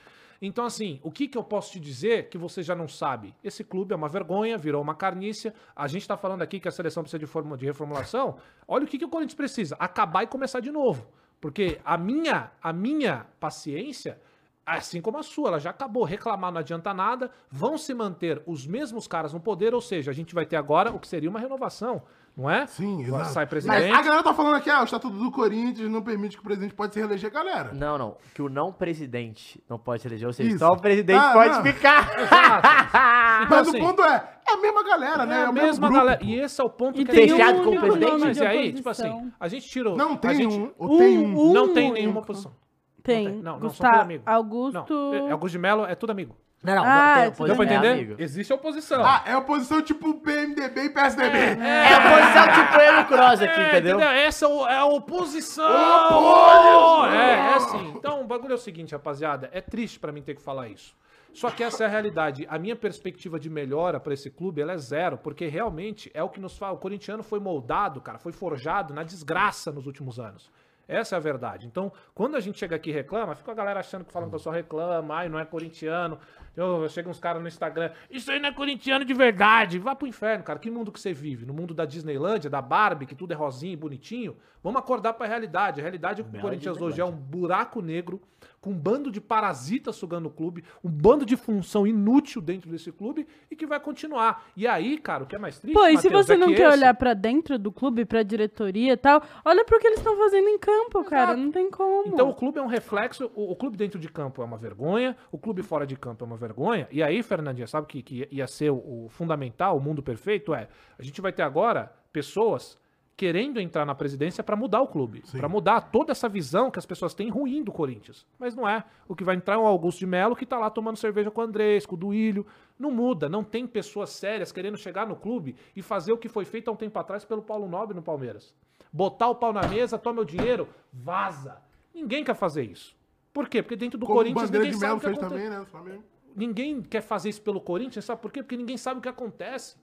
Speaker 1: Então, assim, o que, que eu posso te dizer que você já não sabe? Esse clube é uma vergonha, virou uma carnícia. A gente tá falando aqui que a seleção precisa de, formu- de reformulação. Olha o que, que o Corinthians precisa: acabar e começar de novo. Porque a minha, a minha paciência Assim como a sua, ela já acabou. Reclamar não adianta nada. Vão se manter os mesmos caras no poder, ou seja, a gente vai ter agora o que seria uma renovação, não é?
Speaker 3: Sim,
Speaker 1: Agora
Speaker 3: exato.
Speaker 1: Sai
Speaker 3: Mas
Speaker 1: presidente.
Speaker 3: a galera tá falando aqui, ah, o estatuto do Corinthians não permite que o presidente pode se reeleger, galera.
Speaker 2: Não, não. Que o não presidente não pode se eleger. Ou seja,
Speaker 3: É. Isso.
Speaker 2: só o presidente
Speaker 3: Ah,
Speaker 2: pode
Speaker 3: não.
Speaker 1: Então,
Speaker 2: ficar.
Speaker 3: tá Mas
Speaker 1: assim,
Speaker 3: o ponto é, é a mesma galera,
Speaker 1: é
Speaker 3: né?
Speaker 1: a
Speaker 3: o mesmo
Speaker 1: mesma
Speaker 3: grupo.
Speaker 1: galera. E esse é o ponto
Speaker 4: E
Speaker 1: que
Speaker 2: tem
Speaker 1: a
Speaker 2: Fechado
Speaker 1: gente...
Speaker 2: um com o único presidente? nome
Speaker 1: Mas
Speaker 4: de
Speaker 1: e aí, tipo
Speaker 4: oposição.
Speaker 1: assim, a gente tirou...
Speaker 3: Não
Speaker 1: a
Speaker 3: tem
Speaker 1: gente-
Speaker 3: um, ou tem um.
Speaker 4: um
Speaker 1: não tem
Speaker 4: único.
Speaker 1: nenhuma oposição.
Speaker 4: Tem.
Speaker 1: Não tem. Não, não, são tudo
Speaker 4: Gustavo,
Speaker 1: amigo.
Speaker 4: Augusto.
Speaker 1: Não, é, Augusto de Mello é tudo amigo.
Speaker 2: Não, não.
Speaker 4: Ah,
Speaker 2: não tem
Speaker 4: tudo
Speaker 1: Deu pra
Speaker 2: oposição,
Speaker 4: bem.
Speaker 2: é
Speaker 1: entender?
Speaker 2: amigo.
Speaker 1: Existe a oposição.
Speaker 3: Ah, é oposição tipo PMDB e PSDB.
Speaker 2: É a posição tipo eu e o Cross aqui,
Speaker 1: É,
Speaker 2: entendeu?
Speaker 1: Essa é, o- é a oposição! É, é assim. Então, o bagulho é o seguinte, rapaziada. É triste pra mim ter que falar isso. Só que essa é a realidade. A minha perspectiva de melhora pra esse clube, ela é zero, porque realmente é o que nos fala. O corintiano foi moldado, cara, foi forjado na desgraça nos últimos anos. Essa é a verdade. Então, quando a gente chega aqui e reclama, fica a galera achando que falando que eu só reclamo, ai, não é corintiano. Eu, chega uns caras no Instagram, isso aí não é corintiano de verdade. Vá pro inferno, cara. Que mundo que você vive? No mundo da Disneylândia, da Barbie, que tudo é rosinho e bonitinho? Vamos acordar pra realidade. A realidade é que o Corinthians hoje é um buraco negro, com um bando de parasitas sugando o clube, um bando de função inútil dentro desse clube e que vai continuar. E aí, cara, o que é mais triste,
Speaker 4: Pô, e se
Speaker 1: Matheus,
Speaker 4: você
Speaker 1: é
Speaker 4: não
Speaker 1: que
Speaker 4: quer
Speaker 1: esse-
Speaker 4: olhar pra dentro do clube, pra diretoria e tal, olha pro que eles estão fazendo em campo, cara. Não tem como.
Speaker 1: Então o clube é um reflexo, o, o clube dentro de campo é uma vergonha, o clube fora de campo é uma vergonha. E aí, Fernandinha, sabe o que, que ia ser o, o fundamental, o mundo perfeito? É, a gente vai ter agora pessoas querendo entrar na presidência pra mudar o clube, Pra mudar toda essa visão que as pessoas têm ruim do Corinthians. Mas não é. O que vai entrar é o Augusto de Melo que tá lá tomando cerveja com o Andrés, com o Duílio. Não muda, não tem pessoas sérias querendo chegar no clube e fazer o que foi feito há um tempo atrás pelo Paulo Nobre no Palmeiras. Botar o pau na mesa, toma o dinheiro, vaza. Ninguém quer fazer isso. Por quê? Porque dentro do
Speaker 3: Como o
Speaker 1: Corinthians
Speaker 3: Bandeira
Speaker 1: ninguém
Speaker 3: de
Speaker 1: sabe o
Speaker 3: Melo
Speaker 1: que
Speaker 3: fez
Speaker 1: acontece.
Speaker 3: também, né? Flamengo.
Speaker 1: Ninguém quer fazer isso pelo Corinthians, sabe por quê? Porque ninguém sabe o que acontece.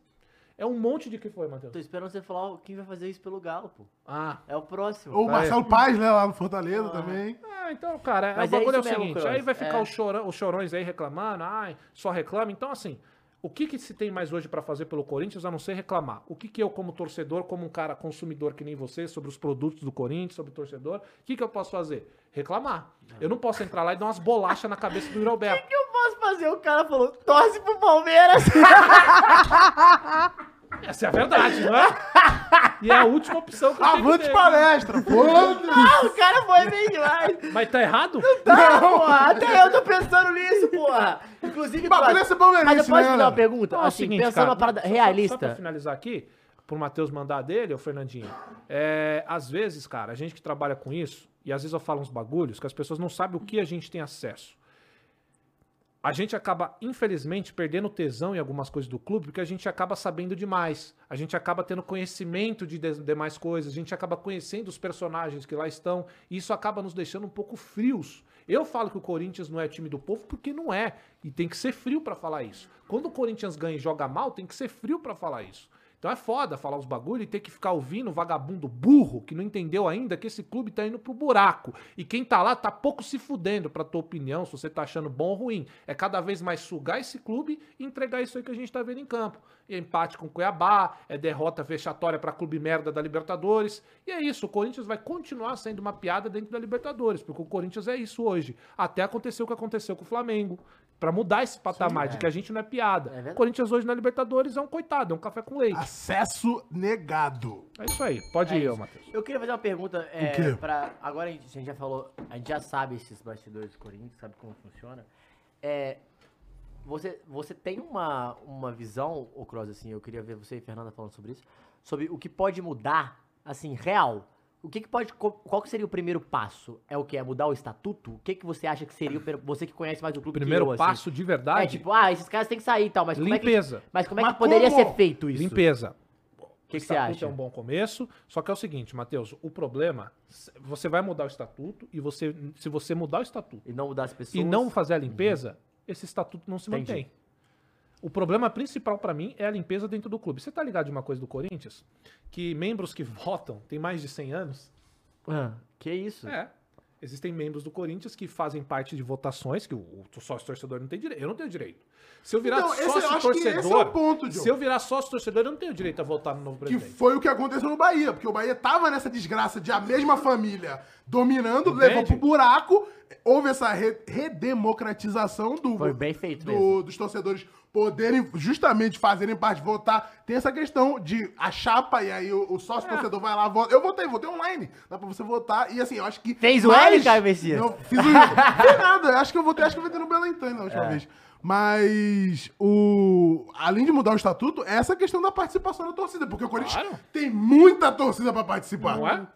Speaker 1: É um monte de que foi, Matheus.
Speaker 2: Tô esperando você falar quem vai fazer isso pelo Galo, pô.
Speaker 1: Ah,
Speaker 2: É o próximo.
Speaker 3: Ou o
Speaker 1: Vai.
Speaker 3: Marcelo Paz, né? Lá no Fortaleza também.
Speaker 1: Ah, então, cara,
Speaker 2: Mas
Speaker 1: o
Speaker 2: é
Speaker 1: bagulho é, o
Speaker 2: isso mesmo,
Speaker 1: seguinte,
Speaker 2: Cross.
Speaker 1: aí vai ficar
Speaker 2: É.
Speaker 1: os, chorão- os chorões aí reclamando, ai, só reclama. Então, assim, o que que se tem mais hoje pra fazer pelo Corinthians a não ser reclamar? O que que eu, como torcedor, como um cara consumidor que nem você, sobre os produtos do Corinthians, sobre o torcedor, o que que eu posso fazer? Reclamar.
Speaker 2: É.
Speaker 1: Eu não posso entrar lá e dar umas bolachas na cabeça do Roberto.
Speaker 2: eu posso fazer? O cara falou, torce pro Palmeiras.
Speaker 1: Essa é a verdade, não é? E é a última opção
Speaker 2: Ah,
Speaker 1: que eu tenho que
Speaker 3: Avante
Speaker 1: ter.
Speaker 3: palestra! Foda-se!
Speaker 2: Não, Ah, o cara foi bem demais.
Speaker 1: Mas tá errado?
Speaker 2: Tá, porra, até eu tô pensando nisso, porra. Inclusive,
Speaker 3: Bagulho
Speaker 2: Cross,
Speaker 3: é ser palmeirense,
Speaker 2: Mas eu posso
Speaker 3: né,
Speaker 2: te dar uma
Speaker 3: Léo?
Speaker 2: pergunta?
Speaker 1: Então, é o
Speaker 2: assim,
Speaker 1: seguinte,
Speaker 2: pensando
Speaker 1: cara,
Speaker 2: uma parada
Speaker 1: só- só- Só pra
Speaker 2: realista.
Speaker 1: finalizar aqui, pro Matheus mandar dele, ô Fernandinho, é, às vezes, cara, a gente que trabalha com isso, e às vezes eu falo uns bagulhos que as pessoas não sabem o que a gente tem acesso. A gente acaba, infelizmente, perdendo tesão em algumas coisas do clube, porque a gente acaba sabendo demais. A gente acaba tendo conhecimento de des- demais coisas, a gente acaba conhecendo os personagens que lá estão, e isso acaba nos deixando um pouco frios. Eu falo que o Corinthians não é time do povo porque não é, e tem que ser frio pra falar isso. Quando o Corinthians ganha e joga mal, tem que ser frio pra falar isso. Então, Então é foda falar os bagulho e ter que ficar ouvindo um vagabundo burro que não entendeu ainda que esse clube tá indo pro buraco. E quem tá lá tá pouco se fudendo pra tua opinião, se você tá achando bom ou ruim. É cada vez mais sugar esse clube e entregar isso aí que a gente tá vendo em campo. E é empate com o Cuiabá, é derrota vexatória pra clube merda da Libertadores. E é isso, o Corinthians vai continuar sendo uma piada dentro da Libertadores, porque o Corinthians é isso hoje. Até aconteceu o que aconteceu com o Flamengo. Pra mudar esse patamar de que a gente não é piada.
Speaker 2: verdade.
Speaker 1: o Corinthians hoje na Libertadores é um coitado, é um café com leite.
Speaker 3: Acesso negado.
Speaker 1: É isso aí. Pode
Speaker 2: É
Speaker 1: ir, ô
Speaker 2: isso.
Speaker 1: Matheus.
Speaker 2: Eu queria fazer uma pergunta é,
Speaker 3: O quê?
Speaker 2: pra- Agora a gente, a gente já falou, a gente já sabe esses bastidores do Corinthians, sabe como funciona. É, você, você tem uma, uma visão, ô Cross, assim, eu queria ver você e a Fernanda falando sobre isso, sobre o que pode mudar, assim, real. O que, que pode. co- Qual que seria o primeiro passo? É o que? É mudar o estatuto? O que, que você acha que seria o. per- Você que conhece mais o clube que eu,
Speaker 1: Primeiro
Speaker 2: assim?
Speaker 1: passo de
Speaker 2: É
Speaker 1: verdade,
Speaker 2: tipo, ah, esses caras têm que sair e tal, mas como é que.
Speaker 1: limpeza.
Speaker 2: Mas como é
Speaker 3: Mas
Speaker 2: que poderia
Speaker 3: como?
Speaker 2: ser feito isso?
Speaker 1: Limpeza.
Speaker 2: O que, que
Speaker 1: O
Speaker 2: você
Speaker 1: estatuto
Speaker 2: acha?
Speaker 1: é um bom começo, só que é o seguinte, Matheus, o problema, se- você vai mudar o estatuto e você, se você mudar o estatuto
Speaker 2: E não mudar as pessoas.
Speaker 1: e não fazer a limpeza, esse estatuto não se
Speaker 2: assim. Uhum. Entendi.
Speaker 1: mantém. O problema principal pra mim é a limpeza dentro do clube. Você tá ligado de uma coisa do Corinthians? Que membros que votam têm mais de 100 anos?
Speaker 2: Ah, que isso?
Speaker 1: É. Existem membros do Corinthians que fazem parte de votações que o, o sócio torcedor não tem direito. Eu não tenho direito. Se eu virar
Speaker 3: Então, esse- eu
Speaker 1: sócio
Speaker 3: acho que esse é o
Speaker 1: torcedor,
Speaker 3: ponto, Diogo.
Speaker 1: se eu virar sócio torcedor, eu não tenho direito a votar no novo
Speaker 3: Que
Speaker 1: presidente.
Speaker 3: foi o que aconteceu no Bahia, porque o Bahia tava nessa desgraça de a mesma família dominando,
Speaker 1: Entende?
Speaker 3: levou pro buraco, houve essa re- redemocratização do,
Speaker 2: Foi bem feito
Speaker 3: do-
Speaker 2: mesmo.
Speaker 3: dos torcedores poderem justamente fazerem parte, votar. Tem essa questão de a chapa e aí o, o
Speaker 2: É.
Speaker 3: sócio torcedor vai lá, vota. Eu votei, votei online, dá pra você votar. E assim, eu acho que.
Speaker 2: Fez o L, Caio Messias?
Speaker 3: Não, fiz o fiz nada, eu acho que eu votei, acho que eu votei no Belentã na
Speaker 1: É.
Speaker 3: última vez. Mas o. Além de mudar o estatuto, é essa questão da participação da torcida, porque o Corinthians
Speaker 1: Claro.
Speaker 3: tem muita torcida pra participar.
Speaker 1: Não é?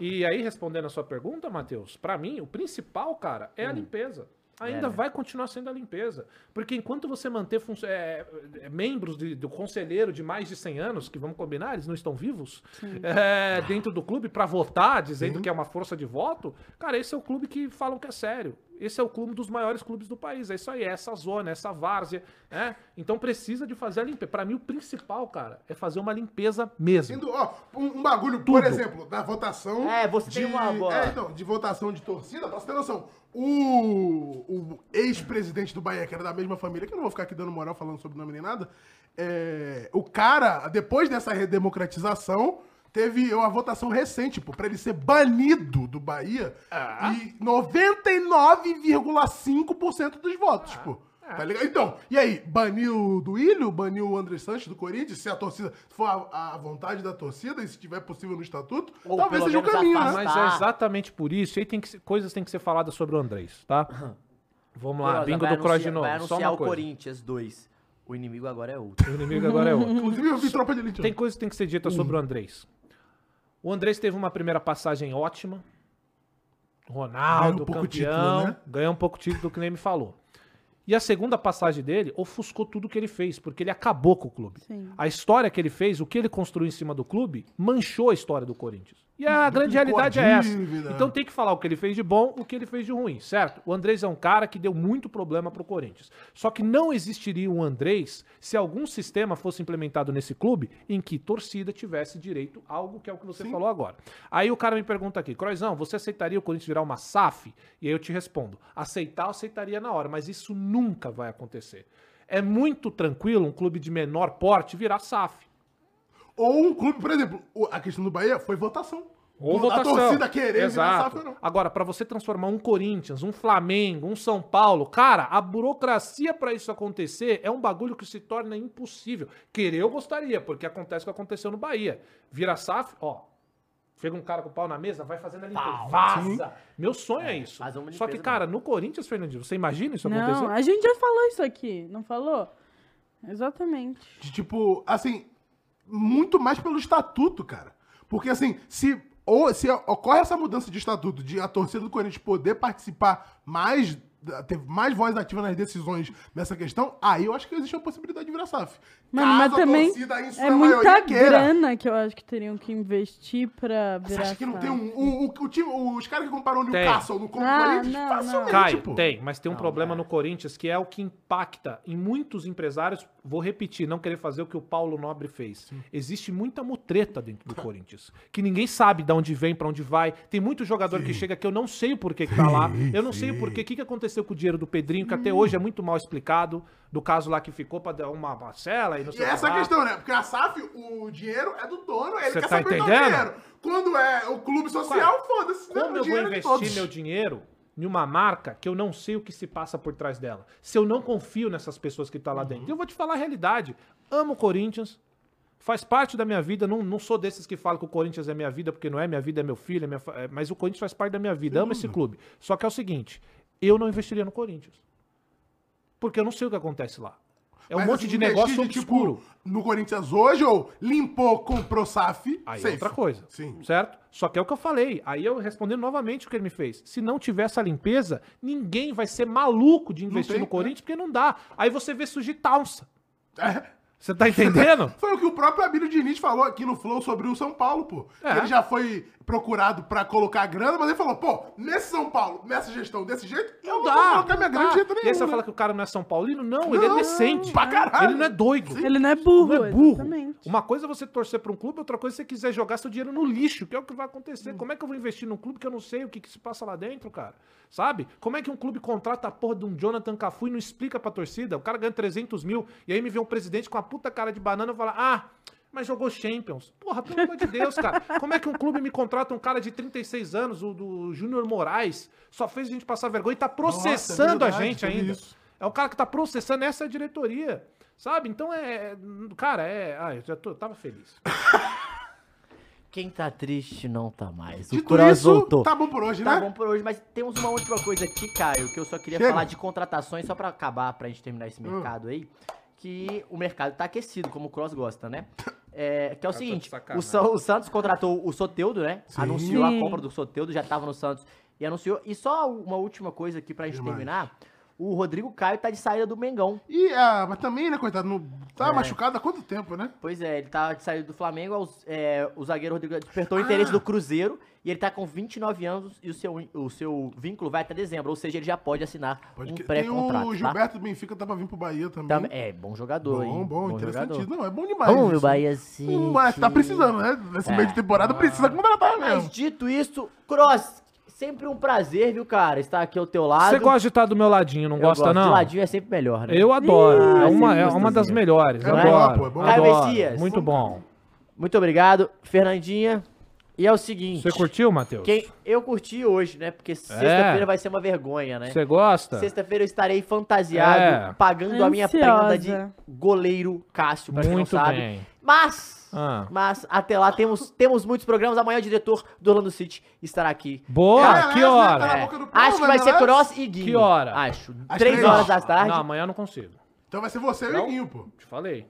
Speaker 1: E aí, respondendo a sua pergunta, Matheus, pra mim, o principal, cara, é a limpeza. Ainda
Speaker 2: É, né?
Speaker 1: vai continuar sendo a limpeza. Porque enquanto você manter fun- é, é, membros de- do conselheiro de mais de 100 anos, que vamos combinar, eles não estão vivos, é, dentro do clube pra votar, dizendo que é uma força de voto, cara, esse é o clube que falam que é sério. Esse é o clube dos maiores clubes do país. É isso aí, é essa zona, é essa várzea. né? Então precisa de fazer a limpeza. Pra mim, o principal, cara, é fazer uma limpeza mesmo.
Speaker 3: Sendo, ó, um, um bagulho, por exemplo, da votação.
Speaker 2: É, você tem uma agora.
Speaker 3: É, então, de votação de torcida, pra você ter noção. O, o ex-presidente do Bahia, que era da mesma família, que eu não vou ficar aqui dando moral falando sobre o nome nem nada. é, o cara, depois dessa redemocratização, teve uma votação recente, pô, pra ele ser banido do Bahia.
Speaker 2: Ah.
Speaker 3: E 99,5% dos votos,
Speaker 2: Ah,
Speaker 3: pô. Tá ligado? Então, e aí, baniu o Duílio, baniu o André Sanches do Corinthians, se a torcida se for a, a vontade da torcida e se tiver possível no estatuto,
Speaker 2: Ou pelo
Speaker 3: talvez seja o
Speaker 2: menos
Speaker 3: caminho,
Speaker 2: afasta-
Speaker 3: né?
Speaker 1: Mas
Speaker 2: Tá.
Speaker 1: é exatamente por isso. Aí tem que ser- coisas têm que ser faladas sobre o Andrés, tá? Vamos lá,
Speaker 2: Curiosa,
Speaker 1: bingo
Speaker 2: vai
Speaker 1: do Cross de
Speaker 2: anunciar- Vai
Speaker 1: novo. Só
Speaker 2: anunciar
Speaker 1: uma
Speaker 2: o
Speaker 1: coisa.
Speaker 2: Corinthians 2. O inimigo agora é outro.
Speaker 1: O inimigo agora é outro.
Speaker 3: Inclusive, eu vi tropa de elite. né?
Speaker 1: Tem coisas que tem que ser ditas sobre o Andrés. O Andrés teve uma primeira passagem ótima. Ronaldo,
Speaker 3: Ganhou um pouco
Speaker 1: campeão.
Speaker 3: título, né?
Speaker 1: Ganhou um pouco título do que nem me falou. E a segunda passagem dele ofuscou tudo que ele fez, porque ele acabou com o clube.
Speaker 4: Sim.
Speaker 1: A história que ele fez, o que ele construiu em cima do clube, manchou a história do Corinthians. E a grande
Speaker 3: com a
Speaker 1: realidade é essa.
Speaker 3: dívida.
Speaker 1: Então tem que falar o que ele fez de bom, o que ele fez de ruim, certo? O Andrés é um cara que deu muito problema pro Corinthians. Só que não existiria um Andrés se algum sistema fosse implementado nesse clube em que torcida tivesse direito a algo que é o que você falou agora. Aí o cara me pergunta aqui, Croizão, você aceitaria o Corinthians virar uma SAF? E aí eu te respondo, aceitar, eu aceitaria na hora, mas isso nunca vai acontecer. É muito tranquilo um clube de menor porte virar SAF.
Speaker 3: Ou um clube, por exemplo, o- a questão do Bahia foi votação.
Speaker 1: Ou
Speaker 3: Do-
Speaker 1: votação.
Speaker 3: A torcida querer virar
Speaker 1: Exato.
Speaker 3: SAF ou não.
Speaker 1: Agora, pra você transformar um Corinthians, um Flamengo, um São Paulo, cara, a burocracia pra isso acontecer é um bagulho que se torna impossível. Querer eu gostaria, porque acontece o que aconteceu no Bahia. Vira SAF, ó. Chega um cara com pau na mesa, vai fazendo a limpeza. Vaza! Meu sonho é, isso.
Speaker 2: faz uma
Speaker 1: Só que,
Speaker 2: limpeza
Speaker 1: cara, no Corinthians, Fernandinho, você imagina isso
Speaker 4: Não,
Speaker 1: acontecer?
Speaker 4: a gente já falou isso aqui, não falou? Exatamente.
Speaker 3: De tipo, assim, muito mais pelo estatuto, cara. Porque assim, se, ou, se ocorre essa mudança de estatuto, de a torcida do Corinthians poder participar mais da- ter mais voz ativa nas decisões nessa questão, aí eu acho que existe uma possibilidade de virar SAF.
Speaker 4: Mano, mas
Speaker 3: Caso a
Speaker 4: também
Speaker 3: torcida, em sua
Speaker 4: é
Speaker 3: maioria,
Speaker 4: muita
Speaker 3: queira.
Speaker 4: grana que eu acho que teriam que investir pra
Speaker 3: Você
Speaker 4: virar.
Speaker 3: acha que não
Speaker 4: SAF?
Speaker 3: tem um. O, o- o time, os caras que comparam o
Speaker 1: Tem.
Speaker 3: Newcastle no combo
Speaker 4: Ah,
Speaker 3: Corinthians,
Speaker 4: não, não.
Speaker 3: facilmente,
Speaker 1: Caio,
Speaker 3: pô.
Speaker 1: tem, mas tem um
Speaker 2: Não,
Speaker 1: problema
Speaker 2: é.
Speaker 1: no Corinthians que é o que impacta em muitos empresários. Vou repetir, não querer fazer o que o Paulo Nobre fez. Existe muita mutreta dentro do Corinthians, que ninguém sabe de onde vem, pra onde vai. Tem muito jogador que chega que eu não sei o porquê que tá lá. Eu não sei o porquê, o que, que aconteceu com o dinheiro do Pedrinho, que até hoje é muito mal explicado, do caso lá que ficou pra dar uma parcela e não
Speaker 3: E
Speaker 1: sei o que
Speaker 3: essa é
Speaker 1: lá.
Speaker 3: a questão, né? Porque a SAF, o dinheiro é do dono, ele
Speaker 1: Cê tá
Speaker 3: quer saber de onde é o
Speaker 1: entendendo?
Speaker 3: dinheiro. Quando é o clube social, foda-se. né?
Speaker 1: Como
Speaker 3: O
Speaker 1: eu vou
Speaker 3: dinheiro é de
Speaker 1: investir
Speaker 3: todos.
Speaker 1: meu dinheiro em uma marca que eu não sei o que se passa por trás dela? Se eu não confio nessas pessoas que estão lá dentro.
Speaker 3: Uhum.
Speaker 1: Eu vou te falar a realidade. Amo o Corinthians. Faz parte da minha vida. Não, não sou desses que falam que o Corinthians é minha vida, porque não é minha vida, é meu filho. É minha fa- é, mas o Corinthians faz parte da minha vida. Amo esse clube. Só que é o seguinte: eu não investiria no Corinthians. Porque eu não sei o que acontece lá. É um
Speaker 3: Mas,
Speaker 1: monte
Speaker 3: assim,
Speaker 1: de
Speaker 3: investir
Speaker 1: negócio
Speaker 3: tipo,
Speaker 1: obscuro.
Speaker 3: no Corinthians hoje, ou limpou, comprou SAF.
Speaker 1: Aí é
Speaker 3: safe.
Speaker 1: outra coisa.
Speaker 3: Sim.
Speaker 1: Certo? Só que é o que eu falei. Aí eu respondendo novamente o que ele me fez. Se não tiver essa limpeza, ninguém vai ser maluco de investir
Speaker 3: tem,
Speaker 1: no
Speaker 3: né?
Speaker 1: Corinthians, porque não dá. Aí você vê surgir Taunsa.
Speaker 3: É.
Speaker 1: Você tá entendendo?
Speaker 3: Foi o que o próprio Abílio Diniz falou aqui no Flow sobre o São Paulo, pô.
Speaker 1: É.
Speaker 3: Ele já foi procurado pra colocar grana, mas ele falou, pô, nesse São Paulo, nessa gestão desse jeito, eu não vou colocar minha grana
Speaker 1: dá.
Speaker 3: de jeito
Speaker 1: E aí
Speaker 3: nenhum.
Speaker 1: você
Speaker 3: né?
Speaker 1: fala que o cara não é São Paulino? Não, ele é
Speaker 3: Não,
Speaker 1: decente.
Speaker 3: pra caralho.
Speaker 1: Ele não é doido.
Speaker 4: Ele não é burro,
Speaker 1: Não é burro.
Speaker 4: exatamente.
Speaker 1: Uma coisa é você torcer pra um clube, outra coisa é você quiser jogar seu dinheiro no lixo, que é o que vai acontecer. Como é que eu vou investir num clube que eu não sei o que, que se passa lá dentro, cara? Sabe? Como é que um clube contrata a porra de um Jonathan Cafu e não explica pra torcida? O cara ganha 300 mil e aí me vê um presidente com a puta cara de banana e fala: Ah, mas jogou Champions. Porra, pelo amor de Deus, cara. Como é que um clube me contrata um cara de 36 anos, o do Júnior Moraes, só fez a gente passar vergonha e tá processando
Speaker 3: Nossa, é
Speaker 1: a
Speaker 3: verdade,
Speaker 1: gente
Speaker 3: teve
Speaker 1: ainda?
Speaker 3: isso.
Speaker 1: É o cara que tá processando essa diretoria. Sabe? Então é. é, Cara, é. Ah, eu já tô- tava feliz.
Speaker 2: Quem tá triste não tá mais. O
Speaker 3: Dito
Speaker 2: Cross
Speaker 3: isso,
Speaker 2: voltou.
Speaker 3: tá bom por hoje,
Speaker 2: Tá
Speaker 3: né?
Speaker 2: bom por hoje, mas temos uma última coisa aqui, Caio, que eu só queria
Speaker 3: Chega. Hum.
Speaker 2: falar de contratações, só pra acabar, pra gente terminar esse mercado aí. Que o mercado tá aquecido, como o Cross gosta, né? É, que é o seguinte: o,
Speaker 1: Tá sacanagem.
Speaker 2: Sa- o Santos contratou o Soteudo, né?
Speaker 3: Sim.
Speaker 2: Anunciou
Speaker 4: Sim.
Speaker 2: a compra do Soteudo, já tava no Santos e anunciou. E só uma última coisa aqui pra gente
Speaker 3: Demais.
Speaker 2: terminar: o Rodrigo Caio tá de saída do Mengão.
Speaker 3: E, ah, mas também, né, coitado, não tá
Speaker 2: É.
Speaker 3: machucado há quanto tempo, né?
Speaker 2: Pois é, ele tá de saída do Flamengo, aos- é, o zagueiro Rodrigo despertou
Speaker 3: Ah.
Speaker 2: o interesse do Cruzeiro e ele tá com 29 anos e o seu, o seu vínculo vai até dezembro, ou seja, ele já pode assinar
Speaker 3: Pode
Speaker 2: um
Speaker 3: que- Tem o
Speaker 2: pré-contrato, tá?
Speaker 3: Gilberto do Benfica, tá pra vir pro Bahia também.
Speaker 2: Tam- é, bom jogador,
Speaker 3: bom,
Speaker 2: hein?
Speaker 3: bom,
Speaker 2: jogador.
Speaker 3: interessante. Não, é bom demais.
Speaker 2: Bom, meu
Speaker 3: isso.
Speaker 2: Bahia, sim.
Speaker 3: Mas tá precisando, né? Nesse
Speaker 2: É.
Speaker 3: meio de temporada precisa contratar mesmo.
Speaker 2: Mas dito isso, Cross, sempre um prazer, viu, cara, estar aqui ao teu lado.
Speaker 1: Você gosta de estar do meu ladinho, não
Speaker 2: Eu
Speaker 1: gosta,
Speaker 2: gosto. De
Speaker 1: não?
Speaker 2: ladinho é sempre melhor, né?
Speaker 1: Eu adoro.
Speaker 2: Ah,
Speaker 1: é, uma,
Speaker 2: sempre
Speaker 1: é uma das
Speaker 2: gostosinho.
Speaker 1: melhores.
Speaker 3: É
Speaker 1: adoro.
Speaker 3: boa, pô, é boa.
Speaker 1: adoro.
Speaker 2: Caio Messias.
Speaker 1: Muito bom.
Speaker 2: Muito obrigado, Fernandinha. E é o seguinte,
Speaker 1: Você curtiu, Matheus?
Speaker 2: quem eu curti hoje, né? Porque
Speaker 1: É.
Speaker 2: sexta-feira vai ser uma vergonha, né?
Speaker 1: Você gosta?
Speaker 2: Sexta-feira eu estarei fantasiado,
Speaker 1: É.
Speaker 2: pagando a minha prenda de
Speaker 4: Ansiosa.
Speaker 2: goleiro Cássio, pra
Speaker 1: Muito
Speaker 2: quem não sabe.
Speaker 1: bem.
Speaker 2: Mas,
Speaker 1: Ah.
Speaker 2: mas, até lá temos, temos muitos programas. Amanhã o diretor do Orlando City estará aqui.
Speaker 1: Boa!
Speaker 3: Cara,
Speaker 1: que
Speaker 3: né?
Speaker 1: hora?
Speaker 3: Tá na
Speaker 2: É,
Speaker 3: boca do povo,
Speaker 2: acho que vai
Speaker 3: né,
Speaker 2: ser
Speaker 3: Alex?
Speaker 2: Cross e Guinho.
Speaker 1: Que hora?
Speaker 2: Acho.
Speaker 3: Às
Speaker 2: Três
Speaker 3: três
Speaker 2: horas
Speaker 3: horas.
Speaker 2: da tarde.
Speaker 1: Não, amanhã eu não consigo.
Speaker 3: Então vai ser você e o
Speaker 1: Não?
Speaker 3: Iguinho, pô.
Speaker 1: Te falei.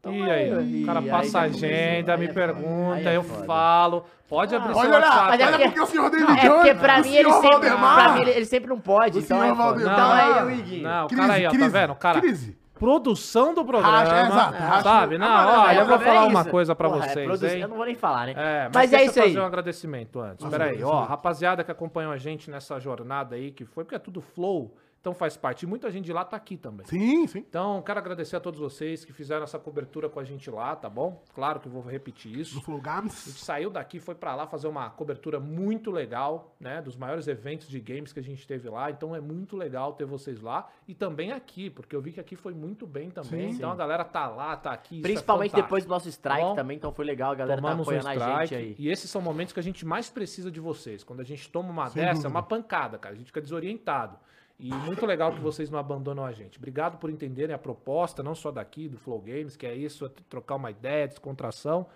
Speaker 2: Então
Speaker 1: e
Speaker 2: vai,
Speaker 1: aí?
Speaker 2: aí,
Speaker 1: O cara
Speaker 2: aí
Speaker 1: passa a
Speaker 2: é foda.
Speaker 1: agenda,
Speaker 2: Aí
Speaker 1: me
Speaker 2: é foda. Aí
Speaker 1: pergunta,
Speaker 2: é
Speaker 1: eu
Speaker 2: foda.
Speaker 1: falo. Pode abrir seu
Speaker 3: Olha lá,
Speaker 1: WhatsApp.
Speaker 2: mas é
Speaker 3: olha
Speaker 2: porque-
Speaker 3: porque o senhor David
Speaker 2: É porque
Speaker 3: Jones,
Speaker 2: pra
Speaker 3: o
Speaker 2: mim, ele
Speaker 3: senhor
Speaker 2: sempre,
Speaker 3: Valdemar.
Speaker 2: pra mim ele, ele sempre não pode,
Speaker 3: O
Speaker 2: então
Speaker 3: senhor
Speaker 2: é foda.
Speaker 3: Valdemar.
Speaker 2: Então é eu
Speaker 3: Não,
Speaker 2: e Guinho.
Speaker 1: Não, o
Speaker 3: Crise,
Speaker 1: cara aí, ó, tá
Speaker 3: crise,
Speaker 1: vendo? O cara,
Speaker 3: crise.
Speaker 1: produção do programa,
Speaker 3: Racha, é, exato, racha.
Speaker 1: sabe? Não,
Speaker 3: Agora,
Speaker 1: olha,
Speaker 2: É,
Speaker 1: eu vou
Speaker 2: o problema
Speaker 1: falar
Speaker 2: é
Speaker 1: uma
Speaker 2: isso.
Speaker 1: coisa pra
Speaker 2: Porra, é
Speaker 1: vocês,
Speaker 2: produção,
Speaker 1: hein?
Speaker 2: Eu não vou nem falar, né?
Speaker 1: É,
Speaker 2: mas é
Speaker 1: deixa eu
Speaker 2: isso aí.
Speaker 1: fazer um agradecimento antes.
Speaker 3: Nossa,
Speaker 1: Peraí, ó,
Speaker 3: agradecimento.
Speaker 1: rapaziada que acompanhou a gente nessa jornada aí, que foi, porque é tudo flow, então faz parte. E muita gente de lá tá aqui também.
Speaker 3: Sim, sim.
Speaker 1: Então, quero agradecer a todos vocês que fizeram essa cobertura com a gente lá, tá bom? Claro que eu vou repetir isso.
Speaker 3: Do Flow
Speaker 1: A gente
Speaker 3: Games.
Speaker 1: saiu daqui, foi pra lá fazer uma cobertura muito legal, né? Dos maiores eventos de games que a gente teve lá. Então é muito legal ter vocês lá e também aqui, porque eu vi que aqui foi muito bem também.
Speaker 3: Sim,
Speaker 1: então a galera tá lá, tá aqui. isso é
Speaker 2: Principalmente
Speaker 1: fantástico.
Speaker 2: depois do nosso strike
Speaker 1: Bom,
Speaker 2: também, então foi legal, a galera
Speaker 1: Tomamos
Speaker 2: tá
Speaker 1: um
Speaker 2: apoiando a gente
Speaker 1: strike.
Speaker 2: aí.
Speaker 1: E esses são momentos que a gente mais precisa de vocês. Quando a gente toma uma
Speaker 3: Sem
Speaker 1: dessa,
Speaker 3: dúvida.
Speaker 1: é uma pancada, cara. A gente fica desorientado. E muito legal que vocês não abandonam a gente. Obrigado por entenderem a proposta, não só daqui, do Flow Games, que é isso, é trocar uma ideia, descontração.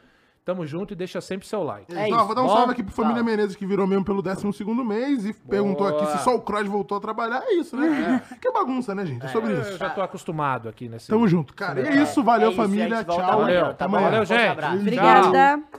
Speaker 1: Tamo junto e deixa sempre seu like.
Speaker 2: É
Speaker 3: Então,
Speaker 2: isso.
Speaker 3: vou dar um
Speaker 2: Bom, tá.
Speaker 3: salve aqui pro Família
Speaker 2: fala.
Speaker 3: Menezes, que virou mesmo pelo 12 mês e perguntou aqui se só o Cross voltou a trabalhar. É isso, né? Que, que bagunça, né, gente? É sobre
Speaker 1: Eu
Speaker 3: isso.
Speaker 1: já tô acostumado aqui nesse.
Speaker 3: Tamo junto, cara. E é isso.
Speaker 2: É
Speaker 3: Valeu,
Speaker 2: isso, a gente
Speaker 3: família.
Speaker 2: volta
Speaker 3: Tchau.
Speaker 2: amanhã,
Speaker 1: Valeu,
Speaker 2: tá
Speaker 1: tá
Speaker 2: bom?
Speaker 1: bom? Valeu,
Speaker 2: Forte
Speaker 1: gente.
Speaker 2: abraço.
Speaker 1: Tchau.
Speaker 4: Obrigada.